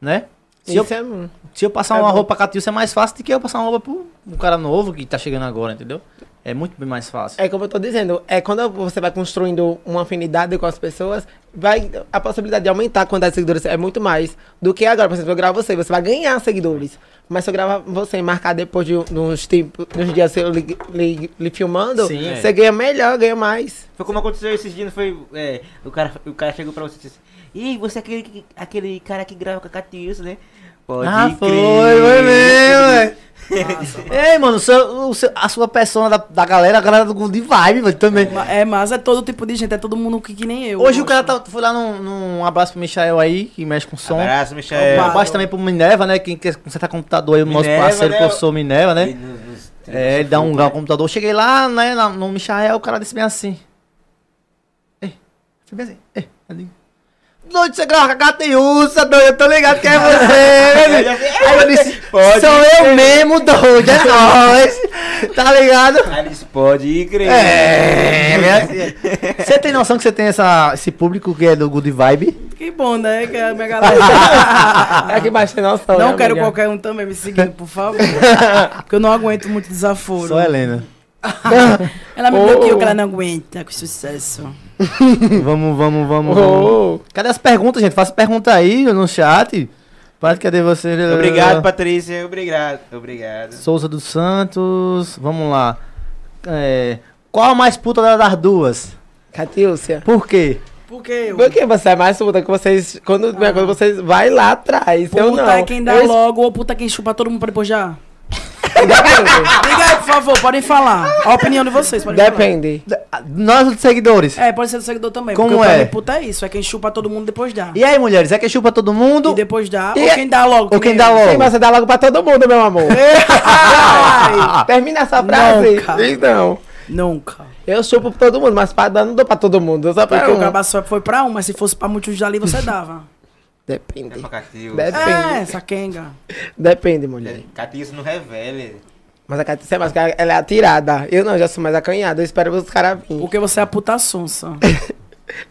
[SPEAKER 4] né? Se, eu,
[SPEAKER 1] Isso é bom.
[SPEAKER 4] se eu passar
[SPEAKER 1] é
[SPEAKER 4] uma
[SPEAKER 1] bom.
[SPEAKER 4] roupa pra Catilce é mais fácil do que eu passar uma roupa pro um cara novo que tá chegando agora, entendeu? É muito bem mais fácil.
[SPEAKER 1] É como eu tô dizendo, é quando você vai construindo uma afinidade com as pessoas, vai a possibilidade de aumentar a quantidade de seguidores é muito mais do que agora. Por exemplo, eu gravo você, você vai ganhar seguidores. Mas se eu gravar você e marcar depois de, um- de uns, tempos, de uns dias eu lhe, lhe- lhe filmando,
[SPEAKER 4] Sim, é.
[SPEAKER 1] você ganha melhor, ganha mais.
[SPEAKER 3] Foi como aconteceu esses dias, não foi. é, o, cara, o cara chegou pra você e disse: Ih, você é aquele, que- aquele cara que grava com a Catiusa, né? Pode
[SPEAKER 4] Ah,
[SPEAKER 3] crer."
[SPEAKER 4] foi, foi mesmo, Ei, mano, o seu- o seu- a sua persona da, da galera, a galera do Good Vibe, velho, também.
[SPEAKER 2] Ma- É, mas é todo tipo de gente, é todo mundo que, que nem eu.
[SPEAKER 4] Hoje
[SPEAKER 2] Eu
[SPEAKER 4] o cara
[SPEAKER 2] gosto.
[SPEAKER 4] tá, foi lá num, num abraço pro Michael aí, que mexe com som.
[SPEAKER 3] Abraço,
[SPEAKER 4] Um
[SPEAKER 3] Michel.
[SPEAKER 4] abraço também pro Minerva, né? Quem quer consertar computador aí, o nosso
[SPEAKER 3] Minerva,
[SPEAKER 4] parceiro,
[SPEAKER 3] né?
[SPEAKER 4] professor Minerva, né?
[SPEAKER 3] Ele nos- nos-
[SPEAKER 4] É, ele dá um lugar ao computador. Eu cheguei lá, né, lá no Michael, o cara disse bem assim. Ei, foi bem assim. Ei, eu digo, Doido, você grava com a Catiúça, doido, eu tô ligado que é você, né, bicho?" Aí eu disse, sou eu mesmo, doido, é nóis, tá ligado?
[SPEAKER 3] Aí ele disse: Pode crer.
[SPEAKER 4] É, bem assim. Você tem noção que você tem essa, esse público que é do Good Vibe?
[SPEAKER 2] Que bom, né? Que a minha galera.
[SPEAKER 1] É que baixa noção.
[SPEAKER 2] Não
[SPEAKER 1] né,
[SPEAKER 2] quero
[SPEAKER 1] amiga?
[SPEAKER 2] qualquer um também me seguindo, por favor. Porque eu não aguento muito desaforo.
[SPEAKER 4] Só Helena.
[SPEAKER 2] Ela me
[SPEAKER 1] Oh.
[SPEAKER 2] bloqueou que ela não aguenta, que sucesso.
[SPEAKER 4] vamos, vamos, vamos, vamos.
[SPEAKER 1] Oh,
[SPEAKER 4] Cadê as perguntas, gente? Faça pergunta aí no chat. Pode, cadê você?
[SPEAKER 3] Obrigado, Patrícia. Obrigado. Obrigado.
[SPEAKER 4] Souza dos Santos, vamos lá. É, qual a mais puta da- das duas?
[SPEAKER 1] Catiúcia.
[SPEAKER 4] Por quê?
[SPEAKER 2] Por que eu?
[SPEAKER 1] Por que você é mais puta que vocês. Quando, né, quando vocês vai lá atrás. eu não.
[SPEAKER 2] Puta é quem dá
[SPEAKER 1] eu
[SPEAKER 2] logo, ou puta é quem chupa todo mundo pra depois já.
[SPEAKER 1] Depende.
[SPEAKER 2] Diga aí, por favor, podem falar. A opinião de vocês, podem
[SPEAKER 1] Depende.
[SPEAKER 4] D- a- Nós, os seguidores.
[SPEAKER 2] falar. É, pode ser do seguidor também.
[SPEAKER 4] Como
[SPEAKER 2] porque pra
[SPEAKER 4] é?
[SPEAKER 2] mim, puta é isso, é quem chupa todo mundo depois dá.
[SPEAKER 4] E aí, mulheres? É que chupa todo mundo?
[SPEAKER 2] E depois dá,
[SPEAKER 1] E-
[SPEAKER 2] ou quem dá logo.
[SPEAKER 4] Ou
[SPEAKER 2] que nem
[SPEAKER 4] quem dá
[SPEAKER 2] eu.
[SPEAKER 4] logo?
[SPEAKER 1] Sim, mas você dá logo pra todo mundo, meu amor. Ai, Termina essa frase.
[SPEAKER 2] cara.
[SPEAKER 1] Então.
[SPEAKER 2] Nunca.
[SPEAKER 1] Eu chupo pra todo mundo, mas pra dar não dou pra todo mundo. Eu só pra
[SPEAKER 2] Porque o
[SPEAKER 1] um.
[SPEAKER 2] cabra só foi pra um, mas se fosse pra muitos dali, você dava.
[SPEAKER 3] É
[SPEAKER 1] Depende.
[SPEAKER 3] pra Catiusa.
[SPEAKER 1] Deve-
[SPEAKER 2] é, saquenga.
[SPEAKER 1] Depende, mulher.
[SPEAKER 3] Catiusa É, não revela.
[SPEAKER 1] Mas a Catiúcia é mais cara, ela é atirada. Eu não, já sou mais acanhada. Eu espero os caras virem.
[SPEAKER 2] Porque você é a puta sonsa.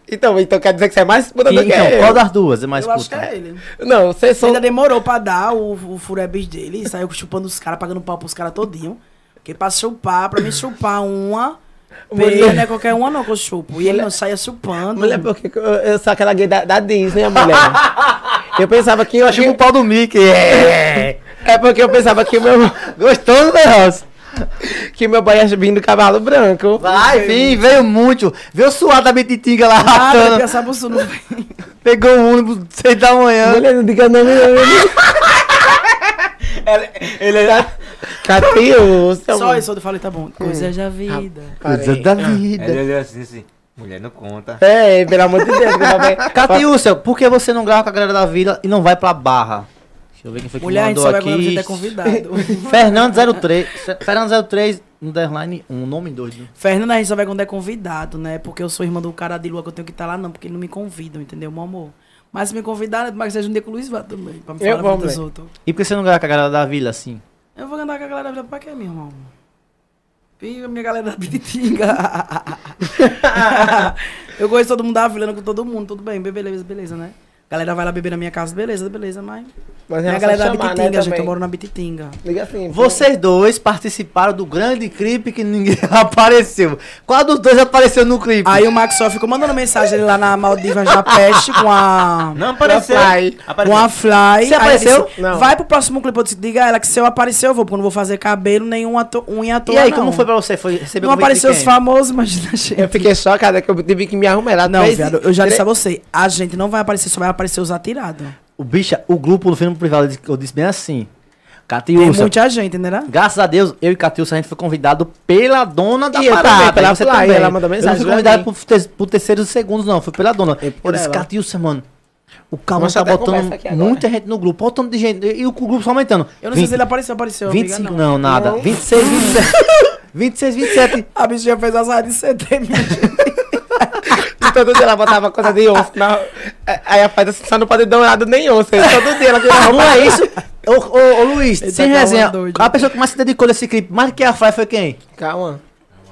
[SPEAKER 1] Então, então quer dizer que você é mais puta
[SPEAKER 4] Que-
[SPEAKER 1] do que
[SPEAKER 4] então,
[SPEAKER 1] eu.
[SPEAKER 4] qual das duas é mais
[SPEAKER 2] eu acho que
[SPEAKER 4] puta?
[SPEAKER 2] é ele.
[SPEAKER 1] Não, vocês
[SPEAKER 2] Você
[SPEAKER 1] são...
[SPEAKER 2] ainda demorou pra dar o, o furebis dele e saiu chupando os caras, pagando pau pros caras todinho. Porque pra chupar, pra mim chupar uma, peia,
[SPEAKER 1] Mulher.
[SPEAKER 2] não é qualquer uma não que eu chupo. E ele não saia chupando.
[SPEAKER 1] Mulher, porque eu, eu sou aquela gay da, da Disney, a mulher. eu pensava que... Eu,
[SPEAKER 4] Eu chupo o pau do Mickey. É.
[SPEAKER 1] É porque eu pensava que o meu,
[SPEAKER 4] Gostoso, né, Ross?
[SPEAKER 1] que meu boy ia vindo do cavalo branco.
[SPEAKER 4] Vai, vem, veio muito. Veio suado da betitinga lá,
[SPEAKER 2] Ah,
[SPEAKER 4] ratando.
[SPEAKER 2] porque essa bolsa não vem.
[SPEAKER 4] Pegou o ônibus, seis da manhã.
[SPEAKER 1] Mulher, não diga não, não, não.
[SPEAKER 3] Ele é.
[SPEAKER 1] Catiúcia.
[SPEAKER 2] Só isso, eu falei, tá bom. Coisa da vida.
[SPEAKER 4] Coisa
[SPEAKER 2] Ah,
[SPEAKER 1] Parei.
[SPEAKER 4] da vida.
[SPEAKER 3] Ele olhou assim, assim. Mulher não conta.
[SPEAKER 1] É,
[SPEAKER 2] é.
[SPEAKER 1] pelo amor de Deus, que eu também-
[SPEAKER 4] Catiúcia, por que você não grava com a galera da vila e não vai pra barra? Deixa eu ver quem foi que
[SPEAKER 2] Mulher, a gente
[SPEAKER 4] mandou
[SPEAKER 2] só vai quando
[SPEAKER 4] aqui.
[SPEAKER 2] você é convidado.
[SPEAKER 4] Fernando03, Fernando03, underline 1, nome 2, né?
[SPEAKER 2] Fernanda, a gente só vai quando é convidado, né? Porque eu sou irmã do cara de lua que eu tenho que estar lá, não, porque não me convidam, entendeu, meu amor? Mas se me convidaram, mas seja um dia com o Luiz Vá também, pra me
[SPEAKER 1] Eu
[SPEAKER 2] falar
[SPEAKER 1] vou,
[SPEAKER 2] dos
[SPEAKER 1] moleque.
[SPEAKER 2] outros.
[SPEAKER 4] E por que você não ganha com a galera da vila, assim?
[SPEAKER 2] Eu vou cantar com a galera da vida pra quê, meu irmão? E a minha galera da Pititinga. eu conheço todo mundo da vila, com todo mundo, tudo bem, beleza, beleza, né? Galera vai lá beber na minha casa, beleza, beleza, mas.
[SPEAKER 1] Mas
[SPEAKER 2] Minha
[SPEAKER 1] é
[SPEAKER 2] galera
[SPEAKER 1] galera
[SPEAKER 2] da
[SPEAKER 1] chamar,
[SPEAKER 2] Bititinga,
[SPEAKER 1] né,
[SPEAKER 2] gente,
[SPEAKER 1] também.
[SPEAKER 2] eu moro na Bititinga.
[SPEAKER 1] Liga assim.
[SPEAKER 4] Vocês dois participaram do grande clipe que ninguém apareceu. Qual dos dois apareceu no clipe?
[SPEAKER 2] Aí o Max só ficou mandando mensagem lá na Maldivas da Peste com a.
[SPEAKER 3] Não apareceu.
[SPEAKER 1] Rapaz.
[SPEAKER 3] Apareceu.
[SPEAKER 2] Com a Fly.
[SPEAKER 4] Você
[SPEAKER 2] Aí
[SPEAKER 4] apareceu?
[SPEAKER 2] ela disse,
[SPEAKER 1] Não.
[SPEAKER 2] Vai pro próximo clipe. Eu disse, diga a ela que se eu aparecer, eu vou, porque eu não vou fazer cabelo, nenhum ato, unha à toa.
[SPEAKER 4] e aí,
[SPEAKER 2] não.
[SPEAKER 4] como é foi pra você? Foi um receber
[SPEAKER 2] Não apareceu os famosos, imagina, gente.
[SPEAKER 1] Eu fiquei chocada que eu tive que me arrumar. Era
[SPEAKER 2] Não,
[SPEAKER 1] três-
[SPEAKER 2] viado, eu já
[SPEAKER 1] três-
[SPEAKER 2] disse a você. A gente não vai aparecer, só vai aparecer os atirados.
[SPEAKER 4] O bicha, o grupo no filme privado, eu disse- eu disse bem assim.
[SPEAKER 2] Tem
[SPEAKER 4] Catiúça,
[SPEAKER 2] muita gente, né? né?
[SPEAKER 4] graças a Deus, eu e Catiúça, a gente foi convidado pela dona da
[SPEAKER 1] E eu
[SPEAKER 4] parada.
[SPEAKER 1] também, Tá pela
[SPEAKER 4] e você
[SPEAKER 1] Fly,
[SPEAKER 4] também.
[SPEAKER 1] ela mandou
[SPEAKER 4] Eu
[SPEAKER 1] mensagem
[SPEAKER 4] não fui
[SPEAKER 1] pra
[SPEAKER 4] convidado
[SPEAKER 1] mim.
[SPEAKER 4] pro, te, pro terceiro segundo, não. Foi pela dona.
[SPEAKER 1] E
[SPEAKER 4] Eu,
[SPEAKER 1] por
[SPEAKER 4] disse,
[SPEAKER 1] ela.
[SPEAKER 4] Catiúça, mano, o Calma
[SPEAKER 1] Nossa,
[SPEAKER 4] tá
[SPEAKER 1] até conversa
[SPEAKER 4] botando
[SPEAKER 1] aqui agora.
[SPEAKER 4] muita gente no grupo. Olha o tanto de gente. E o grupo só aumentando.
[SPEAKER 2] Eu não sei
[SPEAKER 4] 20,
[SPEAKER 2] se ele apareceu, apareceu. amiga,
[SPEAKER 4] 25,
[SPEAKER 2] não.
[SPEAKER 4] não, nada.
[SPEAKER 1] é Não.
[SPEAKER 4] 26, 27. 26, 27.
[SPEAKER 2] A bichinha fez as áreas de setembro.
[SPEAKER 1] Todo dia ela botava coisa de onça. Na... Aí a faz assim, só não pode dar um lado nenhum. Todo dia ela tira a
[SPEAKER 4] Não
[SPEAKER 1] roupa.
[SPEAKER 4] é isso? Ô, ô, ô, Luiz,
[SPEAKER 2] Ele
[SPEAKER 4] sem
[SPEAKER 2] tá
[SPEAKER 4] resenha.
[SPEAKER 2] doido.
[SPEAKER 4] A pessoa que mais se dedicou nesse clipe, mais que a Fly, foi quem?
[SPEAKER 1] Calma.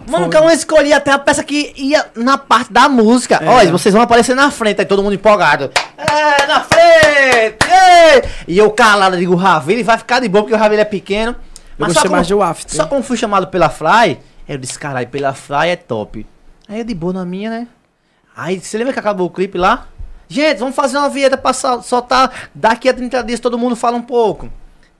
[SPEAKER 4] Mano, o Calma escolhia até a peça que ia na parte da música.
[SPEAKER 2] É.
[SPEAKER 4] Olha, vocês vão aparecer na frente, aí todo mundo empolgado. É, na frente! é! E eu calado, digo, o Ravilho vai ficar de boa, porque o Ravilho é pequeno.
[SPEAKER 2] gostei
[SPEAKER 4] como-
[SPEAKER 2] mais de um Waft.
[SPEAKER 4] Só como fui chamado pela Fly, eu disse, caralho, pela Fly é top. Aí eu de boa na minha, né? Aí, você lembra que acabou o clipe lá? Gente, vamos fazer uma vinheta pra sol- soltar. Daqui a 30 dias todo mundo fala um pouco.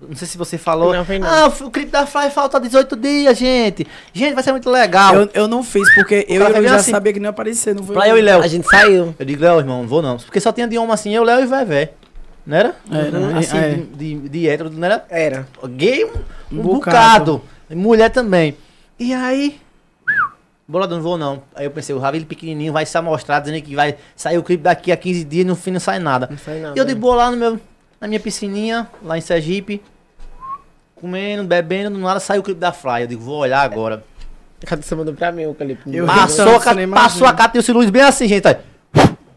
[SPEAKER 4] Não sei se você falou.
[SPEAKER 1] Não, foi não.
[SPEAKER 4] Ah, o clipe da Fly falta 18 dias, gente. Gente, vai ser muito legal.
[SPEAKER 2] Eu, eu não fiz, porque eu,
[SPEAKER 4] um. cara
[SPEAKER 2] e
[SPEAKER 4] vai
[SPEAKER 2] eu
[SPEAKER 4] vir
[SPEAKER 2] já
[SPEAKER 4] assim.
[SPEAKER 2] sabia que não ia aparecer, não foi?
[SPEAKER 4] Pra eu e Léo.
[SPEAKER 1] A gente saiu.
[SPEAKER 4] Eu digo, Léo, irmão, não vou não. Porque só tinha de homem assim, eu, Léo e Vevé. Não era?
[SPEAKER 2] Era,
[SPEAKER 4] Uhum.
[SPEAKER 2] é,
[SPEAKER 4] assim,
[SPEAKER 2] é.
[SPEAKER 4] de, de, de hétero, não era?
[SPEAKER 1] Era.
[SPEAKER 4] Gay um, um
[SPEAKER 2] Um
[SPEAKER 4] bocado.
[SPEAKER 2] bocado.
[SPEAKER 4] Mulher também. E aí... Bolado, não vou não. Aí eu pensei, o Ravi ele pequenininho vai se amostrar, dizendo que vai sair o clipe daqui a 15 dias e no fim não sai nada.
[SPEAKER 1] Não né? sai nada.
[SPEAKER 4] E eu de boa lá no meu, na minha piscininha, lá em Sergipe, comendo, bebendo, do nada saiu o clipe da Fly. Eu digo, vou olhar agora.
[SPEAKER 1] Cadê você mandou pra mim o clipe?
[SPEAKER 2] Eu- ri
[SPEAKER 4] Passou,
[SPEAKER 2] tanto,
[SPEAKER 4] a ca-
[SPEAKER 2] você nem
[SPEAKER 4] passou a
[SPEAKER 2] imagina.
[SPEAKER 4] Cata e o Siluz bem assim, gente. Aí,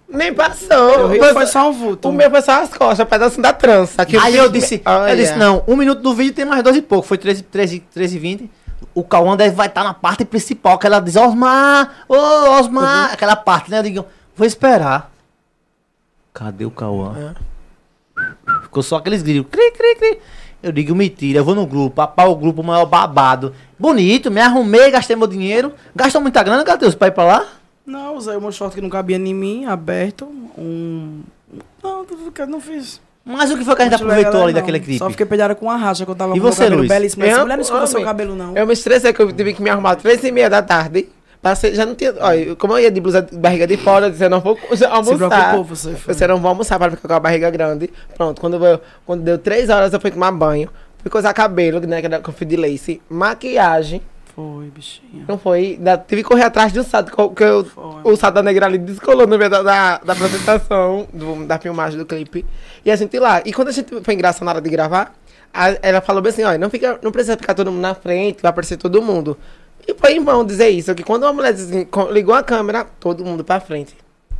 [SPEAKER 1] Nem passou.
[SPEAKER 2] Eu ri,
[SPEAKER 1] Mas-
[SPEAKER 2] foi só um vulto.
[SPEAKER 1] O meu foi só as costas, pedacinho da trança. que
[SPEAKER 4] Aí
[SPEAKER 1] fiz-
[SPEAKER 4] eu disse,
[SPEAKER 1] Olha.
[SPEAKER 4] eu disse, não, um minuto do vídeo tem mais dois e pouco, foi 13, 13, 13 e 20. O Cauã deve vai estar na parte principal, que ela diz, Osmar, ô Osmar,
[SPEAKER 2] Uhum.
[SPEAKER 4] aquela parte, né? Eu digo, vou esperar. Cadê o Cauã?
[SPEAKER 2] É.
[SPEAKER 4] Ficou só aqueles gritos, cri, cri, cri. Eu digo, mentira, eu vou no grupo, apá o grupo, o maior babado. Bonito, me arrumei, gastei meu dinheiro. Gastou muita grana, Gateus, pra ir pra lá?
[SPEAKER 2] Não, usei o meu short que não cabia em mim, aberto. Um. Não, não fica- não fiz.
[SPEAKER 4] Mas o que foi que a gente
[SPEAKER 2] Muito
[SPEAKER 4] aproveitou
[SPEAKER 2] legal,
[SPEAKER 4] ali
[SPEAKER 2] não.
[SPEAKER 4] daquele clipe?
[SPEAKER 2] Só fiquei peleada com uma racha que eu tava
[SPEAKER 4] E
[SPEAKER 2] com meu
[SPEAKER 4] você,
[SPEAKER 2] cabelo
[SPEAKER 4] Luiz?
[SPEAKER 2] belíssimo. Essa
[SPEAKER 1] Eu-
[SPEAKER 2] mulher não escuta seu
[SPEAKER 1] homem,
[SPEAKER 2] cabelo, não.
[SPEAKER 1] Eu me estressei um é que eu tive que me arrumar às três e meia da tarde. Passei, já não tinha. Olha, como eu ia de blusa de barriga de fora, eu disse, eu não vou co- almoçar.
[SPEAKER 2] preocupou, você foi.
[SPEAKER 1] Você não vou almoçar para ficar com a barriga grande. Pronto, quando, eu, quando deu três horas, eu fui tomar banho. Fui coisar cabelo, né? Que era com fio de lace. Maquiagem.
[SPEAKER 2] Foi, bichinha.
[SPEAKER 1] Não foi. Da, tive que correr atrás de um salto, co- que eu-
[SPEAKER 2] Foi.
[SPEAKER 1] o salto da negra ali descolou no meio da, da, da apresentação, do- da filmagem do clipe. E a gente lá. E quando a gente foi engraçada na hora de gravar, a- ela falou bem assim: olha, não, fica, não precisa ficar todo mundo na frente, vai aparecer todo mundo. E foi em vão dizer isso, que quando uma mulher diz assim, co- ligou a câmera, todo mundo pra frente.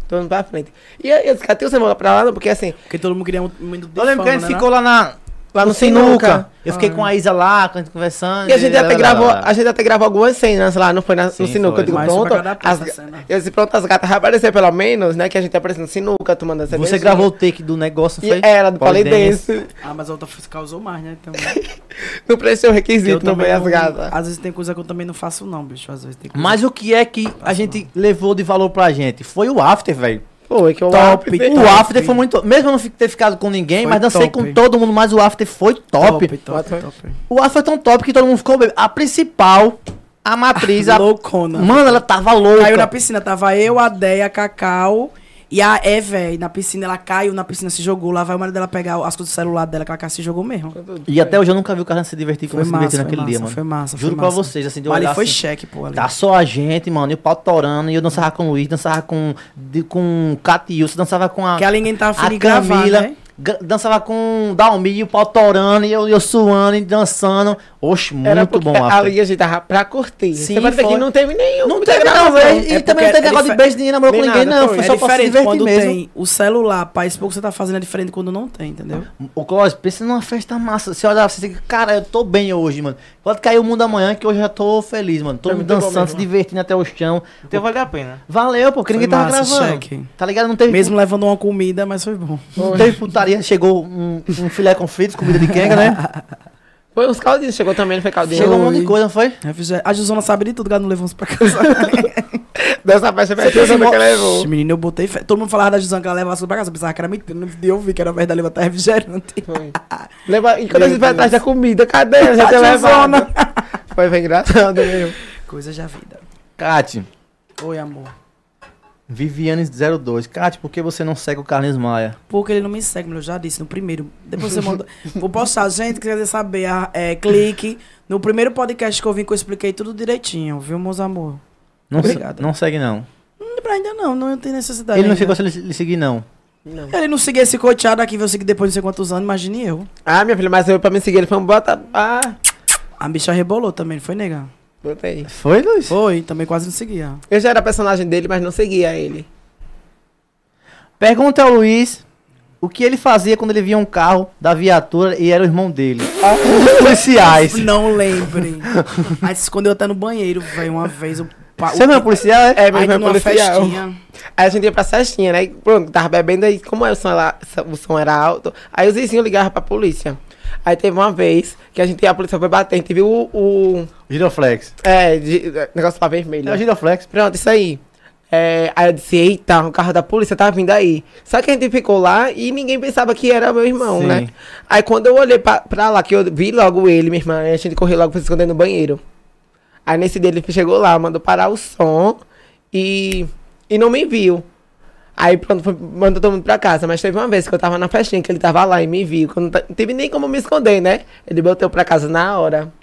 [SPEAKER 1] Todo mundo pra frente. E eu, eu disse, cadê você vai pra lá? Não, porque assim,
[SPEAKER 2] Porque todo mundo queria muito- muito de
[SPEAKER 4] Eu
[SPEAKER 2] fama,
[SPEAKER 4] lembro que a gente
[SPEAKER 2] né, Ah.
[SPEAKER 4] ficou lá na. Lá
[SPEAKER 1] No
[SPEAKER 4] no sinuca.
[SPEAKER 1] Sinuca.
[SPEAKER 4] Eu fiquei com a Isa lá, com a gente conversando.
[SPEAKER 1] E a gente
[SPEAKER 4] lá,
[SPEAKER 1] até
[SPEAKER 4] lá,
[SPEAKER 1] gravou,
[SPEAKER 4] lá, lá.
[SPEAKER 1] a gente até gravou algumas cenas lá, não foi na-
[SPEAKER 4] Sim,
[SPEAKER 1] no sinuca.
[SPEAKER 4] foi.
[SPEAKER 1] Eu digo,
[SPEAKER 2] Mas
[SPEAKER 1] pronto,
[SPEAKER 2] foi pra cada
[SPEAKER 1] as,
[SPEAKER 2] peça a cena.
[SPEAKER 1] eu disse, pronto, as gatas vai aparecer pelo menos, né? Que a gente apareceu no sinuca, tomando essa
[SPEAKER 4] Você gravou o take do negócio,
[SPEAKER 1] E
[SPEAKER 4] foi?
[SPEAKER 1] era do
[SPEAKER 4] Polidense.
[SPEAKER 1] Polidense.
[SPEAKER 2] Ah, mas a outra causou mais, né? Então,
[SPEAKER 1] Não preencheu o
[SPEAKER 2] eu
[SPEAKER 1] requisito, não foi
[SPEAKER 2] também
[SPEAKER 1] as
[SPEAKER 2] não-
[SPEAKER 1] gatas.
[SPEAKER 2] Às vezes tem coisa que eu também não faço, não, bicho. Às vezes tem coisa.
[SPEAKER 4] Mas o que é que a gente levou de valor pra gente? Foi o after, velho.
[SPEAKER 1] Foi, que eu
[SPEAKER 2] Top,
[SPEAKER 1] Né?
[SPEAKER 4] O
[SPEAKER 2] Top.
[SPEAKER 4] after foi muito. Mesmo eu não fi- ter ficado com ninguém,
[SPEAKER 2] Foi
[SPEAKER 4] mas dancei
[SPEAKER 2] top.
[SPEAKER 4] com todo mundo, mas o after foi top.
[SPEAKER 2] top, top. top.
[SPEAKER 4] O after foi tão top que todo mundo ficou bebendo. A principal, a matriz, a.
[SPEAKER 2] Loucona.
[SPEAKER 4] Mano, ela tava louca.
[SPEAKER 2] Caiu na piscina, tava eu, a Deia, a Cacau e a Eve na piscina. Ela caiu na piscina, se jogou. Lá vai o marido dela pegar as coisas do celular dela, que ela se jogou mesmo.
[SPEAKER 4] E até hoje eu nunca vi o cara se divertir
[SPEAKER 2] Foi
[SPEAKER 4] como se
[SPEAKER 2] massa,
[SPEAKER 4] divertiu
[SPEAKER 2] foi
[SPEAKER 4] naquele dia,
[SPEAKER 2] massa,
[SPEAKER 4] mano.
[SPEAKER 2] foi massa, foi
[SPEAKER 4] Juro pra
[SPEAKER 2] massa.
[SPEAKER 4] vocês, assim, de
[SPEAKER 2] Mas
[SPEAKER 4] olhar
[SPEAKER 2] ali foi
[SPEAKER 4] assim,
[SPEAKER 2] cheque, pô. ali.
[SPEAKER 4] Tá só a gente, mano, e o pau torando, e eu dançava com o Luiz, dançava com de, com Catiúcio, dançava com a,
[SPEAKER 2] Que ali ninguém tava afim
[SPEAKER 4] a
[SPEAKER 2] de gravar, né?
[SPEAKER 4] Ga- Dançava com Dalmio, Pautorano, e eu, eu suando e dançando. Oxe, é muito
[SPEAKER 1] Era porque
[SPEAKER 4] bom.
[SPEAKER 1] ali
[SPEAKER 4] After.
[SPEAKER 1] a gente tava pra curtir.
[SPEAKER 4] Sim,
[SPEAKER 1] Você pode ver
[SPEAKER 4] foi.
[SPEAKER 1] que não teve nenhum.
[SPEAKER 4] Não teve talvez. E
[SPEAKER 2] É
[SPEAKER 4] também
[SPEAKER 2] porque
[SPEAKER 4] não
[SPEAKER 2] é
[SPEAKER 4] teve negócio de
[SPEAKER 2] difer-
[SPEAKER 4] beijo de ninguém namorou
[SPEAKER 1] nem
[SPEAKER 4] com ninguém,
[SPEAKER 1] nada,
[SPEAKER 4] não.
[SPEAKER 1] foi.
[SPEAKER 4] Foi
[SPEAKER 2] É
[SPEAKER 4] só pra se
[SPEAKER 2] diferente
[SPEAKER 4] divertir
[SPEAKER 2] quando
[SPEAKER 4] mesmo.
[SPEAKER 2] tem o celular, parece pouco você tá fazendo é diferente quando não tem, entendeu?
[SPEAKER 4] O Clóvis, pensa numa festa massa. Você olha, você fica, cara, eu tô bem hoje, mano. Pode cair o mundo amanhã que hoje eu já tô feliz, mano. Todo
[SPEAKER 1] Foi
[SPEAKER 4] mundo
[SPEAKER 1] muito bom
[SPEAKER 4] dançando, se
[SPEAKER 1] mesmo.
[SPEAKER 4] divertindo até o chão.
[SPEAKER 3] Então valeu a pena.
[SPEAKER 4] Valeu, pô, porque
[SPEAKER 2] Foi
[SPEAKER 4] ninguém tava
[SPEAKER 2] massa,
[SPEAKER 4] gravando.
[SPEAKER 2] cheque.
[SPEAKER 4] Tá ligado? Não teve,
[SPEAKER 2] Mesmo levando uma comida, mas foi bom.
[SPEAKER 4] não teve putaria. Chegou um, um filé com fritos, comida de quenga, né?
[SPEAKER 1] Foi os caldinhos, chegou também, não foi caldinho.
[SPEAKER 4] Chegou um
[SPEAKER 1] Ui.
[SPEAKER 4] monte de coisa, não foi?
[SPEAKER 2] Refriger- A Jusona sabe de tudo, cara, não levou uns pra casa.
[SPEAKER 1] Dessa festa vai ter
[SPEAKER 4] um
[SPEAKER 1] que levou.
[SPEAKER 2] Oxe, menino, eu botei fé. Todo mundo falava da Jusona que ela levava açúcar pra casa. Eu pensava que era mentira. No vídeo eu vi que era verdade, levantar refrigerante.
[SPEAKER 1] Leva- E quando
[SPEAKER 2] Meu
[SPEAKER 1] a gente vai
[SPEAKER 2] Deus.
[SPEAKER 1] atrás da comida, cadê? Eu Já
[SPEAKER 2] A
[SPEAKER 1] tinha
[SPEAKER 2] tiazona.
[SPEAKER 1] levado. Foi bem engraçado mesmo.
[SPEAKER 2] Coisas da vida.
[SPEAKER 4] Cate,
[SPEAKER 2] Oi, amor.
[SPEAKER 4] Viviane02. Cate, por que você não segue o Carlinhos Maia?
[SPEAKER 2] Porque ele não me segue, meu, eu já disse no primeiro. Depois você manda. Vou postar, gente, que quiser saber, ah, é, clique. No primeiro podcast que eu vim, que eu expliquei tudo direitinho, viu, meus amor?
[SPEAKER 4] Não, se-
[SPEAKER 2] Obrigado.
[SPEAKER 4] não segue, não.
[SPEAKER 2] Não, pra ainda não, não tem necessidade.
[SPEAKER 4] Ele não
[SPEAKER 2] ainda.
[SPEAKER 4] chegou a se lhe seguir, não.
[SPEAKER 2] Ele não seguia esse coteado aqui, viu, seguir depois de não sei quantos anos, imagine eu.
[SPEAKER 1] Ah, minha filha, mas eu pra me seguir, ele falou, bota. Ah,
[SPEAKER 2] A bicha rebolou também, não foi nega.
[SPEAKER 1] botei.
[SPEAKER 4] Foi, Luiz?
[SPEAKER 2] Foi, também quase não seguia.
[SPEAKER 1] Eu já era personagem dele, mas não seguia ele.
[SPEAKER 4] Pergunta ao Luiz o que ele fazia quando ele via um carro da viatura e era o irmão dele. Policiais.
[SPEAKER 2] Não lembrem. Aí se escondeu até no banheiro, velho, uma vez. ah, O pa...
[SPEAKER 4] Você não é policial, é?
[SPEAKER 1] É,
[SPEAKER 2] Aí
[SPEAKER 1] mas foi
[SPEAKER 2] numa
[SPEAKER 1] policial.
[SPEAKER 2] festinha.
[SPEAKER 1] Aí a gente ia pra festinha, né? E pronto, tava bebendo aí, como é o som, era, o som era alto, aí os vizinhos ligavam pra polícia. Aí teve uma vez que a gente, a polícia foi bater, a gente viu o. o-
[SPEAKER 4] Giroflex.
[SPEAKER 1] é, de- negócio lá vermelho. né?
[SPEAKER 4] É o Giroflex.
[SPEAKER 1] Pronto, isso aí. É, aí eu disse, eita, o carro da polícia tá vindo aí. Só que a gente ficou lá e ninguém pensava que era meu irmão,
[SPEAKER 4] Sim.
[SPEAKER 1] né? Aí quando eu olhei pra, pra lá, que eu vi logo ele, minha irmã, a gente correu logo pra se esconder no banheiro. Aí nesse dia ele chegou lá, mandou parar o som e, e não me viu. Aí pronto, foi- mandou todo mundo pra casa. Mas teve uma vez que eu tava na festinha, que ele tava lá e me viu. que eu Não t- não teve nem como me esconder, né? Ele botou pra casa na hora.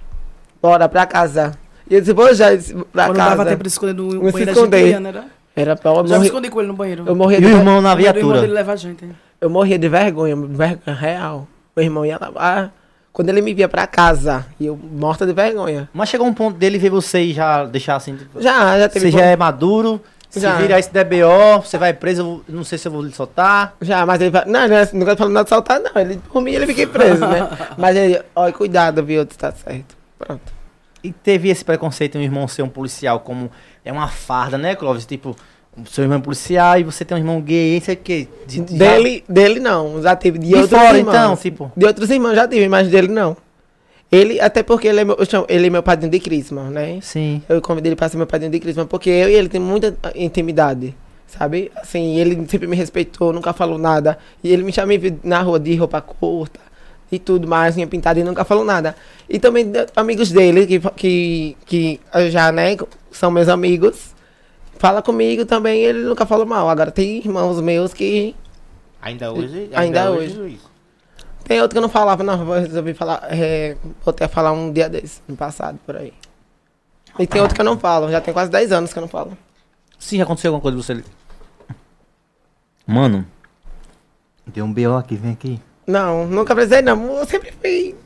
[SPEAKER 1] Bora pra casa. E eu disse, vou já eu disse, pra
[SPEAKER 2] Quando
[SPEAKER 1] Tá casa.
[SPEAKER 2] dava tempo de esconder no
[SPEAKER 1] se
[SPEAKER 2] banheiro, a gente
[SPEAKER 1] esconder.
[SPEAKER 2] ia, né? era?
[SPEAKER 1] Era pra eu
[SPEAKER 2] Já me
[SPEAKER 1] morrer.
[SPEAKER 2] escondi com ele no banheiro.
[SPEAKER 1] Eu morria,
[SPEAKER 4] E
[SPEAKER 1] de,
[SPEAKER 4] o
[SPEAKER 1] ver-
[SPEAKER 4] irmão na
[SPEAKER 2] O irmão dele
[SPEAKER 4] viatura.
[SPEAKER 2] leva a gente. hein?
[SPEAKER 1] eu morria de vergonha, vergonha real. Meu irmão ia lá. ah, quando ele me via pra casa, e eu morta de vergonha.
[SPEAKER 4] Mas chegou um ponto dele ver você e já deixar assim. tipo,
[SPEAKER 1] é- Já, já teve.
[SPEAKER 4] Você já é maduro,
[SPEAKER 1] Já.
[SPEAKER 4] se vira esse DBO, você vai preso, eu vou- não sei se eu vou lhe soltar.
[SPEAKER 1] Já, mas ele fala, não, não, nunca falou nada de saltar, não. Ele, por mim, ele fiquei preso, né? mas ele, olha, cuidado, viu, tu tá certo. Pronto.
[SPEAKER 4] E teve esse preconceito em um irmão ser um policial, como é uma farda, né, Clóvis? Tipo, o seu irmão é policial e você tem um irmão gay, isso aqui. De, de-
[SPEAKER 1] Dele, dele não, já teve. De,
[SPEAKER 4] De
[SPEAKER 1] outros
[SPEAKER 4] fora,
[SPEAKER 1] irmãos.
[SPEAKER 4] então, tipo.
[SPEAKER 1] De outros irmãos já tive, mas dele não. Ele, até porque ele é meu, eu chamo- ele é meu padrinho de crisma, né?
[SPEAKER 4] Sim.
[SPEAKER 1] Eu convidei ele pra ser meu padrinho de crisma, porque eu e ele tem muita ah, intimidade, sabe? Assim, ele sempre me respeitou, nunca falou nada. E ele me chamou na rua de roupa curta e tudo mais, minha pintada, e nunca falou nada. E também de- amigos dele, que, fa- que, que ah, já, né, são meus amigos, fala comigo também, ele nunca falou mal. Agora, tem irmãos meus que...
[SPEAKER 3] Ainda hoje?
[SPEAKER 1] Ainda hoje.
[SPEAKER 3] Luiz.
[SPEAKER 1] Tem outro que eu não falava, não, eu resolvi falar, é, voltei a falar um dia desse, no passado, por aí. E tem outro que eu não falo, já tem quase 10 anos que eu não falo.
[SPEAKER 4] Se já aconteceu alguma coisa com você. Mano. Deu um BO aqui, vem aqui.
[SPEAKER 1] Não, nunca precisei, não. Eu sempre fui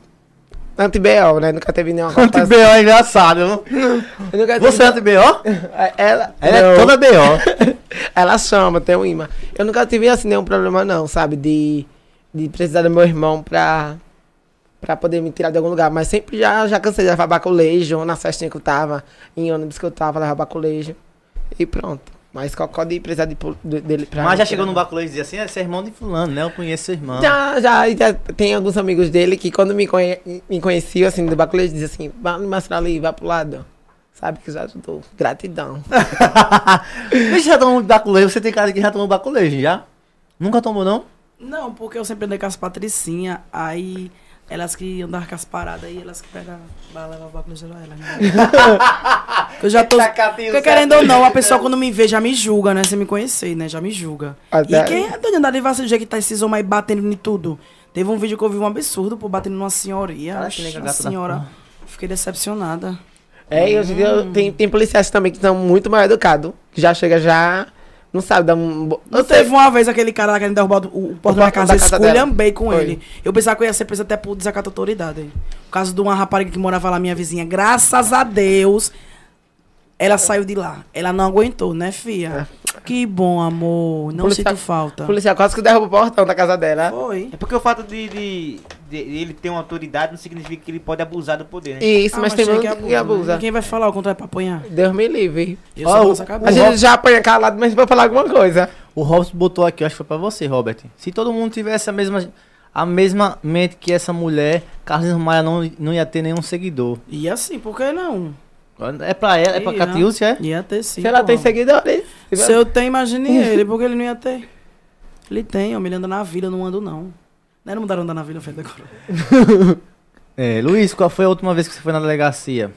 [SPEAKER 1] anti-BO, né? Nunca teve nenhuma
[SPEAKER 4] Anti-BO é engraçado.
[SPEAKER 1] Eu nunca tive-
[SPEAKER 4] Você é anti-BO?
[SPEAKER 1] Ela,
[SPEAKER 4] Ela é
[SPEAKER 1] não.
[SPEAKER 4] toda BO.
[SPEAKER 1] Ela chama, tem um imã. Eu nunca tive, assim, nenhum problema, não, sabe? De, de precisar do meu irmão pra, pra poder me tirar de algum lugar. Mas sempre já, já cansei de levar baculejo, na festinha que eu tava, em ônibus que eu tava, levar baculejo. E pronto. Mas cocó de precisar de, pu- de- dele pra...
[SPEAKER 4] Mas
[SPEAKER 1] me
[SPEAKER 4] já
[SPEAKER 1] tirar.
[SPEAKER 4] chegou no baculão e dizia assim: "É, você é irmão de fulano, né? Eu conheço seu irmão.
[SPEAKER 1] Já, já, e já tem alguns amigos dele que quando me, conhe, me conheciam, assim, do baculejo, diziam assim, vá me mostrar ali, vá pro lado. Sabe que já ajudou. Gratidão.
[SPEAKER 4] Você já tomou baculejo? Você tem cara que já tomou baculejo, já? Nunca tomou, não?
[SPEAKER 2] Não, porque eu sempre andei com as patricinhas, aí elas que andavam com as paradas, aí elas que pegavam, vai levar o bagulho geral, elas. né? eu já
[SPEAKER 4] Tá
[SPEAKER 2] tô. Porque querendo ou não, a pessoa quando me vê já me julga, né? Você me conhecer, né? Já me julga.
[SPEAKER 1] Até-
[SPEAKER 2] E quem é doido de andar de vaso do jeito que tá esses homens aí batendo em tudo? Teve um vídeo que eu vi um absurdo, pô, batendo numa senhoria.
[SPEAKER 4] Cara, que nega
[SPEAKER 2] Uma
[SPEAKER 4] gata é da
[SPEAKER 2] senhora.
[SPEAKER 4] porra.
[SPEAKER 2] Fiquei decepcionada. Hum.
[SPEAKER 1] É, e hoje em dia eu- tem, tem policiais também que são muito mal educados, que já chega já Não sabe dar um. bo-
[SPEAKER 2] Não teve uma vez aquele cara lá querendo derrubar o, o porta da
[SPEAKER 1] portão
[SPEAKER 2] minha casa, eu
[SPEAKER 1] da casa dela.
[SPEAKER 2] esculhambei com
[SPEAKER 1] Foi.
[SPEAKER 2] ele. Eu pensava que eu ia ser preso até por desacato à autoridade. hein. Por causa de uma rapariga que morava lá, minha vizinha. Graças a Deus,
[SPEAKER 1] É.
[SPEAKER 2] ela saiu de lá. Ela não aguentou, né, filha? Que bom, amor. Não
[SPEAKER 1] Policial-
[SPEAKER 2] sinto falta.
[SPEAKER 1] O policial quase que derruba o portão da casa dela.
[SPEAKER 2] Foi.
[SPEAKER 3] É porque o fato de, de- de ele ter uma autoridade não significa que ele pode abusar do poder, né?
[SPEAKER 1] Isso,
[SPEAKER 2] Ah,
[SPEAKER 1] mas tem
[SPEAKER 2] chega
[SPEAKER 1] muito
[SPEAKER 2] e
[SPEAKER 1] que abusa.
[SPEAKER 2] né? Quem vai falar o contrário pra apanhar?
[SPEAKER 1] Deus me livre.
[SPEAKER 2] Eu
[SPEAKER 4] Ó,
[SPEAKER 2] sou
[SPEAKER 4] o-
[SPEAKER 2] nossa
[SPEAKER 1] A
[SPEAKER 2] cabeça.
[SPEAKER 1] gente já apanha calado, mas pra falar alguma coisa.
[SPEAKER 4] O Robson botou aqui, eu acho que foi pra você, Robert. Se todo mundo tivesse a mesma, a mesma mente que essa mulher, Carlos Maia não, não ia ter nenhum seguidor.
[SPEAKER 2] E assim, por que não?
[SPEAKER 4] É pra ela, é pra
[SPEAKER 2] Ia.
[SPEAKER 4] Catiúcia, é?
[SPEAKER 2] Ia ter sim.
[SPEAKER 1] Se ela
[SPEAKER 2] pô.
[SPEAKER 1] tem seguidores.
[SPEAKER 2] Se eu tenho, imagine ele, porque ele não ia ter. Ele tem, homem, ele anda na vila, eu não ando não. Não era mudar andar na vila, Fede agora.
[SPEAKER 4] É, Luiz, qual foi a última vez que você foi na delegacia?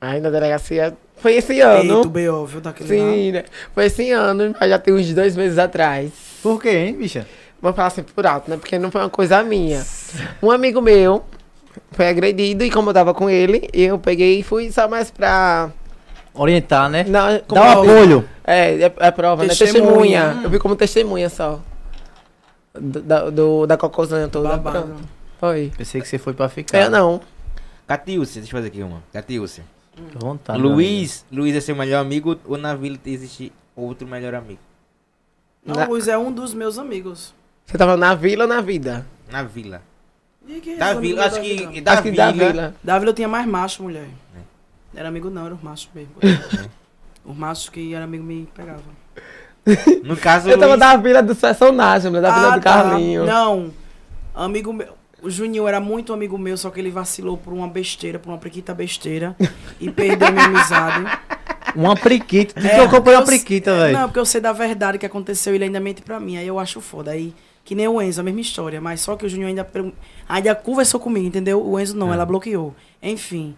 [SPEAKER 1] Ai, na delegacia. Foi esse
[SPEAKER 2] Eita, o
[SPEAKER 1] ano.
[SPEAKER 2] B.O., viu, tá daquele
[SPEAKER 1] É, Sim, né? Foi esse ano, mas já tem uns dois meses atrás.
[SPEAKER 4] Por quê, hein, bicha?
[SPEAKER 1] Vou falar assim por alto, né? Porque não foi uma coisa minha. Um amigo meu foi agredido e como eu tava com ele, eu peguei e fui só mais pra.
[SPEAKER 4] Orientar, né?
[SPEAKER 1] Não, como
[SPEAKER 4] Dá um
[SPEAKER 1] é o-
[SPEAKER 4] apoio.
[SPEAKER 1] É, é, é prova,
[SPEAKER 2] Testemunha. Hum.
[SPEAKER 1] né? Testemunha. Eu vi como testemunha só. Do, da, do, da cocôzana toda.
[SPEAKER 2] Babado. Tá.
[SPEAKER 1] Pronto. Foi.
[SPEAKER 4] Pensei que você foi pra ficar.
[SPEAKER 1] Eu É, não.
[SPEAKER 3] Catiúcia, deixa eu fazer aqui uma. Catiúcia.
[SPEAKER 4] Fica à vontade, Tá, meu amigo.
[SPEAKER 3] Luiz, Luiz é seu melhor amigo ou na vila existe outro melhor amigo?
[SPEAKER 2] Não,
[SPEAKER 1] Na-
[SPEAKER 2] Luiz é um dos meus amigos.
[SPEAKER 1] Você tava na vila ou na vida?
[SPEAKER 3] Na vila.
[SPEAKER 2] E quem é
[SPEAKER 3] Da
[SPEAKER 2] esse amigo
[SPEAKER 3] vila, acho que
[SPEAKER 2] Vila?
[SPEAKER 3] da
[SPEAKER 1] Acho que
[SPEAKER 3] vila.
[SPEAKER 2] Da vila eu tinha mais macho, mulher.
[SPEAKER 3] É.
[SPEAKER 2] Não era amigo não, era os machos mesmo. Os machos que era amigo me pegavam.
[SPEAKER 3] No caso,
[SPEAKER 1] Eu tava
[SPEAKER 3] Luiz,
[SPEAKER 1] da vila dos personagens, né? da vila do
[SPEAKER 2] tá.
[SPEAKER 1] Carlinho.
[SPEAKER 2] Não. Amigo meu. O Juninho era muito amigo meu, só que ele vacilou por uma besteira, por uma priquita besteira. e perdeu minha amizade.
[SPEAKER 4] Uma priquita. Diz que
[SPEAKER 2] É,
[SPEAKER 4] eu comprei uma
[SPEAKER 2] porque eu-
[SPEAKER 4] priquita,
[SPEAKER 2] é, Não,
[SPEAKER 4] velho.
[SPEAKER 2] porque eu sei da verdade que aconteceu e ele ainda mente pra mim. Aí eu acho foda. Aí, que nem o Enzo, a mesma história. Mas só que o Júnior ainda, per- ainda conversou comigo, entendeu? O Enzo
[SPEAKER 4] É.
[SPEAKER 2] não, ela bloqueou. Enfim,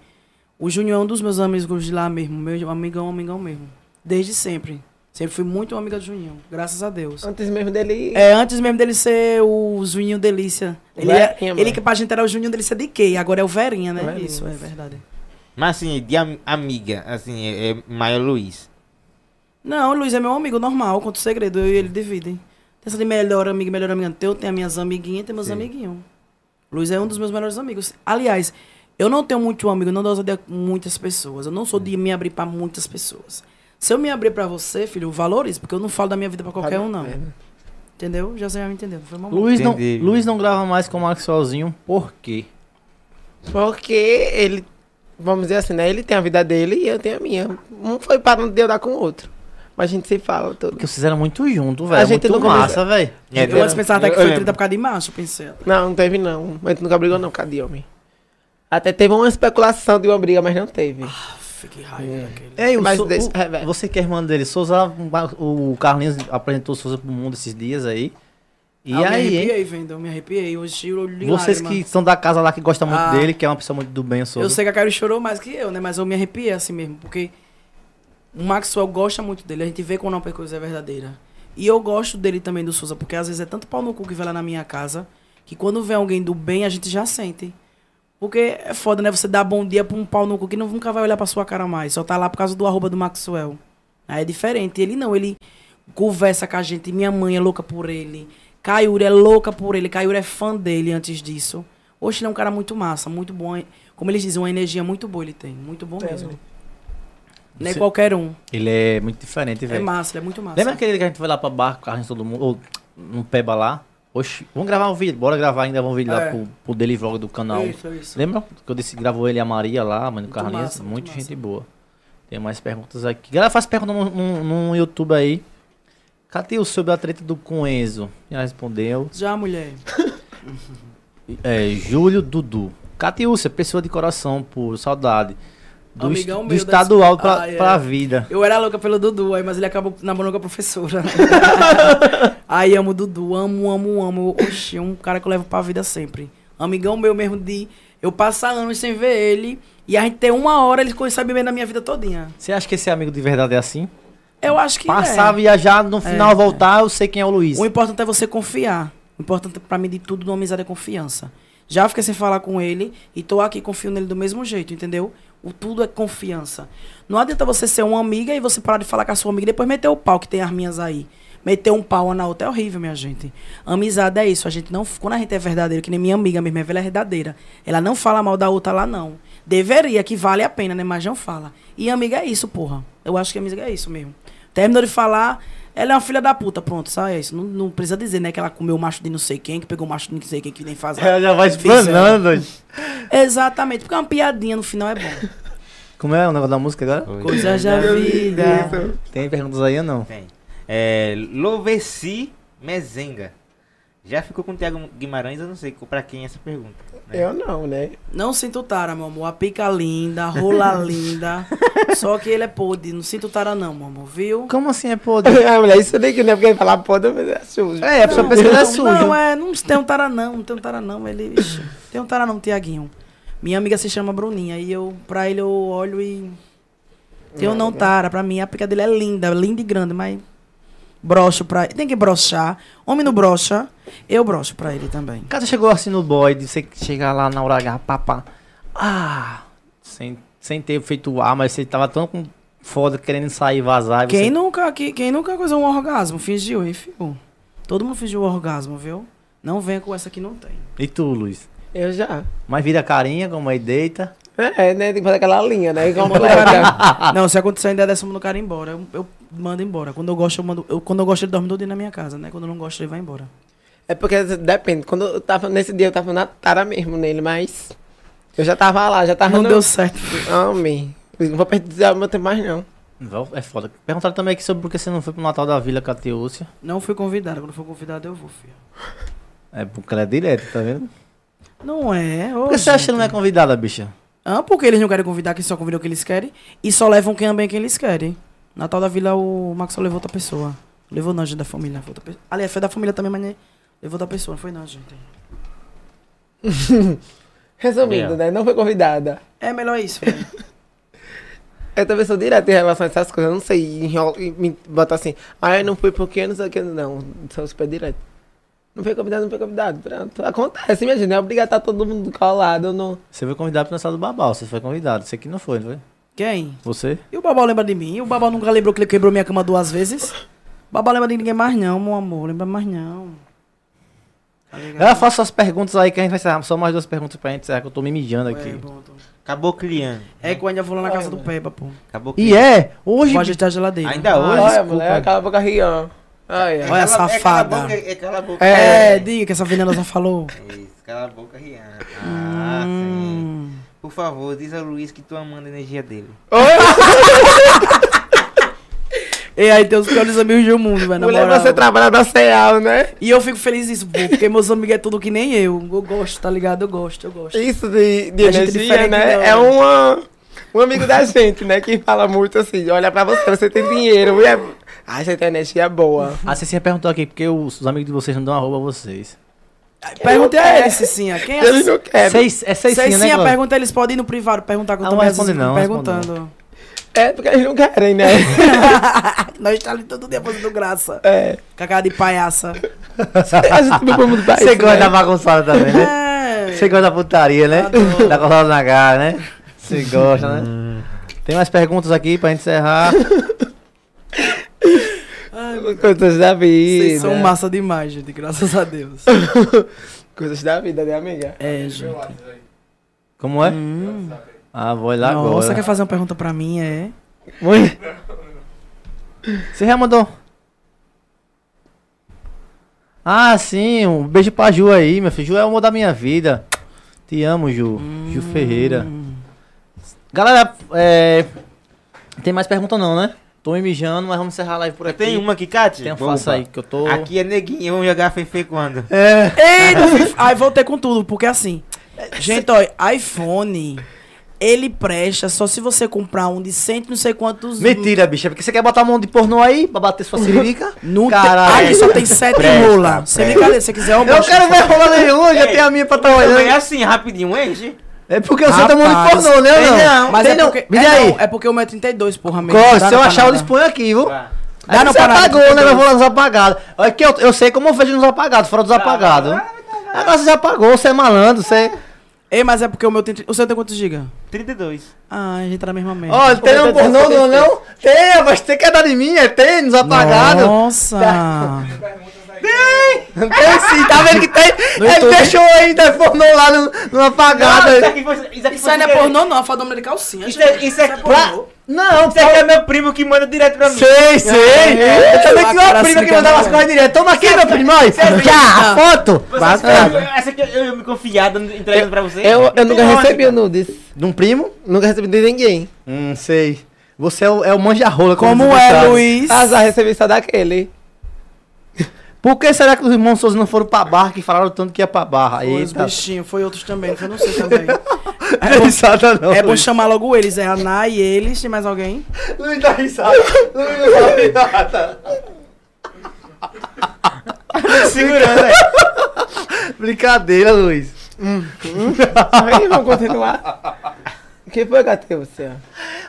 [SPEAKER 2] o Júnior é um dos meus amigos de lá mesmo. Meu amigão, amigão mesmo. Desde sempre. Sempre fui muito amiga do Juninho, graças a Deus.
[SPEAKER 1] Antes mesmo dele.
[SPEAKER 2] É, antes mesmo dele ser o Juninho Delícia. Ele, é,
[SPEAKER 1] Verinha,
[SPEAKER 2] ele
[SPEAKER 1] mãe.
[SPEAKER 2] que pra gente era o Juninho Delícia de quê? Agora é o Verinha, né?
[SPEAKER 1] Verinha.
[SPEAKER 2] Isso, é verdade.
[SPEAKER 3] mas assim, de am- amiga, assim, é, é maior Luiz.
[SPEAKER 2] Não, o Luiz é meu amigo normal, conta o segredo, eu e ele dividem. Tem essa de melhor amigo, melhor amigo teu, tem as minhas amiguinhas, tem meus amiguinhos. Luiz é um dos meus melhores amigos. Aliás, eu não tenho muito amigo, não gosto de muitas pessoas. Eu não sou de me abrir pra muitas pessoas. Se eu me abrir pra você, filho, valorize, porque eu não falo da minha vida pra qualquer um, não.
[SPEAKER 1] É.
[SPEAKER 2] Entendeu? Já você já me entendeu. Foi uma
[SPEAKER 4] é. Luiz não,
[SPEAKER 3] Entendi.
[SPEAKER 4] Luiz não grava mais com o Max sozinho. Por quê?
[SPEAKER 1] Porque ele. Vamos dizer assim, né? Ele tem a vida dele e eu tenho a minha. Um foi para não deu dar com o outro. Mas a gente se fala tudo.
[SPEAKER 4] Porque vocês eram muito juntos, velho.
[SPEAKER 1] gente
[SPEAKER 4] Muito
[SPEAKER 1] nunca-
[SPEAKER 4] massa, velho.
[SPEAKER 3] É,
[SPEAKER 2] Eu antes pensava até que
[SPEAKER 3] eu- eu
[SPEAKER 2] foi
[SPEAKER 3] lembro.
[SPEAKER 2] 30 por causa de macho, pensei.
[SPEAKER 1] Não, não teve não. A gente nunca brigou não, cadê de homem? Até teve uma especulação de uma briga, mas não teve.
[SPEAKER 4] Ah,
[SPEAKER 2] Aff, que raiva daquele.
[SPEAKER 4] É, o
[SPEAKER 1] Mas
[SPEAKER 4] Sou-
[SPEAKER 1] deixa-
[SPEAKER 4] o-
[SPEAKER 1] é, velho.
[SPEAKER 4] você que é irmã dele, Souza, o Carlinhos apresentou Souza pro mundo esses dias aí. E
[SPEAKER 2] Ah, eu
[SPEAKER 4] aí,
[SPEAKER 2] me
[SPEAKER 4] hein?
[SPEAKER 2] arrepiei, vendo? Eu me arrepiei. Hoje eu olho de
[SPEAKER 4] Vocês
[SPEAKER 2] lágrima.
[SPEAKER 4] que são da casa lá que gostam muito
[SPEAKER 2] Ah.
[SPEAKER 4] dele, que é uma pessoa muito do bem, o Souza.
[SPEAKER 2] Eu sei que a Carol chorou mais que eu, né? Mas eu me arrepiei assim mesmo, porque o Maxwell gosta muito dele. A gente vê quando uma coisa é verdadeira. E eu gosto dele também, do Souza, porque às vezes é tanto pau no cu que vai lá na minha casa, que quando vem alguém do bem, a gente já sente. Porque é foda, né? Você dar bom dia pra um pau no cu que não- nunca vai olhar pra sua cara mais. Só tá lá por causa do arroba do Maxwell. Aí é diferente. Ele não, ele conversa com a gente. Minha mãe é louca por ele. Caiura é louca por ele. Caiura é fã dele antes disso. Hoje ele é um cara muito massa, muito bom. Como eles dizem, uma energia muito boa ele tem. Muito bom mesmo. Não é
[SPEAKER 4] Você-
[SPEAKER 2] qualquer um.
[SPEAKER 4] Ele é muito diferente,
[SPEAKER 2] É
[SPEAKER 4] velho.
[SPEAKER 2] massa, ele é muito massa.
[SPEAKER 4] Lembra aquele que a gente foi lá pra barco, Carlinhos todo mundo, ou no Peba lá? Oxi, vamos gravar um vídeo, bora gravar ainda um vídeo lá
[SPEAKER 2] É.
[SPEAKER 4] pro, pro Daily Vlog do canal.
[SPEAKER 2] Isso, isso.
[SPEAKER 4] Lembra que eu disse que gravou ele e a Maria lá, mano,
[SPEAKER 2] Muito
[SPEAKER 4] Carlinhos?
[SPEAKER 2] massa, muito
[SPEAKER 4] muito
[SPEAKER 2] massa.
[SPEAKER 4] gente boa. Tem mais perguntas aqui. Galera, faz pergunta no, no- no YouTube aí. Cadê o sobre a treta do Conhezo? Já respondeu.
[SPEAKER 2] Já, mulher.
[SPEAKER 4] É, Júlio Dudu. Catiúcia, pessoa de coração puro, saudade. Do,
[SPEAKER 2] Amigão
[SPEAKER 4] est-
[SPEAKER 2] meu
[SPEAKER 4] do
[SPEAKER 2] da
[SPEAKER 4] estadual pra,
[SPEAKER 2] escola. Ah, é.
[SPEAKER 4] pra vida.
[SPEAKER 2] Eu era louca pelo Dudu, aí, mas ele acabou namorando com a professora. aí amo o Dudu, amo, amo, amo. Oxi, é um cara que eu levo pra vida sempre. Amigão meu mesmo de eu passar anos sem ver ele. E a gente ter uma hora, ele começar a beber na minha vida todinha.
[SPEAKER 4] Você acha que esse amigo de verdade é assim?
[SPEAKER 2] Eu acho que
[SPEAKER 4] Passar,
[SPEAKER 2] é.
[SPEAKER 4] viajar, no final voltar, eu sei quem é o Luiz.
[SPEAKER 2] O importante é você confiar. O importante pra mim de tudo numa amizade é confiança. Já fiquei sem falar com ele e tô aqui confio nele do mesmo jeito, entendeu? O tudo é confiança. Não adianta você ser uma amiga e você parar de falar com a sua amiga e depois meter o pau, que tem as minhas aí. Meter um pau uma na outra é horrível, minha gente. Amizade é isso. A gente não. Quando a gente é verdadeiro, que nem minha amiga mesmo, ela é verdadeira. Ela não fala mal da outra lá, não. Deveria, que vale a pena, né? Mas não fala. E amiga é isso, porra. Eu acho que amiga é isso mesmo. Terminou de falar, ela é uma filha da puta, pronto, só é isso. Não, não precisa dizer, né, que ela comeu o macho de não sei quem, que pegou o macho de não sei quem, que nem faz.
[SPEAKER 4] Ela já vai
[SPEAKER 2] Fizeram.
[SPEAKER 4] espanando.
[SPEAKER 2] Exatamente, porque uma piadinha no final é bom. é,
[SPEAKER 4] Como é o negócio da música agora?
[SPEAKER 2] Coisas da vida.
[SPEAKER 4] Tem perguntas aí ou não?
[SPEAKER 3] Tem. É, Lovesi Mezenga. Já ficou com o Thiago Guimarães? Eu não sei pra quem é essa pergunta. né?
[SPEAKER 1] Eu não, né?
[SPEAKER 2] Não sinto tara, meu amor. A pica é linda, a rola é linda. Só que ele é podre. Não sinto tara, não, meu amor, viu?
[SPEAKER 4] Como assim é podre?
[SPEAKER 1] Ah, mulher, isso nem que não é porque falar podre, mas é sujo.
[SPEAKER 4] É, a pessoa pensa que ele é sujo.
[SPEAKER 2] Não, é, não tem um tara, não. Não tem um tara, não. Ele. ixi, Tem um tara, não, Tiaguinho. Minha amiga se chama Bruninha. E eu, pra ele, eu olho e. Eu não tara. Pra mim, a pica dele é linda, linda e grande, mas. Brocho pra ele. Tem que brochar. Homem não brocha. Eu brocho pra ele também.
[SPEAKER 4] O cara chegou assim no boy, de você chegar lá na hora H, papá. Ah, sem, sem ter feito o A, mas você tava tão com foda querendo sair, vazar. e
[SPEAKER 2] Quem
[SPEAKER 4] Ah, você...
[SPEAKER 2] nunca, que- quem nunca coisou um orgasmo? Fingiu, hein, filho? Todo mundo fingiu um orgasmo, viu? Não venha com essa que não tem.
[SPEAKER 4] E tu, Luiz?
[SPEAKER 1] Eu já.
[SPEAKER 4] Mas vira a carinha, como aí deita.
[SPEAKER 1] É, né? Tem que fazer aquela linha, né?
[SPEAKER 2] Manda o
[SPEAKER 1] Completa.
[SPEAKER 4] Ah.
[SPEAKER 2] cara- não, se acontecer ainda é dessa, eu mando o cara embora. Eu, eu mando embora. Quando eu gosto, eu mando. eu- quando eu gosto, ele dorme todo dia na minha casa, né? Quando eu não gosto, ele vai embora.
[SPEAKER 1] É porque depende. Quando eu tava nesse dia, eu tava na tara mesmo nele, mas. Eu já tava lá,
[SPEAKER 4] Ah,
[SPEAKER 1] já tava
[SPEAKER 2] Não é-
[SPEAKER 1] no-
[SPEAKER 2] deu certo.
[SPEAKER 1] Homem. Não vou perder o meu tempo mais, não.
[SPEAKER 4] Val- É foda. Perguntaram também aqui sobre por que você não foi pro Natal da Vila com a tia Lúcia.
[SPEAKER 2] Não fui convidada. Quando for convidada, eu vou, filho.
[SPEAKER 4] É porque ela é direta, tá vendo?
[SPEAKER 2] Não é. Ô,
[SPEAKER 4] Por que você acha
[SPEAKER 2] gente.
[SPEAKER 4] que não é convidada, bicha?
[SPEAKER 2] Ah, porque eles não querem convidar quem só convidou o que eles querem e só levam quem também é quem eles querem. Natal da Vila, o Max só levou outra pessoa. Levou não, gente, da família. Foi outra pe- Aliás, foi da família também, mas nem- levou outra pessoa, não foi não, gente.
[SPEAKER 1] Resumindo, né? Não foi convidada.
[SPEAKER 2] É melhor isso, velho.
[SPEAKER 1] Eu também sou direto em relação a essas coisas. Eu não sei enrola, e me botar assim. Ah, eu não fui porque não sei o que. Não, sou super direto. Não foi convidado, não foi convidado. Pronto. Acontece, minha gente. Não é obrigado a estar todo mundo colado. Não.
[SPEAKER 4] Você foi convidado pro Natal do Babal, você foi convidado. Você que não foi, não foi?
[SPEAKER 2] Quem?
[SPEAKER 4] Você?
[SPEAKER 2] E o Babal lembra de mim? O Babal nunca lembrou que ele quebrou minha cama duas vezes? O Babal lembra de ninguém mais não, meu amor. Lembra mais não. Tá ligado?
[SPEAKER 4] Ela faça suas perguntas aí que a gente vai encerrar. Só mais duas perguntas pra gente encerrar que eu tô me mijando
[SPEAKER 2] É,
[SPEAKER 4] aqui.
[SPEAKER 2] pronto.
[SPEAKER 3] Acabou criando.
[SPEAKER 2] É que eu ainda vou lá na casa do Peba, pô.
[SPEAKER 3] Acabou
[SPEAKER 4] E é, hoje.
[SPEAKER 2] Vou ajeitar a geladeira.
[SPEAKER 4] é
[SPEAKER 3] Ainda hoje.
[SPEAKER 1] Olha, mulher, acaba a boca rião. Olha.
[SPEAKER 2] Olha,
[SPEAKER 3] Cala-
[SPEAKER 2] safada.
[SPEAKER 3] É, cala a boca, é, cala a boca.
[SPEAKER 2] É, diga que essa venenosa falou.
[SPEAKER 3] Isso, cala a boca, Rihanna. Ah, sim. Por favor, diz ao Luiz que tu amando a energia dele.
[SPEAKER 2] E aí tem os piores amigos do mundo, velho. na
[SPEAKER 1] Mulher,
[SPEAKER 2] moral.
[SPEAKER 1] você trabalha na CEAL, né?
[SPEAKER 2] E eu fico feliz nisso, pô, porque meus amigos é tudo que nem eu. Eu gosto, tá ligado? Eu gosto, eu gosto.
[SPEAKER 1] Isso de, de
[SPEAKER 2] A gente
[SPEAKER 1] energia,
[SPEAKER 2] diferente
[SPEAKER 1] né?
[SPEAKER 2] não.
[SPEAKER 1] É uma, um amigo da gente, né? Que fala muito assim, olha pra você, você tem dinheiro. Mulher... Ai, você tem energia boa.
[SPEAKER 4] A Cecinha perguntou aqui, porque os, os amigos de vocês não dão arroba a vocês.
[SPEAKER 2] Perguntei a eles, Cicinha. Quem é
[SPEAKER 1] Ele
[SPEAKER 2] Cicinha?
[SPEAKER 1] não quer.
[SPEAKER 4] Seis, é seis, sim, né?
[SPEAKER 2] Cicinha,
[SPEAKER 4] Cláudio?
[SPEAKER 2] pergunta, eles podem ir no privado perguntar que eu
[SPEAKER 4] Ah,
[SPEAKER 2] também
[SPEAKER 4] não responde não,
[SPEAKER 2] perguntando.
[SPEAKER 1] É porque eles não querem, né?
[SPEAKER 2] Nós tá ali todo dia fazendo graça.
[SPEAKER 1] É.
[SPEAKER 2] Com a cara de palhaça.
[SPEAKER 1] A gente não vamos pra
[SPEAKER 4] Você
[SPEAKER 1] isso,
[SPEAKER 4] gosta
[SPEAKER 1] né?
[SPEAKER 4] da bagunçada também, né?
[SPEAKER 2] É.
[SPEAKER 4] Você gosta da putaria, né?
[SPEAKER 2] Adoro.
[SPEAKER 4] Da coçada na cara, né? Você gosta, né? Tem mais perguntas aqui pra gente encerrar.
[SPEAKER 1] Coisas da
[SPEAKER 2] Vocês
[SPEAKER 1] vida.
[SPEAKER 2] são massa demais, gente, graças a Deus.
[SPEAKER 1] Coisas da vida, né, amiga?
[SPEAKER 2] É, gente.
[SPEAKER 4] Como é? Ah, vou olhar
[SPEAKER 2] Nossa, quer
[SPEAKER 4] agora.
[SPEAKER 2] fazer uma pergunta pra mim, é?
[SPEAKER 1] Muito.
[SPEAKER 4] Você já mandou? Ah, sim. Um beijo pra Ju aí, meu filho. Ju é o amor da minha vida. Te amo, Ju. Ju Ferreira. Galera, é... Tem mais pergunta não, né? Tô me mijando, mas vamos encerrar a live por aqui.
[SPEAKER 3] Tem uma aqui, Kátia?
[SPEAKER 4] Tem um
[SPEAKER 3] Opa.
[SPEAKER 4] faça aí que eu tô...
[SPEAKER 3] Aqui é neguinho, vamos jogar Fefe quando?
[SPEAKER 4] É...
[SPEAKER 2] Eita, fui- aí voltei com tudo, porque assim, gente, ó, iPhone, ele presta só se você comprar um de cento e não sei quantos.
[SPEAKER 4] Mentira, bicha. Porque você quer botar a mão de pornô aí pra bater sua ciririca?
[SPEAKER 2] No
[SPEAKER 4] Caralho.
[SPEAKER 2] Aí só tem sete
[SPEAKER 4] Presta,
[SPEAKER 2] rola. Você brincadeira, se você quiser, eu
[SPEAKER 4] Eu
[SPEAKER 2] mostro.
[SPEAKER 4] quero ver rola nenhuma, já
[SPEAKER 3] é. Ei,
[SPEAKER 4] tenho a minha pra estar
[SPEAKER 3] Também é
[SPEAKER 4] olhando.
[SPEAKER 3] assim, rapidinho, hein?
[SPEAKER 4] É porque você tá mão de
[SPEAKER 2] Rapaz,
[SPEAKER 4] pornô, né?
[SPEAKER 3] tem
[SPEAKER 4] ou
[SPEAKER 3] não,
[SPEAKER 2] Mas
[SPEAKER 4] Tem
[SPEAKER 2] é
[SPEAKER 4] não.
[SPEAKER 2] porque,
[SPEAKER 4] Me
[SPEAKER 2] é,
[SPEAKER 4] dê aí.
[SPEAKER 2] não, é porque o meu é 32, porra, mesmo.
[SPEAKER 4] Gosto,
[SPEAKER 2] Dá
[SPEAKER 4] se eu
[SPEAKER 2] na
[SPEAKER 4] achar, eu
[SPEAKER 2] parada.
[SPEAKER 4] exponho aqui, viu?
[SPEAKER 3] Vá.
[SPEAKER 4] Aí
[SPEAKER 2] Dá na
[SPEAKER 4] você
[SPEAKER 2] parada,
[SPEAKER 4] apagou, né?
[SPEAKER 2] 32.
[SPEAKER 4] Eu vou lá nos apagados. Olha que eu,
[SPEAKER 3] Ah,
[SPEAKER 4] eu sei como eu vejo nos apagados, fora dos apagados. Agora você já apagou, você é malandro, você...
[SPEAKER 2] Ei, mas é porque o meu tem. tri- O seu tem quantos giga?
[SPEAKER 3] 32.
[SPEAKER 2] Ah, a gente tá na mesma merda.
[SPEAKER 4] Olha, tem um pornô, não, não? Tem, mas tem que dar em mim, é tênis apagado.
[SPEAKER 2] Nossa!
[SPEAKER 4] Tem sim, tá vendo que tem? Ele
[SPEAKER 2] YouTube.
[SPEAKER 4] deixou ainda pornô lá no, no apagado.
[SPEAKER 3] isso aqui foi. Isso aqui
[SPEAKER 2] Isso
[SPEAKER 3] foi
[SPEAKER 2] aí não é
[SPEAKER 3] sem querer.
[SPEAKER 2] pornô, não, é fodoma de calcinha.
[SPEAKER 3] Isso
[SPEAKER 2] gente.
[SPEAKER 3] é, isso é,
[SPEAKER 2] pornô.
[SPEAKER 4] Não,
[SPEAKER 3] Isso aqui é meu primo que manda direto pra mim.
[SPEAKER 4] Sei, sei.
[SPEAKER 2] É,
[SPEAKER 4] Eu também
[SPEAKER 2] a
[SPEAKER 4] tinha uma
[SPEAKER 2] cara
[SPEAKER 4] prima
[SPEAKER 2] assim
[SPEAKER 4] que
[SPEAKER 2] que
[SPEAKER 4] mandava
[SPEAKER 2] é
[SPEAKER 4] as coisas direto. Toma aqui, meu primo, olha.
[SPEAKER 3] é
[SPEAKER 4] Já, a foto.
[SPEAKER 3] Vocês-
[SPEAKER 4] Bacana.
[SPEAKER 3] Tipo, Essa aqui eu, eu me confiado entregando Tá pra você.
[SPEAKER 1] Eu, é eu
[SPEAKER 3] Não
[SPEAKER 1] nunca
[SPEAKER 3] tem
[SPEAKER 1] recebi o
[SPEAKER 3] lógica.
[SPEAKER 1] nudes.
[SPEAKER 4] De um primo?
[SPEAKER 1] Nunca recebi de ninguém.
[SPEAKER 4] Hum, sei. Você é o, é o manja-rola.
[SPEAKER 2] Como
[SPEAKER 4] diz o
[SPEAKER 2] é,
[SPEAKER 4] ditado.
[SPEAKER 2] Luiz?
[SPEAKER 1] Ah, já recebi só daquele.
[SPEAKER 4] Por que será que os irmãos Souza não foram pra barra que falaram tanto que ia pra barra?
[SPEAKER 2] Foi os
[SPEAKER 4] Eita.
[SPEAKER 2] bichinhos, foi outros também, que eu não sei também.
[SPEAKER 4] Não dá risada não.
[SPEAKER 2] É bom
[SPEAKER 4] Luiz.
[SPEAKER 2] chamar logo eles, é a Ana e eles, tem mais alguém?
[SPEAKER 4] Luiz dá risada. Luiz dá risada.
[SPEAKER 3] Segurando aí.
[SPEAKER 2] né?
[SPEAKER 4] Brincadeira, Luiz.
[SPEAKER 1] Aí, vamos continuar. O que foi, Gateu, você?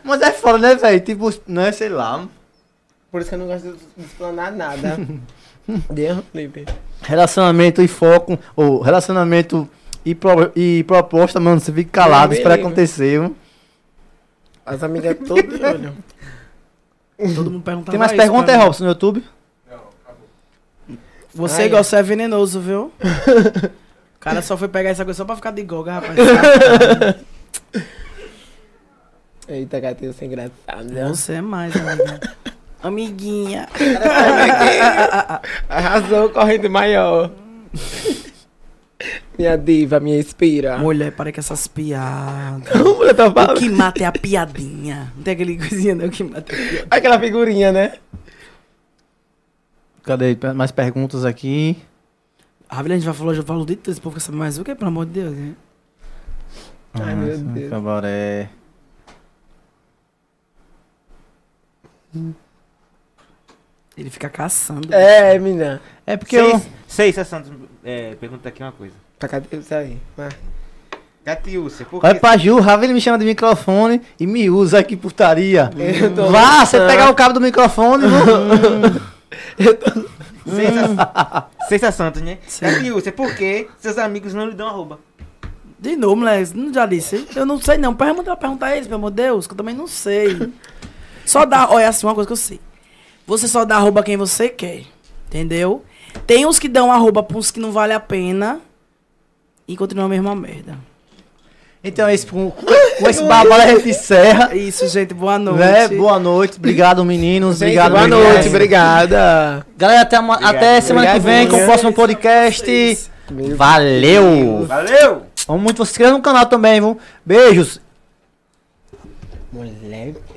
[SPEAKER 4] Mas é foda, né, velho? Tipo, não é, sei lá.
[SPEAKER 1] Por isso que eu não gosto de explanar nada. Deus livre.
[SPEAKER 4] Relacionamento e foco. Ou relacionamento e, pro- e proposta, mano. Você fica calado,
[SPEAKER 2] É
[SPEAKER 1] Meu
[SPEAKER 4] espera
[SPEAKER 1] amigo.
[SPEAKER 4] acontecer. viu?
[SPEAKER 1] As amigas todas de olho.
[SPEAKER 2] Todo mundo perguntava
[SPEAKER 4] Tem mais
[SPEAKER 2] isso pra
[SPEAKER 4] perguntas,
[SPEAKER 2] mim.
[SPEAKER 4] Robson, no YouTube?
[SPEAKER 2] Você
[SPEAKER 1] Ai,
[SPEAKER 2] igual,
[SPEAKER 1] é.
[SPEAKER 2] você é venenoso, viu? O cara só foi pegar essa coisa só pra ficar de goga, rapaz. é
[SPEAKER 1] Eita, Gateu, sem engraçado.
[SPEAKER 2] Você é mais, amiga. Amiguinha.
[SPEAKER 1] Arrasou, corrente maior. minha diva, minha inspira.
[SPEAKER 2] Mulher, para com essas piadas.
[SPEAKER 1] Como eu tô
[SPEAKER 2] O
[SPEAKER 1] falando?
[SPEAKER 2] que mata é a piadinha. Não tem aquele coisinha, não, que mata é a piada.
[SPEAKER 1] Aquela figurinha, né?
[SPEAKER 4] Cadê? Pe- Mais perguntas aqui.
[SPEAKER 2] A Vila, a gente vai falar, já falou de tudo, esse povo quer saber mais o que, pelo amor de Deus, né?
[SPEAKER 1] Ai, meu
[SPEAKER 4] Nossa, é.
[SPEAKER 1] Deus.
[SPEAKER 4] Cabaré.
[SPEAKER 2] Ele fica caçando.
[SPEAKER 1] É, menina.
[SPEAKER 4] É porque eu...
[SPEAKER 3] Seis, seis, seis Santos, é, pergunta aqui uma coisa.
[SPEAKER 1] Tá, cadê isso aí? Vai.
[SPEAKER 3] Catiúcia, por
[SPEAKER 4] Olha
[SPEAKER 3] que...
[SPEAKER 4] pra Ju, Ravel me chama de microfone e me usa, Ai, que putaria.
[SPEAKER 1] Eu tô-
[SPEAKER 4] Hum. Vá, você pegar o cabo do microfone. viu?
[SPEAKER 3] Sexta Santos, né?
[SPEAKER 2] Sim.
[SPEAKER 3] Catiúcia, por que seus amigos não lhe dão arroba?
[SPEAKER 2] De novo, moleque, não já disse. Eu não sei não. Pergunta, perguntar a eles, pelo amor de Deus, que eu também não sei. Só dá, olha assim, uma coisa que eu sei. Você só dá arroba quem você quer. Entendeu? Tem uns que dão arroba pra uns que não vale a pena e continua a mesma merda.
[SPEAKER 4] então, esse, com, com esse babado a gente encerra.
[SPEAKER 2] É Isso, gente. Boa noite.
[SPEAKER 4] Né? Boa noite, obrigado meninos,
[SPEAKER 1] Gente,
[SPEAKER 4] obrigado
[SPEAKER 1] Boa
[SPEAKER 4] meninas.
[SPEAKER 1] noite, obrigada.
[SPEAKER 4] Galera, até, ama- até semana que vem com o
[SPEAKER 1] obrigado.
[SPEAKER 4] próximo podcast. Valeu!
[SPEAKER 3] Valeu!
[SPEAKER 4] Amo muito, se inscreva no canal também, viu? Beijos!
[SPEAKER 1] Moleque.